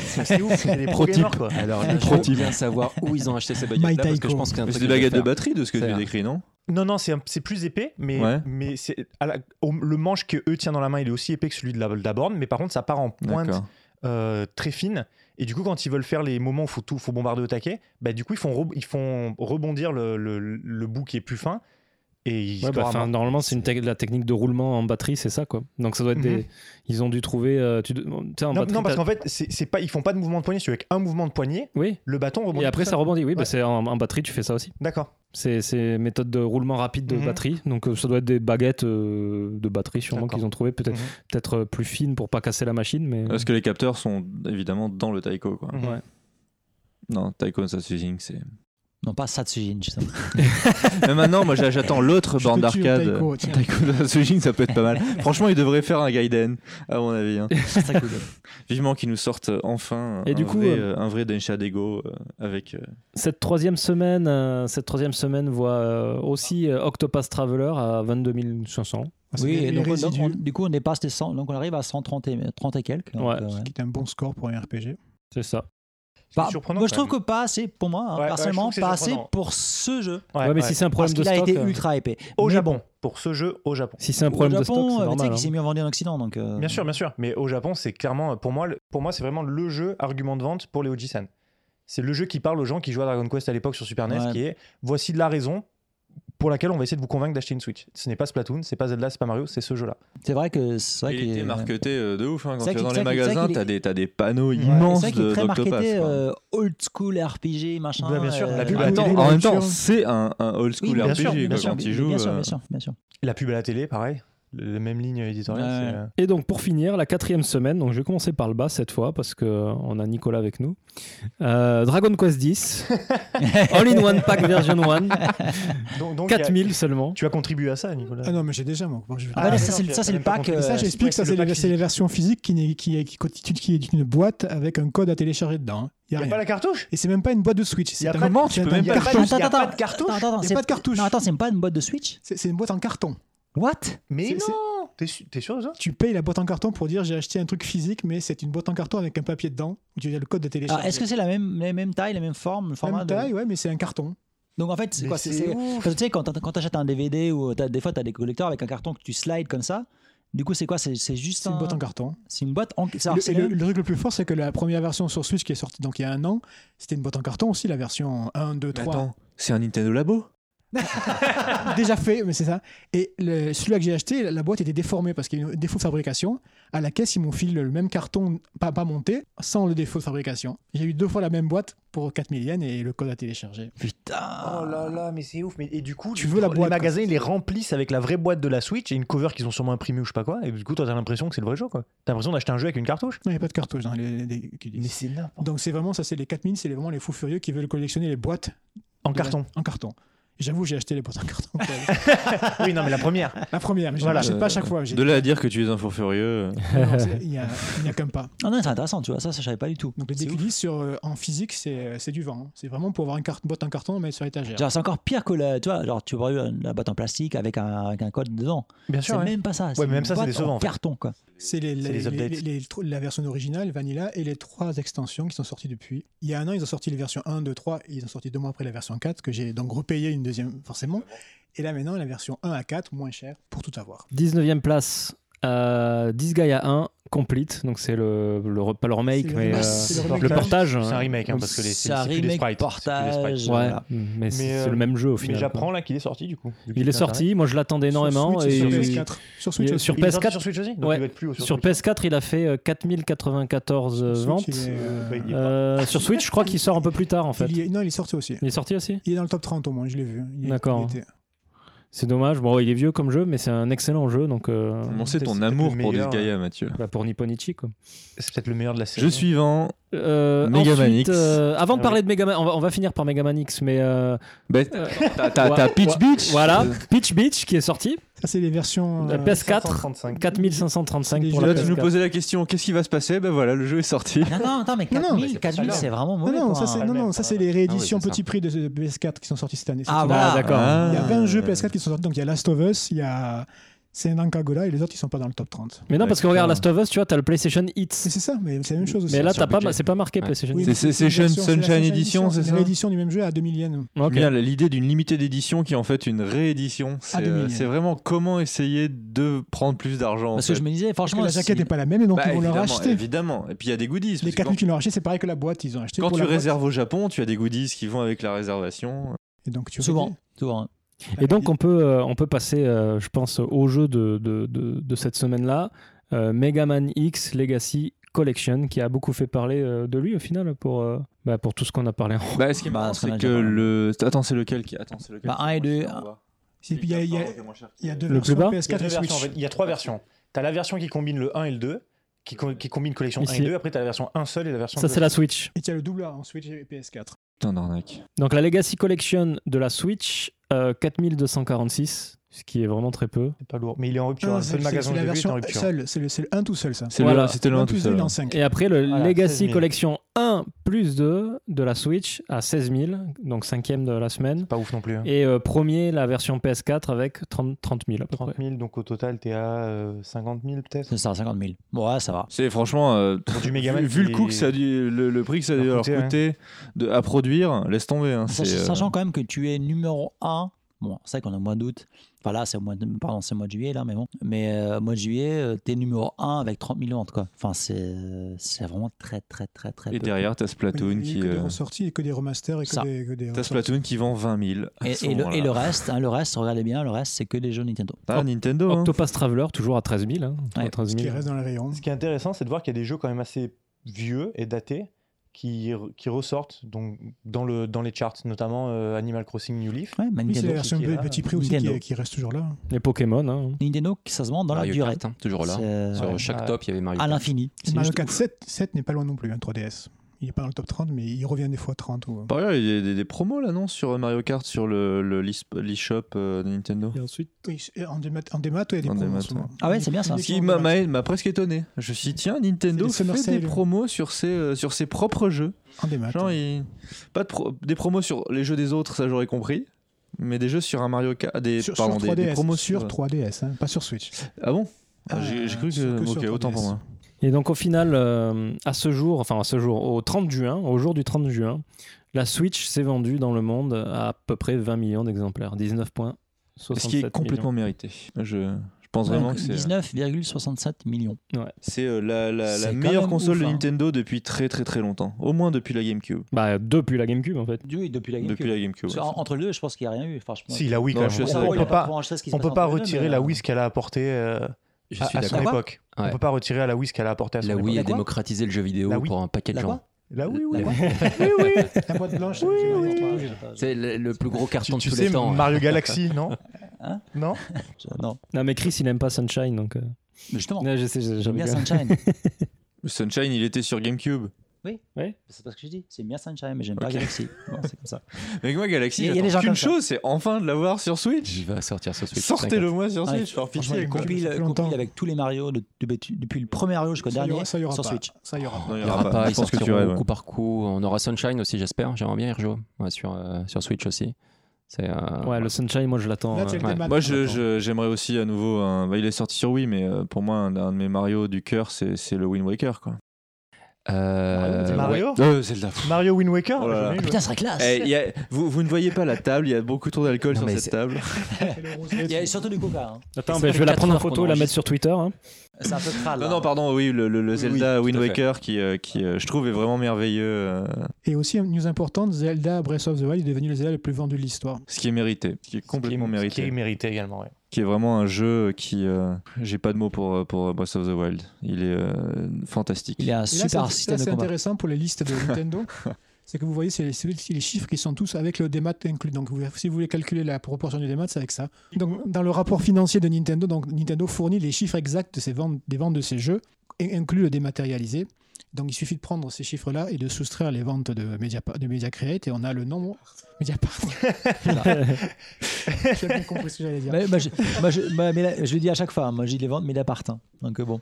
C'est c'est ouf, c'est des pro gamers, quoi. Alors, là, Euh, je veux bien savoir où ils ont acheté ces baguettes My parce que Taiko. je pense que c'est un Mais c'est truc des que je vais baguettes de faire. batterie de ce que C'est tu un- décris, non Non, non, c'est un- c'est plus épais, mais, Ouais. mais c'est à la- au- le manche que eux tiennent dans la main, il est aussi épais que celui de la, de la borne, mais par contre, ça part en pointe D'accord. euh, très fine. Et du coup, quand ils veulent faire les moments où faut tout, faut bombarder au taquet, bah du coup, ils font, re- ils font rebondir le, le- le bout qui est plus fin. Et ils Ouais, bah, scorent à enfin, mort. normalement, c'est une tec- la technique de roulement en batterie, c'est ça quoi. Donc ça doit être Mhm. des. Ils ont dû trouver. euh, tu... de- tu sais, en non, batterie, non, parce t'as- qu'en fait, c'est c'est pas, ils font pas de mouvement de poignet. C'est avec un mouvement de poignet, Oui. le bâton rebondit. Et après, tout ça seul. rebondit. Oui, bah, Ouais. c'est en, en batterie, tu fais ça aussi. D'accord. C'est c'est méthode de roulement rapide de Mhm. batterie. Donc euh, ça doit être des baguettes euh, de batterie sûrement D'accord. qu'ils ont trouvé, peut-être Mhm. peut-être euh, plus fines pour pas casser la machine, mais. Parce que les capteurs sont évidemment dans le taiko quoi. Mhm. Ouais. Non, taiko Satsujin, c'est. Non, pas Satsujin, justement. Mais maintenant, moi j'a- j'attends l'autre Je borne te tue, d'arcade. Taiko, tiens. Taiko Satsujin, ça peut être pas mal. Franchement, ils devraient faire un Gaiden, à mon avis. hein. C'est très cool. Vivement qu'ils nous sortent euh, enfin Et un, du coup, vrai, euh, euh, un vrai Densha Dego euh, avec. euh, Cette troisième semaine, euh, cette troisième semaine voit euh, aussi euh, Octopass Traveler à 22 500. Parce Oui, que et les donc, on- donc, résidus, on- du coup, on dépasse les 100, donc on arrive à 130 et, 30 et quelques. donc, Ouais. euh, ce qui est un bon score pour un RPG. C'est ça. Bah, C'est surprenant, moi, je quand trouve que pas assez, pour moi, hein, Ouais, ouais, personnellement, je trouve que c'est pas assez surprenant. pour ce jeu. même. Ouais, Ouais, mais ouais. si c'est un Parce problème de qu'il a stock. été euh, ultra épais. Au Mais Japon, pour ce jeu, au Japon. Si c'est un bon, problème au de stock, Japon, c'est euh, tu sais normal. qu'il hein. s'est mieux vendu en Occident. Donc, euh, Bien sûr, bien sûr. Mais au Japon, c'est clairement, pour moi, le- pour moi c'est vraiment le jeu argument de vente pour les Ojisan. C'est le jeu qui parle aux gens qui jouaient à Dragon Quest à l'époque sur Super NES, Ouais. qui est voici de la raison pour laquelle on va essayer de vous convaincre d'acheter une Switch. Ce n'est pas Splatoon, c'est pas Zelda, c'est pas Mario, c'est ce jeu-là. C'est vrai que c'est vrai il qu'il était est- marketé euh, de ouf. C'est hein, Quand vrai tu vas qu'il- dans les c'est vrai qu'il- magasins, c'est vrai t'as qu'il des, t'as des panneaux C'est immenses vrai qu'il est de- très d'Octopass. marketé quoi. euh, old school RPG, machin. Bah, bien sûr, la euh, pub ouais. à la Attends, télé, en bien même temps, sûr. c'est un, un old school Oui, RPG bien sûr, quoi, bien sûr, quand bien il joue. sûr, euh, bien sûr, bien sûr. La pub à la télé, pareil. Le- La même ligne éditoriale. Ouais. c'est, euh, Et donc pour finir, la quatrième semaine, donc je vais commencer par le bas cette fois parce que euh, on a Nicolas avec nous. Euh, Dragon Quest 10, All in One Pack version 1, euh, Donc, donc, il y 4000 seulement. a- Tu as contribué à ça, Nicolas. Ah non, mais j'ai déjà, moi. Bon, je vais- Ah, Ah, là, non, ça, c'est le- tu as ça, c'est le même pas pack. compris. euh, ça, ouais, j'explique, c'est ça, le c'est les, pack c'est les versions physiques qui, n'est- qui, qui, constituent- qui est une boîte avec un code à télécharger dedans. hein. Il y a Il y a rien. pas la cartouche Et c'est même pas une boîte de Switch. C'est Y a un- pas- c'est tu un peux même pas- carton. cartouche, Attends, y a attends, pas de cartouche. Attends, attends, Il y a c'est- pas de cartouche. Non, attends, c'est pas une boîte de Switch C'est c'est une boîte en carton. What Mais C'est- non T'es su- t'es sûr de ça Tu payes la boîte en carton pour dire j'ai acheté un truc physique, mais c'est une boîte en carton avec un papier dedans où tu as le code de Alors, téléchargement. Est-ce que c'est la même, la même taille, la même forme, le format même de- taille, ouais, mais c'est un carton. Donc en fait, c'est Mais quoi c'est- c'est c'est- parce que Tu sais, quand t'as- quand t'achètes un DVD ou euh, t'as- des fois t'as des collecteurs avec un carton que tu slides comme ça, du coup c'est quoi C'est c'est juste C'est une un- boîte en carton. C'est une boîte en. c'est- alors, Le, c'est et le- même- le truc le plus fort, c'est que la première version sur Switch qui est sortie donc il y a un an, c'était une boîte en carton aussi, la version 1, 2, 3. Attends, c'est un Nintendo Labo Déjà fait, mais c'est ça. Et le- celui-là que j'ai acheté, la boîte était déformée parce qu'il y a eu un défaut de fabrication. À la caisse, ils m'ont filé le même carton, pas, pas monté, sans le défaut de fabrication. J'ai eu deux fois la même boîte pour 4000 yens et le code à télécharger. Oh là là, mais c'est ouf. Mais, et du coup, Tu les- veux la les boîte, magasins quoi. ils les remplissent avec la vraie boîte de la Switch et une cover qu'ils ont sûrement imprimée ou je sais pas quoi. Et du coup, toi, t'as l'impression que c'est le vrai jeu, quoi. T'as l'impression d'acheter un jeu avec une cartouche. Non, il n'y a pas de cartouche dans les, Mais c'est n'importe Donc c'est vraiment ça, c'est les 4000, c'est vraiment les fous furieux qui veulent collectionner les boîtes. En de la- carton. En carton. Et J'avoue, j'ai acheté les boîtes en carton. oui, non, mais la première. La première, mais je Voilà. n'achète pas à chaque fois. j'ai- De là à dire que tu es un faux furieux. euh, Non, c'est- Il n'y a, il n'y a comme pas. Ah non, c'est intéressant, tu vois, ça, ça, je savais pas du tout. Donc les DQ10 sur, euh, en physique, c'est euh, c'est du vent. hein. C'est vraiment pour avoir une carte, boîte en carton, mais sur étagère. Genre, c'est encore pire que la, tu vois, genre, tu aurais eu la boîte en plastique avec un, avec un code dedans. Bien C'est sûr, ouais. même pas ça. Ouais, c'est mais même une ça, c'est boîte décevant, en en fait. carton, quoi. C'est les, C'est les- les updates. les- les- les- la version originale, Vanilla, et les trois extensions qui sont sorties depuis. Il y a un an, ils ont sorti les versions 1, 2, 3, et ils ont sorti deux mois après la version 4, que j'ai donc repayé une deuxième, forcément. Et là maintenant, la version 1 à 4, moins chère, pour tout avoir. 19ème place, euh, Disgaea 1 complete, donc c'est le, le re- pas le remake C'est le mais remake. euh, C'est le le, remake. portage. C'est un hein. remake, hein, parce que les- C'est c'est- un c'est plus des remake, sprites, c'est plus des sprites. portage. Ouais, Voilà. mais c'est Mais, euh, c'est le même jeu au final. Mais quoi. j'apprends là qu'il est sorti, du coup. Vu que Il tu est sorti, t'intéresses. moi je l'attendais Sur énormément. Switch et sur et- PS4. Sur Switch il est- aussi. Sur Il est PS4, sorti sur Switch aussi, donc Ouais. il doit être plus haut sur sur PS4, il a fait euh, 4094 Switch, ventes. il est, euh, il est pas- Euh, sur Switch, je crois qu'il sort un peu plus tard en fait. Il y est- non, il est sorti aussi. Il est sorti aussi Il est dans le top 30 au moins, je l'ai vu. Il est- D'accord. il était- C'est dommage. Bon, il est vieux comme jeu, mais c'est un excellent jeu. Donc, euh, Comment c'est ton peut-être amour le pour meilleur, Disgaea, Mathieu bah, pour Nipponichi, quoi. C'est peut-être le meilleur de la série. Jeu suivant. Euh, Megaman ensuite, X. euh, avant de Ah parler de Megaman, on va, on va finir par Megaman X, mais euh, Bah, euh, T'as- T'as ouais, t'as Peach ouais, Beach Voilà, Peach Beach qui est sorti, Ça, c'est les versions. la euh, PS4, 435. 4535 Des pour la Là, tu nous PS4. posais la question qu'est-ce qui va se passer Ben voilà, le jeu est sorti. Non, non, attends, mais Non, non, 4000, 4000, ça. c'est vraiment Non, mauvais. Ah non, pour ça, un- c'est, non, non, ça, Ah c'est les rééditions petit prix de de PS4 qui sont sorties cette année. Ah, Cette voilà. Ah, d'accord. Il y a Ah. 20 jeux PS4 qui sont sortis, donc il y a Last of Us, il y a Senankagola et les autres ils sont pas dans le top 30. Mais non, parce que D'accord. regarde Last of Us, tu vois, t'as le PlayStation Hits, Mais c'est ça, mais c'est la même chose aussi. mais là sur t'as pas, budget. c'est pas marqué Ouais. PlayStation. Oui, Hits. C'est- mais c'est une Session version- c'est la Sunshine Sunshine Edition, c'est une ça réédition du même jeu à 2000 yens. Ok. Bien, L'idée d'une limitée édition qui est en fait une réédition, c'est demi, euh, hein. c'est vraiment comment essayer de prendre plus d'argent. en Parce que fait. je me disais, Parce que franchement, la si- jaquette n'est pas la même et donc Bah, ils vont la évidemment, racheter. Évidemment. Et puis il y a des goodies. Les parce que 4000 qui l'ont acheté, c'est pareil que la boîte, ils ont acheté. quand, quand pour tu la boîte. réserves au Japon, tu as des goodies qui vont avec la réservation. Et donc tu souvent, souvent. Et donc on peut, euh, on peut passer, euh, je pense, au jeu de, de, de, de cette semaine-là, euh, Mega Man X Legacy Collection, qui a beaucoup fait parler euh, de lui au final pour, euh, bah, pour tout ce qu'on a parlé. en- Bah, ce qui est Bah, marrant, ce qu'on a c'est que déjà parlé. le. Attends, c'est lequel qui. Attends, c'est lequel Bah, qui- un et deux. on va. Si, puis il y a- il y a- Il y a deux Le versions plus bas Il y a PS4 deux et versions, en fait. Switch. Il y a trois versions. T'as la version qui combine le 1 et le 2, qui, co- qui combine collection 1 Ici. et 2. Après, t'as la version 1 seule et la version Ça 2. c'est la Switch. Et il y a le double A en Switch et PS4. Putain d'arnaque. Donc la Legacy Collection de la Switch, euh, 4246, ce qui est vraiment très peu. C'est pas lourd. Mais il est en rupture. Ah, hein. c'est- C'est le c'est- magasin c'est que la j'ai vu, il est version en rupture. seule, c'est le- c'est le 1 tout seul ça. C'est Voilà. le- C'était le 1 tout plus 2, seul. il est en 5. Et après le Voilà, Legacy 16 000. Collection 1 plus 2 de la Switch à 16 000, donc cinquième de la semaine. Pas ouf non plus. hein. Et euh, premier la version PS4 avec 30, 30 000 à peu 30 près. 000, donc au total, t'es à euh, 50 000 peut-être. C'est ça, 50 000. Bon, ouais, ça va. C'est franchement. euh, Pour du vu Megaman. vu le qui coût est- que ça a dû- le, le prix que ça a dû leur leur coûter, hein. coûter de, à produire, laisse tomber. hein, c'est, Sach- euh, Sachant quand même que tu es numéro 1. Bon, c'est vrai qu'on est au mois d'août. Enfin là, c'est au mois de, pardon, c'est au mois de juillet là, mais bon. Mais euh, au mois de juillet, euh, t'es numéro 1 avec 30 000 ventes quoi. Enfin, c'est c'est vraiment très très très très. et peu. derrière, t'as Splatoon Mais il y a qui. que des euh, ressorties et que des remasters et que ça. des- que des T'as ressorties. Splatoon qui vend 20 000. à Et, ce et le, et moment-là. le reste, hein, le reste, regardez bien, le reste, c'est que des jeux Nintendo. Ah, Nintendo. hein. Octopath Traveler, toujours à 13 000. hein, toujours à Ouais. 13 Ce 000. qui reste dans le rayon. Ce qui est intéressant, c'est de voir qu'il y a des jeux quand même assez vieux et datés qui, re- qui ressortent donc, dans, le, dans les charts, notamment euh, Animal Crossing New Leaf. Ouais, mais Oui, c'est Nintendo, la vers- version qui est là. petit prix aussi qui, Nintendo. est- qui reste toujours là. Les Pokémon. hein. Nintendo, ça se vend dans la Mario durée. Kart, hein, toujours là. C'est- Sur ouais. chaque Ouais. top, il y avait Mario à Kart. l'infini. C'est Mario juste Kart ouf. 7, 7 n'est pas loin non plus, hein, 3DS. Il n'est pas dans le top 30, mais il revient des fois 30. Ou... Par ailleurs, il y a des, des promos là, non Sur Mario Kart, sur le, le, l'e- l'eShop euh, de Nintendo. Et ensuite, Oui, c'est- en démat, en démat, ouais, il y a des En promos démat, en ce moment. Ah ouais, c'est bien ça. Ce qui m'a, m'a- m'a presque étonné. Je me suis dit, tiens, Nintendo C'est fait les summer des sale. promos sur ses, euh, sur ses propres jeux. En démat. Genre, ouais. il- pas de pro- des promos sur les jeux des autres, ça j'aurais compris. Mais des jeux sur un Mario Kart. Des, Sur, pardon, sur des- 3DS, des, promos sur sur. 3DS, hein, pas sur Switch. Ah bon Ah, j'ai, j'ai cru sur- que. que sur ok, autant pour 3DS. moi. Et donc au final, euh, à ce jour, enfin à ce jour, au 30 juin, au jour du 30 juin, la Switch s'est vendue dans le monde à à peu près 20 millions d'exemplaires, 19,67 Ce qui est complètement mérité. Je, je pense vraiment que c'est. euh, 19,67 millions. C'est euh, la, la- la C'est quand meilleure même console ouf, de hein. Nintendo depuis très très très longtemps. Au moins depuis la GameCube. Bah, depuis la GameCube en fait. Oui, depuis la GameCube. Depuis la GameCube, Parce que ouais. en- Entre les deux, je pense qu'il n'y a rien eu. Enfin, je pense- Si, la Wii, Non, quand je même. suis On, assez on d'accord. peut pas, Pour enregistrer ce qui se on passe peut pas entre les deux, retirer mais, la euh, Wii ce qu'elle a apporté euh, Je suis à, à son Ah, d'accord. époque. On Ouais. peut pas retirer à la Wii ce qu'elle a apporté à son La époque. Wii a démocratisé le jeu vidéo La Wii. pour un paquet de La gens. La Wii, oui. La oui. Wii. oui, oui. La boîte blanche. C'est le, le plus gros carton Tu de tous sais, les temps. hein. Mario Galaxy, non Hein Non Non. Non, mais Chris, il aime pas Sunshine donc. euh, Justement. non, je sais, je- je J'aime bien rigole. Sunshine. Le Sunshine, il était sur GameCube. Oui. Ouais. C'est pas ce que j'ai dit. C'est bien Sunshine, mais j'aime pas Ok. Galaxy. Bon, c'est comme ça. Mais moi, Galaxy, Il y a- il y a des gens j'attends qu'une comme ça. chose, c'est enfin de l'avoir sur Switch. Il va sortir sur Switch. Sortez-le moi sur Ouais, Switch, Oh, par Ah, franchement, pitié. une quoi. compile, compile avec tous les Mario de- de- de- depuis le premier Mario jusqu'au Ça y dernier aura- ça y aura sur pas. Ah, Switch. Ça y aura. Non, Il n'y aura pas, Ah bah, Je ils pense que tu sortiront ouais. coup par coup. On aura Sunshine aussi, j'espère. J'aimerais bien y rejouer ouais, sur, euh, sur Switch aussi. C'est, euh, Ouais, le Sunshine, moi je l'attends. Là, euh, tu as le ouais. démat. Moi, je- je- j'aimerais aussi à nouveau. un- bah, il est sorti sur Wii, mais euh, pour moi, un, un de mes Mario du cœur, c'est c'est le Wind Waker. Quoi. euh, ouais. Mario Euh, Zelda. Mario Wind Waker Oh là là. j'ai Ah, jamais joué. putain, c'est classe. Eh, il y a- vous, vous ne voyez pas la table, il y a beaucoup trop d'alcool Non, sur mais cette c'est- table. Il y a surtout du coca. hein. Attends, Ça ben, fait je vais la quatre prendre en heures qu'on photo, la enregistre. mettre sur Twitter. hein. C'est un peu crâle. Non, Ah là. non, pardon, oui, le, le- le Zelda oui, Wind tout à fait. Waker qui, euh, qui euh, je trouve, est vraiment merveilleux. euh, Et aussi, une news importante Zelda Breath of the Wild est devenu le Zelda le plus vendu de l'histoire. ce qui est mérité, ce qui est complètement Ce qui est- mérité. ce Qui est mérité également, ouais. qui est vraiment un jeu qui euh, j'ai pas de mots pour euh, pour Breath of the Wild il est euh, fantastique Il y a un Et là, super c'est- système de ça, c'est combat. intéressant pour les listes de Nintendo. c'est que vous voyez, c'est les, c'est les chiffres qui sont tous avec le démat inclus. Donc, vous- si vous voulez calculer la proportion du démat, c'est avec ça. Donc, dans le rapport financier de Nintendo, donc, Nintendo fournit les chiffres exacts de ses ventes, des ventes de ses jeux, et inclut le dématérialisé. Donc, il suffit de prendre ces chiffres-là et de soustraire les ventes de Media, de Media Create et on a le nombre Mediapart. J'ai bien compris ce que j'allais dire. Mais, bah, je, bah, je- bah, mais là, je le dis à chaque fois, hein, moi j'ai les ventes, mais d'appart. hein. Donc euh, bon,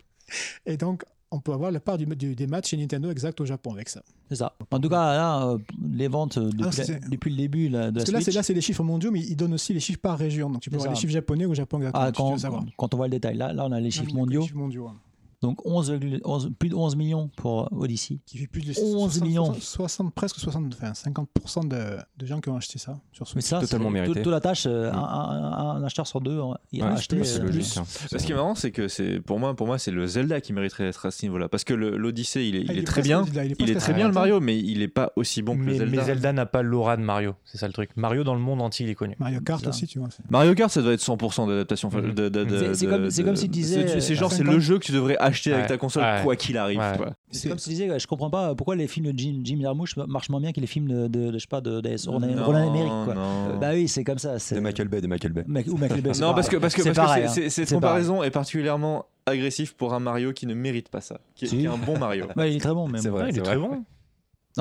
Et donc, on peut avoir la part du, du- des matchs chez Nintendo exact au Japon avec ça. c'est ça. En tout cas, là, euh, les ventes euh, depuis, Ah, la- c'est- depuis le début là, de la Parce que là, c'est- Switch, là, c'est des chiffres mondiaux, mais ils donnent aussi les chiffres par région. Donc, tu peux C'est avoir les ça. chiffres japonais ou japon exactement. ah, si tu veux quand, savoir. Ah quand on voit le détail, là, là on a les Non, mais chiffres d'accord, les mondiaux. chiffres mondiaux, hein. Donc 11, virgule- 11 plus de 11 millions pour euh, Odyssey. Qui fait plus de 11 millions. 60, 60, presque 60, enfin, 50% de, de gens qui ont acheté ça sur ce Mais ça, Totalement c'est- tout- mérité. Toute la tâche, euh, un, un- un acheteur sur deux, hein, il a Ouais, acheté. c'est euh, logique. hein. ce qui est marrant c'est que c'est pour moi pour moi c'est le Zelda qui mériterait d'être à ce niveau là parce que le- l'Odyssée il est, il Ah, est très presque- il bien est, il est presque très à bien le 50. Mario mais il est pas aussi bon que mais, le mais Zelda. Zelda n'a pas l'aura de Mario, c'est ça le truc. Mario dans le monde entier, il est connu. Mario Kart Ça. aussi, tu vois. c'est- Mario Kart ça doit être 100% d'adaptation enfin, Mhm. de- de- de- C'est- c'est de- comme- c'est de- comme si tu disais, c'est- c'est euh, genre c'est 50. le jeu que tu devrais acheter avec Ouais. ta console Ouais. quoi qu'il arrive Ouais. quoi. C'est comme tu disais, je comprends pas euh, pourquoi les films de Jim, Jim Jarmusch marchent moins bien que les films de, de- de- je sais pas, de, de- Roland Non, Roland Emmerich. Quoi. non. Euh, Bah oui, c'est comme ça. C'est De Michael Bay, de Michael Bay. Mac- ou Michael Bay, c'est non parce pareil. que parce que C'est parce que pareil, c'est- hein. c'est- cette C'est pareil. comparaison est particulièrement agressive pour un Mario qui ne mérite pas ça qui est, Si. qui est un bon Mario. Ouais, il est très bon, mais C'est Ah, vrai, il c'est est vrai. très bon. Ouais,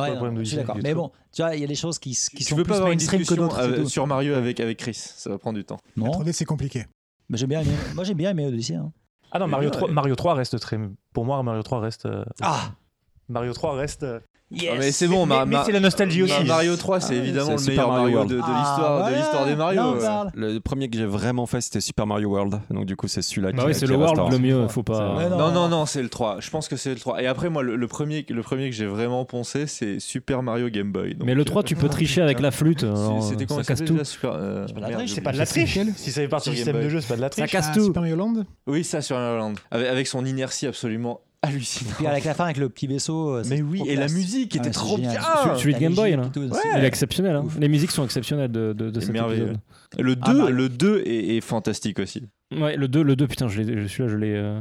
le non, problème de je suis Disney, d'accord. du Mais tout. bon, tu vois, il y a des choses qui, s- qui tu sont veux plus pas avoir une mainstream que discussion d'autres. c'est avec- tout. sur Mario avec, avec Chris, ça va prendre du temps. La Non, 3D, c'est compliqué. mais j'ai bien aimé. Moi, j'ai bien aimé Odyssey. hein. Ah non, Mais Mario non, 3, mais- Mario 3 reste très. Pour moi, Mario 3 reste. euh, Ah, Mario 3 reste. euh, Ah, mais c'est bon, mais, ma- mais ma- c'est la nostalgie Ma- aussi. Bah, Mario 3, Ah, c'est évidemment c'est le meilleur Super Mario Mario World. de, de Ah, l'histoire, de voilà. l'histoire des Mario. Là, on euh. parle. Le premier que j'ai vraiment fait, c'était Super Mario World. Donc, du coup, c'est celui-là Bah qui oui, qui c'est le restera. world le mieux, faut pas. Ouais, Non, non, non, c'est le 3. Je pense que c'est le 3. Et après, moi, le, le premier, le premier que j'ai vraiment poncé, c'est Super Mario Game Boy. Donc, Mais le 3, tu peux tricher avec la flûte. euh, alors, c'est- C'était euh, Ça comment il casse s'appelait tout. déjà, Super, euh, pas de la merde, triche, j'ai C'est pas de oublié. la triche. Si ça fait partie Sur du Game système Boy. de jeu, c'est pas de la Ça triche. casse Ah, tout. Super Mario Land Oui, ça sur la Land. Avec, avec son inertie absolument hallucinante. Puis avec la fin, avec le petit vaisseau. euh, c'est Mais oui, trop et la classe. musique qui Ah, était c'est trop génial. bien. Celui de Game Boy, T'as les là. gifs et tout, Il est c'est- exceptionnel. hein. Les musiques sont exceptionnelles de, de, de C'est cet merveilleux. épisode. Le Ah, 2, Mario. le 2 est, est fantastique aussi. Ouais, le 2, le 2 putain, je l'ai- je- celui-là, je l'ai. euh,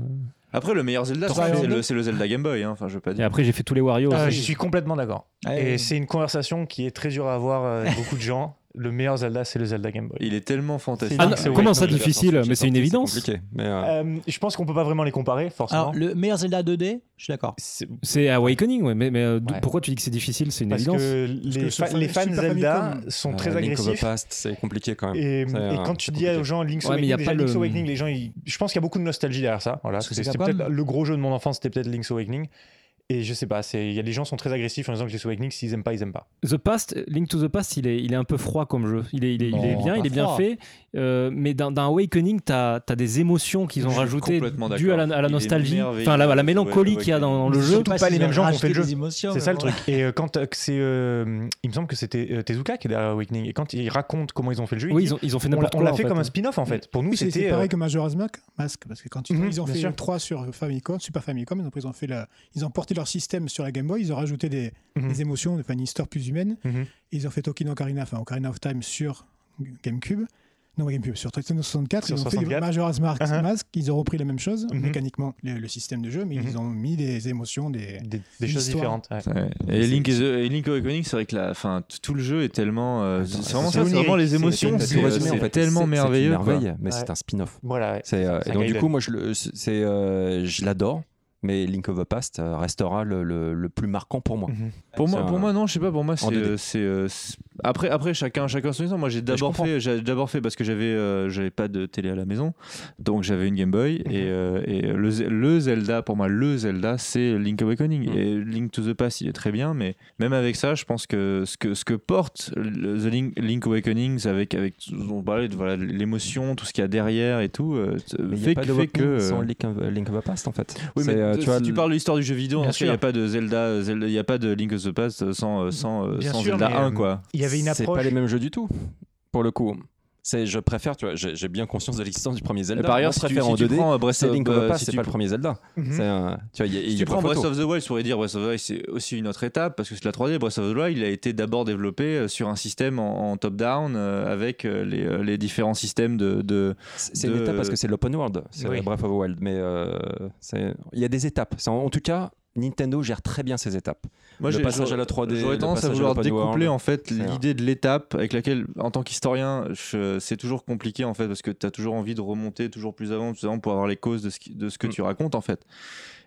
Après, le meilleur Zelda, T'en c'est parles en le, deux c'est le Zelda Game Boy. hein. Enfin, je veux pas Et dire. après, j'ai fait tous les Wario. Ah, Euh, aussi. je suis complètement d'accord. Ah, Et ouais. c'est une conversation qui est très dure à avoir euh, avec beaucoup de gens. Le meilleur Zelda, c'est le Zelda Game Boy. Il est tellement fantastique. Ah non, c'est- comment ouais, ça non, mais difficile Mais c'est une évidence. compliqué. Mais, euh, Euh, je pense qu'on peut pas vraiment les comparer, forcément. Alors, le meilleur Zelda 2D, je suis d'accord. C'est- C'est Awakening, ouais. Mais, mais, euh, d'où- Ouais. pourquoi tu dis que c'est difficile C'est une Parce évidence. que les, que ce fa- fa- les fans Super Zelda Famicom, sont euh, Link très of the agressifs. Past, c'est compliqué quand même. Et, C'est, et euh, quand tu c'est dis aux compliqué. gens Link's Ouais, mais il y a Awakening, déjà, pas le- Link's Awakening, les gens, ils- je pense qu'il y a beaucoup de nostalgie derrière ça. Voilà, Parce que c'était c'est c'était peut-être Capcom. le gros jeu de mon enfance, c'était peut-être Link's Awakening. Et je sais pas, c'est- il y a des gens qui sont très agressifs en disant que les Awakening, s'ils aiment pas, ils aiment pas. The Past, Link to the Past, il est, il est un peu froid comme jeu. Il est, il est, il est Non, bien, pas il est bien froid. fait. euh, mais dans, dans Awakening, t'as as des émotions qu'ils ont Je suis rajoutées complètement dues à la, d'accord. à la Il est nostalgie, merveilleux, enfin à la, à la The mélancolie Awakening. qu'il y a dans, dans le Mais jeu. surtout pas les mêmes gens qui ont fait le jeu. émotions, C'est mais ça le bon. truc. Et euh, quand euh, que c'est euh, il me semble que c'était euh, Tezuka qui est derrière Awakening et quand il raconte comment ils ont fait le jeu, Oui, dit, ils ont- ils ont fait on n'importe l'a- On quoi, l'a en fait fait. hein. comme un spin-off en fait. Pour nous, c'était pareil euh, que Majora's Mask, Masque, parce que quand ils, Mhm, ils ont bien fait sûr. 3 sur Famicom, Super Famicom, ils ont, ils ont fait la- ils ont porté leur système sur la Game Boy, ils ont rajouté des, Mhm. des émotions, enfin une histoire plus humaine. Mhm. Et ils ont fait Tokyo Ocarina, enfin Ocarina of Time sur GameCube. Non, GameCube, sur Nintendo 64, Sur ils ont 64. fait Majora's Mask, Uh-huh. Mask, ils ont repris la même chose, Mm-hmm. Mhm. mécaniquement, le, le système de jeu, mais ils ont mis des émotions, des, des choses histoires. différentes. ouais. Ouais. Et Link, is- et Link Awakening, c'est vrai que la, enfin, t- tout le jeu est tellement. euh, c'est vraiment ça, c'est onirique, vraiment les c'est- émotions. c'est- C'est euh, c'est résumé, en c'est fait. C'est- tellement c'est merveilleux. une merveille, quoi. mais c'est un spin-off. Voilà, ouais. C'est, euh, C'est et un donc du Gaiden. coup, moi, je, le- c'est- c'est, euh, je l'adore, mais Link of the Past euh, restera le, le- le plus marquant pour moi. Pour moi, C'est pour un- moi, non, je sais pas. Pour moi, c'est, 2D. euh, c'est, euh, c'est- après, après chacun, chacun son histoire. Moi, j'ai d'abord comprends. fait, j'ai d'abord fait parce que j'avais, euh, j'avais pas de télé à la maison, donc j'avais une Game Boy Mhm. et, euh, et le, Ze- le Zelda, pour moi, le Zelda, c'est Link Awakening Mhm. et Link to the Past, il est très bien, mais même avec ça, je pense que ce que ce que porte le- The Link, Link Awakenings avec avec on parlait de voilà, l'émotion, tout ce qu'il y a derrière et tout, euh, Mais il y a fait, pas que- de fait que Walkman euh, sans Link of, Link of the Past, en fait. oui, mais C'est, euh, tu, tu vois, si tu le- parles de l'histoire du jeu vidéo, en Bien tout cas, il n'y a sûr. pas de Zelda, Zelda- il n'y a pas de Link of the Past sans, euh, sans, euh, Bien sans sûr, Zelda mais, 1, euh, quoi. il y avait une C'est pas approche- les mêmes jeux du tout. pour le coup. C'est, je préfère, tu vois, j'ai, j'ai bien conscience de l'existence du premier Zelda. par ailleurs, Moi, je si tu- préfère si en tu 2D, prends, euh, Breath c'est of- Link of the euh, Past, si c'est tu pas le pr- premier Zelda. Mhm. C'est un- tu vois, il y a- il Si y tu a pas prends Breath photo. of the Wild, je pourrais dire Breath of the Wild, c'est aussi une autre étape parce que c'est la 3D. Breath of the Wild, il a été d'abord développé euh, sur un système en, en top-down euh, avec euh, les, euh, les différents systèmes de. de- C'est une de- étape parce que c'est l'open world, c'est Oui. Breath of the Wild. Mais euh, c'est- il y a des étapes. C'est- en tout cas, Nintendo gère très bien ses étapes. Moi, le j'ai- passage j'aurais- à la 3D. J'aurais le tendance à passage vouloir l'open découpler world. en fait hein, C'est un- l'idée de l'étape avec laquelle, en tant qu'historien, je- c'est toujours compliqué en fait parce que tu as toujours envie de remonter toujours plus avant, plus avant pour avoir les causes de ce, qui- de ce que tu racontes en fait.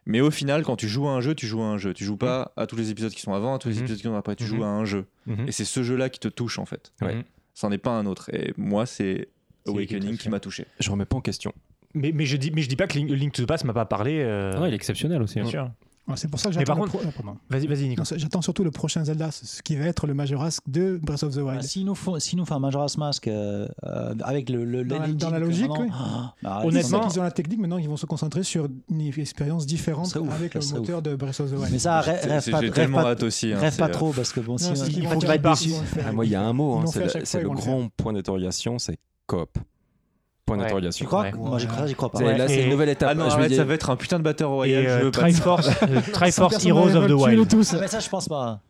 Mais au final, quand tu joues à un jeu, tu joues à un jeu. Tu joues pas à tous les épisodes qui sont avant, à tous les épisodes qui sont après. Tu Mhm. joues à un jeu. Mhm. Et c'est ce jeu-là qui te touche en fait. Mm-hmm. Ouais. C'en est pas un autre. Et moi, c'est Awakening qui m'a touché. Je remets pas en question. Mais, mais, je dis, mais je dis pas que Link, Link to the Past m'a pas parlé. euh, il est exceptionnel aussi, Bien hein. sûr. Ouais, c'est pour ça que Mais j'attends. par le contre- pro- ah, pardon. Vas-y, vas-y, Nico. Non, c'est- j'attends surtout le prochain Zelda, ce- ce qui va être le Majora's de Breath of the Wild. Bah, S'ils nous font, s'ils nous font un Majora's Mask euh, euh, avec le, le- Dans la- l'engine dans la que logique, maintenant- oui. Ah, bah, arrête, Honnêtement, c'est- ils ont la technique, maintenant ils vont se concentrer sur une expérience différente serait ouf, avec ça le serait moteur de Breath of the Wild. Mais ça, rê- C'est- rêve c'est- pas, j'ai rêve tellement pas- hâte aussi, hein, rêve c'est, pas euh, trop parce que bon, Non, si, c'est qu'ils il vont faut que tu faire vas une être partie, déçu. ils vont le faire. Ah, moi, il y a un mot, Ils hein, l'ont fait c'est à le, chaque c'est fois, le ils vont le grand point d'interrogation, c'est coop. Point Ouais. d'interrogation. Tu crois Moi, j'y crois- j'y crois pas. C'est- Ouais. Là, c'est Et- une nouvelle étape. Ah non, Je me arrête, dis- ça va être un putain de batteur Et royal. je euh, veux pas de ça. Triforce, euh, Triforce Heroes of the hein, Wild. Ah, mais ça, je pense pas.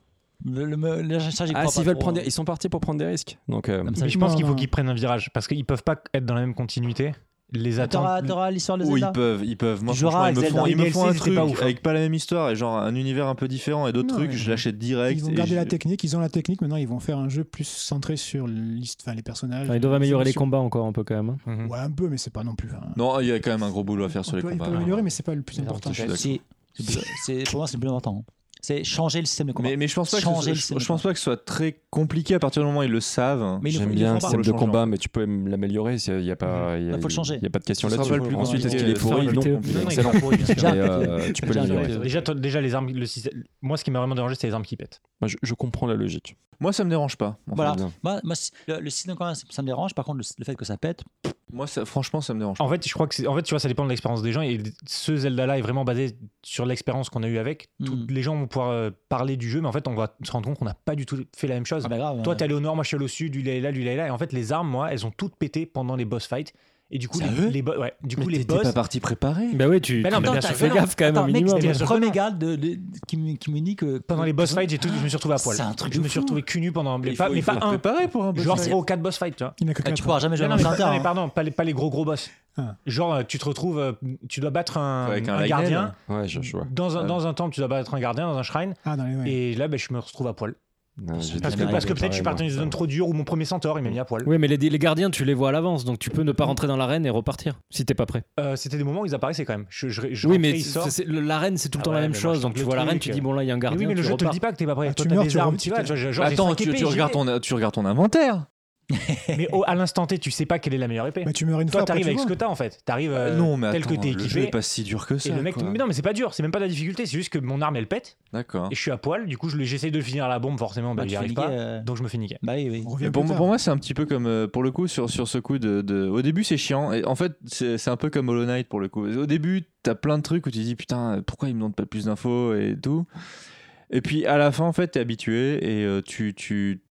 Le, le, me- le- ça, j'y crois Ah, pas s'ils veulent trop, prendre, hein. des- ils sont partis pour prendre des risques. Donc, euh, Mais je pense qu'il faut qu'ils prennent un virage parce qu'ils peuvent pas être dans la même continuité. Les T'auras attentes. t'auras l'histoire de Ou ils Zelda. peuvent, ils peuvent. Moi, Tu joueras franchement, ils avec me font, Zelda. ils me Les font un DLC, c'était truc pas ouf, hein. avec pas la même histoire et genre un univers un peu différent et d'autres Non, trucs, mais- je l'achète direct. Ils ont et gardé je- la technique, ils ont la technique, maintenant ils vont faire un jeu plus centré sur l'hist- enfin, les personnages. Enfin, ils doivent améliorer les émotions. combats encore un peu quand même. hein. Mhm. Ouais, un peu, mais c'est pas non plus. hein. Non, il y a quand même un gros boulot à faire sur On les peut, ils combats. peuvent améliorer, mais c'est pas le plus important. Je suis d'accord. Si. C'est plus- c'est- Pour moi, c'est le plus important. C'est changer le système de combat. Mais, mais je pense pas que changer ce- le je, système je de pense pas que ce soit très compliqué à partir du moment où ils le savent. Mais ils le J'aime font- ils bien le le font système de pas. combat, mais tu peux m- l'améliorer. Il n'y a pas, il y a, Bah, faut le changer. il y a pas de question Ce sera là-dessus. pas le plus Ensuite, compliqué, est-ce qu'il est ce sera pourri pas le Non, plus compliqué. il est Non, il est excellent. pas pourri, bien Mais, sûr. euh, Tu peux Déjà, l'améliorer. euh, Déjà, toi- déjà les armes, le système- moi ce qui m'a vraiment dérangé, c'est les armes qui pètent. Moi, je- je comprends la logique. Moi, ça me dérange pas. en Voilà. fait. Moi, moi, c- le, le système de combat, ça me dérange. Par contre, le, le fait que ça pète, Moi, ça- franchement, ça me dérange. pas. En fait, je crois que c'est- en fait, tu vois, ça dépend de l'expérience des gens. Et ce Zelda-là est vraiment basé sur l'expérience qu'on a eue avec. Tous Mm. les gens vont pouvoir euh, parler du jeu, mais en fait, on va se rendre compte qu'on n'a pas du tout fait la même chose. ah bah grave. Toi, hein. t'es allé au nord, moi, je suis allé au sud, lui, il est là, lui, il est là. Et en fait, les armes, moi, elles ont toutes pété pendant les boss fights. Et du coup, les, Sérieux les, bo- ouais, du coup, les t'étais boss. parti préparé. Bah ouais, tu, Bah non, tu- mais bien tu sûr que fais non. gaffe quand même un Attends, mec, minimum. c'était Bien le sûr que premier non. gars de- de- qui me qui me euh, dit que. Pendant les boss fights, j'ai tout, je me suis retrouvé à poil. C'est un truc Je de me suis fou. retrouvé cu nu pendant. Mais Il pas, faut- mais il faut pas se un. préparer pour un boss Genre fight. 3 ou 4 boss fights, tu vois. Il n'y en a que Ah, quatre. Tu pourras jamais jouer Non, à non, mais, Monster. pas- non, mais pardon, pas les, pas les gros gros boss. Ah. Genre, euh, tu te retrouves, euh, tu dois battre un, Avec un un Lionel. gardien. Ouais, je je vois. Dans un, dans un temple, tu dois battre un gardien dans un shrine. Ah, dans les- ouais. Et là, ben, je me retrouve à poil. Non, j'ai Parce que, déjà parce que regardé peut-être je suis parti dans une zone pareil, moi. trop dure ou mon premier centaure, il m'a mis à poil. Oui, mais les, les gardiens, tu les vois à l'avance, donc tu peux ne pas rentrer dans l'arène et repartir si t'es pas prêt. Euh, C'était des moments où ils apparaissaient quand même. Je, je, je oui, rentrais, mais ils sortent. c'est- c'est- le- l'arène, c'est tout le Ah temps ouais, la même mais chose. moi, Donc je- tu le vois l'arène, truc, tu euh, dis, bon, là, il y a un Mais gardien. oui, mais le tu jeu te le repars. dit pas que t'es pas prêt. Ah, Toi, tu t'as meurs, des tu armes, rentres, tu vois. tu Genre, genre, j'ai Attends, cinq tu, épées, tu j'y regardes vais. ton, tu regardes ton inventaire. mais au- à l'instant T, tu sais pas quelle est la meilleure épée. Bah, tu meurs une Toi, fois, t'arrives après, avec tu ce que vois. t'as en fait. T'arrives Bah euh, non, mais tel que attends, t'es le équipé. jeu est pas si dur que ça, Et le mec, quoi. mais non, mais c'est pas dur. C'est même pas la difficulté. C'est juste que mon arme elle pète. D'accord. Et je suis à poil. Du coup, je l'ai- j'essaie de le finir à la bombe. Forcément, bah, Bah, tu j'y arrive fais pas. niquer, Donc je me fais niquer. Bah oui, oui. Mais pour, pour moi, c'est un petit peu comme euh, pour le coup sur, sur ce coup de, de- Au début, c'est chiant. Et en fait, c'est c'est un peu comme Hollow Knight pour le coup. Au début, t'as plein de trucs où tu dis putain, pourquoi ils me donnent pas plus d'infos et tout. Et puis à la fin, en fait, t'es habitué et euh, tu, tu...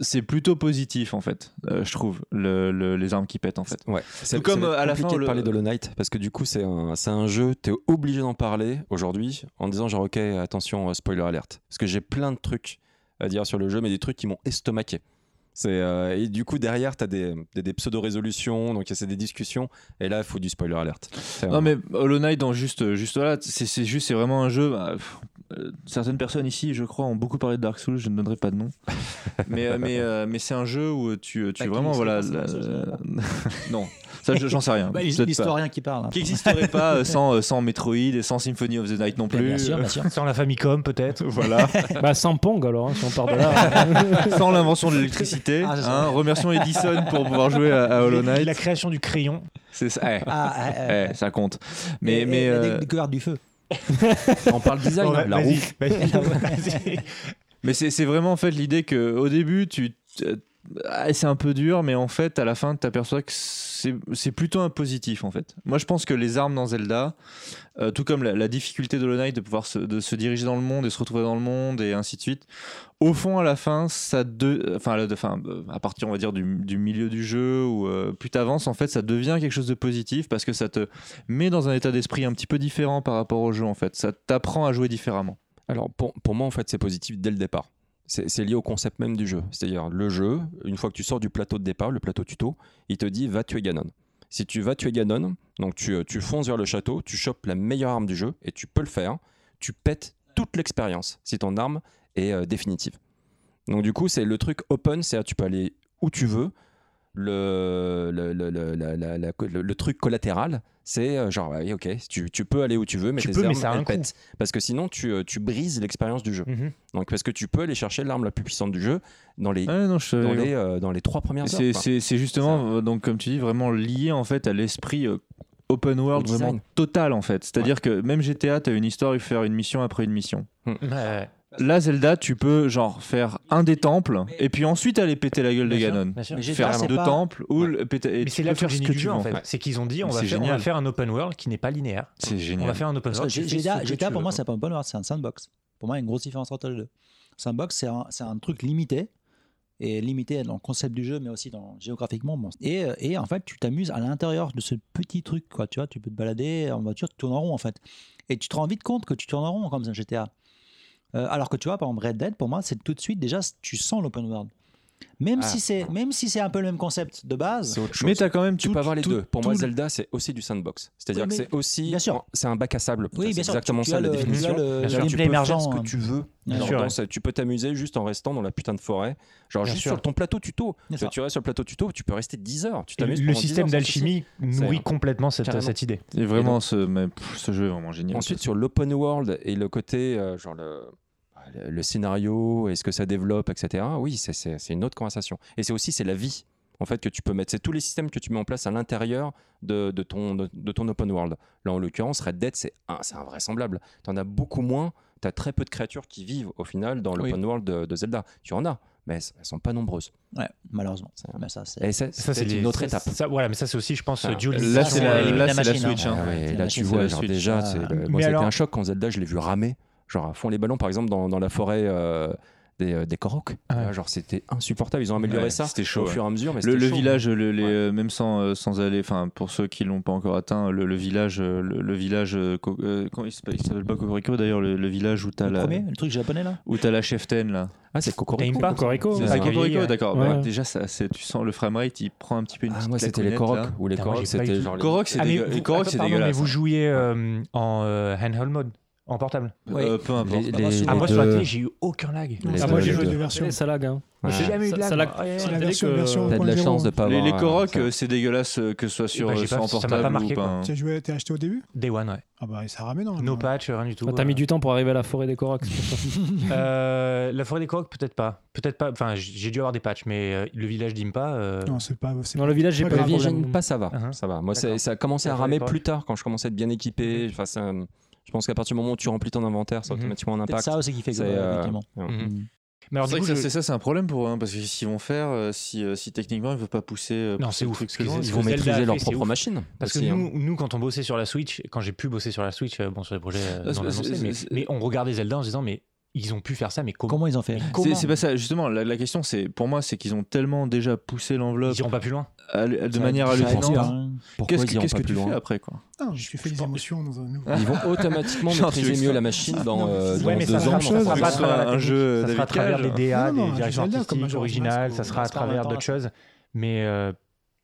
c'est plutôt positif en fait, euh, je trouve, le- le- les armes qui pètent en fait. Ouais. Tout C'est comme comme euh, à la fin. compliqué de le- parler d'Hollow Knight parce que du coup c'est un, Euh, c'est un jeu, t'es obligé d'en parler aujourd'hui en disant genre ok attention euh, spoiler alerte parce que j'ai plein de trucs à dire sur le jeu mais des trucs qui m'ont estomaqué. C'est euh, et du coup derrière t'as des, des, des pseudo résolutions donc c'est des discussions et là il faut du spoiler alerte. C'est Non un- mais Hollow Knight dans juste juste là c'est c'est juste c'est vraiment un jeu bah, pff, euh, certaines personnes ici je crois ont beaucoup parlé de Dark Souls je ne donnerai pas de nom mais euh, mais euh, mais c'est un jeu où tu euh, Bah, tu qui vraiment ne sait voilà pas c'est la- Dark Souls, la- non ça je- j'en sais rien Bah, Peut-être pas. l'historien qui parle. qui n'existerait pas euh, sans euh, sans Metroid et sans Symphony of the Night Bah, non plus Bien sûr, bien sûr. Sans la Famicom peut-être. Voilà. Bah, sans Pong alors, hein, si on part de là. euh, sans l'invention de l'électricité Ah, c'est ça. hein, remercions Edison pour pouvoir jouer à, à Hollow Knight La création du crayon. c'est ça eh. euh, Ah, ah, ah. Eh, ça compte mais mais euh, découverte du feu. On parle design, Bon, hein, la vas-y, roue. vas-y, vas-y. Mais c'est c'est vraiment en fait l'idée que au début, tu euh, ah, c'est un peu dur, mais en fait, à la fin, tu t'aperçois que c'est c'est plutôt un positif en fait. Moi, je pense que les armes dans Zelda, euh, tout comme la, la difficulté de Hollow Knight de pouvoir se, de se diriger dans le monde et se retrouver dans le monde et ainsi de suite, au fond, à la fin, ça de, enfin, à la- enfin, euh, à partir, on va dire, du, du milieu du jeu ou euh, plus t'avances, en fait, ça devient quelque chose de positif parce que ça te met dans un état d'esprit un petit peu différent par rapport au jeu en fait. Ça t'apprend à jouer différemment. Alors pour, pour moi en fait c'est positif dès le départ. C'est c'est lié au concept même du jeu. C'est-à-dire le jeu, une fois que tu sors du plateau de départ, le plateau tuto, il te dit va tuer Ganon. Si tu vas tuer Ganon, donc tu, euh, tu fonces vers le château, tu chopes la meilleure arme du jeu et tu peux le faire. Tu pètes toute l'expérience si ton arme est euh, définitive. Donc du coup c'est le truc open, c'est-à-dire tu peux aller où tu veux, le, le, le, le- la- la- la- le- le truc collatéral, c'est euh, genre, ouais, ok, tu, tu peux aller où tu veux, mais Tu tes peux, mais armes, ça a un elles coût. pètent. Parce que sinon, tu, euh, tu brises l'expérience du jeu. Mhm. Donc, parce que tu peux aller chercher l'arme la plus puissante du jeu dans Ah, les, non, je dans les, euh, dans les trois premières heures. C'est- Bah, quoi. C'est c'est justement, euh, donc, comme tu dis, vraiment lié en fait à l'esprit euh, open world, Au design. vraiment total en fait. C'est-à-dire que même GTA, tu as une histoire, il faut faire une mission après une mission. Là, Zelda, tu peux genre faire un des temples et puis ensuite aller péter la gueule de Bien sûr, Ganon. bien sûr. Mais GTA, Faire c'est deux pas- temples ou le péter. et Mais tu c'est peux là faire ce que du tu jeu veux en fait. C'est qu'ils ont dit on Mais va, c'est faire, on va génial. faire un open world qui n'est pas linéaire. C'est On va génial. faire un open Parce que world. tu fais ce GTA, que GTA, tu pour moi, veux, quoi. c'est pas un open world, c'est un sandbox. Pour moi, il y a une grosse différence entre les deux. Sandbox, c'est un, c'est un truc limité, et limité dans le concept du jeu, mais aussi dans, géographiquement. bon. Et, euh, et en fait, tu t'amuses à l'intérieur de ce petit truc. Quoi. Tu, vois, tu peux te balader en voiture, tu tournes en rond en fait. Et tu te rends vite compte que tu tournes en rond comme ça, GTA. Euh, alors que tu vois, par exemple, Red Dead, pour moi, c'est tout de suite déjà, tu sens l'open world. Même Ah. si c'est même si c'est un peu le même concept de base, C'est autre chose. Mais t'as quand même tu peux avoir les tout- deux. Pour moi, tout le- Zelda, c'est aussi du sandbox. C'est-à-dire Oui, que mais- c'est aussi. C'est un bac à sable. Oui, c'est bien sûr, exactement tu- tu ça as la le- tu as le- définition. C'est-à-dire le tu peux gameplay faire ce émergent, hein. que tu veux. Bien Genre, sûr, dans ouais. ça, tu peux t'amuser juste en restant dans la putain de forêt. Genre, Bien juste sûr. sur ton plateau tuto. Tu Bien vois, sûr. tu restes sur le plateau tuto, tu peux rester 10 heures. Tu Et t'amuses le pendant 10 système heures sans d'alchimie souci. nourrit C'est- complètement cette, Carrément. cette idée. Et vraiment, ce, mais, pff, ce jeu est vraiment génial. Ensuite, sur l'open world et le côté, euh, genre le, le- le scénario, est-ce que ça développe, etc. Oui, c'est- c'est c'est une autre conversation. Et c'est aussi, c'est la vie, en fait, que tu peux mettre. C'est tous les systèmes que tu mets en place à l'intérieur de, de ton, de, de ton open world. Là, en l'occurrence, Red Dead, c'est un- c'est invraisemblable. Tu en as beaucoup moins. Tu as très peu de créatures qui vivent, au final, dans l'open world de, de Zelda. Tu en as, mais elles elles sont pas nombreuses. Ouais, malheureusement. Mais ça, c'est- Et ça, Ça, c'est des- une autre ça, étape. ça- voilà, mais ça, c'est aussi, je pense, Ah, du là, c'est la- euh, là, c'est la Switch, hein. Ah ouais, C'est la là, tu machine, vois, c'est la genre, Switch. déjà, Ah. c'est- Mais moi, ça a été alors- un choc quand Zelda, je l'ai vu ramer, genre à fond les ballons, par exemple, dans, dans la forêt euh, des, euh, des Koroks. Là, Genre, c'était insupportable. Ils ont amélioré Ouais, ça c'était chaud, au ouais. fur et à mesure. Mais le, Bah, c'était le chaud. hein. village, le- les, euh, même sans, euh, sans aller, enfin pour ceux qui l'ont pas encore atteint, le, le village, euh, le, le village, euh, co- euh, comment il s'appelle, il s'appelle pas Cocorico d'ailleurs, le, le village où t'as le la, premier, le truc japonais là. où t'as la cheftaine là. Ah c'est Cocorico. T'aimes pas Cocorico. Oh. Ah, Cocorico, C'est ouais. ça, Ouais. Cocorico, Ouais. d'accord. Ouais. Bah, déjà, ça, c'est- tu sens le framerate, il prend un petit peu une. Ah, petite moi, c'était les claquounette, Koroks, là. ou les Putain, moi, Koroks, j'ai pas c'était eu- genre les- Koroks, c'est Ah, mais dégueu- vous- les Koroks, attends, c'est pardon, mais dégueulasse. vous jouiez euh, en euh, handheld mode. En portable Oui. Euh, peu importe. Les- les- Après, les sur la deux- télé, j'ai eu aucun lag. Les Ah, bah, deux- moi, les j'ai joué deux. deux versions. Et ça lag. Hein. Ouais. J'ai jamais eu de lag. Ça lag. Ah, ouais, C'est ouais. la T'as version- dit que- version T'as de la 1.0. chance de pas Ah, Les- avoir. les un- Korok, ça. euh, c'est dégueulasse euh, que ce soit sur, Bah, j'ai euh, pas- soit en ça m'a pas portable marqué, ou pas. quoi. hein. Tu as joué, t'as acheté au début Day One, ouais. Ah bah, ça ramène No patch, rien du tout. Ah, T'as mis du temps pour arriver à la forêt des Corax. Euh, la forêt des coques, peut-être pas. Peut-être pas. Enfin, j- j'ai dû avoir des patchs, mais euh, le village d'Impa. euh, Non, c'est pas. Dans le village, j'ai pas pas grave. eu Le de village, problème. Pas ça va, Uh-huh. ça va. Moi, c'est- D'accord. ça a commencé Ça, à j'avais ramer pas. plus tard quand je commençais à être bien équipé. Enfin, ça, je pense qu'à partir du moment où tu remplis ton inventaire, ça a Mhm. automatiquement un Peut-être impact. ça aussi qui fait que, euh, effectivement. ouais. Mhm. Mais C'est alors, du vrai coup, que ça, je- c'est ça, c'est un problème pour eux, hein, parce que s'ils vont faire, euh, si, euh, si techniquement ils veulent pas pousser. euh, Non, pousser c'est le ouf. truc ce plus qu'ils loin, ont- ils ce vont que mettre Zelda a leur fait, c'est propre ouf. machine Parce aussi, que hein. nous, nous, quand on bossait sur la Switch, quand j'ai pu bosser sur la Switch, euh, bon, sur les projets euh, Ah, c'est- non annoncés, c'est- mais, c'est- mais on regardait Zelda en se disant, mais ils ont pu faire ça, mais comment, ils ont fait C'est- C'est pas ça, justement. La, la question, c'est pour moi, c'est qu'ils ont tellement déjà poussé Euh, l'enveloppe. Ils iront pas plus loin. De Ça- manière ça hallucinante. attire, hein. Pourquoi Qu'est-ce ils que, iront qu'est-ce pas que tu plus loin fais après, quoi Non, je lui fais les émotions dans un nouveau. Ils vont automatiquement Genre, maîtriser tu- mieux la machine dans, euh, dans Ouais, Ah, mais deux ça sera ans. autre chose. Ça Ça sera sera pas pas à un jeu ça sera à euh, David travers des Cage. DA, Non, non, des un Zelda, directions comme un artistiques Zelda, originales, c'est ça sera à pas travers d'autres choses. Mais euh,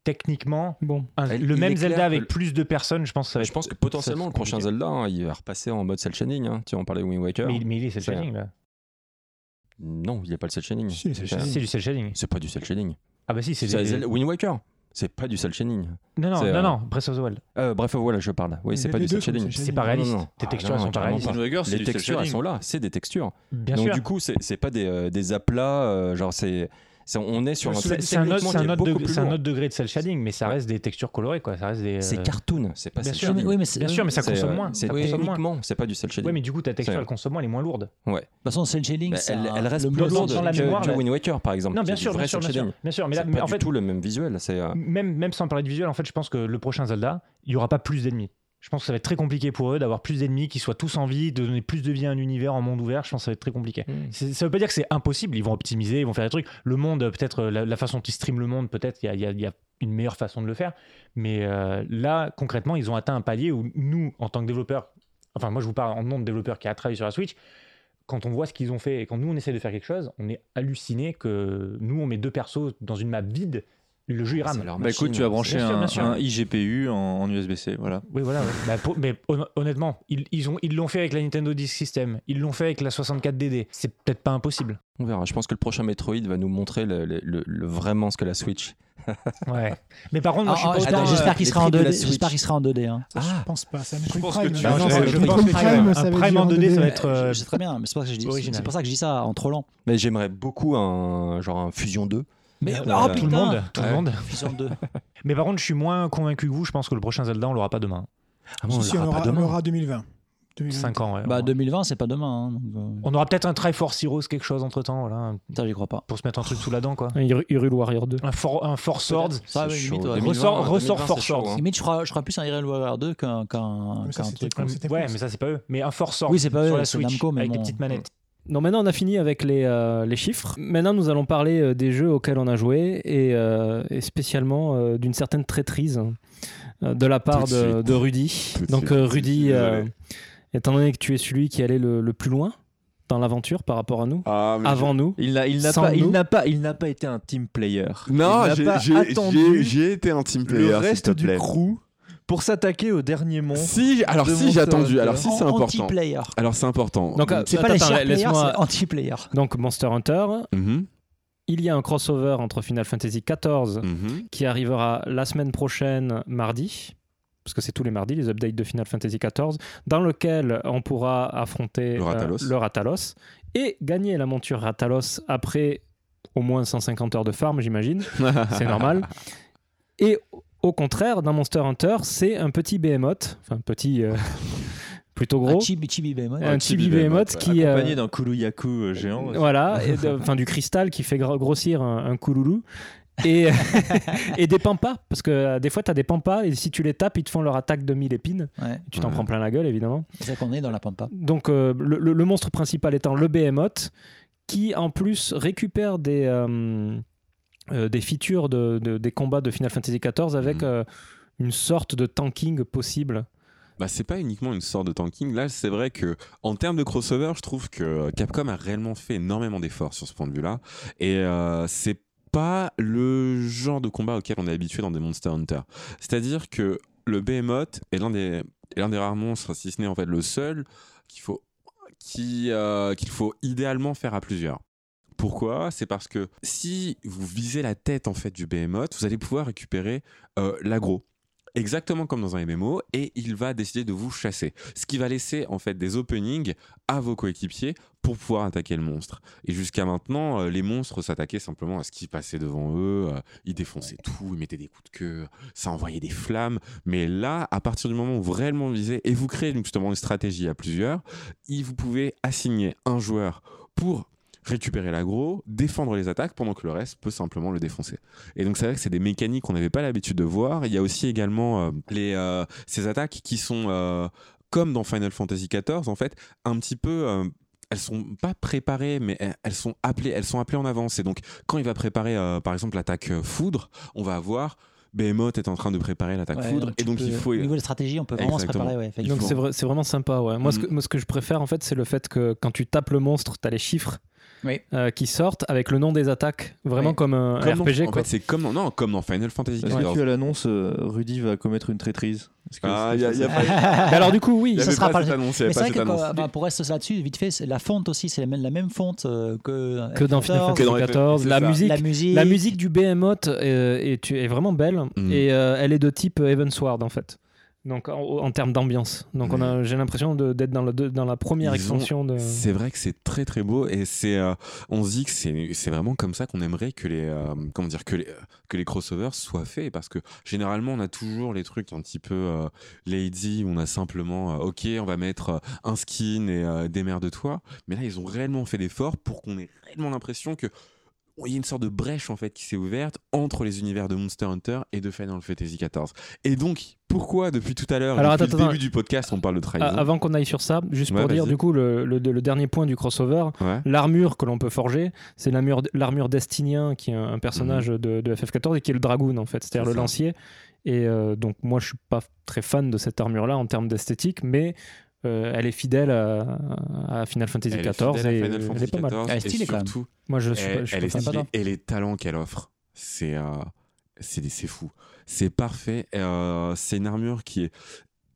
techniquement, un- Elle- Ah, le il est même clair Zelda avec que- plus de personnes, je pense que ça va Je pense que potentiellement, le prochain Zelda, hein, il va repasser en mode cel shading. hein. Tu en parlais de Wind Waker. Mais il- mais il est cel shading, C'est- là. Non, il n'y a pas le cel shading. Si, il est cel shading. C'est du cel shading. C'est pas du cel shading. Ah bah si, c'est des- Ah. Zelda- Wind Waker. C'est pas du cel shading. Non, non, C'est, non, euh, non, Breath of the Wild. Euh, bref, voilà, je parle. Oui, Mais c'est les pas du cel deux sont du shading. cel shading. C'est pas réaliste. Non, non, non. Tes textures, elles sont pas carrément réalistes. Wind Waker, c'est Les du cel textures, elles shading. sont là. C'est des textures. Bien Donc, sûr. du coup, c'est c'est pas des, euh, des aplats. euh, genre, c'est. c'est- On est sur un C'est- cel- c'est un, autre- techniquement c'est un qui est autre beaucoup degré- plus c'est un lourd. autre degré de cel shading, mais ça reste des textures colorées, quoi. Ça reste des. C'est euh, cartoon, c'est pas bien cel sûr. shading. Oui, mais c'est- bien sûr, mais ça C'est, consomme euh, moins. C'est Ça consomme moins. techniquement, c'est pas du cel shading. Ouais, mais du coup, ta texture, C'est- elle consomme moins, elle est moins lourde. Ouais. De toute façon, cel shading, Bah, c'est elle, un- elle reste le plus monde lourde dans la que mémoire, du là. Wind Waker, par exemple. Non, bien qui est sûr, du bien vrai sûr, cel bien sûr, shading. bien sûr, mais C'est là- mais pas en du fait- tout le même visuel. C'est euh, Même, même sans parler de visuel, en fait, je pense que le prochain Zelda, il n'y aura pas plus d'ennemis. Je pense que ça va être très compliqué pour eux d'avoir plus d'ennemis, qui soient tous en vie, de donner plus de vie à un univers en monde ouvert. Je pense que ça va être très compliqué. C'est- Ça veut pas dire que c'est impossible. Ils vont optimiser, ils vont faire des trucs. Le monde, euh, peut-être, euh, la, la façon dont ils streament le monde, peut-être, il y a, il y a- il y a une meilleure façon de le faire. Mais euh, là, concrètement, ils ont atteint un palier où nous, en tant que développeurs, enfin, moi, je vous parle en nom de développeur qui a travaillé sur la Switch, quand on voit ce qu'ils ont fait et quand nous on essaie de faire quelque chose, on est halluciné que nous on met deux persos dans une map vide, le jeu il Ah, rame. Bah écoute, tu as branché Bien sûr, un, bien sûr. un IGPU en, en USB-C, voilà. Oui, voilà. ouais. Bah, pour- mais hon- honnêtement, ils, ils ont, ils l'ont fait avec la Nintendo Disk System, ils l'ont fait avec la 64DD. C'est peut-être pas impossible. On verra. Je pense que le prochain Metroid va nous montrer le, le- le- le- vraiment ce que la Switch. Ouais. Mais par contre, moi, je suis Ah, pas j'espère- autant, euh, J'espère qu'il les sera en tripes de la 2D. Switch. J'espère qu'il sera en 2D. hein. Je pense pas. Ça Metroid pense Prime. que tu Bah vas non, gérer c'est le Metroid truc. Prime, Un ça va être Prime dur en 2D, ça va être, Je- euh, je sais très bien, mais c'est pour ça que je dis- original. c'est pour ça que je dis ça en trollant. Mais j'aimerais beaucoup un genre un Fusion 2. Mais- Euh, oh, tout le putain. monde, tout le Ouais. monde. Fusion 2. Mais par contre, je suis moins convaincu que vous. Je pense que le prochain Zelda, on l'aura pas demain. Ah Si, si, on aura- on aura 2020. 5 ans, ouais. Bah 2020, c'est pas demain. hein, donc, euh, On aura peut-être un Triforce Heroes quelque chose entre temps, voilà. Putain, j'y crois pas. Pour se mettre un truc sous la dent, quoi. Un Hyrule- Hyrule Warrior 2. Un, for, un Force Swords. Ça, ouais, limite, ouais. Ressort, ressort Force hein. Swords. Hein. Limite, je crois, je crois plus un Iron Warrior 2 qu'un qu'un qu'un truc. Ah, Ouais, ouais, mais ça, c'est pas eux. Mais un Force Swords Oui, c'est pas eux, sur la c'est Switch Namco, mais avec bon. des petites manettes. Non, maintenant on a fini avec les, euh, les chiffres. Maintenant nous allons parler euh, des jeux auxquels on a joué et, euh, et spécialement euh, d'une certaine traîtrise euh, de la part Tout de de, suite. de Rudy. Tout de Donc suite, tout euh, de suite, Rudy, désolé. euh, étant donné que tu es celui qui allait le, le plus loin dans l'aventure par rapport à nous, Ah, mais avant je- nous, Il n'a, il n'a sans pas, il nous. n'a pas, il n'a pas été un team player. Non, Il n'a j'ai- pas j'ai- j'ai- attendu j'ai été un team player, s'il Le reste te du plaît. crew pour s'attaquer au dernier monstre. Si, alors de si Monster j'ai attendu, Hunter. alors si c'est important. Anti-player. Alors c'est important. Donc, euh, C'est pas les attends, chers players, laisse-moi- c'est anti-player. Donc Monster Hunter, Mhm, il y a un crossover entre Final Fantasy XIV mhm. qui arrivera la semaine prochaine, mardi, parce que c'est tous les mardis les updates de Final Fantasy XIV, dans lequel on pourra affronter euh, Le Rathalos. le Rathalos et gagner la monture Rathalos après au moins 150 heures de farm, j'imagine. c'est normal. Et au contraire, dans Monster Hunter, c'est un petit behemoth, enfin petit, euh, plutôt gros. Un Ah, chibi, chibi behemoth. Un chibi behemoth qui, euh, accompagné d'un Kuruyaku euh, géant. Voilà, et de- enfin du cristal qui fait gro- grossir un, un couloulou. Et, et des pampas, parce que euh, des fois tu as des pampas et si tu les tapes, ils te font leur attaque de 1000 épines. Ouais. Tu t'en prends plein la gueule évidemment. C'est ça qu'on est dans la pampa. Donc euh, le, le- le monstre principal étant le Behemoth, qui en plus récupère des, euh, euh, des features de, de- des combats de Final Fantasy XIV avec euh, une sorte de tanking possible. Bah, c'est pas uniquement une sorte de tanking. Là, c'est vrai que en termes de crossover, je trouve que euh, Capcom a réellement fait énormément d'efforts sur ce point de vue-là. Et euh, c'est pas le genre de combat auquel on est habitué dans des Monster Hunter. C'est-à-dire que le Behemoth est l'un des l'un des rares monstres, si ce n'est en fait le seul, qu'il faut, qui, euh, qu'il faut idéalement faire à plusieurs. Pourquoi C'est parce que si vous visez la tête en fait du behemoth, vous allez pouvoir récupérer euh, l'aggro. Exactement comme dans un MMO, et il va décider de vous chasser. Ce qui va laisser en fait des openings à vos coéquipiers pour pouvoir attaquer le monstre. Et jusqu'à maintenant, euh, les monstres s'attaquaient simplement à ce qui passait devant eux. euh, ils défonçaient tout, ils mettaient des coups de queue, ça envoyait des flammes. Mais là, à partir du moment où vous réellement visez et vous créez justement une stratégie à plusieurs, il- vous pouvez assigner un joueur pour récupérer l'aggro, défendre les attaques pendant que le reste peut simplement le défoncer. Et donc c'est vrai que c'est des mécaniques qu'on n'avait pas l'habitude de voir. Il y a aussi également euh, les, euh, ces attaques qui sont euh, comme dans Final Fantasy XIV en fait, un petit peu euh, elles sont pas préparées, mais elles- elles sont appelées, elles sont appelées en avance. Et donc, quand il va préparer, euh, par exemple, l'attaque euh, foudre, on va avoir Behemoth est en train de préparer l'attaque Ouais, foudre, donc et tu donc il peux- faut au niveau de la stratégie, on peut vraiment se préparer, ouais, effectivement. Donc Il faut- Mm. c'est vrai- c'est vraiment sympa. Ouais. Moi, ce que, moi, ce que je préfère, en fait, c'est le fait que quand tu tapes le monstre, tu as les chiffres Oui. euh, qui sortent avec le nom des attaques. Vraiment comme un Comme dans- RPG. en quoi. fait, c'est comme dans- non, comme dans Final Fantasy Est-ce que XIV. tu as l'annonce, euh, Rudy va commettre une traîtrise Est-ce que Ah, c'est- y a- c'est y a euh, ça pas- Mais alors, du coup, oui, Il y ça avait sera pas pas cette le- annonce, il y avait Mais c'est pas vrai que cette quand- annonce. bah, pour rester là-dessus, vite fait, c'est- la fonte aussi, c'est la même, la même fonte euh, que, que dans Final Fantasy XIV. La musique, la musique. la musique du Behemoth euh, est, est vraiment belle Mm. et euh, elle est de type Heaven Sword en fait. Donc en, en termes d'ambiance. Donc on a- j'ai l'impression de- d'être dans, le- de- dans la première Mm. Ils ont- extension de. C'est vrai que c'est très très beau et c'est euh, on se dit que c'est c'est vraiment comme ça qu'on aimerait que les euh, comment dire que les que les crossovers soient faits parce que généralement on a toujours les trucs un petit peu euh, lazy où on a simplement euh, ok on va mettre euh, un skin et euh, des mères de toi mais là ils ont réellement fait l'effort pour qu'on ait réellement l'impression que il y a une sorte de brèche en fait qui s'est ouverte entre les univers de Monster Hunter et de Final Fantasy XIV. Et donc, pourquoi depuis tout à l'heure, Alors, depuis attends, le attends. début du podcast, on parle de trahison Ah, avant qu'on aille sur ça, juste Ouais, pour dire vas-y. du coup le, le- le dernier point du crossover, Ouais. l'armure que l'on peut forger, c'est l'armure l'armure d'Estinien qui est un un personnage de, de FF14 et qui est le dragoon en fait, c'est-à-dire Mhm. C'est le ça. lancier. Et euh, donc moi je suis pas très fan de cette armure là en termes d'esthétique, mais euh, elle est fidèle à, à Final Fantasy Elle est XIV fidèle à et Final elle est Fantasy pas mal. XIV, Elle est et stylée, quand même. surtout, Moi, je suis elle, pas- je suis elle pas est fan. stylée Pardon. et les talents qu'elle offre, c'est euh, c'est des- c'est fou, c'est parfait. Euh, c'est une armure qui est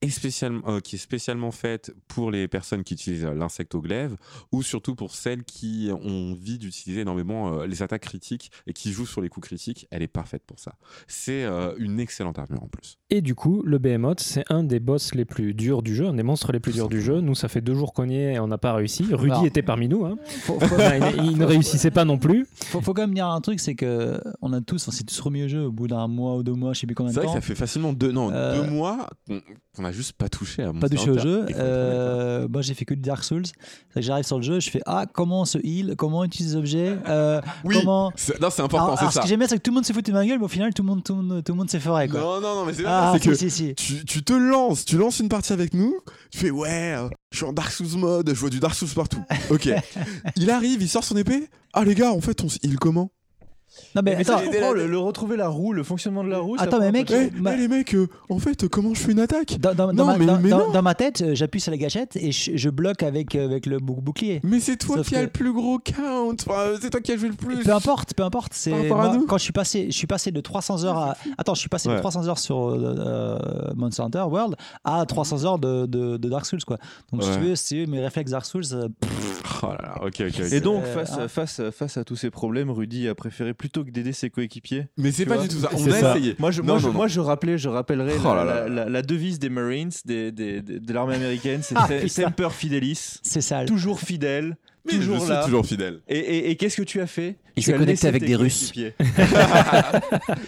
et spécialement, euh, qui est spécialement faite pour les personnes qui utilisent euh, l'insecte au glaive ou surtout pour celles qui ont envie d'utiliser énormément euh, les attaques critiques et qui jouent sur les coups critiques. Elle est parfaite pour ça. C'est euh, une excellente armure en plus. Et du coup, le Behemoth, c'est un des boss les plus durs du jeu, un des monstres les plus durs du jeu. Nous, ça fait deux jours qu'on y est et on n'a pas réussi. Rudy Alors- était parmi nous. hein. Faut- faut- il, il ne réussissait pas non plus. faut, faut quand même dire un truc, c'est que on a tous, on s'est tous remis au jeu au bout d'un mois ou deux mois, je sais plus combien C'est vrai de que temps. ça fait facilement deux, non, Euh, deux mois qu'on qu'on a juste pas touché à pas Monster touché au Hunter. jeu. Et qu'on est très Euh, moi, j'ai fait que du Dark Souls. C'est que J'arrive sur le jeu, je fais ah comment on se heal, comment on utilise les objets, euh, Oui, comment. c'est- non, c'est important, Alors- c'est alors, ça. Ce que j'aimais, c'est que tout le monde s'est foutu de ma gueule, mais au final, tout le monde, tout le monde, tout le monde s'est foré quoi. Non, non, non, mais c'est Ah, pas ça, c'est si, que si, si. Tu, tu te lances, tu lances une partie avec nous, tu fais ouais, euh, je suis en Dark Souls mode, je vois du Dark Souls partout. Ok. il arrive, il sort son épée. Ah les gars, en fait, on s- il comment Non mais, Mais ça, attends, je comprends, le, le retrouver la roue, le fonctionnement de la roue. ça Attends, prend mais un mec, peu de temps. Eh, ma- eh, les mecs, euh, en fait, euh, comment je fais une attaque dans, dans- dans Non, ma, mais- dans- mais dans- non. dans ma tête, euh, j'appuie sur la gâchette et je, je bloque avec, euh, avec le bouc- bouclier. Mais c'est toi Sauf qui as que- le plus gros count. Enfin, euh, c'est toi qui as joué le plus. Peu importe, peu importe. C'est Par rapport à moi, nous. quand je suis passé, je suis passé de 300 heures à. Attends, je suis passé de Ouais. 300 heures sur euh, euh, Monster Hunter World à 300 heures de, de- de Dark Souls quoi. Donc si Ouais. tu veux, si tu veux, mes réflexes Dark Souls. euh, Oh là là, ok, ok. ok. Et donc, Euh, face, hein. à, face, à- face à tous ces problèmes, Rudy a préféré plutôt que d'aider ses coéquipiers. Mais hein. c'est tu pas vois, du tout ça. On c'est a ça. essayé. Moi, je, Non, moi, non, je, non. moi, je rappelais, je rappellerai Oh la, là là. la- la- la devise des Marines, des, des- des- de l'armée américaine, c'est Ah, se- putain. Semper Fidelis, c'est sale. toujours fidèle, Mais je toujours suis là. toujours fidèle. Et, et- et qu'est-ce que tu as fait Il Tu s'est as connecté laissé avec tes des Russes. coéquipiers.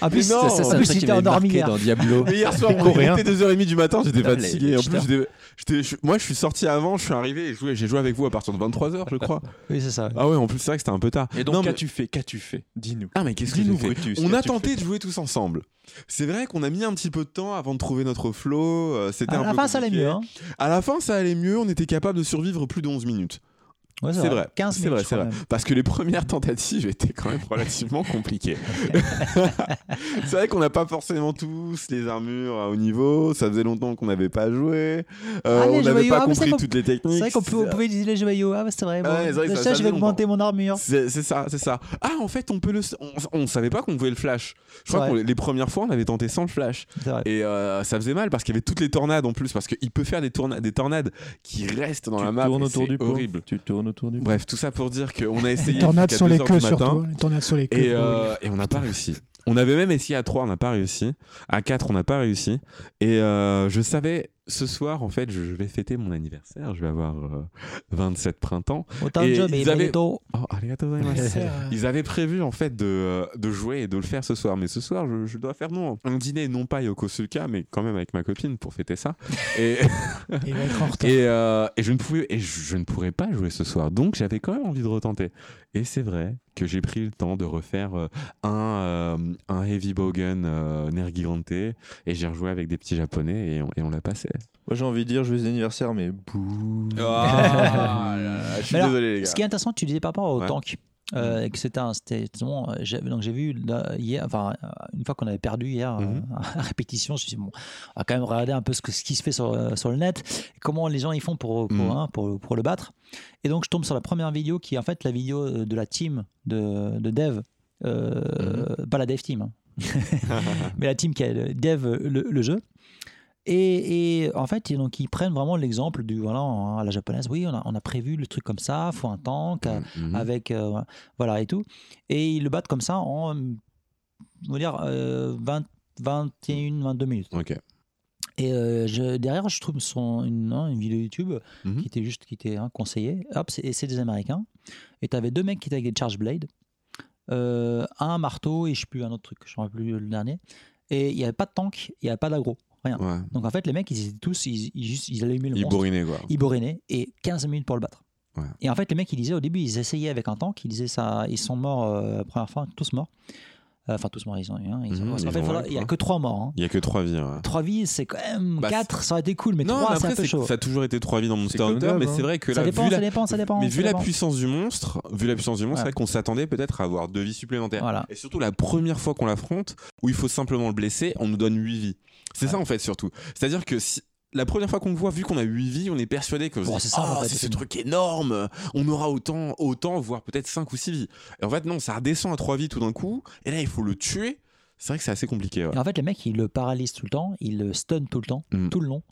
En plus, Ça, ça, c'est en un plus, truc qui j'étais m'avait endormi hein. marqué hier. dans Diablo. Mais hier soir, Les on était Coréens. 2h30 du matin, j'étais Putain, fatigué. les En plus, j'étais- j'étais- je- moi, je suis sorti avant, je suis arrivé et joué- j'ai joué avec vous à partir de 23h, je crois. Oui, c'est ça. ouais. Ah ouais, en plus, c'est vrai que c'était un peu tard. Et donc, Non, mais- qu'as-tu fait Qu'as-tu fait Dis-nous. Ah, mais qu'est-ce que Dis-nous, j'ai fait Brutus, On a qu'as-tu tenté fait de jouer tous ensemble. C'est vrai qu'on a mis un petit peu de temps avant de trouver notre flow. euh, C'était À un la peu fin, ça allait compliqué. mieux. hein. À la fin, ça allait mieux. On était capable de survivre plus de 11 minutes. hein. Ouais, c'est vrai, c'est vrai, c'est vrai. Parce que les premières tentatives étaient quand même relativement compliquées. c'est vrai qu'on n'a pas forcément tous les armures à haut niveau. Ça faisait longtemps qu'on n'avait pas joué. Euh, Ah, les on jeux n'avait vidéo, pas ah, mais compris c'est vrai qu'on- toutes les techniques. C'est vrai qu'on peut, on pouvait utiliser les jeux maillot. Ah, bah, c'est vrai. Bon, Ouais, c'est vrai que ça- ça, ça je fait vais augmenter mon armure. C'est c'est ça, c'est ça. Ah, en fait, on peut le. On, on savait pas qu'on pouvait le flash. Je Ouais. crois que les premières fois, on avait tenté sans le flash. Et euh, ça faisait mal parce qu'il y avait toutes les tornades en plus. Parce qu'il peut faire des, tourna- des tornades qui restent dans la map. tournes et autour c'est du pot. horrible. Tu tournes autour du Bref, tout ça pour dire qu'on a essayé. Les tornades jusqu'à sur deux les heures du queues, matin. surtout. Les tornades sur les queues. Et, euh, et on n'a pas réussi. On avait même essayé à 3, on n'a pas réussi. À 4, on n'a pas réussi. Et euh, je savais, ce soir, en fait, je, je vais fêter mon anniversaire. Je vais avoir euh, 27 printemps. Autant Et de jobs, ils et avaient- bientôt. Oh, arigato gozaimasu. Ils avaient prévu, en fait, de, euh, de jouer et de le faire ce soir. Mais ce soir, je, je dois faire non. Un dîner, non pas Yokosuka, mais quand même avec ma copine pour fêter ça. Et, et, euh, et je ne pouvais et je, je ne pourrais pas jouer ce soir. Donc j'avais quand même envie de retenter. Et c'est vrai que j'ai pris le temps de refaire euh, un, euh, un Heavy Bogen euh, Nergigante et j'ai rejoué avec des petits japonais et on, et on l'a passé. Moi j'ai envie de dire joyeux anniversaire, mais bouh. Ah, Oh, là, là, je suis Mais alors, désolé, les gars. Ce qui est intéressant, tu disais par rapport au Ouais. Mm. tank. euh, que c'était un- c'était justement, euh, j'ai- donc j'ai vu là, hier enfin euh, une fois qu'on avait perdu hier euh, Mm-hmm. à répétition je me suis dit, bon on va quand même regarder un peu ce, que- ce qui se fait sur, euh, sur le net comment les gens ils font pour pour, Mm. hein, pour pour le battre et donc je tombe sur la première vidéo qui est en fait la vidéo euh, de la team de, de dev euh, Mm-hmm. pas la dev team hein. mais la team qui a le- dev euh, le, le jeu. Et, et en fait, ils- donc, ils prennent vraiment l'exemple du voilà en- à la japonaise. Oui, on a, on a prévu le truc comme ça, faut un tank euh, avec euh, voilà et tout. Et ils le battent comme ça en, on va dire euh, 20, 21, 22 minutes. Ok. Et euh, je- derrière, je trouve son, une, hein, une vidéo YouTube qui était juste qui était hein, conseillée. Hop, c'est- et c'est des Américains. Et tu avais deux mecs qui étaient avec des charge blades, euh, un marteau et je sais plus un autre truc, je ne rappelle plus le dernier. Et il n'y avait pas de tank, il n'y avait pas d'agro, rien. Ouais. Donc en fait, les mecs, ils étaient tous, ils, ils, juste- ils allumaient le Ils Ah, monstre. bourrinaient, quoi. Ils bourrinaient et 15 minutes pour le battre. Ouais. Et en fait, les mecs, ils disaient au début, ils essayaient avec un tank, ils disaient ça, ils sont morts euh, la première fois, tous morts. Euh, Enfin, tous morts, ils ont eu. hein, ils ont- Mhm, parce qu'en ils fait, ont voilà, eu, il n'y a quoi. que 3 morts. hein. Il y a que 3 vies. ouais. 3 vies, c'est quand même. Bah, 4, ça aurait été cool, mais 3, mais c'est un après, peu c'est- chaud. ça a toujours été 3 vies dans Monster comme Hunter, d'hab, mais hein. c'est vrai que Ça là, dépend, vu ça la... dépend, ça dépend, Mais ça vu la dépend. puissance du monstre, vu la puissance du monstre, Ouais. c'est vrai qu'on s'attendait peut-être à avoir deux vies supplémentaires. Voilà. Et surtout la première fois qu'on l'affronte, où il faut simplement le blesser, on nous donne 8 vies. C'est ça en fait surtout. C'est-à-dire que si la première fois qu'on le voit, vu qu'on a 8 vies, on est persuadé que Oh, c'est ça, Ah, en fait, c'est ce c'est- truc énorme, on aura autant, autant voire peut-être 5 ou 6 vies. Et en fait, non, ça redescend à 3 vies tout d'un coup, et là, il faut le tuer. C'est vrai que c'est assez compliqué. ouais. Et en fait, les mecs, ils le paralysent tout le temps, ils le stun tout le temps, Mm. tout le long.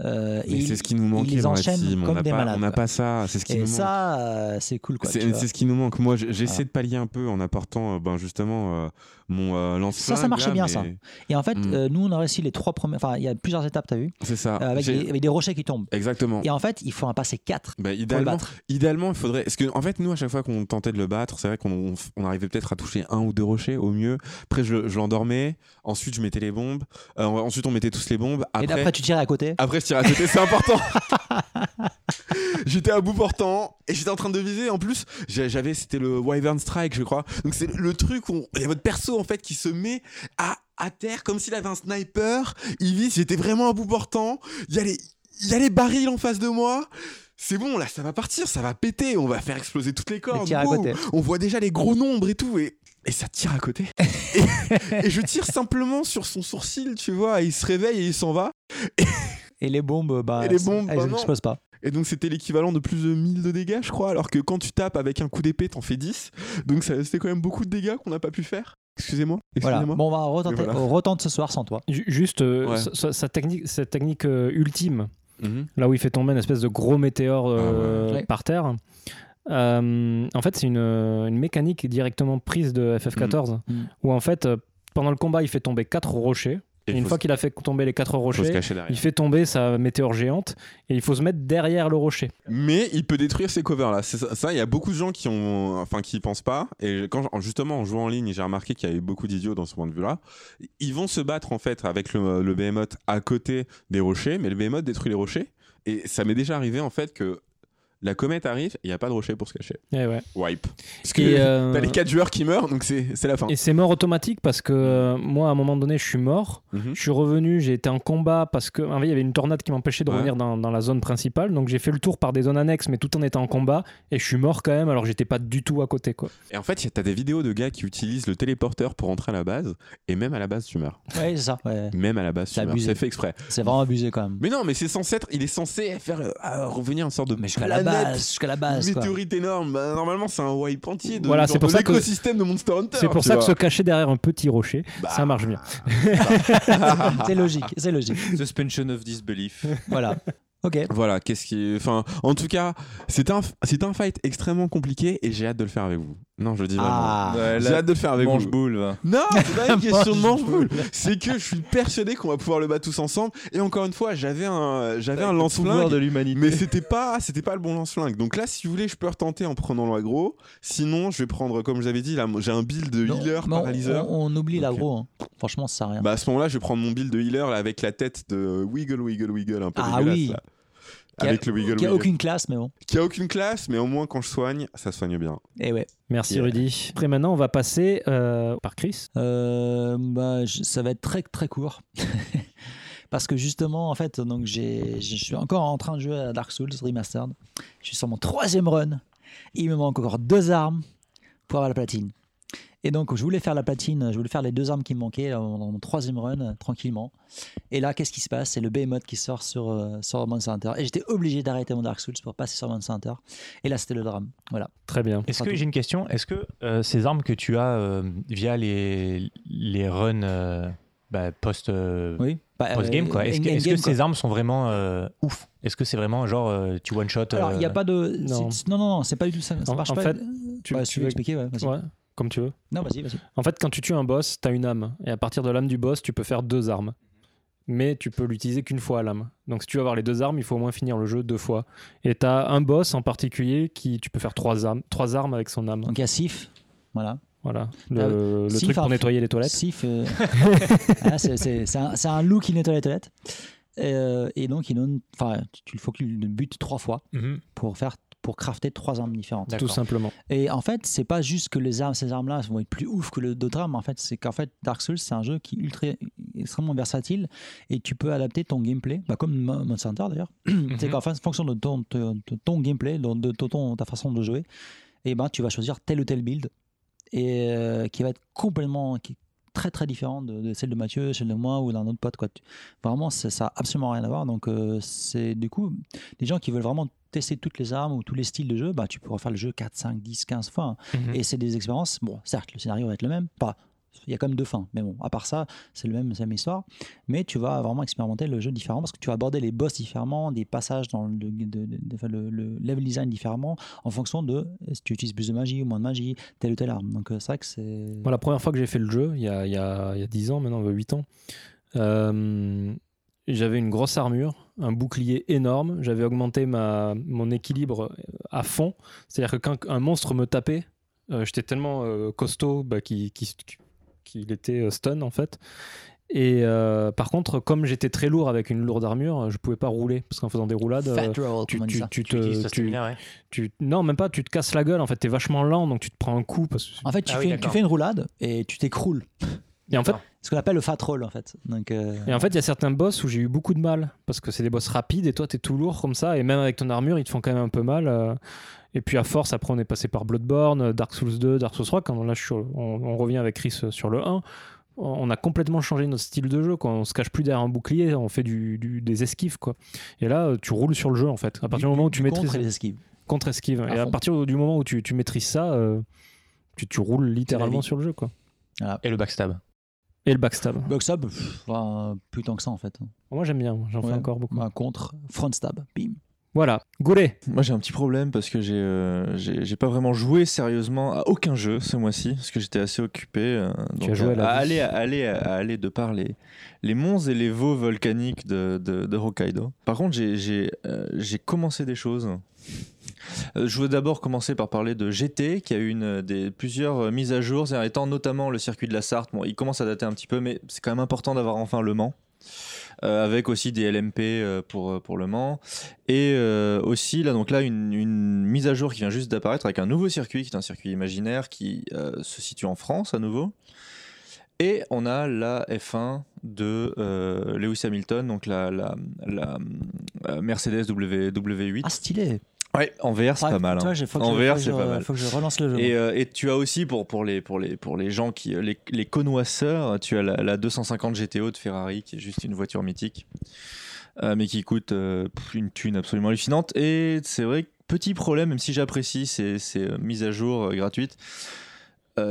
Euh, et Mais ils- c'est ce qui nous ils manquait les dans la enchaînent team. On comme n'a des pas, malades, on n'a quoi. pas ça. C'est ce qui Et nous manque. ça, euh, c'est cool. Quoi, tu C'est vois. c'est ce qui nous manque. Moi, j'ai j'ai essayé Voilà. de pallier un peu en apportant, euh, ben justement, euh, mon euh, lance-flingue. ça, ça marchait là, bien, mais- ça. Et en fait, Mm. euh, nous, on a réussi les trois premières. Enfin, il y a plusieurs étapes, t'as vu C'est ça. Euh, avec, J'ai- des, avec des rochers qui tombent. Exactement. Et en fait, il faut en passer quatre. Bah, pour le idéalement, battre. idéalement, il faudrait. Parce que, en fait, nous, à chaque fois qu'on tentait de le battre, c'est vrai qu'on on f- on arrivait peut-être à toucher un ou deux rochers au mieux. Après, je, je l'endormais. Ensuite, je mettais les bombes. Euh, ensuite, on mettait tous les bombes. Et Après, Ah, après, tu tirais à côté. Après, je tirais à côté, c'est important. j'étais à bout portant et j'étais en train de viser. En plus, j'a- j'avais, c'était le Wyvern Strike, je crois. Donc, c'est le truc où il y a votre perso en fait qui se met à, à terre comme s'il avait un sniper. Il vise, j'étais vraiment à bout portant. Il y a les, il y a les barils en face de moi. C'est bon, là, ça va partir, ça va péter. On va faire exploser toutes les cordes. tirs à Wow. côté. On voit déjà les gros nombres et tout. Et, et ça tire à côté. et, et je tire simplement sur son sourcil, tu vois. Et il se réveille et il s'en va. Et les bombes, bah, Et les bombes, elles bah non. n'explosent pas. Et donc c'était l'équivalent de plus de 1000 de dégâts, je crois, alors que quand tu tapes avec un coup d'épée, t'en fais 10. Donc ça- c'était quand même beaucoup de dégâts qu'on n'a pas pu faire. Excusez-moi. Voilà. Excusez-moi. Bon, on va retenter, Et voilà. on retente ce soir sans toi. Ju- Juste euh, Ouais. sa- sa, sa technique, cette technique euh, ultime, Mhm. là où il fait tomber une espèce de gros météore euh, Ah ouais. Ouais. par terre. euh, en fait, c'est une, une mécanique directement prise de FF14 Mm. Mhm. où en fait, euh, pendant le combat, il fait tomber quatre rochers. Et Et, il une faut fois se- qu'il a fait tomber les quatre rochers, cacher derrière. il fait tomber sa météore géante et il faut se mettre derrière le rocher. Mais il peut détruire ces covers là. C'est Ça, ça, il y a beaucoup de gens qui ont, enfin, qui y pensent pas. Et quand en- justement en jouant en ligne, j'ai remarqué qu'il y avait beaucoup d'idiots dans ce point de vue là. Ils vont se battre en fait avec le, le behemoth à côté des rochers, mais le behemoth détruit les rochers. Et ça m'est déjà arrivé en fait que La comète arrive, il n'y a pas de rocher pour se cacher. Et Eh ouais. Wipe. Parce que euh, t'as les 4 joueurs qui meurent, donc c'est c'est la fin. Et c'est mort automatique parce que euh, moi, à un moment donné, je suis mort. Mhm. Je suis revenu, j'ai été en combat parce que en fait, il y avait une tornade qui m'empêchait de Ouais. revenir dans, dans la zone principale. Donc j'ai fait le tour par des zones annexes, mais tout en étant en combat. Et je suis mort quand même, alors que j'étais pas du tout à côté. quoi. Et en fait, y a- t'as des vidéos de gars qui utilisent le téléporteur pour entrer à la base, et même à la base, tu meurs. Ouais, c'est ça. ouais. Même à la base, tu C'est meurs. abusé. C'est fait exprès. C'est vraiment abusé quand même. Mais non, mais c'est censé être. Il est censé faire euh, ah, revenir une sorte de. Mais Jusqu'à la base, jusqu'à la base. quoi. Météorite énorme. Bah, normalement, c'est un wipe entier de, Voilà, genre c'est pour de ça que- l'écosystème de Monster Hunter. C'est pour tu ça que se vois. cacher derrière un petit rocher, Bah, ça marche bien. c'est logique, c'est logique. Suspension of disbelief. Voilà. Ok. Voilà, qu'est-ce qui. Enfin, en tout cas, c'est un, c'est un fight extrêmement compliqué et j'ai hâte de le faire avec vous. Non, je le dis vraiment. Ah. Ouais, j'ai là, hâte de le faire avec mange vous. boule. va. Non, c'est pas une question de mange-boule. C'est que je suis persuadé qu'on va pouvoir le battre tous ensemble. Et encore une fois, j'avais un, j'avais un Pouvoir lance-flingue, de l'humanité. mais c'était pas, c'était pas le bon lance-flingue. Donc là, si vous voulez, je peux retenter en prenant l'agro. Sinon, je vais prendre, comme je l'avais dit, là, moi, j'ai un build de Non, healer mais on- paralyseur. On, on oublie Ok. l'agro. hein. Franchement, ça sert à rien. Bah à ce moment-là, je vais prendre mon build de healer là, avec la tête de Wiggle Wiggle Wiggle un peu Ah dégueulasse, oui. là. Qui a- Avec le Wiggle Il n'y a Wiggle. aucune classe, mais bon. Qui a aucune classe, mais au moins quand je soigne, ça soigne bien. Et Eh ouais. Merci Yeah. Rudy. Après maintenant, on va passer euh, par Chris. Euh, bah, je- ça va être très très court. Parce que justement, en fait, donc j'ai, je suis encore en train de jouer à Dark Souls Remastered. Je suis sur mon troisième run. Il me manque encore deux armes pour avoir la platine. Et donc, je voulais faire la platine, je voulais faire les deux armes qui me manquaient là, dans mon troisième run, euh, tranquillement. Et là, qu'est-ce qui se passe C'est le Behemoth qui sort sur, euh, sur Monster Hunter. Et j'étais obligé d'arrêter mon Dark Souls pour passer sur Monster Hunter. Et là, c'était le drame. Voilà. Très bien. Est-ce Enfin, que tout. j'ai une question Est-ce que euh, ces armes que tu as euh, via les, les runs euh, bah, post, euh, Oui. Bah, euh, post-game, quoi, est-ce que, est-ce que endgame, quoi. ces armes sont vraiment euh, ouf Est-ce que c'est vraiment genre euh, tu one-shot Alors, il n'y a euh, pas de. non. Non, non, non, c'est pas du tout ça. Ça En- marche en pas. fait, tu, bah, tu veux expliquer ouais, vas-y. Ouais, comme tu veux. Non, vas-y, vas-y. En fait, quand tu tues un boss, t'as une âme. Et à partir de l'âme du boss, tu peux faire deux armes. Mais tu peux l'utiliser qu'une fois à l'âme. Donc si tu veux avoir les deux armes, il faut au moins finir le jeu deux fois. Et t'as un boss en particulier qui tu peux faire trois armes, trois armes avec son âme. Donc, il y a Sif. Voilà. Voilà. Le, Ah, le Sif, truc pour enfin, nettoyer les toilettes. Sif. euh, ah, c'est- c'est c'est un, c'est un loup qui nettoie les toilettes. Et, euh, et donc, il donne. Enfin, tu- tu- il faut qu'il le bute trois fois Mhm. pour faire pour crafter trois armes différentes. Tout D'accord. simplement. Et en fait, c'est pas juste que les armes, ces armes-là vont être plus ouf que le- d'autres armes. En fait, c'est qu'en fait, Dark Souls, c'est un jeu qui est ultra, extrêmement versatile et tu peux adapter ton gameplay, bah, comme Mo- Monster Hunter d'ailleurs. C'est qu'en fin- fonction de ton, ton, ton gameplay, de, de ton- ta façon de jouer, et ben, tu vas choisir tel ou tel build et euh, qui va être complètement qui est très très différent de, de celle de Mathieu, celle de moi ou d'un autre pote. Quoi. Tu- Vraiment, ça ça a absolument rien à voir. Donc, euh, c'est du coup, les gens qui veulent vraiment tester toutes les armes ou tous les styles de jeu, bah, tu pourras faire le jeu 4, 5, 10, 15 fois. hein. Mm. Mhm. Et c'est des expériences. Bon, certes, le scénario va être le même. Pas, il y a quand même deux fins. Mais bon, à part ça, c'est le même, c'est la même histoire. Mais tu vas vraiment expérimenter le jeu différemment parce que tu vas aborder les boss différemment, des passages dans le, de- de- de- enfin, le- le level design différemment en fonction de euh, si tu utilises plus de magie ou moins de magie, telle ou telle arme. Donc, euh, c'est vrai que c'est. Moi, la première fois que j'ai fait le jeu, il y a, il y a- il y a 10 ans maintenant, 8 ans, euh, j'avais une grosse armure, un bouclier énorme, j'avais augmenté ma, mon équilibre euh, à fond. C'est-à-dire que quand un monstre me tapait, euh, j'étais tellement euh, costaud bah, qu'il qu'il- qu'il était euh, stun en fait. Et euh, par contre, comme j'étais très lourd avec une lourde armure, je pouvais pas rouler parce qu'en faisant des roulades, euh, Fat roll, tu, comme on dit tu- ça. tu Euh, tu utilises te, ta tu- stamina, ouais. tu- non même pas, tu te casses la gueule en fait, t'es vachement lent donc tu te prends un coup parce que- En fait, tu, Ah oui, fais, tu d'accord. fais une roulade et tu t'écroules. Et en fait, Ce qu'on appelle le fat roll en fait. Donc, euh, Et en fait, il y a certains boss où j'ai eu beaucoup de mal parce que c'est des boss rapides et toi, t'es tout lourd comme ça. Et même avec ton armure, ils te font quand même un peu mal. euh. Et puis, à force, après, on est passé par Bloodborne, euh, Dark Souls 2, Dark Souls 3. Quand là, je suis sur- on, on revient avec Chris euh, sur le 1, on on a complètement changé notre style de jeu. Quoi. On se cache plus derrière un bouclier, on fait du, du- des esquives. Quoi. Et là, euh, tu roules sur le jeu en fait. À partir du, moment où tu contre maîtrises. les esquives. Contre-esquive. À et à fond. partir du moment où tu, tu maîtrises ça, euh, tu, tu roules littéralement sur le jeu. Quoi. Et le backstab. Et le backstab. Donc ça, pff, enfin, plus tant que ça en fait. Moi, j'aime bien. J'en fais Ouais. encore beaucoup. Un contre, front stab, bim. Voilà. Goulet. Moi j'ai un petit problème parce que j'ai euh, j'ai j'ai pas vraiment joué sérieusement à aucun jeu ce mois-ci parce que j'étais assez occupé. euh, donc, as joué à la vie. aller, à aller, à à aller de par les, les monts et les veaux volcaniques de, de, de Hokkaido. Par contre j'ai j'ai, euh, j'ai commencé des choses. Euh, Je veux d'abord commencer par parler de GT, qui a eu une, euh, des, plusieurs euh, mises à jour, ces derniers temps, notamment le circuit de la Sarthe. Bon, il commence à dater un petit peu, mais c'est quand même important d'avoir enfin Le Mans. euh, avec aussi des LMP euh, pour, pour le Mans. Et euh, aussi, là, donc là, une, une, mise à jour qui vient juste d'apparaître avec un nouveau circuit, qui est un circuit imaginaire qui euh, se situe en France à nouveau. Et on a la F1 de euh, Lewis Hamilton, donc la, la, la, la Mercedes w, W8. Ah, stylé! Ouais, en VR c'est ah, pas mal. Hein. Toi, en je, VR c'est pas mal. Faut que je relance le jeu. Et, euh, et, tu as aussi pour, pour, les, pour, les, pour les gens qui les, les connoisseurs, tu as la, la, 250 GTO de Ferrari qui est juste une voiture mythique, euh, mais qui coûte euh, une thune absolument hallucinante. Et c'est vrai que petit problème, même si j'apprécie ces, ces mises à jour gratuites.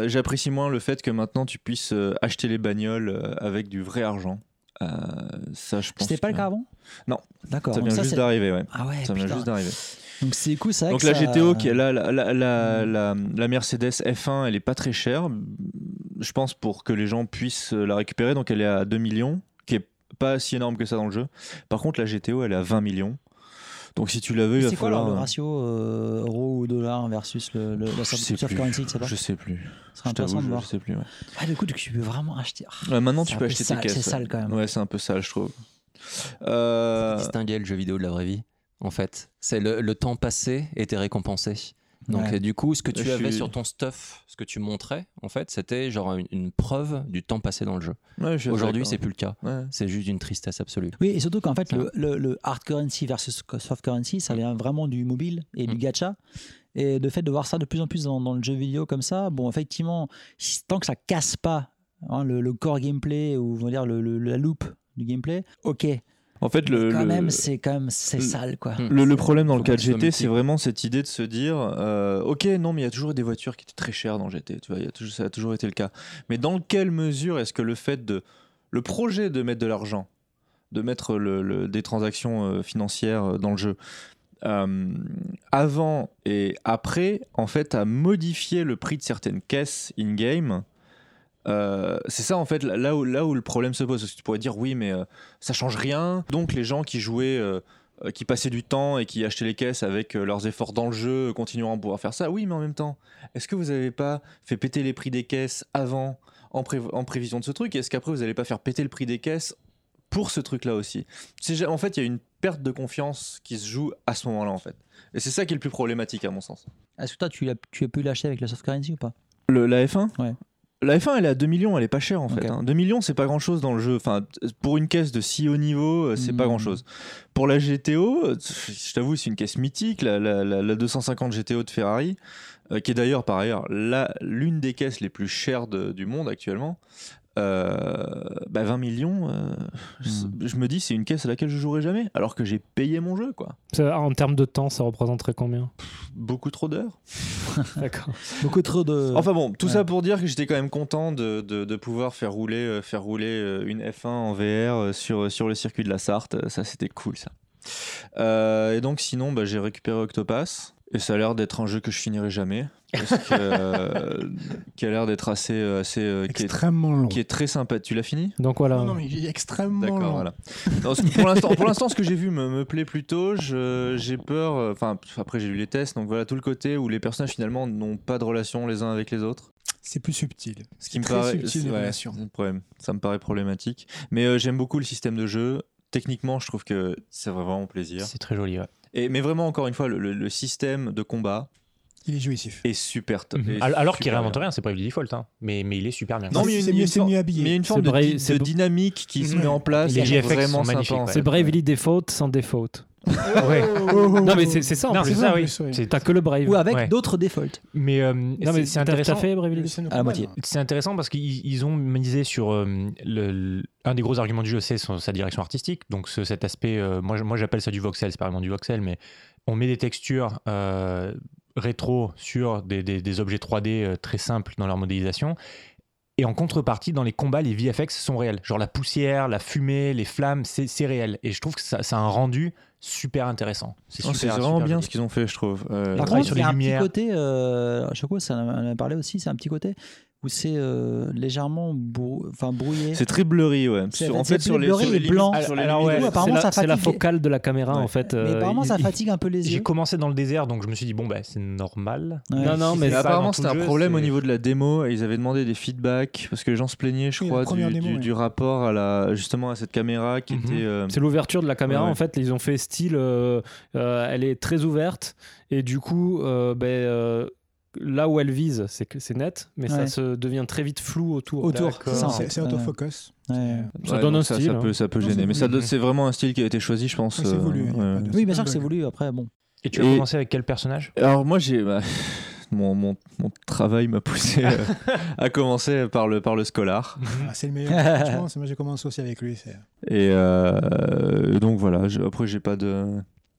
J'apprécie moins le fait que maintenant tu puisses euh, acheter les bagnoles euh, avec du vrai argent. Euh, ça, je pense. C'était pas que... le cas avant Non. D'accord. Ça vient donc ça, juste d'arriver, ouais. Ah ouais. Ça vient putain. juste d'arriver. Donc c'est cool, ça. Donc que la ça... GTO, qui est là, la, la, la, mmh. la, Mercedes F1, elle est pas très chère. Je pense pour que les gens puissent la récupérer. Donc elle est à 2 millions, qui est pas si énorme que ça dans le jeu. Par contre, la GTO, elle est à 20 millions. Donc si tu la veux, il va quoi, falloir. euh, C'est le ratio euh, euro ou dollar versus le, le, la soft currency Je pas sais plus. C'est intéressant de voir. Je sais plus. Ouais. Ah, du coup, tu peux vraiment acheter. Ouais, maintenant, tu peux acheter sale, tes caisses. C'est sale quand même. Ouais, c'est un peu sale, je trouve. Euh... Distinguer le jeu vidéo de la vraie vie, en fait. C'est le, le temps passé était récompensé. Donc ouais. du coup, ce que tu je avais suis... sur ton stuff, ce que tu montrais, en fait, c'était genre une, une, preuve du temps passé dans le jeu. Ouais, je Aujourd'hui, c'est plus le cas. Ouais. C'est juste une tristesse absolue. Oui, et surtout qu'en fait, le, le, le, hard currency versus soft currency, Mm. ça vient vraiment du mobile et mm. du gacha. Et de fait de voir ça de plus en plus dans, dans le jeu vidéo comme ça, bon, effectivement, tant que ça casse pas hein, le, le, core gameplay ou on va dire la loupe du gameplay, ok, en fait, le, quand le, Mm. même, c'est quand même c'est sale quoi. Hmm. Le, le problème dans le cas de GT, c'est vraiment cette idée de se dire, euh, ok, non, mais il y a toujours des voitures qui étaient très chères dans GT. Tu vois, y a toujours, ça a toujours été le cas. Mais dans quelle mesure est-ce que le fait de le projet de mettre de l'argent, de mettre le, des transactions euh, financières dans le jeu, euh, avant et après, en fait, a modifié le prix de certaines caisses in-game euh, c'est ça en fait là où, là où le problème se pose. Parce que tu pourrais dire oui mais euh, ça change rien. Donc les gens qui jouaient, euh, qui passaient du temps et qui achetaient les caisses avec euh, leurs efforts dans le jeu continueront à pouvoir faire ça. Oui mais en même temps, est-ce que vous n'avez pas fait péter les prix des caisses avant en, pré en prévision de ce truc Est-ce qu'après vous n'allez pas faire péter le prix des caisses pour ce truc là aussi En fait il y a une perte de confiance qui se joue à ce moment là en fait. Et c'est ça qui est le plus problématique à mon sens. Est-ce que toi tu, as, tu as pu l'acheter avec la soft currency ou pas le, La F1 Ouais. La F1, elle est à 2 millions, elle est pas chère en okay. fait. Hein. 2 millions, c'est pas grand chose dans le jeu. Enfin, pour une caisse de si haut niveau, c'est mmh. pas grand chose. Pour la GTO, je t'avoue, c'est une caisse mythique, la, la, la, 250 GTO de Ferrari, euh, qui est d'ailleurs par ailleurs l'une des caisses les plus chères de, du monde actuellement. Euh, bah 20 millions, euh, mmh. je me dis, c'est une caisse à laquelle je jouerai jamais, alors que j'ai payé mon jeu quoi. Ça, ah, en termes de temps, ça représenterait combien beaucoup trop d'heures. D'accord. Beaucoup trop de. Enfin bon, tout ouais. ça pour dire que j'étais quand même content de, de, de pouvoir faire rouler, euh, faire rouler une F1 en VR sur, euh, sur le circuit de la Sarthe. Ça, c'était cool ça. Euh, et donc, sinon, bah, j'ai récupéré Octopass. Et ça a l'air d'être un jeu que je finirai jamais. Parce que, euh, qui a l'air d'être assez. assez euh, qui est, extrêmement long. Qui est très sympa. Tu l'as fini Donc voilà. Non, non, mais il est extrêmement long. D'accord, voilà. Non, pour l'instant, ce que j'ai vu me, me, plaît plutôt. J'ai peur. euh, Enfin, après, j'ai lu les tests. Donc voilà, tout le côté où les personnages finalement n'ont pas de relation les uns avec les autres. C'est plus subtil. Ce qui me très paraît. subtil, ouais, c'est un problème. Ça me paraît problématique. Mais euh, j'aime beaucoup le système de jeu. Techniquement, je trouve que c'est vraiment plaisir. C'est très joli, ouais. Et, mais vraiment, encore une fois, le, le, le, système de combat. Il est jouissif. Est super top. Mmh. Alors qu'il réinvente rien, c'est pas Evil Default, hein. mais, mais il est super bien. Non, mais il est mieux habillé. Mais il y a une forme de, brave, de magnifique. dynamique qui mmh. se met en place. Les est GFX vraiment sont magnifiques. Ouais. C'est Bravely Default sans Default. ouais. non mais c'est ça en non, plus. Ah Ça, oui. T'as que le Brave. Ou avec ouais. d'autres defaults. Mais euh, non mais c'est intéressant. fait Brave à la moitié. C'est intéressant parce qu'ils ont misé sur euh, le, un des gros arguments du jeu, c'est sa direction artistique. Donc ce, cet aspect, euh, moi moi j'appelle ça du voxel, c'est pas vraiment du voxel, mais on met des textures euh, rétro sur des, des, des, objets 3D très simples dans leur modélisation. Et en contrepartie, dans les combats, les VFX sont réels. Genre la poussière, la fumée, les flammes, c'est réel. Et je trouve que ça, ça a un rendu super intéressant. Oh, C'est vraiment bien ce qu'ils ont fait, je trouve. Euh, Euh, Par contre, sur les il y a un lumières. petit côté, euh, Choco, ça en a parlé aussi, c'est un petit côté où c'est euh, légèrement brou- enfin, brouillé. C'est très blurry, ouais. C'est- Sur- en c'est fait, sur les- blurry sur et les blanc. limites- sur les Ah, Alors, limites ouais, de- apparemment, c'est ça la- fatigue. c'est la focale. de la caméra en fait. euh, Mais apparemment, ça fatigue un peu les yeux. J'ai commencé dans le désert, donc je me suis dit bon bah c'est normal. Non, non, Si mais c'est ça dans apparemment tout c'était un le jeu, problème au c'est- niveau de la démo et ils avaient demandé des feedbacks parce que les gens se plaignaient, je Oui, la crois, du, première démo, du- ouais. du rapport à la, justement à cette caméra qui était. euh, C'est l'ouverture de la caméra, Ouais, ouais. en fait, ils ont fait style, euh, euh, elle est très ouverte, et du coup, euh, ben, euh, là où elle vise, c'est que- c'est net, mais ça Ouais. se devient très vite flou autour. Autour, D'accord. c'est c'est autofocus. Ça ouais, donne donc un ça, style. hein. Ça peut, ça peut Non, gêner, c'est mais ça voulu. donne- c'est vraiment un style qui a été choisi, je pense. euh, hein, ouais. Oui, bien sûr que c'est voulu. Après, bon. Et tu as Et- commencé avec quel personnage Alors moi j'ai bah, mon, mon, mon travail m'a poussé euh, à commencer par le par le scolar Ah, c'est le meilleur. Franchement, c'est- moi j'ai commencé aussi avec lui. c'est- et euh, donc voilà. je- après j'ai pas de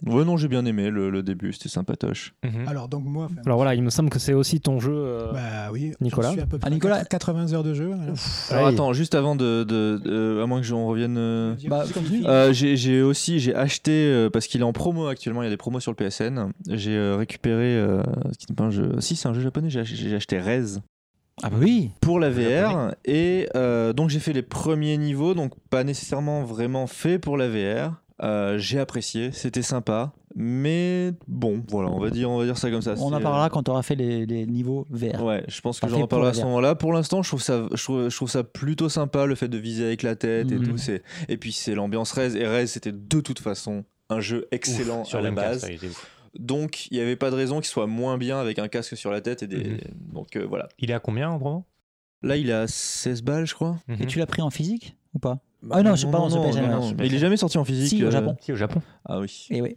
ouais non j'ai bien aimé le, le début c'était sympatoche. Alors donc moi, enfin, Alors voilà, il me semble que c'est aussi ton jeu. euh, bah oui, j'en Nicolas. suis à Ah, peu près à 80 heures de jeu. voilà. Alors attends juste avant de, de- de- à moins que j'en revienne. euh, Bah, continue. euh, j'ai j'ai aussi j'ai acheté euh, parce qu'il est en promo actuellement il y a des promos sur le PSN j'ai euh, récupéré euh, ce qui n'est pas un jeu si c'est un jeu japonais j'ai ach- j'ai acheté Rez Ah bah oui pour la VR et euh, donc j'ai fait les premiers niveaux donc pas nécessairement vraiment fait pour la VR Euh, j'ai apprécié c'était sympa mais bon voilà on va dire on va dire ça comme ça On en C'est, euh, parlera quand tu auras fait les, les niveaux verts. Ouais, je pense Pas que fait j'en pour reparlerai la à ce VR. moment-là. Pour l'instant, je trouve ça, je trouve, je trouve ça plutôt sympa le fait de viser avec la tête et Mhm. tout. C'est et puis c'est l'ambiance Rez. Et Rez, c'était de toute façon un jeu excellent Ouf, sur à la Dreamcast, base. ouais, il était ouf. Donc il n'y avait pas de raison qu'il soit moins bien avec un casque sur la tête et des. Mhm. Donc euh, voilà. Il est à combien en promo Là, il est à 16 balles, je crois. Mhm. Et tu l'as pris en physique ou pas Bah, Ah non, je sais pas, on se non, paye jamais. non, non. Mais il est jamais sorti en physique. Si, au euh, Japon. Si, au Japon. Ah oui. Et oui.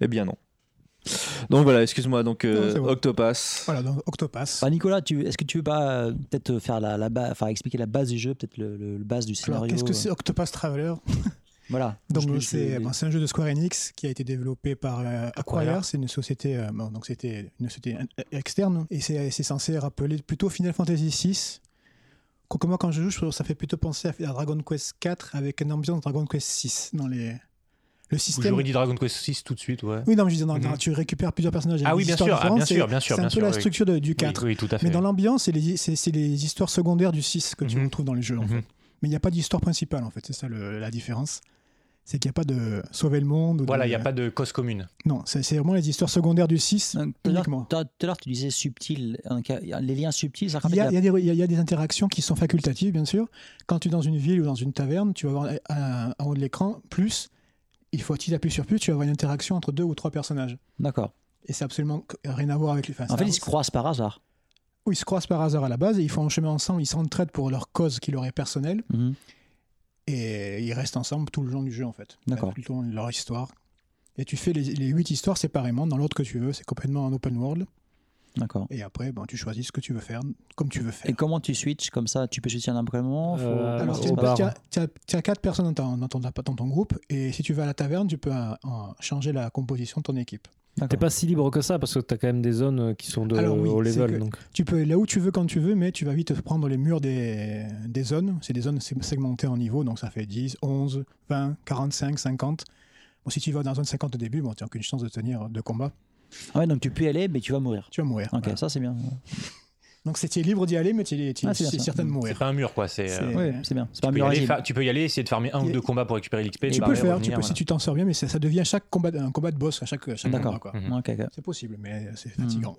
Eh bien non. Donc voilà, excuse-moi. Donc euh, Non, c'est bon. Octopass. Voilà, donc Octopass. Bah, Nicolas, tu- est-ce que tu veux pas euh, peut-être faire la, la ba- enfin, expliquer la base du jeu, peut-être le, le- le base du Alors scénario qu'est-ce que euh, c'est Octopass Traveler Voilà. Je- Donc je- c'est je- bon, c'est un jeu de Square Enix qui a été développé par euh, Acquire, Acquire. c'est une société euh, bon, donc c'était une société in- euh, externe et c'est c'est censé rappeler plutôt Final Fantasy VI. Quoique moi quand je joue, je trouve que ça fait plutôt penser à à Dragon Quest 4 avec une ambiance Dragon Quest VI dans les le Ou système. J'aurais dit Dragon Quest 6 tout de suite, ouais. Oui, non, mais je dis, non, non, Mhm. tu récupères plusieurs personnages. avec Ah oui, des bien histoires sûr, ah, bien différentes, sûr, c'est- bien sûr, C'est un bien peu sûr, la oui. structure de- du Oui, 4. oui, tout à fait, Mhm. Mais dans oui. l'ambiance, c'est les, c'est- c'est les histoires secondaires du 6 que tu retrouves dans le jeu. En fait. Mais il n'y a pas d'histoire principale, en fait. C'est ça le- la différence. C'est qu'il n'y a pas de sauver le monde. ou Voilà, il n'y a pas de cause commune. Non, c'est c'est vraiment les histoires secondaires du 6 Tout à l'heure- uniquement. tout à tout à l'heure, tu disais subtil, hein, qu'il y a- les liens subtils, ça Il y, a, il y a des, il y a- il y a des interactions qui sont facultatives, bien sûr. Quand tu es dans une ville ou dans une taverne, tu vas voir un- un- en haut de l'écran, plus, il faut tu appuies sur plus, tu vas avoir une interaction entre deux ou trois personnages. D'accord. Et c'est absolument rien à voir avec les enfin, En ça- fait, ils se croisent par hasard. où ils se croisent par hasard à la base et ils font un chemin ensemble, ils s'entraident pour leur cause qui leur est personnelle Mhm. et ils restent ensemble tout le long du jeu en fait. D'accord. Tout le long de leur histoire. Et tu fais les, les huit histoires séparément dans l'ordre que tu veux, c'est complètement un open world. D'accord. Et après, bon, tu choisis ce que tu veux faire, comme tu veux faire. Et comment tu switches comme ça Tu peux switcher à n'importe quel moment faut- Euh, comment Alors, ça tu se passe as, quatre personnes dans ton, dans ton- dans ton groupe et si tu vas à la taverne, tu peux euh, euh, changer la composition de ton équipe. T'es pas si libre que ça parce que t'as quand même des zones euh, qui sont de Alors oui, haut c'est level. que Donc. tu peux aller là où tu veux quand tu veux, mais tu vas vite prendre les murs des, des zones. C'est des zones sé- segmentées en niveau, donc ça fait 10, 11, 20, 45, 50. Bon, si tu vas dans la zone 50 au début, bon, tu n'as aucune chance de tenir de combat. Ah ouais, donc tu peux y aller, mais tu vas mourir. Tu vas mourir. Ok, voilà. ça c'est bien. Donc c'est- tu es libre d'y aller, mais tu es, tu es- Ah, c'est bien c'est ça. certain de C'est mourir. pas un mur, quoi. C'est. C'est- euh, Ouais, c'est bien. C'est tu pas un peux y mur aller, régime. fa- Tu peux y aller, essayer de farmer un Et- ou deux combats pour récupérer l'XP. Tu peux le faire, tu peux, si tu t'en sors bien, mais ça, ça devient chaque combat, un combat de boss à chaque, chaque D'accord. combat. quoi. Mhm. Ok, ok. C'est possible, mais c'est Mm. fatigant.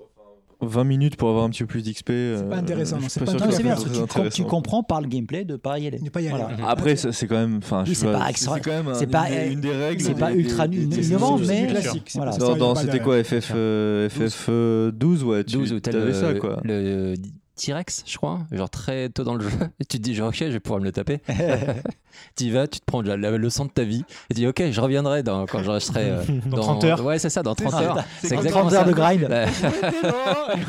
20 minutes pour avoir un petit peu plus euh, d'XP. C'est pas intéressant, non, c'est pas Non, c'est bien, parce que tu, com- tu comprends par le gameplay de pas y aller. Ne pas y aller. Mm. Après, ça, c'est quand même. Enfin, je Oui, sais c'est pas extra- C'est quand même un- c'est pas- une, des- une des règles. c'est pas des- ultra des- nu- des- innovant, des- mais- des- Classique, des- c'est pour Non, non, ça, il y a pas c'était de- quoi FF, euh, FF euh, 12 Ouais, tu 12 ou tel euh, avais ça, quoi. le T-Rex, je crois, genre très tôt dans le jeu. Et tu te dis, genre, ok, je vais pouvoir me le taper. tu y vas, tu te prends la, la leçon de ta vie. Et tu dis, ok, je reviendrai dans, quand je resterai. euh, Dans 30 heures. Ouais, c'est ça, dans 30 C'est heures. ça. C'est C'est quand exactement 30 heures ça. de grind. Ouais.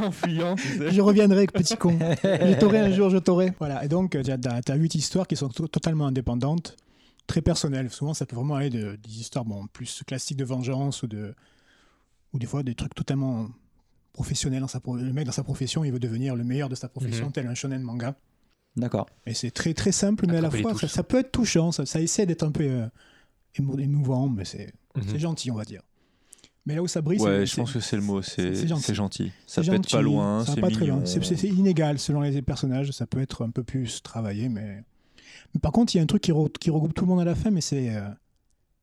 en fuyant, tu sais. Je reviendrai, petit con. Je t'aurai un jour, je t'aurai. Voilà. Et donc, tu as huit histoires qui sont to- totalement indépendantes, très personnelles. Souvent, ça peut vraiment aller de, des histoires bon, plus classiques de vengeance ou, de, ou des fois des trucs totalement professionnels. Dans sa pro- le mec, dans sa profession, il veut devenir le meilleur de sa profession, Mhm. tel un shonen manga. D'accord. Et c'est très, très simple, mais à la Attraper les fois, touches. ça, ça peut être touchant. Ça, ça essaie d'être un peu euh, émo- émouvant, mais c'est Mhm. c'est gentil, on va dire. Mais là où ça brille, Ouais, je pense que c'est le mot, c'est c'est gentil. Ça peut être pas loin, ça va c'est pas très loin. mignon. C'est c'est inégal selon les personnages, ça peut être un peu plus travaillé, mais. mais par contre, il y a un truc qui, re- qui regroupe tout le monde à la fin, mais c'est euh,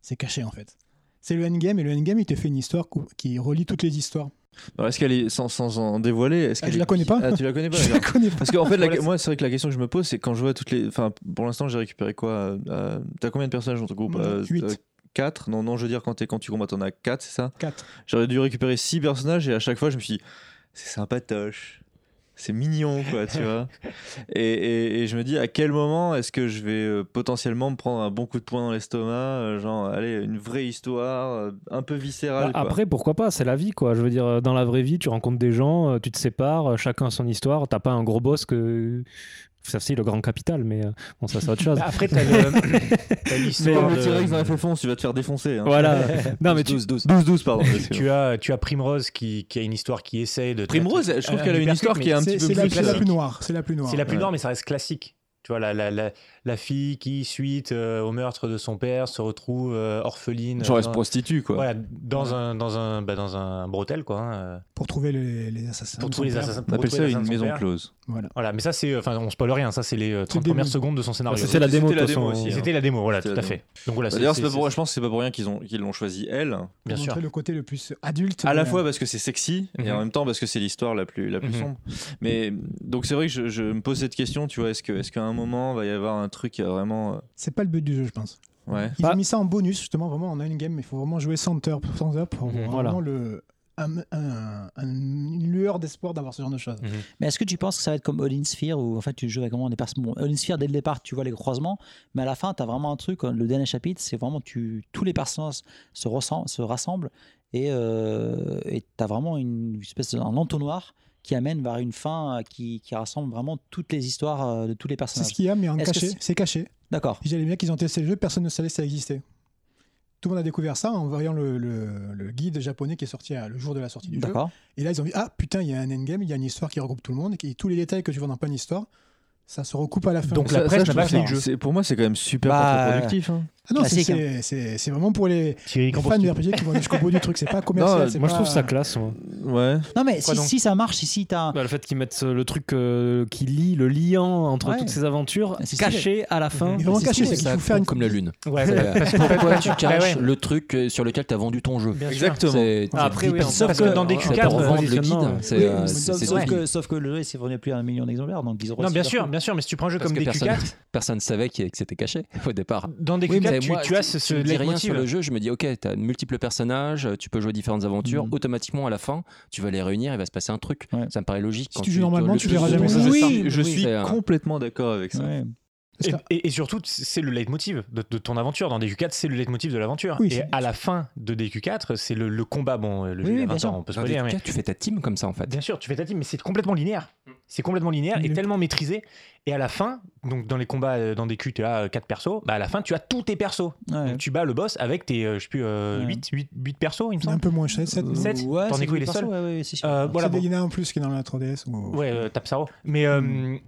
c'est caché en fait. C'est le endgame, et le endgame, il te fait une histoire cou- qui relie toutes les histoires. Alors, Est-ce qu'elle est sans, sans en dévoiler Est-ce Ah, qu'elle je la est- connais pas. Ah, tu la connais pas. Je la d'accord. connais pas. Parce qu'en fait, la- Voilà, c'est- moi, c'est vrai que la question que je me pose, c'est quand je vois toutes les. Enfin, pour l'instant, j'ai récupéré quoi euh, euh, T'as combien de personnages dans ton groupe Moi, j'en ai huit. 4 Non, non, je veux dire, quand, t'es- quand tu combats, t'en as 4, c'est ça Quatre. J'aurais dû récupérer 6 personnages et à chaque fois, je me suis dit, c'est sympatoche. C'est mignon, quoi, tu vois. Et, et- et je me dis, à quel moment est-ce que je vais euh, potentiellement me prendre un bon coup de poing dans l'estomac euh, Genre, allez, une vraie histoire, euh, un peu viscérale. Bah, quoi. après, pourquoi pas C'est la vie, quoi. Je veux dire, euh, dans la vraie vie, tu rencontres des gens, euh, tu te sépares, euh, chacun a son histoire. T'as pas un gros boss que. Ça, si, le grand capital, mais euh, bon, ça, c'est autre chose. Bah, après, t'as le- t'as l'histoire Mais comme de- le T-Rex dans FF11, tu vas te faire défoncer. hein. Voilà. euh, Non, mais tu- 12, 12, 12, 12, pardon. tu as tu as Primrose qui, qui a une histoire qui essaie de Primrose, je euh, trouve qu'elle a une histoire qui est un petit peu c'est plus euh, C'est la plus noire. C'est la plus noire. c'est la plus Ouais. noire mais ça reste classique tu vois la, la, la, la fille qui suite euh, au meurtre de son père se retrouve euh, orpheline Genre, elle se dans- prostitue, quoi. voilà dans un dans un bah, dans un brotel quoi hein, euh, Pour trouver les, les assassins. pour de tous son les père. assassins On pour appelle retrouver ça les Bah, assassins une de maison son père. close. Voilà. voilà mais ça c'est euh, enfin on spoil rien ça c'est les euh, 30 début. premières secondes de son scénario C'était la démo, c'était de la toute démo façon, aussi hein. c'était la démo voilà C'était tout la à démo. fait donc voilà c'est- D'ailleurs, c'est c'est- pas pour- je pense que c'est pas pour rien qu'ils ont- qu'ils l'ont choisi, elle. bien Pour sûr montrer le côté le plus adulte. euh, À de la fois parce que c'est sexy et Mhm. en même temps parce que c'est l'histoire la plus, la plus Mhm. sombre. Mais donc c'est vrai que je, je me pose cette question, tu vois, est-ce que- est-ce qu'à un moment va y avoir un truc euh, vraiment... euh, C'est pas le but du jeu, je pense. Ouais. Ils ont mis ça en bonus, justement, vraiment en endgame, mais il faut vraiment jouer 100 heures, 100 heures pour Mhm, avoir voilà. vraiment le, un- un- un- une lueur d'espoir d'avoir ce genre de choses. Mais est-ce que tu penses que ça va être comme All in Sphere où en fait tu joues avec vraiment des personnes bon, All in Sphere dès le départ tu vois les croisements, mais à la fin tu as vraiment un truc. hein, Le dernier chapitre c'est vraiment tu tous les personnages se, ressemblent- se rassemblent et euh, et tu as vraiment une espèce d'un entonnoir qui amène vers une fin euh, qui, qui rassemble vraiment toutes les histoires euh, de tous les C'est personnages. ce qu'il y a, mais en Est-ce que caché. c'est- C'est caché. D'accord. J'allais bien qu'ils ont testé le jeu, personne ne savait que ça existait. Tout le monde a découvert ça en voyant le, le- le guide japonais qui est sorti à- le jour de la sortie du jeu. D'accord. Et là, ils ont vu Ah putain, il y a un endgame, il y a une histoire qui regroupe tout le monde, et qui- tous les détails que tu vois dans plein d'histoire, ça se recoupe à la fin. Donc ça- la presse ça, je n'a pas trouve fini ça- le jeu. c'est- Pour moi, c'est quand même super Bah, contre-productif. hein. Ah non, c'est- classique, hein. c'est c'est- c'est vraiment pour les, Thierry, les qu'en fans penses-tu de RPG qui vont jusqu'au bout du truc. C'est pas commercial. Non, c'est Moi, je pas- trouve ça classe. moi. Ouais. Non mais Quoi si, donc si ça marche, si, si tu as. Bah, le fait qu'ils mettent euh, le truc euh, qui lie, le liant entre Ouais. toutes ces aventures, Ah, c'est stylé. caché à la fin. Mais vraiment C'est caché, stylé, c'est qu'il ça, faut faire une. comme la lune. ouais, Voilà. parce que- Pourquoi tu caches ouais. le truc euh, sur lequel tu as vendu ton jeu Bien sûr. Exactement. C'est- Ah, après, c'est- oui, c'est- en parce fait, que dans des Ah, c'est pour cadres, revendre le positionnement, guide. Oui, C'est, euh, c'est- sauf, c'est- sauf ouais. que, sauf que le jeu il s'est vendu plus d'un million d'exemplaires donc ils auront non bien super sûr cool. bien sûr mais si tu prends un jeu Parce comme que des personne, Q4 personne ne savait que, que c'était caché au départ. dans des Oui, Q4 mais tu, moi, tu as ce, ce tu me dis rien sur leitmotiv. le jeu, je me dis ok, tu as multiples personnages, tu peux jouer différentes aventures, Mhm. automatiquement à la fin, tu vas les réunir, il va se passer un truc. Ouais. Ça me paraît logique. Si quand tu joues normalement, le tu plus verras de jamais personnages- ça. Je Oui, suis, je oui. suis C'est un- complètement d'accord avec ça. Ouais. Parce Et, que- et- et surtout, c'est le leitmotiv de, de ton aventure. Dans DQ4, c'est le leitmotiv de l'aventure. Oui, et c'est- à la fin de DQ4, c'est le, le combat. Bon, euh, le Oui, jeu, il oui, a bien 20 ans, sûr. on peut se Dans des poser, mais... cas, tu fais ta team comme ça en fait. Bien sûr, tu fais ta team, mais c'est complètement linéaire. Mm. C'est complètement linéaire et Mais- tellement maîtrisé. Et à la fin, donc dans les combats euh, dans DQ, tu as 4 persos. Bah à la fin, tu as tous tes persos. Ouais. Donc tu bats le boss avec tes, euh, je sais plus, Ouais. 8, 8, persos, il me un semble. peu moins cher, 7 Sept. ouais, T'en c'est es quoi, il est des seul persos, ouais, ouais, c'est sûr. Euh, voilà, Voilà, bon. il y en a un plus qui est dans la 3DS. ou- Ouais, euh, Tapsaro. Mais, euh,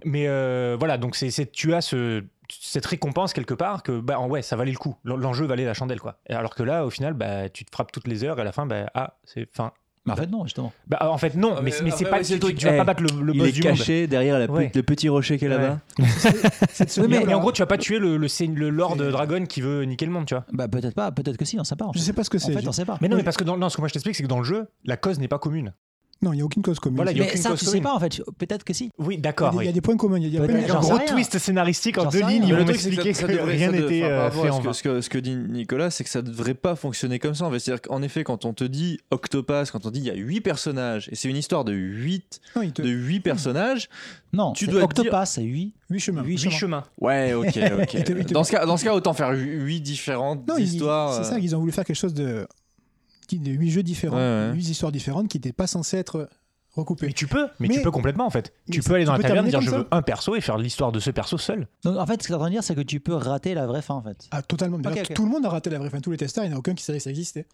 mais euh, voilà, donc c'est, c'est- tu as ce, cette récompense quelque part que, bah, en- ouais, ça valait le coup. L'en- L'enjeu valait la chandelle, quoi. Alors que là, au final, bah, tu te frappes toutes les heures et à la fin, bah, ah, c'est fin. Mais en fait non justement. Bah, en fait, non, Ah, mais, mais, mais c'est ah, pas ouais, le c'est le truc. truc. Tu vas Eh, pas battre le, le boss du monde. derrière la Ouais. le petit rocher qui est Ouais. Cette Oui, mais, seconde, mais en là, gros, tu vas pas tuer le, le, seigne- le lord C'est- dragon qui veut niquer le monde, tu vois. Bah peut-être pas, peut-être que si, on sait pas. En Je fait, sais pas ce que En c'est. fait, on sait pas. Mais non, Oui. mais parce que dans, non, ce que moi je t'explique, c'est que dans le jeu, la cause n'est pas commune. Non, il n'y a aucune cause commune. Voilà, Il y a Mais aucune ça, cause tu sais commune. pas en fait. Peut-être que si. Oui, y a d'accord. des- il y a oui. des points communs. Il y a- il y a Peut-être. plein de- J'en Un sais gros rien. twist scénaristique J'en en deux sais rien. lignes, ils Le vont truc, c'est m'expliquer ça que, devrait- rien ça devrait- n'était enfin, par euh, rapport fait à en ce que, ce, que, ce que dit Nicolas, c'est que ça devrait pas fonctionner comme ça. En fait. C'est-à-dire qu'en effet, quand on te dit Octopass, quand on dit il y a 8 personnages, et c'est une histoire de 8, Non, il te- de 8 personnages, Non, Tu c'est dois te Octopass, c'est 8. Huit chemins. huit huit chemins. chemins. Ouais, ok, Il te- il ok. te- dans, ce cas, dans ce cas, autant faire 8 différentes Non, ils- histoires. C'est euh, ça, ils ont voulu faire quelque chose de. qui- de huit jeux différents, Ouais, ouais. huit histoires différentes qui n'étaient pas censées être Mais recoupées. tu peux, mais, tu Mais- peux complètement en fait. mais Tu ça- peux aller dans tu la peux taverne et dire terminer je comme veux un perso et faire l'histoire de ce perso seul. Donc en fait, ce que tu es en train de dire, c'est que tu peux rater la vraie fin en fait. Ah, totalement. D'ailleurs, Ok, ok. Tout le monde a raté la vraie fin. Tous les testeurs, il n'y en a aucun qui savait que ça existait.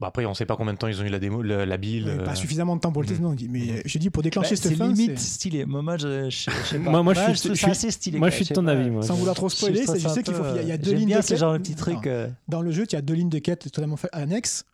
Bah après, on sait pas combien de temps ils ont eu la démo, le- la build. Il y avait euh, Pas suffisamment de temps pour le test. Mhm. non, on dit, Mais euh, j'ai dit, pour Bah, déclencher c'est cette fin, limite c'est- stylé. Moi, moi, je, je- je sais pas. Moi- moi, je Ouais, suis- trouve je ça suis- assez stylé. Moi, quoi, je suis de sais ton pas. avis. Moi. sans vouloir trop Je trouve spoiler, ça c'est- je un sais qu'il peu, faut- il y a- il y a deux J'aime lignes bien de ce quête. genre de petits Non. trucs. euh, Dans le jeu, tu as deux lignes de quête totalement fa- annexes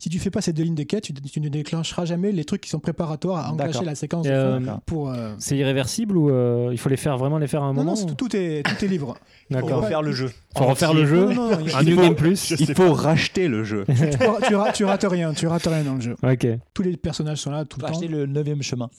si tu fais pas ces deux lignes de quête, tu, tu ne déclencheras jamais les trucs qui sont préparatoires à D'accord. enclencher la séquence. de Euh, fin pour, euh, C'est irréversible ou euh, il faut les faire vraiment les faire à un Non, moment non, c'est- tout, tout est, tout est libre. D'accord. Faut refaire pas- le jeu. Faut refaire le jeu. Non, non, non, il- Un New Game Plus. Je sais Il faut racheter le jeu. tu, tu, ra- tu ra- tu rates rien, tu rates rien dans le jeu. Ok. Tous les personnages sont là tout le temps. acheter le 9 chemin.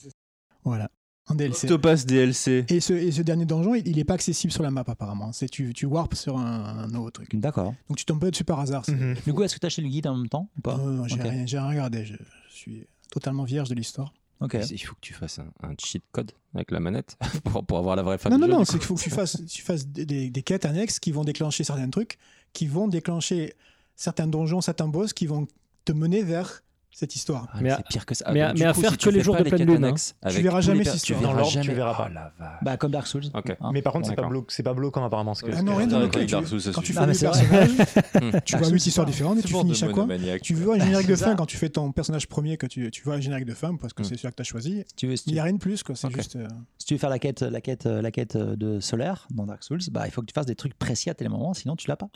Voilà. En DLC. Octopass DLC. Et ce, et ce dernier donjon, il il est pas accessible sur la map apparemment. C'est tu, tu warpes sur un, un autre truc. D'accord. Donc tu tombes pas dessus par hasard. c'est- Du coup, est-ce que tu as acheté le guide en même temps ou pas Non, non, j'ai Mhm. Ok. rien, j'ai rien regardé. Je, je suis totalement vierge de l'histoire. Ok. Il faut que tu fasses un, un cheat code avec la manette pour, pour avoir la vraie fin non, du non, jeu, non, du c'est coup. qu'il faut que tu fasses, tu fasses des, des- des quêtes annexes qui vont déclencher certains trucs, qui vont déclencher certains donjons, certains boss qui vont te mener vers cette histoire. Ah, Mais à- c'est pire que ça. mais à- donc, mais du à coup, faire si que tu les fais jours pas de pleine quêtes lune, hein. annexes Tu avec verras tous les jamais per- cette tu histoire. verras Dans l'ordre, jamais- tu verras pas. Oh la vache. Bah, comme Dark Souls. Ok. Hein. Mais par contre, c'est pas, D'accord. blo- c'est pas bloquant apparemment. ce que- Ah ce que- non, rien de Ouais, bloqué. ouais, tu- ouais. Quand suffit. tu fais Ah, un mais c'est vrai. personnage, Hmm. tu vois Dark Souls, huit histoires différentes et Ce tu bord finis de chaque fois. monomaniaque, Tu quoi. vois un générique de C'est fin ça. quand tu fais ton personnage premier, que tu, tu vois un générique de fin parce que Hmm. c'est celui que tu as choisi. Tu veux, si Il tu n'y a rien de plus, quoi. C'est Ok. juste. euh, si tu veux faire la quête, la quête, la quête de solaire dans Dark Souls, bah, il faut que tu fasses des trucs précis à tel moment, sinon tu l'as pas.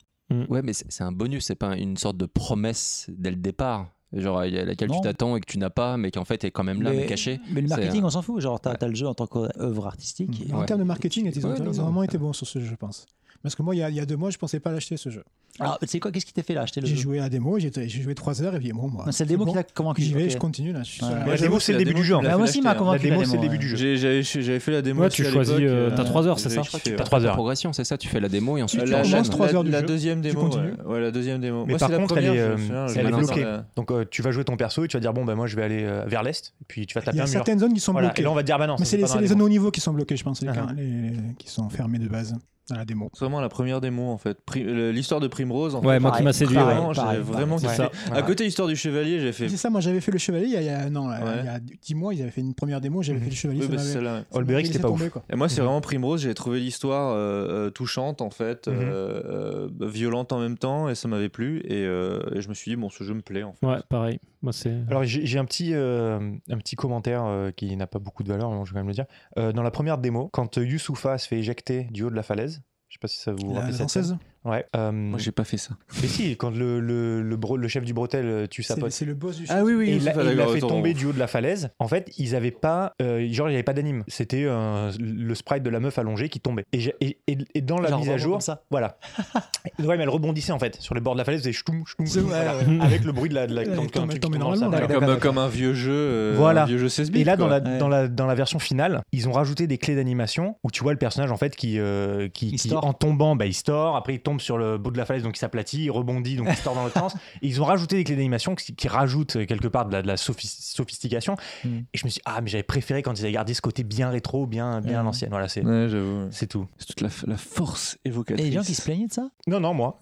Ouais, mais c'est c'est un bonus, c'est pas une sorte de promesse dès le départ, genre à laquelle Non. tu t'attends et que tu n'as pas, mais qui en fait est quand même là, mais, caché. Mais le C'est, marketing, euh, on s'en fout. Genre, t'as ouais. as le jeu en tant qu'œuvre artistique. En Ouais. termes de marketing, ils ont, Ouais, non, ils ont non. vraiment été bons sur ce jeu, je pense. Parce que moi, il y a, il y a deux mois, je pensais pas l'acheter ce jeu. Alors, tu sais quoi Qu'est-ce qui t'a fait là acheter le J'ai jeu joué à la démo, j'ai j'ai joué 3 heures et puis bon, moi. Non, C'est le démo bon, qui t'a convaincu. J'y vais, ok. je continue là. Je suis Ouais. sur la- La démo, c'est le début du jeu. en Bah, fait. moi aussi, il m'a La convaincu. démo, c'est le ouais. début du jeu. hein. J'ai- J'avais j'avais fait la démo. Ouais, aussi tu à choisis, l'époque, euh, t'as trois heures, c'est j'avais ça kiffé, ouais. T'as 3 La heures. progression, c'est ça, tu fais la démo et Euh, ensuite Tu tu la, commences enchaînes. trois la- heures du la jeu, deuxième démo. continues. ouais. Ouais, la deuxième démo. Mais Moi, par c'est la contre, elle première, est, je me euh, souviens, je elle est l'ai lancé bloquée. dans la- Donc euh, tu vas jouer ton perso et tu vas dire bon ben moi je vais aller euh, vers l'est et puis tu vas Il y taper a un mur. certaines zones qui sont Voilà. Et bloquées. là on va te dire bah non. Mais ça, c'est les, pas c'est dans les la zones au niveau qui sont bloquées, je pense, les, Ah, cas- les- les- qui sont fermées de base dans la démo. C'est vraiment la première démo en fait. Pri- le- L'histoire de Primrose. En Ouais, fait, moi qui m'a séduit. ouais. vraiment, j'avais pareil, vraiment pareil. kiffé. C'est ça. À côté, l'histoire du chevalier, j'ai fait. C'est ça, moi j'avais fait le chevalier il y a, il y a un an, là, Ouais. il y a 10 mois, ils avaient fait une première démo, j'avais Mhm. fait le chevalier. Oui, ça bah, m'avait- c'est celle-là. ouais. ça Holberg, m'avait c'était laissé pas tomber, quoi. Et moi, c'est vraiment Primrose. J'ai trouvé l'histoire euh, euh, touchante, en fait, Mhm. euh, euh, violente en même temps, et ça m'avait plu. Et, euh, et je me suis dit, bon, ce jeu me plaît, en fait. Ouais, pareil. Moi, c'est. Alors j'ai j'ai un petit, euh, un petit commentaire euh, qui n'a pas beaucoup de valeur, mais bon, je vais quand même le dire. Euh, dans la première démo, quand euh, Youssoufa se fait éjecter du haut de la falaise, je sais pas si ça vous La- rappelle la cette scène. 116, Ouais. euh, Moi, j'ai pas fait ça. mais si, quand le, le, le, bro- le chef du bretel euh, tue sa c'est pote. c'est le boss du Ah oui, oui, Et il l'a Youssoufa, il l'a d'accord, fait autant. tomber du haut de la falaise. En fait, ils avaient pas, euh, genre, il n'y avait pas d'anime. C'était euh, le sprite de la meuf allongée qui tombait. Et, j'ai- et- et- et dans la Genre, mise à vraiment jour, comme ça. voilà. ouais, mais elle rebondissait en fait sur le bord de la falaise, et ch'toum, ch'toum, C'est ch'toum, vrai, voilà. ouais. avec le bruit de la, de la- Elle quand- quand tombe- le truc elle tombe tombe dans le normalement, sable. d'accord, Comme, comme un vieux jeu. euh, Voilà. Un vieux jeu CSB. Et là, quoi. dans la, Ouais. dans, la, dans la version finale, ils ont rajouté des clés d'animation où tu vois le personnage en fait qui, euh, qui, Il qui, store. en tombant, bah, il store. Après, il tombe sur le bout de la falaise, donc il s'aplatit, il rebondit, donc il store dans l'autre sens. Et ils ont rajouté des clés d'animation qui, qui rajoutent euh, quelque part de la, de la sophi- sophistication. Mm. Et je me suis dit, ah, mais j'avais préféré quand ils avaient gardé ce côté bien rétro, bien, Mm. bien à l'ancienne. Voilà, c'est. Ouais, j'avoue. C'est tout. C'est toute la, f- la force Et évocatrice. les gens qui se plaignaient de ça Non, non, moi.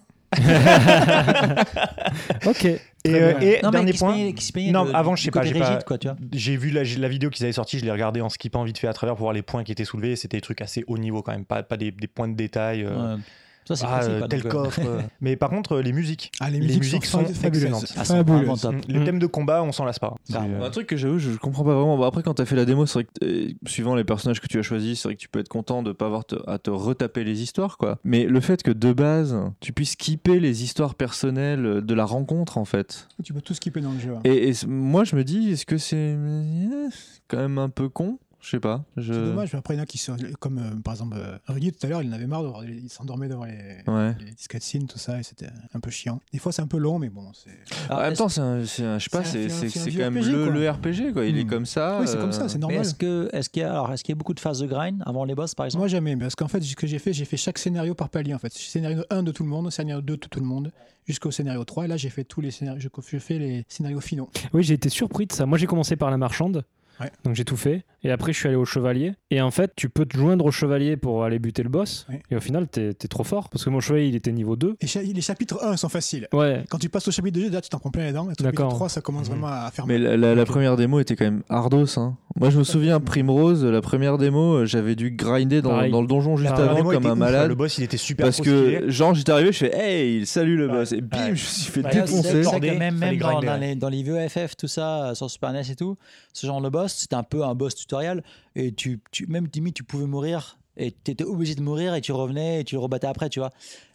Ok. Et, euh, bien. et Non, mais dernier qui se point. plaignaient- qui se plaignaient Non, de- avant, du je sais pas, côté j'ai pas- rigide, quoi, tu vois. J'ai vu la, la vidéo qu'ils avaient sortie, je l'ai regardée en skippant vite fait à travers pour voir les points qui étaient soulevés. C'était des trucs assez haut niveau quand même, pas, pas des, des points de détail. euh, Ouais. Ça, c'est ah, classique, euh, quoi, tel donc, euh, coffre. euh. Mais par contre, euh, les musiques. Ah, les Les musiques, musiques sont, sont fabuleuses. excellentes. Ah, c'est vraiment fabuleuses. top. Le Mm. thème de combat, on s'en lasse pas. C'est, Ah, Grave. euh, Un truc que j'avoue, je, je comprends pas vraiment. Bon, après, quand t'as fait la démo, c'est vrai que euh, suivant les personnages que tu as choisis, c'est vrai que tu peux être content de pas avoir te- à te retaper les histoires, quoi. Mais le fait que de base, tu puisses skipper les histoires personnelles de la rencontre, en fait. Tu peux tout skipper dans le jeu. hein. Et, et c- moi, je me dis, est-ce que c'est euh, c'est quand même un peu con Je sais pas. Je... C'est dommage, mais après, il y en a qui sont. Comme euh, par exemple, euh, Rudy tout à l'heure, il en avait marre, de voir- il s'endormait devant les, Ouais. les disques cutscenes, tout ça, et c'était un peu chiant. Des fois, c'est un peu long, mais bon, c'est. Alors, en même est-ce- temps, c'est un, c'est un- je sais pas, Ah, C'est un- c'est c'est un- c'est- c'est un c'est vieux quand même RPG, le, quoi. le RPG, quoi. Il est Hmm. comme ça. oui, c'est comme euh, ça, c'est Mais normal. est-ce que est-ce qu'il y a alors est-ce qu'il y a beaucoup de phases de grind avant les boss par exemple Moi, jamais, parce qu'en fait, ce que j'ai fait, j'ai fait chaque scénario par palier, en fait. Scénario 1 de tout le monde, scénario 2 de tout le monde, jusqu'au scénario 3, et là, j'ai fait tous les scénarios, je je fais les scénarios finaux. Oui, j'ai été surpris de ça. Moi, j'ai commencé par la marchande. Ouais. Donc j'ai tout fait. Et après, je suis allé au chevalier. Et en fait, tu peux te joindre au chevalier pour aller buter le boss. Oui. Et au final, t'es t'es trop fort. Parce que mon chevalier, il était niveau 2. Et cha- les chapitres 1 sont faciles. Ouais. Quand tu passes au chapitre 2, là, tu t'en prends plein les dents, et au chapitre D'accord. 3, ça commence Mhm. vraiment à faire Mais mal. la, la- la première démo était quand même ardos. Hein. Moi, je me souviens, Primrose, la première démo, euh, j'avais dû grinder dans, Pareil. dans le donjon juste la avant démo comme était un ouf, hein, malade. Le boss, il était super Parce trop que, stylé. genre, j'étais arrivé, je fais Hey, salut le Ouais. boss. Et bim, Ouais. je me suis fait Ouais, D'ailleurs, c'est défoncer. vrai que Défoncé. même, Fallait même dans, grinder, dans ouais. les, dans les vieux FF, tout ça, euh, sur Super NES et tout, ce genre de boss, c'était un peu un boss tutoriel. Et tu, tu- même limite, tu pouvais mourir et tu étais obligé de mourir et tu revenais et tu le rebattais après, tu vois.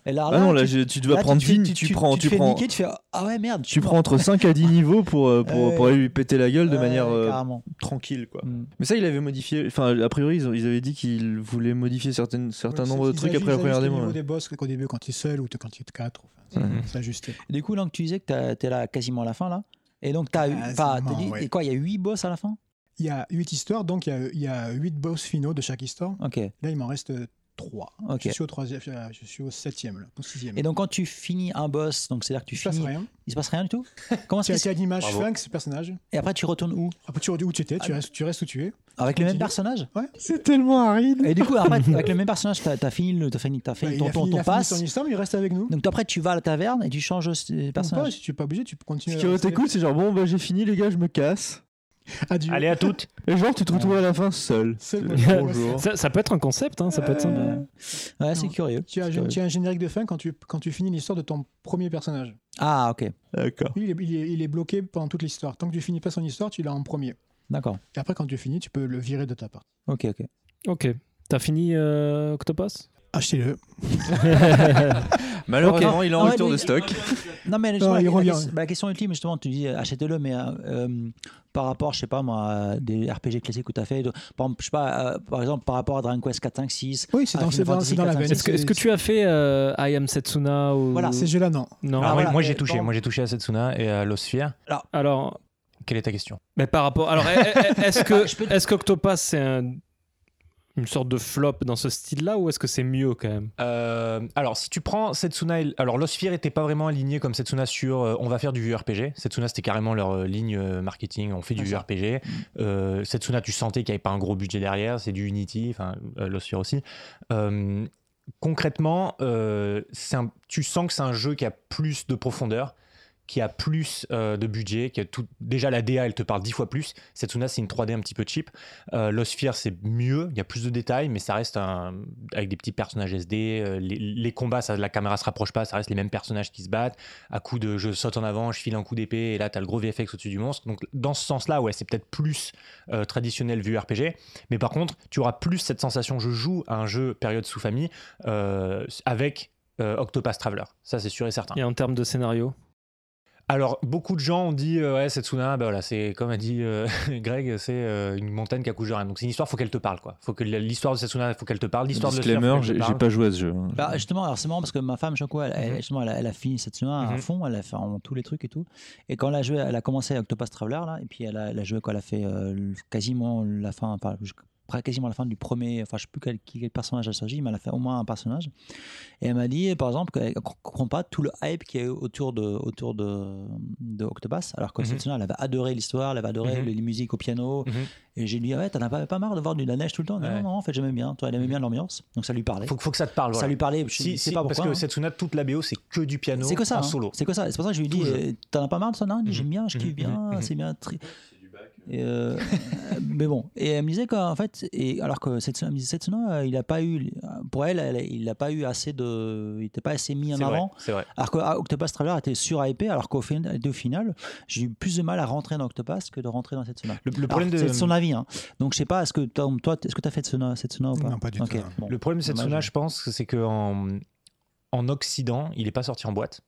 Et là, Ah non, là, tu- je- tu dois là, prendre tu, une, tu, tu tu- prends- tu, te tu fais prends- niquer, tu fais ah ouais merde, Tu prends entre 5 à 10 niveaux pour, euh, pour, Ouais. pour aller lui péter la gueule de Ouais, manière euh, carrément. Mm. tranquille. Quoi. Mais ça, il avait modifié. Enfin, a priori, ils, ont- ils avaient dit qu'ils voulaient modifier certaines, certains nombres de trucs après la première Au démo. niveau là. des boss, qu'au début, quand tu es seul ou quand tu es 4, Mhm. c'est ajusté. Du coup, là, que tu disais que tu es là quasiment à la fin, là. Et donc, tu as eu. enfin, t'as dit- Quasiment, ouais. Et quoi, il y a 8 boss à la fin Il y a 8 histoires, donc il y a- il y a 8 boss finaux de chaque histoire. Ok. Là, il m'en reste 3. Ok. Je suis au troisième, euh, je suis au septième, là, au sixième. Et donc, quand tu finis un boss, donc c'est-à-dire que tu finis. rien. Il se passe rien du tout Comment tu ça as, se tu as passe une image flingue, ce personnage. Et après, tu retournes où Après, tu retournes où tu étais, tu restes, tu restes où tu es. Avec le même personnage Ouais. Ah, C'est tellement aride. Et du coup, après, avec le même personnage, t'as as fini, le- t'as fini, t'as fini Bah, ton, il a ton, fini- ton il a fini pass. son histoire, mais il reste avec nous. Donc après, tu vas à la taverne et tu changes de personnage. pas, si tu es pas obligé, tu peux continuer. Ce qui était cool, c'est genre, bon, bah j'ai fini, les gars, je me casse. Adieu. Allez, à toutes. Et genre, tu te retrouves à la fin seul. Bonjour. ça, ça peut être un concept, hein, ça peut être sympa. Euh. Euh, Ouais, c'est curieux. Tu as, C'est curieux. tu as un générique de fin quand tu, quand tu finis l'histoire de ton premier personnage. Ah, ok. D'accord. Lui, il est, il est- il est bloqué pendant toute l'histoire. Tant que tu finis pas son histoire, tu l'as en premier. D'accord. Et après, quand tu finis, tu peux le virer de ta part. Ok, ok. Ok. T'as fini euh, Octopus Achetez-le. Malheureusement, Ok. il est en Ah ouais, retour mais- de stock. Non, mais Non, justement, il la, revient. la question- bah, la question ultime, justement, tu dis euh, achetez-le, mais euh, euh, par rapport, je sais pas moi, à des RPG classiques que tu as fait, de- par, exemple, je sais pas, euh, par exemple, par rapport à Dragon Quest 4, 5, 6. Oui, c'est à dans- Final c'est dans- Fantasy c'est dans la 4, 5, veine. 6. Est-ce que, est-ce que tu as fait euh, I Am Setsuna ou... Voilà. Ces jeux-là, non. Non. Alors, Ah, moi, voilà, moi, et j'ai touché, bon. moi j'ai touché à Setsuna et à Losphere. Alors, Quelle est ta question mais par rapport. Alors, est- est- est-ce que Ah, Je peux- est-ce qu'Octopus c'est un- une sorte de flop dans ce style-là ou est-ce que c'est mieux quand même Euh, alors, si tu prends Setsuna, et- alors Losphere était pas vraiment aligné comme Setsuna sur euh, on va faire du VRPG. Setsuna, c'était carrément leur euh, ligne euh, marketing, on fait du VRPG. Euh, Setsuna, tu sentais qu'il n'y avait pas un gros budget derrière, c'est du Unity, enfin euh, Losphere aussi. Euh, concrètement, euh, c'est un- tu sens que c'est un jeu qui a plus de profondeur, qui a plus euh, de budget, qui a tout, déjà la DA, elle te parle dix fois plus. Setsuna, c'est une 3D un petit peu cheap. Euh, Losphere, c'est mieux, il y a plus de détails, mais ça reste un, avec des petits personnages SD. euh, les, les combats, ça, la caméra se rapproche pas, ça reste les mêmes personnages qui se battent. À coup de je saute en avant, je file un coup d'épée, et là, tu as le gros VFX au-dessus du monstre. Donc, dans ce sens-là, ouais, c'est peut-être plus euh, traditionnel vu RPG. Mais par contre, tu auras plus cette sensation je joue à un jeu période sous famille euh, avec euh, Octopath Traveler. Ça, c'est sûr et certain. Et en termes de scénario Alors, beaucoup de gens ont dit, euh, ouais, Setsuna, bah voilà, c'est comme a dit euh, Greg, c'est euh, une montagne qui accouche de rien. Donc, c'est une histoire, faut qu'elle te parle, quoi. Faut que la- l'histoire de Setsuna, faut qu'elle te parle. L'histoire de Losphere, Disclaimer, faut qu'elle j'ai te j'ai parle. pas joué à ce jeu. hein. Bah, justement, alors c'est marrant parce que ma femme, Choco, elle, elle- Mhm. justement, elle, a- elle a fini cette semaine à Mhm. fond, elle a fait en tous les trucs et tout. Et quand elle a joué, elle a commencé à Octopus Traveler, là, et puis elle a, elle a joué, quoi, elle a fait euh, le- quasiment la fin, enfin, je- pra- quasiment la fin du premier, enfin, je sais plus quel, qui- quel personnage elle s'agit, mais elle a fait au moins un personnage. Et elle m'a dit, par exemple, qu'elle ne comprend pas tout le hype qu'il y a eu autour de, autour de, de Octopus, alors que Mhm. Setsuna, elle avait adoré l'histoire, elle avait adoré Mhm. les, les musiques au piano. Mhm. Et j'ai dit, ah ouais, t'en as pas, pas marre de voir de la neige tout le temps Non, Ouais. Mhm. non, non, en fait, j'aimais bien, toi, elle aimait bien l'ambiance, donc ça lui parlait. Faut, que- faut que ça te parle. Ça voilà. lui parlait, je Si, sais si, pas parce pourquoi, que hein. Setsuna, toute la BO, c'est que du piano C'est que ça. en hein. solo. C'est que ça. C'est pour ça que je lui dis, Tout le euh, t'en as pas marre de ça, non Il me dit, J'aime bien, je kiffe bien, mhm, mhm. c'est bien. Tri... Et, euh, mais bon, et elle me disait qu'en fait, et alors que Setsuna, elle me disait, Setsuna, euh, il a pas eu, pour elle, elle- il n'a pas eu assez de, il n'était pas assez mis en C'est vrai, avant. c'est vrai. Alors que ah, Octopus Traveler était surhypé, alors qu'au fin- au final, j'ai eu plus de mal à rentrer dans Octopus que de rentrer dans Setsuna. Le, le problème Alors, de... C'est son avis, hein. donc je sais pas, est-ce que toi, toi, est-ce que t'as fait Setsuna, Setsuna ou pas Non, pas du Ok, tout, non. bon. Le problème de Setsuna, Dommage. je pense, c'est qu'en en, en Occident, il n'est pas sorti en boîte.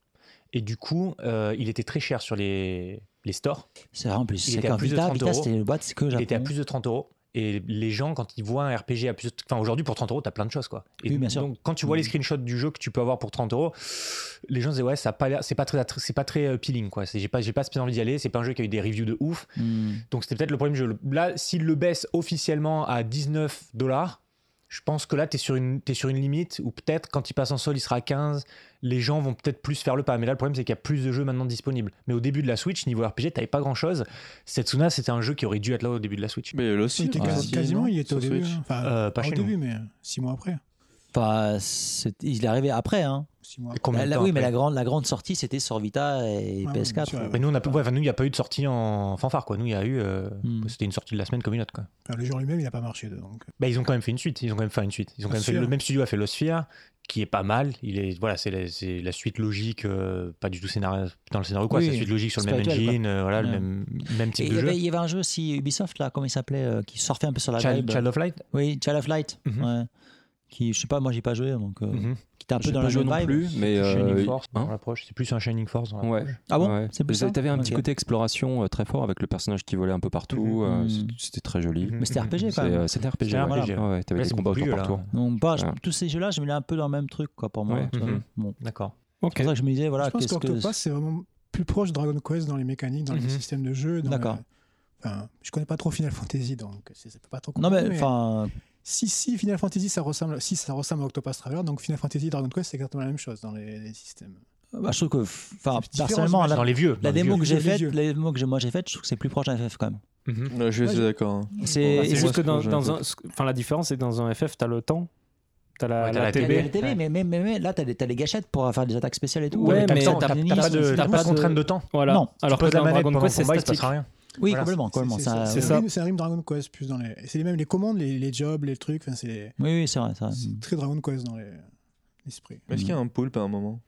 Et du coup, euh, il était très cher sur les, les stores. C'est vrai en plus, Il c'est était à quand plus de Vita, 30 Vita, euros. c'était le boîte, c'est que Il était à Japon. plus de 30 euros. Et les gens, quand ils voient un RPG à plus de... Enfin, aujourd'hui, pour 30 euros, t'as plein de choses, quoi. Et Oui, bien sûr. Donc, quand tu vois les Mhm. screenshots du jeu que tu peux avoir pour 30 euros, les gens disent, ouais, ça a pas l'air- c'est pas très, attra- c'est pas très euh, peeling, quoi. C'est- J'ai pas, j'ai pas spécialement envie d'y aller. C'est pas un jeu qui a eu des reviews de ouf. Hmm. Donc c'était peut-être le problème du jeu. Là, s'il le baisse officiellement à 19 dollars, je pense que là, tu es, sur une limite où peut-être quand il passe en sol, il sera à 15. Les gens vont peut-être plus faire le pas. Mais là, le problème, c'est qu'il y a plus de jeux maintenant disponibles. Mais au début de la Switch, niveau RPG, t'avais pas grand-chose. Setsuna, c'était un jeu qui aurait dû être là au début de la Switch. Mais Lost Il était Ouais. quasi- quasiment, il était au début. hein. Enfin, Euh, pas pas au chez début, mais 6 mois après. Enfin, c'est- il est arrivé après. Hein. Six mois Et combien de La- temps oui, mais la après grande, la grande sortie, c'était sur Vita et Ah oui, PS4. bien sûr, Mais nous, on a, ouais, enfin, nous, il n'y a pas eu de sortie en fanfare. Quoi. Nous, il y a eu. euh, Hmm. C'était une sortie de la semaine comme une autre. Quoi. Enfin, le jeu lui-même, il n'a pas marché. Donc. euh. Bah, ils ont quand même fait une suite. Ils ont quand même fait une suite. Ils ont quand Bien même fait- sûr. le même studio a fait Losphere, qui est pas mal. Il est voilà, c'est la, c'est la suite logique, euh, pas du tout scénario dans le scénario quoi. Oui, c'est la suite logique sur le même spirituel, quoi. engine, euh, voilà, le Ouais. même, même Et type il y, de jeu. avait, il y avait un jeu aussi Ubisoft là, comment il s'appelait, euh, qui surfait un peu sur la Child, vibe. Child of Light. Oui, Child of Light. Mhm. ouais. qui, je sais pas, moi j'ai pas joué, donc euh, Mhm. qui était un peu J'ai dans pas la joué même non vibe. plus, mais, euh, Shining il- Force dans l'approche. C'est plus un Shining Force dans Ouais. l'approche. Ah bon Ouais. C'est plus ça T'avais un petit Ok. côté exploration euh, très fort avec le personnage qui volait un peu partout. euh, Mhm. c'est- C'était très joli. Mais c'était RPG, quand C'est, même. euh, C'était RPG. C'était ouais. RPG, ouais. Ouais, ouais, T'avais Là, des c'est combats au beaucoup tour par mieux, tour. Non, pas, je- Ouais. tous ces jeux-là, je mets un peu dans le même truc, quoi, pour moi. Ouais. tu vois. Mhm. Bon. D'accord. C'est pour ça que je me disais, voilà, je pense qu'est-ce que. qu'Octopus, c'est vraiment plus proche de Dragon Quest dans les mécaniques, dans Mhm. les systèmes de jeu. dans D'accord. le- enfin, je connais pas trop Final Fantasy, donc c'est- ça peut pas trop. Non, mais, comparer, enfin- Si, si, Final Fantasy, ça ressemble, si, ça ressemble à Octopus Traveler, donc Final Fantasy et Dragon Quest, c'est exactement la même chose dans les, les systèmes. Bah, je trouve que, enfin, C'est différent, personnellement, j'imagine. la, Dans les vieux, la dans les démo vieux. que j'ai Les faite, vieux. la démo que j'ai- moi j'ai faite, je trouve que c'est plus proche d'un FF quand même. Ouais, je Ouais, suis je- d'accord. hein. C'est- Ouais, c'est moi, juste je que trouve dans, j'ai dans peu- un, enfin, la différence, c'est que dans un FF, t'as le temps, t'as la, T'as la la TB. TB, mais, mais, mais, mais là, t'as des, t'as les gâchettes pour faire des attaques spéciales et tout. Ouais, mais t'as- t'as des t'as pas de- niches, t'as pas de contrainte de temps. Voilà. Non. Alors Tu que poses la dans manette Dragon pendant Quest, c'est le combat, il se statique. passera rien. Oui, Voilà, complètement, c'est- complètement. c'est- ça- c'est C'est ça. un rime- c'est un rime Dragon Quest, plus dans les. et C'est les mêmes les commandes, les, les jobs, les trucs, enfin, c'est les- euh, Oui, oui, c'est vrai, hum. c'est vrai. c'est très Dragon Quest dans les- l'esprit. Est-ce qu'il y a Mm. un poulpe à un moment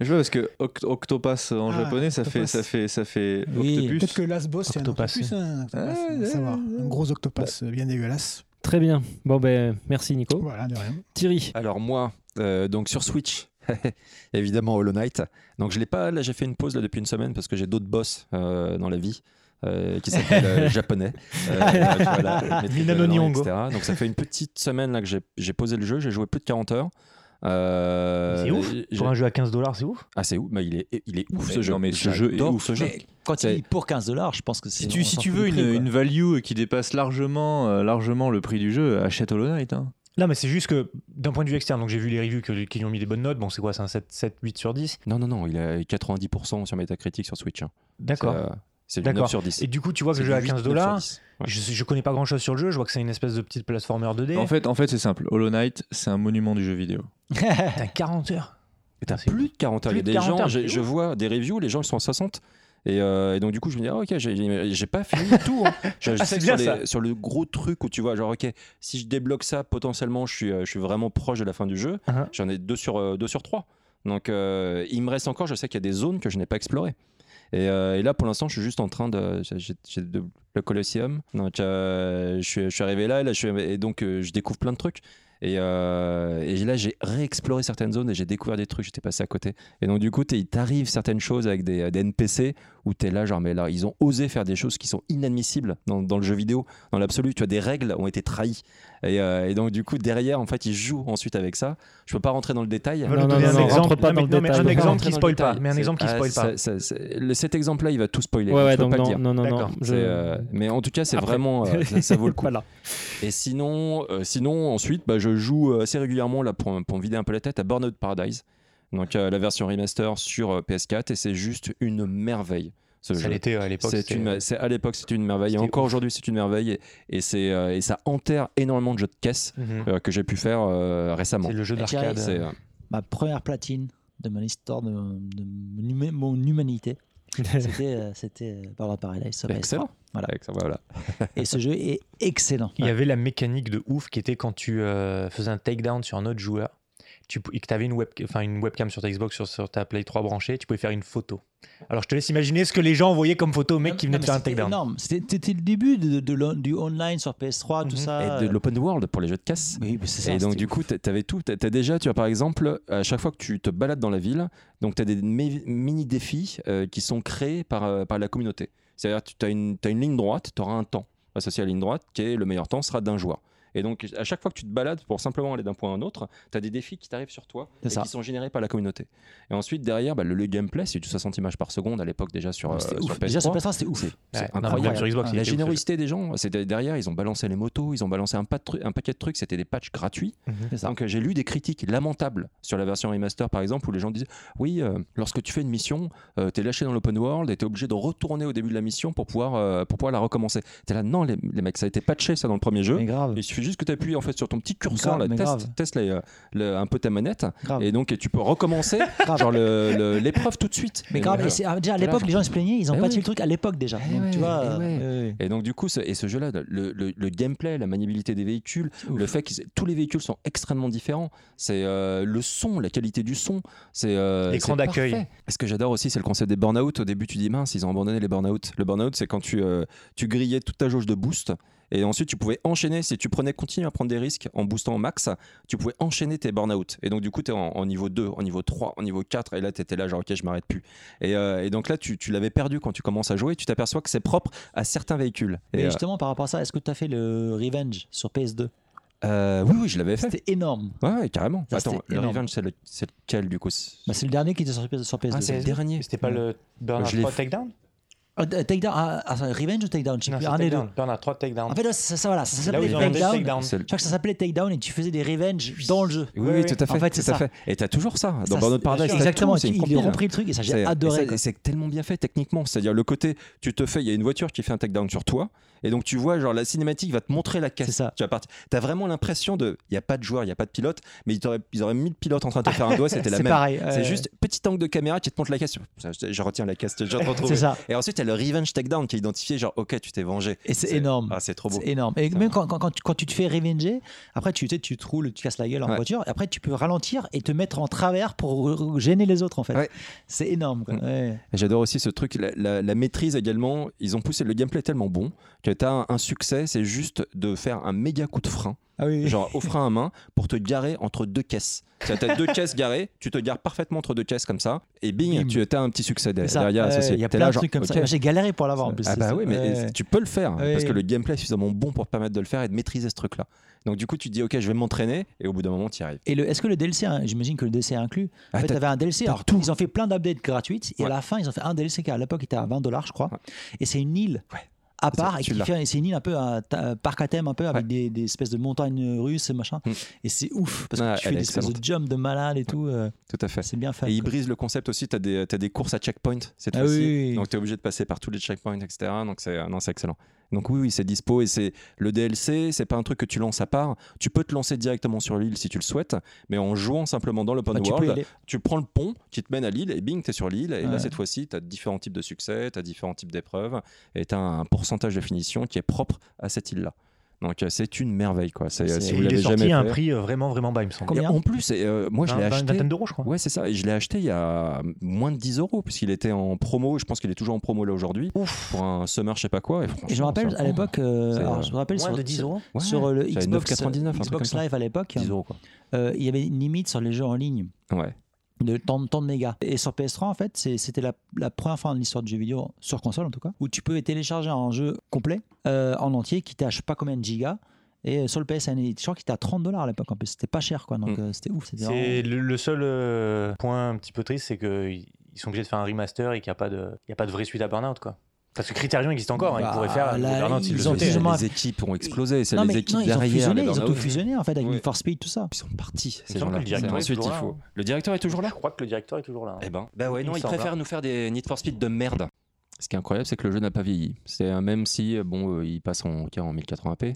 Je vois parce que oct- octopus en Ah, japonais ça fait octopus. ça fait ça fait octopus. Peut-être que Last Boss, c'est un Octopus. octopus, hein, un octopus, on va savoir. Un gros octopus euh, bien dégueulasse. Très bien. Bon, ben, merci Oh. Nico. Voilà, de rien. Thierry. Alors moi, euh, donc sur Switch, évidemment Hollow Knight. Donc je l'ai pas. Là j'ai fait une pause là depuis une semaine parce que j'ai d'autres boss euh, dans la vie. euh, qui s'appellent euh, japonais, Euh, voilà, maîtrise de Minano la langue, Nyong'o. etc. Donc ça fait une petite semaine là que j'ai- j'ai posé le jeu, j'ai joué plus de 40 heures. Euh, C'est ouf. j'ai- Pour un jeu à 15 dollars, c'est ouf. Ah c'est ouf, mais il est, il est ouf ce Mais jeu. non, mais ce jeu est J'adore ouf. ce jeu. Mais Quand il pour 15 dollars, je pense que c'est. Si tu, on si s'en tu fout veux du prix, une, quoi. une value qui dépasse largement, euh, largement le prix du jeu, achète Hollow Knight. hein. Là, mais c'est juste que d'un point de vue externe, donc j'ai vu les reviews que- qui lui ont mis des bonnes notes. Bon, c'est quoi C'est un 7, 7, 8 sur 10 Non, non, non, il a 90% sur Metacritic sur Switch. hein. D'accord. C'est, euh, C'est du D'accord. 9 sur 10. Et du coup, tu vois que C'est le jeu du à 8, 15 9 sur dollars, 10. Ouais. je, je connais pas grand chose sur le jeu. Je vois que c'est une espèce de petite platformer 2D. En fait, en fait c'est simple. Hollow Knight, c'est un monument du jeu vidéo. t'as 40 heures. Et T'as plus de 40 heures. Il y a Plus des de 40 gens, heures, je, c'est je ouf. vois des reviews, les gens ils sont à 60. Et, euh, et donc du coup je me dis ah, ok j'ai j'ai pas fini tout hein. je, je Ah, sais c'est que bien, sur, les- ça. sur le gros truc où tu vois genre ok si je débloque ça potentiellement je suis, euh, je suis vraiment proche de la fin du jeu Uh-huh. j'en ai 2 sur, euh, deux sur 3 donc euh, il me reste encore je sais qu'il y a des zones que je n'ai pas explorées et, euh, et là pour l'instant je suis juste en train de j'ai- j'ai j'ai de- le Colosseum donc euh, je, suis, je suis arrivé là, et là, je suis- et donc euh, je découvre plein de trucs et, euh, et là, j'ai réexploré certaines zones et j'ai découvert des trucs, j'étais passé à côté. Et donc, du coup, t'es- il t'arrive certaines choses avec des, des NPC où t'es là, genre, mais là, ils ont osé faire des choses qui sont inadmissibles dans, dans le jeu vidéo, dans l'absolu. Tu vois, des règles ont été trahies. Et, euh, et donc, du coup, derrière, en fait, ils jouent ensuite avec ça. Je peux pas rentrer dans le détail. Ils veulent nous donner un exemple. rentre pas Non, mais- dans le non, mais détail. un exemple rentrer qui dans le spoil pas. détail. Mais un C'est- exemple qui ah, spoil ça- pas. ça- c'est- le- cet exemple-là, il va tout spoiler. Ouais, donc ouais, je peux donc pas le non, dire. non, non, non. D'accord. je- C'est, euh, mais en tout cas, c'est Après. vraiment euh, ça, ça vaut le coup. Pas là. Et sinon, euh, sinon ensuite, bah, je joue euh, assez régulièrement là pour, pour me vider un peu la tête à Burnout Paradise. Donc euh, la version remaster sur euh, PS4 et c'est juste une merveille. Ce Ça jeu. l'était euh, à l'époque. C'est c'était- une, mer- c'est- à l'époque c'était une merveille et C'était encore ouf. aujourd'hui c'est une merveille et, et c'est euh, et ça enterre énormément de jeux de caisse Mhm. euh, que j'ai pu faire euh, récemment. C'est le jeu Et Thierry, d'arcade. C'est, euh, Ma première platine de mon histoire, de, de mon huma- mon humanité, c'était euh, c'était, euh, Burnout Paradise. sur PS3. excellent. Voilà. Excellent, voilà. Et ce jeu est excellent. Il y avait la mécanique de ouf qui était quand tu euh, faisais un takedown sur un autre joueur tu, pou- et que tu avais une, web, enfin, une webcam sur ta Xbox, sur, sur ta Play 3 branchée, tu pouvais faire une photo. Alors je te laisse imaginer ce que les gens voyaient comme photo au mec qui venait Non, de mais faire un c'était takedown. énorme. C'était c'était le début de, de l'on- du online sur PS3, tout Mhm. ça. Et de l'open world pour les jeux de caisse. Oui, mais c'est ça, Et donc, c'était du ouf. coup, t'a- t'avais tout. T'a- T'as déjà, tu vois, par exemple, à chaque fois que tu te balades dans la ville, donc t'as des mé- mini-défis euh, qui sont créés par, euh, par la communauté. C'est-à-dire, tu as une, t'as une ligne droite, tu auras un temps associé à la ligne droite, qui est le meilleur temps sera d'un joueur. Et donc, à chaque fois que tu te balades pour simplement aller d'un point à un autre, tu as des défis qui t'arrivent sur toi C'est et ça. qui sont générés par la communauté. Et ensuite, derrière, bah, le, le gameplay, c'est du 60 images par seconde à l'époque déjà sur, Non, euh, c'était sur Oh, ouf. PS3. Déjà sur PS3, c'était ouf. C'est- c'est Ouais. Non, incroyable. même sur Xbox, il la était ouf, ce jeu. générosité des gens, c'était derrière, ils ont balancé les motos, ils ont balancé un, pas de tru- un paquet de trucs, c'était des patchs gratuits. Mhm. C'est ça. Donc euh, j'ai lu des critiques lamentables sur la version remaster par exemple où les gens disaient oui euh, lorsque tu fais une mission euh, t'es lâché dans l'open world et t'es obligé de retourner au début de la mission pour pouvoir, euh, pour pouvoir la recommencer. T'es là non les, les mecs ça a été patché ça dans le premier jeu. Mais grave. Il suffit juste que tu appuies en fait sur ton petit curseur, Grave, là, mais teste, grave. teste les, euh, le- un peu ta manette, Grave. et donc et tu peux recommencer Grave. genre le- le- l'épreuve tout de suite. Mais Et grave, donc, et c'est- ah, déjà à t'es là, l'époque, genre, les gens ils se plaignaient, ils ont Eh pas ouais. tué le truc à l'époque déjà. Eh Donc ouais, tu vois, eh ouais. euh, ouais, ouais. Et donc du coup, ce- et ce jeu-là, le, le- le gameplay, la maniabilité des véhicules, le fait que tous les véhicules sont extrêmement différents, c'est euh, le son, la qualité du son, c'est euh, L'écran c'est d'accueil. parfait. Ce que j'adore aussi, c'est le concept des burn-out. Au début, tu dis mince, ils ont abandonné les burn-out. Le burn-out, c'est quand tu euh, tu grillais toute ta jauge de boost. Et ensuite, tu pouvais enchaîner, si tu prenais, continue à prendre des risques en boostant au max, tu pouvais enchaîner tes burn-out. Et donc, du coup, tu es en, en, niveau 2, en niveau 3, en niveau 4, et là, tu étais là, genre, ok, je m'arrête plus. Et, euh, et, donc là, tu, tu l'avais perdu quand tu commences à jouer, et tu t'aperçois que c'est propre à certains véhicules. Mais et justement, euh... par rapport à ça, est-ce que tu as fait le Revenge sur PS2 euh, oui, oui, je l'avais fait. C'était énorme. Ouais, ouais carrément. Ça, Attends, le énorme. Revenge, c'est, le, lequel du coup bah, C'est le dernier qui était sur, sur PS2. Ah, c'est le dernier. C'était pas ouais. le Burnout 3 Takedown oh, Takedown, ah, ah, Revenge ou Takedown Je sais plus. Un des deux. Burnout 3 Takedown. En fait, ça, ça, voilà, ça s'appelait Takedown. Je crois que ça s'appelait Takedown et tu faisais des Revenge dans le jeu. Oui, oui, oui, oui tout à fait. En fait, tout tout à fait. Et t'as toujours ça. Dans Burnout Paradise, exactement. Ils ont repris le truc et ça, j'ai adoré. C'est tellement bien fait techniquement. C'est-à-dire, le côté, tu te fais, il y a une voiture qui fait un Takedown sur toi. Et donc tu vois, genre la cinématique va te montrer la caisse. Ça. Tu vas partir. T'as vraiment l'impression de, il y a pas de joueur, il y a pas de pilote, mais ils, auraient, ils auraient mis le pilote en train de te faire un doigt, c'était la même. Pareil, C'est euh... juste petit angle de caméra qui te montre la caisse. Je, je retiens la caisse, je C'est ça. Et ensuite t'as le revenge takedown qui est identifié, genre ok tu t'es vengé. Et c'est énorme. Ah, c'est trop beau. C'est énorme. Et même quand, quand, quand, tu, quand, tu, te fais revenger, après tu sais, tu te roules, tu casses la gueule en ouais. voiture, et après tu peux ralentir et te mettre en travers pour gêner les autres en fait. Ouais. Mm. C'est énorme. Ouais. J'adore aussi ce truc, la, la, la maîtrise également. Ils ont poussé le gameplay tellement bon que tu as un, un succès, c'est juste de faire un méga coup de frein. Ah oui, oui. Genre au frein à main pour te garer entre deux caisses. Tu as deux caisses garées, tu te gares parfaitement entre deux caisses comme ça, et bing, mmh. tu as un petit succès derrière. Il euh, y a plein de trucs comme okay. ça. J'ai galéré pour l'avoir en plus. Ah bah oui, mais ouais. tu peux le faire ouais. parce que le gameplay est suffisamment bon pour te permettre de le faire et de maîtriser ce truc-là. Donc du coup, tu te dis ok, je vais m'entraîner, et au bout d'un moment, tu y arrives. Et est-ce que le DLC, hein, j'imagine que le DLC est inclus. En ah, fait, t'avais un DLC. Alors, tout. Ils ont fait plein d'updates gratuites, et ouais. à la fin, ils ont fait un DLC qui à l'époque était à 20 dollars, je crois. Et c'est une île à part et qui fait c'est une île un peu un parc à thème un peu avec ouais. des, des, espèces de montagnes russes et machin mm. et c'est ouf parce que ah, tu fais des espèces de jump de malade et ouais. tout euh, tout à fait c'est bien fait et ils brisent le concept aussi tu as, as des, courses à checkpoint cette ah, fois-ci oui, oui. donc tu es obligé de passer par tous les checkpoints etc donc c'est excellent donc oui, oui c'est dispo et c'est le DLC, c'est pas un truc que tu lances à part. Tu peux te lancer directement sur l'île si tu le souhaites, mais en jouant simplement dans Bah, l'open ah, hein, world, tu, tu, prends le pont qui te mène à l'île et bing, t'es sur l'île. Et ouais. là, cette fois-ci, t'as différents types de succès, t'as différents types d'épreuves et t'as un pourcentage de finition qui est propre à cette île-là. Donc euh, c'est une merveille quoi. C'est, si vous il est sorti à un prix euh, vraiment vraiment bas il me semble. Combien en plus, euh, moi je l'ai acheté. Une d'euros je crois. Ouais c'est ça. Et je l'ai acheté il y a moins de 10 euros puisqu'il était en promo. Je pense qu'il est toujours en promo là aujourd'hui. Pour un summer je sais pas quoi. Et, et je me rappelle à l'époque, euh, je me rappelle moins sur, de 10 euros ouais, sur euh, le Xbox, euh, 99, Xbox Live à l'époque. 10 euros quoi. Euh, il y avait une limite sur les jeux en ligne. Ouais de tant, tant, de mégas. Et sur PS3, en fait, c'était la, la, première fois de l'histoire du jeu vidéo, sur console en tout cas, où tu pouvais télécharger un jeu complet, euh, en entier, qui t'a je sais pas combien de gigas. Et euh, sur le PSN, je crois qu'il était à 30 dollars à l'époque en plus. C'était pas cher quoi, donc mm. euh, c'était ouf. C'est vraiment... le, le, seul euh, point un petit peu triste, c'est qu'ils sont obligés de faire un remaster et qu'il n'y a, pas de, y a pas de vraie suite à Burnout quoi. Parce que Criterion existe encore, bah, hein, ils pourraient faire. Là, ils ils ont fusionné, les équipes ont explosé, c'est les équipes non, ils derrière. Ont fusionné, ils ont tout fusionné en fait avec Need for Speed, tout ça. Ils sont partis. Ces gens-là. Ensuite, il faut. Le directeur est toujours là. Je crois que le directeur est toujours là. hein. Eh ben, bah ouais, non, ils préfèrent nous faire des Need for Speed de merde. Ce qui est incroyable, c'est que le jeu n'a pas vieilli. C'est euh, même si bon, euh, il passe en, 1080p,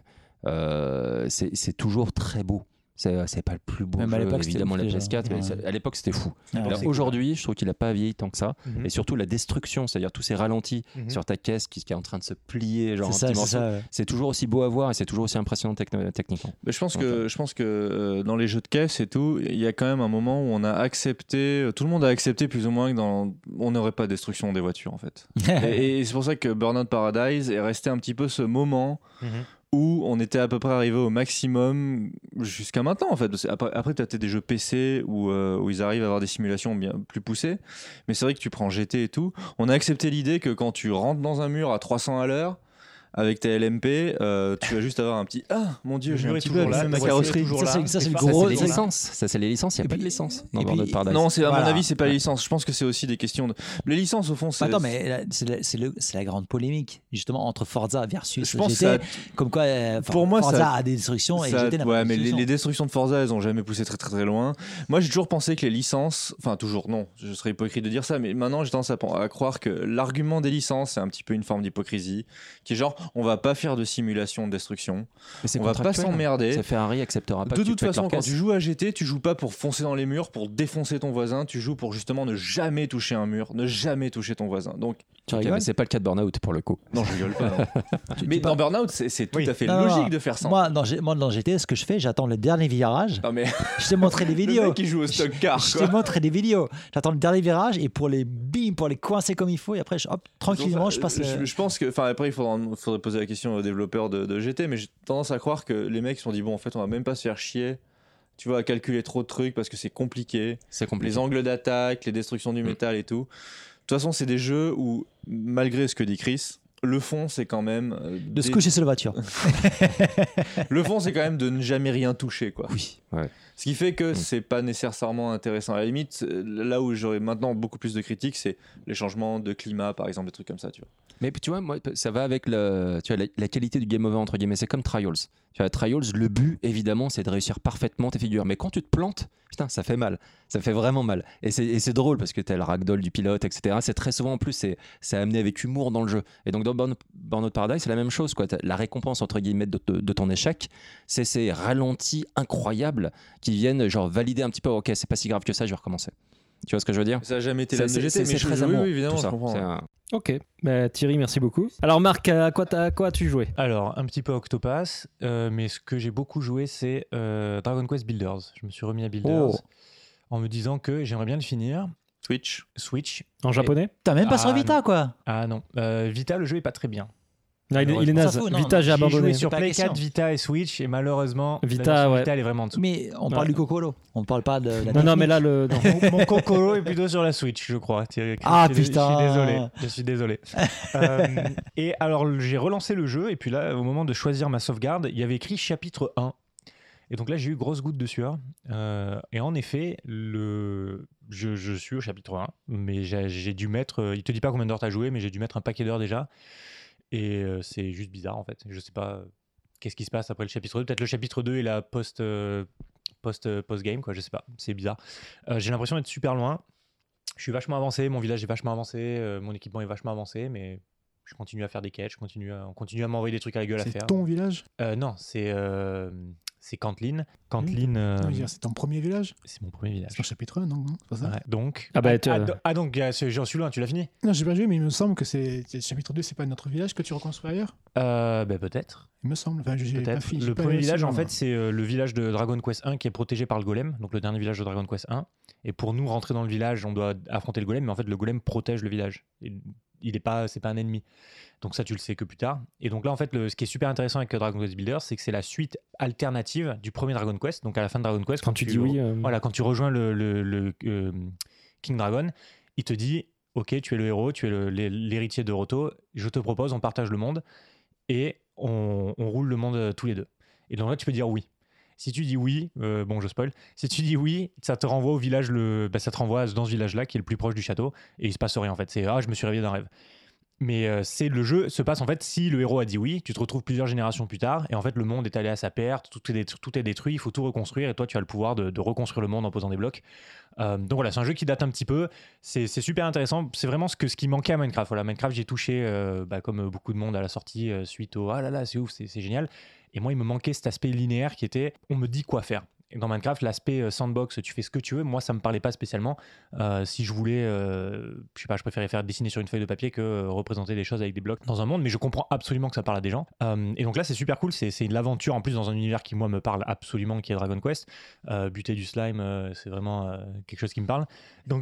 euh, c'est toujours très beau. C'est pas le plus beau Même jeu, à évidemment, la PS4, mais ouais. à l'époque, c'était fou. Ah, Aujourd'hui, je trouve qu'il n'a pas vieilli tant que ça. Mm -hmm. Et surtout, la destruction, c'est-à-dire tous ces ralentis mm -hmm. sur ta caisse qui, qui, est en train de se plier, genre C'est ouais. toujours aussi beau à voir et c'est toujours aussi impressionnant techniquement. Mais je pense Donc, que, je pense que euh, dans les jeux de caisse et tout, il y a quand même un moment où on a accepté, euh, tout le monde a accepté plus ou moins que dans, on n'aurait pas de destruction des voitures, en fait. et, et c'est pour ça que Burnout Paradise est resté un petit peu ce moment. Mm -hmm où on était à peu près arrivé au maximum jusqu'à maintenant en fait. Après, après tu as des jeux PC où, euh, où, ils arrivent à avoir des simulations bien plus poussées, mais c'est vrai que tu prends GT et tout. On a accepté l'idée que quand tu rentres dans un mur à 300 à l'heure, avec tes LMP, euh, tu vas juste avoir un petit Ah mon dieu, j'ai un petit peu là, ma carrosserie. Ça, c'est une grosse licence. Ça, c'est les licences. Il n'y a pas de licence dans puis, Paradise. Non, c'est, à voilà. mon avis, c'est pas les licences. Je pense que c'est aussi des questions de. Les licences, au fond, c'est. Attends, mais c'est, la grande polémique, justement, entre Forza versus je pense GT. Ça... Comme quoi, euh, pour moi, Forza ça... a des destructions et ça... GT n'a ouais, pas mais les, les, destructions de Forza, elles ont jamais poussé très, très, très loin. Moi, j'ai toujours pensé que les licences. Enfin, toujours, non. Je serais hypocrite de dire ça, mais maintenant, j'ai tendance à croire que l'argument des licences, c'est un petit peu une forme d'hypocrisie. Qui est genre, on va pas faire de simulation de destruction. Mais hein. on va pas s'emmerder. hein. Ça fait Harry acceptera pas. De toute façon, quand tu joues à GT, tu joues pas pour foncer dans les murs, pour défoncer ton voisin. Tu joues pour justement ne jamais toucher un mur, ne jamais toucher ton voisin. Donc tu okay, mais c'est pas le cas de Burnout pour le coup. Non, je rigole pas. Non. mais dans Burnout, c'est tout oui. à fait non, logique non, de faire ça. Moi, moi, dans GT, ce que je fais, j'attends le dernier virage. Mais... Je t'ai montré des vidéos. Le mec qui joue au stock car. Je, t'ai montré des vidéos. J'attends le dernier virage euh, et pour les bim, pour les coincer comme il faut. Et après, je, hop, tranquillement, je passe. Je, pense que, enfin, après, il faudra faudrait poser la question aux développeurs de, de GT, mais j'ai tendance à croire que les mecs se sont dit bon, en fait, on va même pas se faire chier. Tu vois, à calculer trop de trucs parce que c'est compliqué. C'est compliqué. Les angles d'attaque, les destructions du métal et tout. De toute façon, c'est des jeux où, malgré ce que dit Chris, le fond, c'est quand même. euh, De se des- coucher sur la voiture. le fond, c'est quand même de ne jamais rien toucher, quoi. Oui. Ouais. Ce qui fait que c'est pas nécessairement intéressant. À la limite, euh, là où j'aurais maintenant beaucoup plus de critiques, c'est les changements de climat, par exemple, des trucs comme ça, tu vois. Mais tu vois, moi, ça va avec le, tu vois, la, la qualité du game over, entre guillemets. C'est comme Trials. Tu vois, Trials, le but, évidemment, c'est de réussir parfaitement tes figures. Mais quand tu te plantes, putain, ça fait mal. Ça fait vraiment mal. Et c'est et c'est drôle parce que t'as le ragdoll du pilote, etc. C'est très souvent, en plus, c'est c'est amené avec humour dans le jeu. Et donc, dans Burn- Burnout Paradise, c'est la même chose. Quoi. T'as La récompense, entre guillemets, de, de- de ton échec, c'est ces ralentis incroyables qui viennent, genre, valider un petit peu, OK, c'est pas si grave que ça, je vais recommencer. Tu vois ce que je veux dire Ça n'a jamais été C'est- l'âme de c'est- GT, mais c'est je- très oui, amour, oui, évidemment, tout je ça. comprends. hein. C'est un- Ok, Ben, bah, Thierry, merci beaucoup. Alors Marc, à quoi, t'as- à quoi as-tu joué Alors, un petit peu Octopass, euh, mais ce que j'ai beaucoup joué, c'est euh, Dragon Quest Builders. Je me suis remis à Builders Oh. en me disant que j'aimerais bien le finir. Twitch. Switch. En Et- japonais T'as même pas Ah, sur Vita, non. quoi. Ah non, Euh, Vita, le jeu est pas très bien. Non, il est- il est Malheureusement. naze. Ça fout, non, Vita, j'ai J'y ai abandonné. joué sur C'est pas Play la question. 4, Vita et Switch, et malheureusement, la Vita, version ouais. Vita, elle est vraiment en dessous. Mais on parle Ouais. du Cocolo. On parle pas de la Non, non, technique. mais là, le. non. Mon- Mon Kokoro est plutôt sur la Switch, je crois. Thierry. Ah, Je suis- putain. Je suis désolé. Je suis désolé. Euh, et alors j'ai relancé le jeu et puis là, au moment de choisir ma sauvegarde, il y avait écrit chapitre 1. Et donc là, j'ai eu grosse goutte de sueur. Euh, et en effet, le... je, je suis au chapitre 1, mais j'ai j'ai dû mettre. euh, Il te dit pas combien d'heures t'as joué, mais j'ai dû mettre un paquet d'heures déjà. Et euh, c'est juste bizarre en fait. Je sais pas euh, qu'est-ce qui se passe après le chapitre 2. Peut-être le chapitre 2 est la post. euh, post euh, post-game quoi je sais pas c'est bizarre Euh, j'ai l'impression d'être super loin je suis vachement avancé mon village est vachement avancé euh, mon équipement est vachement avancé mais je continue à faire des quêtes je continue à, on continue à m'envoyer des trucs à la gueule à C'est faire ton village Euh, non c'est euh, c'est Canteline Canteline euh, Je veux dire, C'est ton premier village c'est mon premier village C'est un chapitre 1, non, non c'est pas ça Ouais, donc Ah bah, ah, tu- ah, do- ah, donc euh, c'est- j'en suis loin tu l'as fini Non, j'ai pas joué, mais il me semble que c'est c'est- chapitre 2, c'est pas notre village que tu reconstruis ailleurs Euh, bah, peut-être Il me semble. Enfin, bah, j'ai pas Peut-être. fini. j'ai Le pas premier allé aussi village, loin, en moi. fait, c'est euh, le village de Dragon Quest 1 qui est protégé par le golem, donc le dernier village de Dragon Quest 1. Et pour nous rentrer dans le village, on doit affronter le golem, mais en fait, le golem protège le village. Il il est pas, c'est pas un ennemi. Donc ça, tu le sais que plus tard. Et donc là, en fait, le- ce qui est super intéressant avec Dragon Quest Builder, c'est que c'est la suite alternative du premier Dragon Quest. Donc à la fin de Dragon Quest, Quand tu dis oui. euh, voilà, quand tu rejoins le, le- le, euh, King Dragon, il te dit Ok, tu es le héros, tu es le- l'hé- l'héritier de Roto, je te propose, on partage le monde et on, on roule le monde euh, tous les deux. Et donc là, tu peux dire oui. Si tu dis oui, euh, bon, je spoil, si tu dis oui, ça te renvoie au village, le, bah, ça te renvoie dans ce village-là qui est le plus proche du château et il se passe rien en fait. C'est Ah, je me suis réveillé d'un rêve. Mais euh, c'est le jeu se passe en fait si le héros a dit oui, tu te retrouves plusieurs générations plus tard et en fait le monde est allé à sa perte, tout est, détru- tout est détruit, il faut tout reconstruire et toi tu as le pouvoir de, de reconstruire le monde en posant des blocs. Euh, donc voilà, c'est un jeu qui date un petit peu, c'est c'est super intéressant, c'est vraiment ce, que, ce qui manquait à Minecraft. Voilà, Minecraft j'ai touché euh, bah, comme beaucoup de monde à la sortie euh, suite au ah là là c'est ouf, c'est c'est génial. Et moi il me manquait cet aspect linéaire qui était on me dit quoi faire. Et Dans Minecraft, l'aspect euh, sandbox, tu fais ce que tu veux. Moi, ça me parlait pas spécialement. Euh, si je voulais, euh, je sais pas, je préférais faire dessiner sur une feuille de papier que euh, représenter des choses avec des blocs dans un monde, mais je comprends absolument que ça parle à des gens. Euh, et donc là, c'est super cool, c'est c'est de l'aventure en plus dans un univers qui, moi, me parle absolument, qui est Dragon Quest. Euh, buter du slime, euh, c'est vraiment euh, quelque chose qui me parle.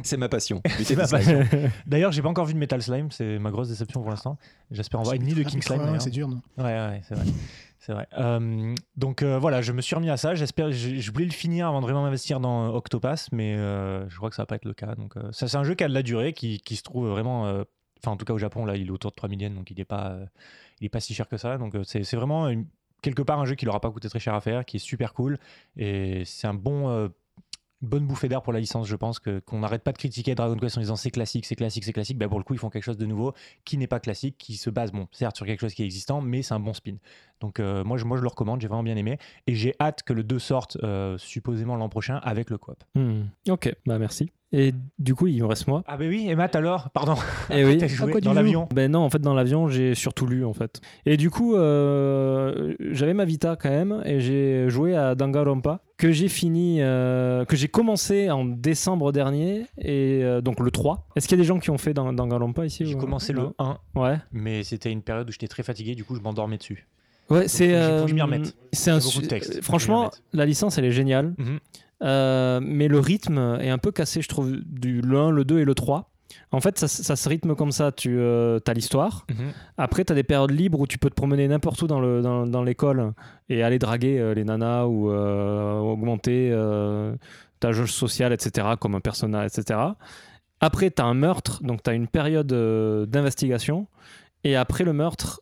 C'est ma passion. C'est ma passion. D'ailleurs, j'ai pas encore vu de Metal Slime, c'est ma grosse déception pour l'instant. J'espère en voir, ni de hein. Ah, King putain, Slime. ouais, d'ailleurs. C'est dur, non Ouais, ouais, c'est vrai. C'est vrai. Euh, donc euh, voilà, je me suis remis à ça. J'espère, je, je voulais le finir avant de vraiment m'investir dans euh, Octopass, mais euh, je crois que ça va pas être le cas. Donc euh, ça, c'est un jeu qui a de la durée, qui, qui se trouve vraiment. euh, Enfin, en tout cas au Japon, là, il est autour de 3000 yens, donc il n'est pas, euh, il est pas si cher que ça. Donc euh, c'est c'est vraiment une- quelque part un jeu qui leur a pas coûté très cher à faire, qui est super cool et c'est un bon. euh, Bonne bouffée d'air pour la licence, je pense, que- qu'on n'arrête pas de critiquer Dragon Quest en disant c'est classique, c'est classique, c'est classique. Bah pour le coup, ils font quelque chose de nouveau qui n'est pas classique, qui se base, bon, certes, sur quelque chose qui est existant, mais c'est un bon spin. Donc euh, moi, je, moi, je le recommande, j'ai vraiment bien aimé. Et j'ai hâte que le 2 sorte, euh, supposément l'an prochain, avec le coop. hmm. Ok, bah merci. Et du coup, il me reste moi. Ah bah oui, et Matt alors Pardon. Et Eh oui. T'as joué dans l'avion Ben non, en fait, dans l'avion, j'ai surtout lu, en fait. Et du coup, euh, j'avais ma Vita quand même, et j'ai joué à Danganronpa, que j'ai fini, euh, que j'ai commencé en décembre dernier, et euh, donc le 3. Est-ce qu'il y a des gens qui ont fait Dan- Danganronpa ici J'ai ou- commencé le Non. 1, Ouais. mais c'était une période où j'étais très fatigué, du coup, je m'endormais dessus. Ouais, c'est. il faut que je m'y euh, remette. C'est un J'ai beaucoup su- de textes. euh, Franchement, Faut que la licence, elle est géniale. Mhm. Euh, mais le rythme est un peu cassé, je trouve, du le 1, le 2 et le 3. En fait, ça, ça se rythme comme ça. Tu as l'histoire. Mhm. Après, tu as des périodes libres où tu peux te promener n'importe où dans, le, dans, dans l'école et aller draguer euh, les nanas ou euh, augmenter euh, ta jauge sociale, etc., comme un persona, etc. Après, tu as un meurtre, donc tu as une période euh, d'investigation. Et après le meurtre,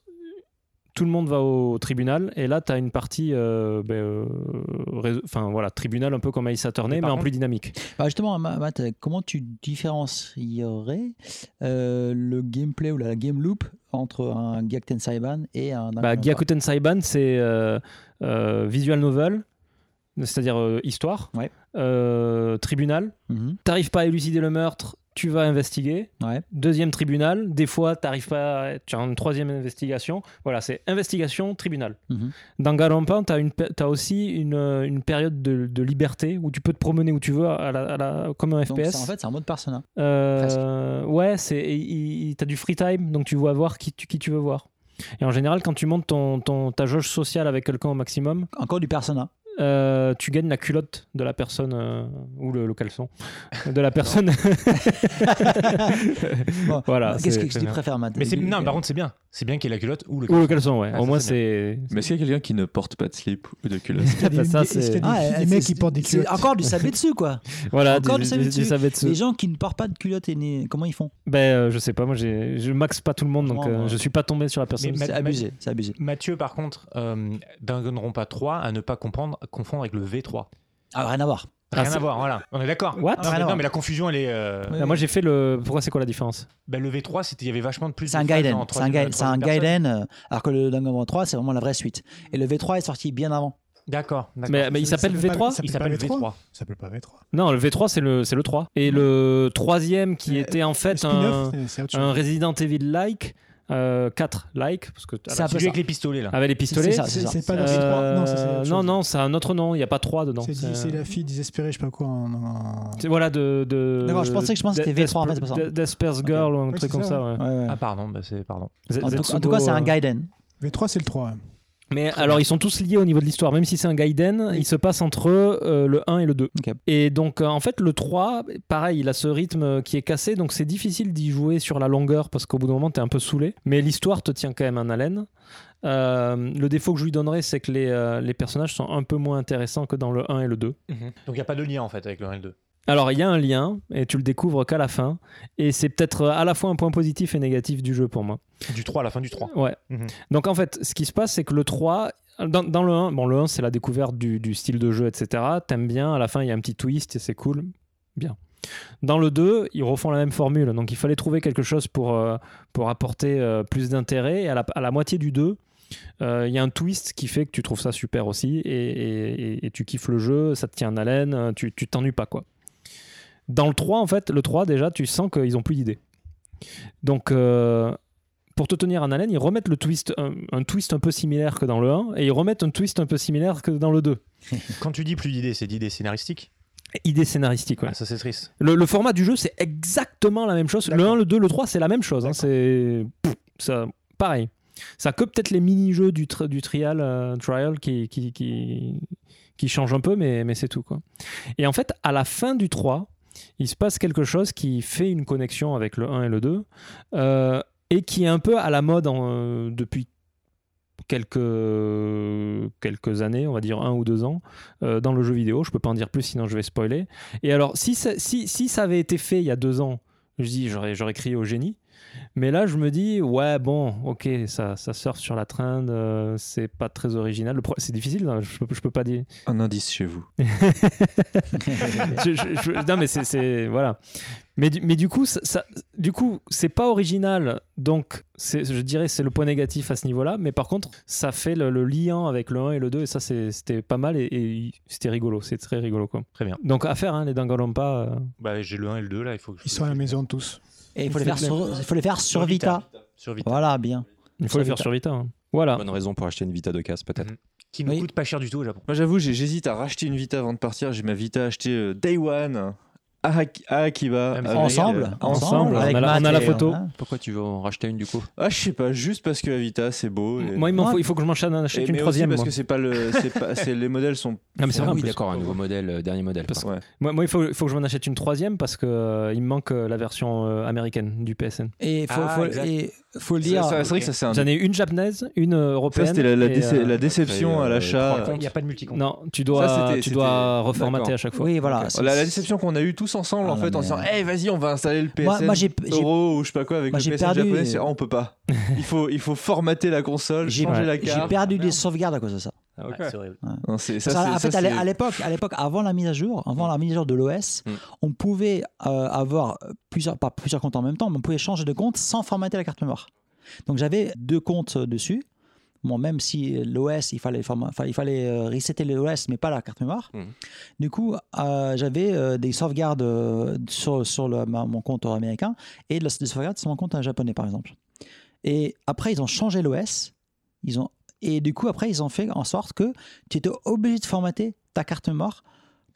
tout le monde va au tribunal. Et là, tu as une partie, euh, ben, euh, rés- enfin voilà, tribunal un peu comme Aïssa Turner, mais, par en contre- plus dynamique. Bah, justement, Ma- Matt, euh, comment tu différencierais euh, le gameplay ou la game loop entre un Gyakuten Saiban et un. Bah, Gyakuten Saiban, c'est euh, euh, visual novel, c'est-à-dire euh, histoire, Euh, tribunal. T'arrives pas à élucider le meurtre, tu vas investiguer. Deuxième tribunal, des fois t'arrives pas, à- tu as une troisième investigation. Voilà, c'est investigation, tribunal. Mhm. Dans Garampan, tu as, aussi une, euh, une période de, de liberté où tu peux te promener où tu veux, à la- à la- comme un Donc, FPS. c'est- en fait, c'est un mode persona. Euh, ouais, c'est et il- il- t'as du free time, donc tu vois voir qui tu, qui tu veux voir. Et en général, quand tu montes ton, ton- ta jauge sociale avec quelqu'un au maximum, euh, encore du persona, tu gagnes la culotte de la personne euh, ou le, le caleçon de la personne. Bon, voilà. qu'est-ce c'est- que tu préfères, Matt Mais c'est- non, par contre, c'est bien. C'est bien qu'il y ait la culotte ou le Ou caleçon. le caleçon, ouais. Ah, Au ça, moins, c'est bien. c'est. Mais est-ce qu'il y a quelqu'un qui ne porte pas de slip ou de culotte Ah, bah, ça, c'est- Ah, filles, des euh, mecs c'est- qui portent des c'est culottes. Encore du sabetsu, quoi. Voilà, encore du- du- du, sabetsu. du sabetsu. Les gens qui ne portent pas de culotte, et né- comment ils font Ben, euh, je sais pas, moi, j'ai- je max pas tout le monde, donc Moi, euh, moi. je suis pas tombé sur la personne. Mais Matt- Matt- c'est abusé. Mathieu, par contre, euh, Danganronpa 3 à ne pas comprendre, confondre avec le V3. Ah, rien à voir. Ah, Rien c'est- à voir, voilà. On est d'accord. What non, Rien mais, à non, voir. mais la confusion, elle est. euh, Ah, Moi, j'ai fait le. Pourquoi c'est quoi la différence bah, le V3, c'était- il y avait vachement de plus. C'est de un phases Gaiden. en C'est un, troisième- Gaiden- c'est un troisième personne. Gaiden, euh, alors que le Danganronpa 3, c'est vraiment la vraie suite. Et le V3 est sorti bien avant. D'accord. d'accord. Mais- mais il s'appelle s'appelle V3 pas- Il s'appelle pas V3. Ça s'appelle pas V3. Non, le V3, c'est le, c'est le 3. Et le troisième qui Euh, était en fait un, spin-off, c'est- c'est autre chose. un Resident Evil-like, 4-like, parce que à la C'est un peu suite- ça. Avec les pistolets, là. avec les pistolets. C'est ça, c'est ça. C'est pas dans V3. Non, ça, c'est Euh, autre non, chose. non, c'est un autre nom, il n'y a pas 3 dedans. C'est dit- C'est- C'est la fille désespérée, je sais pas quoi. en- en- c'est- Voilà, de. de D'accord, je pensais que- je pensais que c'était Des- V3, en fait, c'est pour ça. Des- Desper's Girl ou un Ouais, truc c'est comme ça, ça, ouais. Ouais, ouais. Ah, pardon, bah, c'est. Pardon. En, tout, en Zetsubo, tout cas, c'est euh, un Gaiden. V3, c'est le 3. hein. Mais alors, ils sont tous liés au niveau de l'histoire. Même si c'est un Gaiden, il se passe entre euh, le 1 et le 2. Ok. Et donc, euh, en fait, le 3, pareil, il a ce rythme euh, qui est cassé. Donc, c'est difficile d'y jouer sur la longueur parce qu'au bout d'un moment, t'es un peu saoulé. Mais l'histoire te tient quand même en haleine. Euh, le défaut que je lui donnerais, c'est que les, euh, les personnages sont un peu moins intéressants que dans le 1 et le 2. Donc il n'y a pas de lien, en fait, avec le L2. Alors, il y a un lien, et tu le découvres qu'à la fin. Et c'est peut-être euh, à la fois un point positif et négatif du jeu pour moi. Du 3 à la fin du 3. Ouais. Mhm. Donc en fait, ce qui se passe, c'est que le 3, dans, dans le 1, bon, le 1, c'est la découverte du, du style de jeu, etc. T'aimes bien, à la fin, il y a un petit twist et c'est cool. Bien. Dans le 2, ils refont la même formule. Donc il fallait trouver quelque chose pour, euh, pour apporter euh, plus d'intérêt. Et à la, à la moitié du 2, euh, il y a un twist qui fait que tu trouves ça super aussi et, et- et- et tu kiffes le jeu, ça te tient en haleine, euh, tu tu t'ennuies pas quoi. Dans le 3, en fait, le 3, déjà, tu sens qu'ils ont plus d'idées. Donc, euh, pour te tenir en haleine, ils remettent le twist, un, un twist un peu similaire que dans le 1, et ils remettent un twist un peu similaire que dans le 2. Quand tu dis plus d'idées, c'est d'idées scénaristiques. Idée scénaristique, ouais. Ah, ça, c'est triste. Le, le format du jeu, c'est exactement la même chose. Le 1, le 2, le 3, c'est la même chose. hein. C'est pff, ça- pareil. Ça que peut-être les mini-jeux du, tri- du trial, euh, trial qui, qui, qui, qui changent un peu, mais, mais c'est tout. Quoi. Et en fait, à la fin du 3, il se passe quelque chose qui fait une connexion avec le 1 et le 2, euh, et qui est un peu à la mode en, euh, depuis quelques, quelques années, on va dire un ou deux ans, euh, dans le jeu vidéo. Je peux pas en dire plus, sinon je vais spoiler. Et alors, si ça, si, si ça avait été fait il y a deux ans, je dis, j'aurais, j'aurais crié au génie. Mais là, je me dis, ouais, bon, ok, ça, ça surfe sur la trend, euh, c'est pas très original. Le pro- c'est difficile, hein, je, peux- je peux pas dire. Un indice chez vous. Je- je- je- non, mais c'est- c'est. Voilà. Mais, du- mais du coup, ça, ça- du coup, c'est pas original, donc c'est- je dirais c'est le point négatif à ce niveau-là. Mais par contre, ça fait le, le lien avec le 1 et le 2, et ça c'est- c'était pas mal et, et c'était rigolo, c'est très rigolo quoi. Très bien. Donc à faire hein, les Danganronpa. euh, Bah, j'ai le 1 et le 2, là, il faut que je. Ils sont à la maison tous. Et il faut les faire sur, il faut les faire sur Sur Vita. Vita. Sur Vita. Voilà, bien. Il faut Sur le faire Vita. sur Vita. hein. Voilà. Bah, Bonne raison pour acheter une Vita de casse, peut-être. Qui ne Oui. coûte pas cher du tout au Japon. Moi j'avoue, j'ai- j'hésite à racheter une Vita avant de partir. J'ai ma Vita achetée euh, Day One Akiba. Ah, Ah, Ensemble, ensemble, ensemble, on, avec a la, Matt on a la et- photo. Mhm. hein. Pourquoi tu veux en racheter une du coup Ah, je sais pas, juste parce que Avita c'est beau. et- Moi, il m'en faut, il faut que je m'enchaîne, en Et- achète une mais aussi troisième. parce moi. que c'est pas le, c'est pas- c'est- les modèles sont. Ah, mais c'est Ah vrai, en oui, plus. d'accord, un nouveau modèle, euh, dernier modèle. Parce- pardon. Moi, moi, il faut, il faut que je m'en achète une troisième parce que euh, il me manque euh, la version euh, américaine du PSN. Et faut, Ah, faut- exact. et faut le C'est- dire. c'est vrai que ça, c'est un- ah, J'en ai une japonaise, une euh, européenne. Ah, c'était la- la et, déce- la euh, déception Après, à euh, l'achat. trois comptes. Il n'y a pas de multicompte. Non, tu dois, Ça, c'était- tu c'était- dois reformater d'accord. à chaque fois. Oui, voilà. Ok. c'est- Ah, La, la déception qu'on a eue tous ensemble Ah, en fait non, en mais- euh, disant Eh vas-y on va installer le PSN Moi- moi, j'ai- j'ai- Euro ou je sais pas quoi avec Moi, le j'ai PSN perdu- japonais c'est Ah, on peut pas il faut, il faut formater la console J'ai changer la j'ai carte perdu des sauvegardes à cause de ça. Ah Ouais. Ah Ouais. Non, c'est- ça, Parce qu'à- c'est- en fait, ça, à l'é- c'est- à l'époque, à l'époque, avant la mise à jour, avant la mise à jour de l'OS, Mm. on pouvait euh, avoir plusieurs, pas plusieurs comptes en même temps, mais on pouvait changer de compte sans formater la carte mémoire. Donc j'avais deux comptes dessus. Bon, même si l'OS, il fallait, forma- enfin, il fallait euh, resetter l'OS, mais pas la carte mémoire. Mm. Mhm. Du coup, euh, j'avais euh, des sauvegardes euh, sur, sur le- ma- mon compte américain et de la- des sauvegardes sur mon compte japonais, par exemple. Et après, ils ont changé l'OS. Ils ont et du coup, après, ils ont fait en sorte que tu étais obligé de formater ta carte mémoire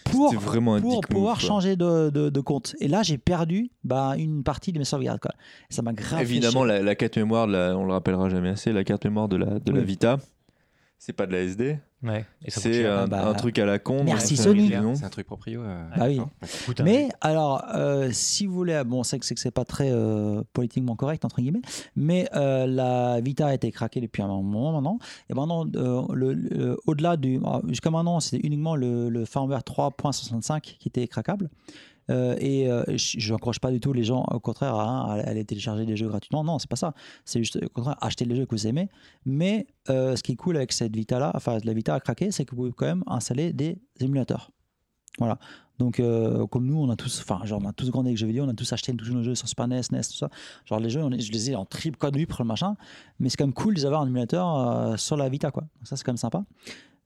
pour, C'était vraiment un pour dick move, pouvoir quoi. changer de, de- de compte. Et là, j'ai perdu bah, une partie de mes sauvegardes. Quoi. Ça m'a grave fait Évidemment, chier. la, la carte mémoire, de la- on le rappellera jamais assez, la carte mémoire de la, de la Oui. Vita, c'est pas de la SD. Ouais. Et ça coûte C'est euh, cher. hein. un, Ah bah, un truc à la con. merci donc, Sony. euh, non. C'est un truc proprio. euh, Bah oui. Coûte un- Mais alors, euh, si vous voulez, bon, c'est que c'est que c'est pas très euh, politiquement correct entre guillemets, mais euh, la Vita a été craquée depuis un moment maintenant. Et maintenant, euh, le- le- au-delà du, ah, jusqu'à maintenant, c'était uniquement le, le firmware 3.65 qui était craquable. Euh, et euh, je je n'encourage pas du tout les gens, au contraire, à, à aller télécharger des jeux gratuitement. Non, c'est pas ça. C'est juste, au contraire, acheter les jeux que vous aimez. Mais euh, ce qui est cool avec cette Vita-là, enfin, la Vita a craqué, c'est que vous pouvez quand même installer des émulateurs. Voilà. Donc, euh, comme nous, on a tous, enfin, genre, on a tous grandi avec les jeux vidéo, on a tous acheté tous nos jeux sur Super E NES, NES, tout ça. Genre, les jeux, on les- je les ai en triple code pour le machin. Mais c'est quand même cool d'avoir un émulateur euh, sur la Vita, quoi. Donc, ça, c'est quand même sympa.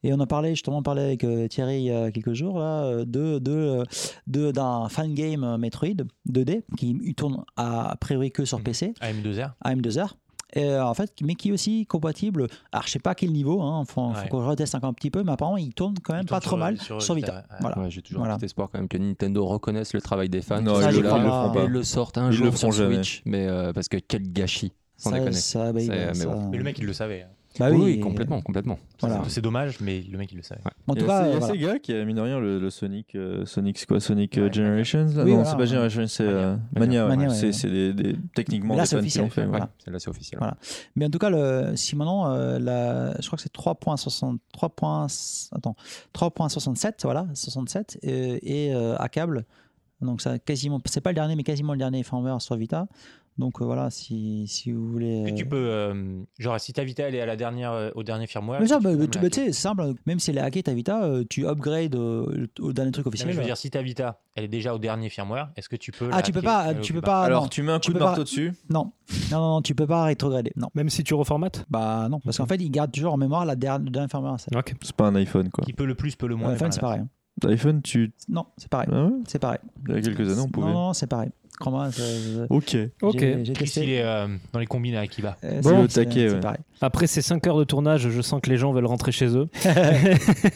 Et on a parlé, justement, on parlait avec euh, Thierry il y a quelques jours, là, euh, de, de, euh, de- d'un fan game euh, Metroid 2D qui tourne à, a priori que sur PC. AM2R. AM2R. Et euh, en fait, mais qui est aussi compatible. Alors, je sais pas à quel niveau, hein, faut, faut Ouais. qu'on reteste encore un petit peu, mais apparemment, il tourne quand même tourne pas sur- trop mal sur sur, Vita, Vita. ouais. Voilà. Ouais, j'ai toujours Voilà. un petit espoir quand même que Nintendo reconnaisse le travail des fans. Non, Parce ils le que là, feront- ils le feront pas. ils le sortent un Ils le jour feront sur jamais. Switch, mais euh, parce que quel gâchis. Sans Ça, déconner. ça, bah, C'est- ouais, mais ça- bon. Mais le mec, il le savait. Bah oui, oui, oui, complètement, complètement. Voilà. C'est dommage, mais le mec, il le savait. En Il y tout cas, a, il y a voilà. Sega qui a mine de rien le, le Sonic, euh, Sonic c'est quoi, Sonic euh, Ouais, Generations. là Oui, non, voilà, c'est pas ouais. Generations, c'est euh, Mania. Mania. ouais. Mania, ouais, c'est ouais. c'est des, des- techniquement Là, des c'est fans qui l'ont officiel, fait. ouais. voilà. Celle-là, c'est officiel. Voilà. Mais en tout cas, le, si maintenant, euh, la, je crois que c'est 3.60 3. attends, 3.67, voilà, 67, euh, et euh, à câble. Donc, ça, quasiment, c'est pas le dernier, mais quasiment le dernier firmware sur Vita. Donc, euh, voilà, si, si vous voulez. Que euh, tu peux, euh, genre, si ta Vita elle est à la dernière, euh, au dernier firmware. mais ça, tu bah, peux bah, même tu la bah, hacker. tu sais, c'est simple. Même si elle est hackée, ta Vita, euh, tu upgrades euh, au dernier truc Non, officiel. mais je veux dire, si ta Vita elle est déjà au dernier firmware, est-ce que tu peux. la ah, tu peux hacker bah. pas, Elle est euh, tu au peux bas. pas. Alors non. tu mets un coup Tu de peux marteau pas- dessus. Non. non, non, non, tu peux pas rétrograder. Non, Même si tu reformates bah non, parce qu'en fait, il garde toujours en mémoire la dernière, le dernier firmware. C'est- Ok. C'est pas un iPhone quoi. Qui peut le plus, peut le moins. Ouais, enfin, iPhone, c'est pareil. hein. L'iPhone tu. Non, c'est pareil. Ah ouais C'est pareil. Il y a quelques années on pouvait. Non, non, c'est pareil. Crois-moi, je- je- Ok. Ok. j'ai- j'ai Chris, testé. il est euh, dans les combines à Akiba. Euh, Bon, c'est- au taquet, c'est ouais. pareil. Après ces 5 heures de tournage, je sens que les gens veulent rentrer chez eux.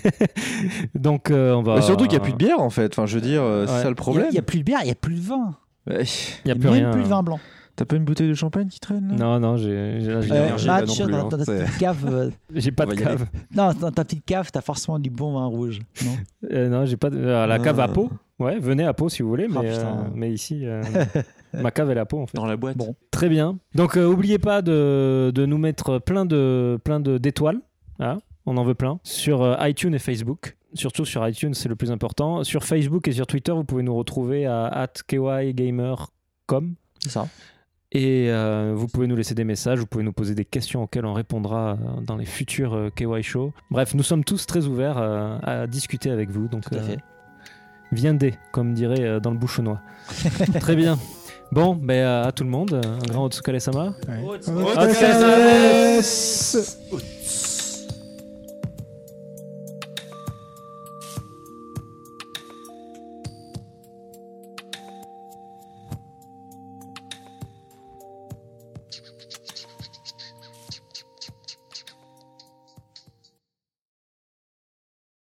Donc euh, on va. Mais Bah, surtout qu'il n'y a plus de bière en fait. Enfin je veux dire euh, Ouais. c'est ça le problème. Bah, Il n'y a, Bah, plus de bière, il n'y a plus de vin. Ouais. Il y a Il plus même rien. hein. plus de vin blanc. T'as pas une bouteille de champagne qui traîne là Non, non, j'ai j'ai- j'ai- Euh, d'énergie, Matt, là, non sur- plus, dans, hein, dans ta petite cave, euh, j'ai pas On de va y aller. cave. non, dans ta petite cave, t'as forcément du bon vin rouge. Non Euh, non, j'ai pas de- à la cave à peau. Ouais, venez à peau si vous voulez, mais, Ah, putain. euh, mais ici, euh, ma cave elle est à peau en fait. Dans la boîte. Bon, très bien. Donc, euh, oubliez pas de, de nous mettre plein de plein de d'étoiles. Hein, on en veut plein sur euh, iTunes et Facebook. Surtout sur iTunes, c'est le plus important. Sur Facebook et sur Twitter, vous pouvez nous retrouver à @kygamer.com C'est ça. et euh, vous pouvez nous laisser des messages, vous pouvez nous poser des questions auxquelles on répondra euh, dans les futurs euh, KY Show. Bref, nous sommes tous très ouverts euh, à discuter avec vous. Donc, Tout à euh, fait. Viendez, comme dirait euh, dans le bouchonnois. Très bien. Bon, ben euh, Ah à tout le monde, euh, un grand Otsukare-sama. Ouais. Otsukare-sama. Yes.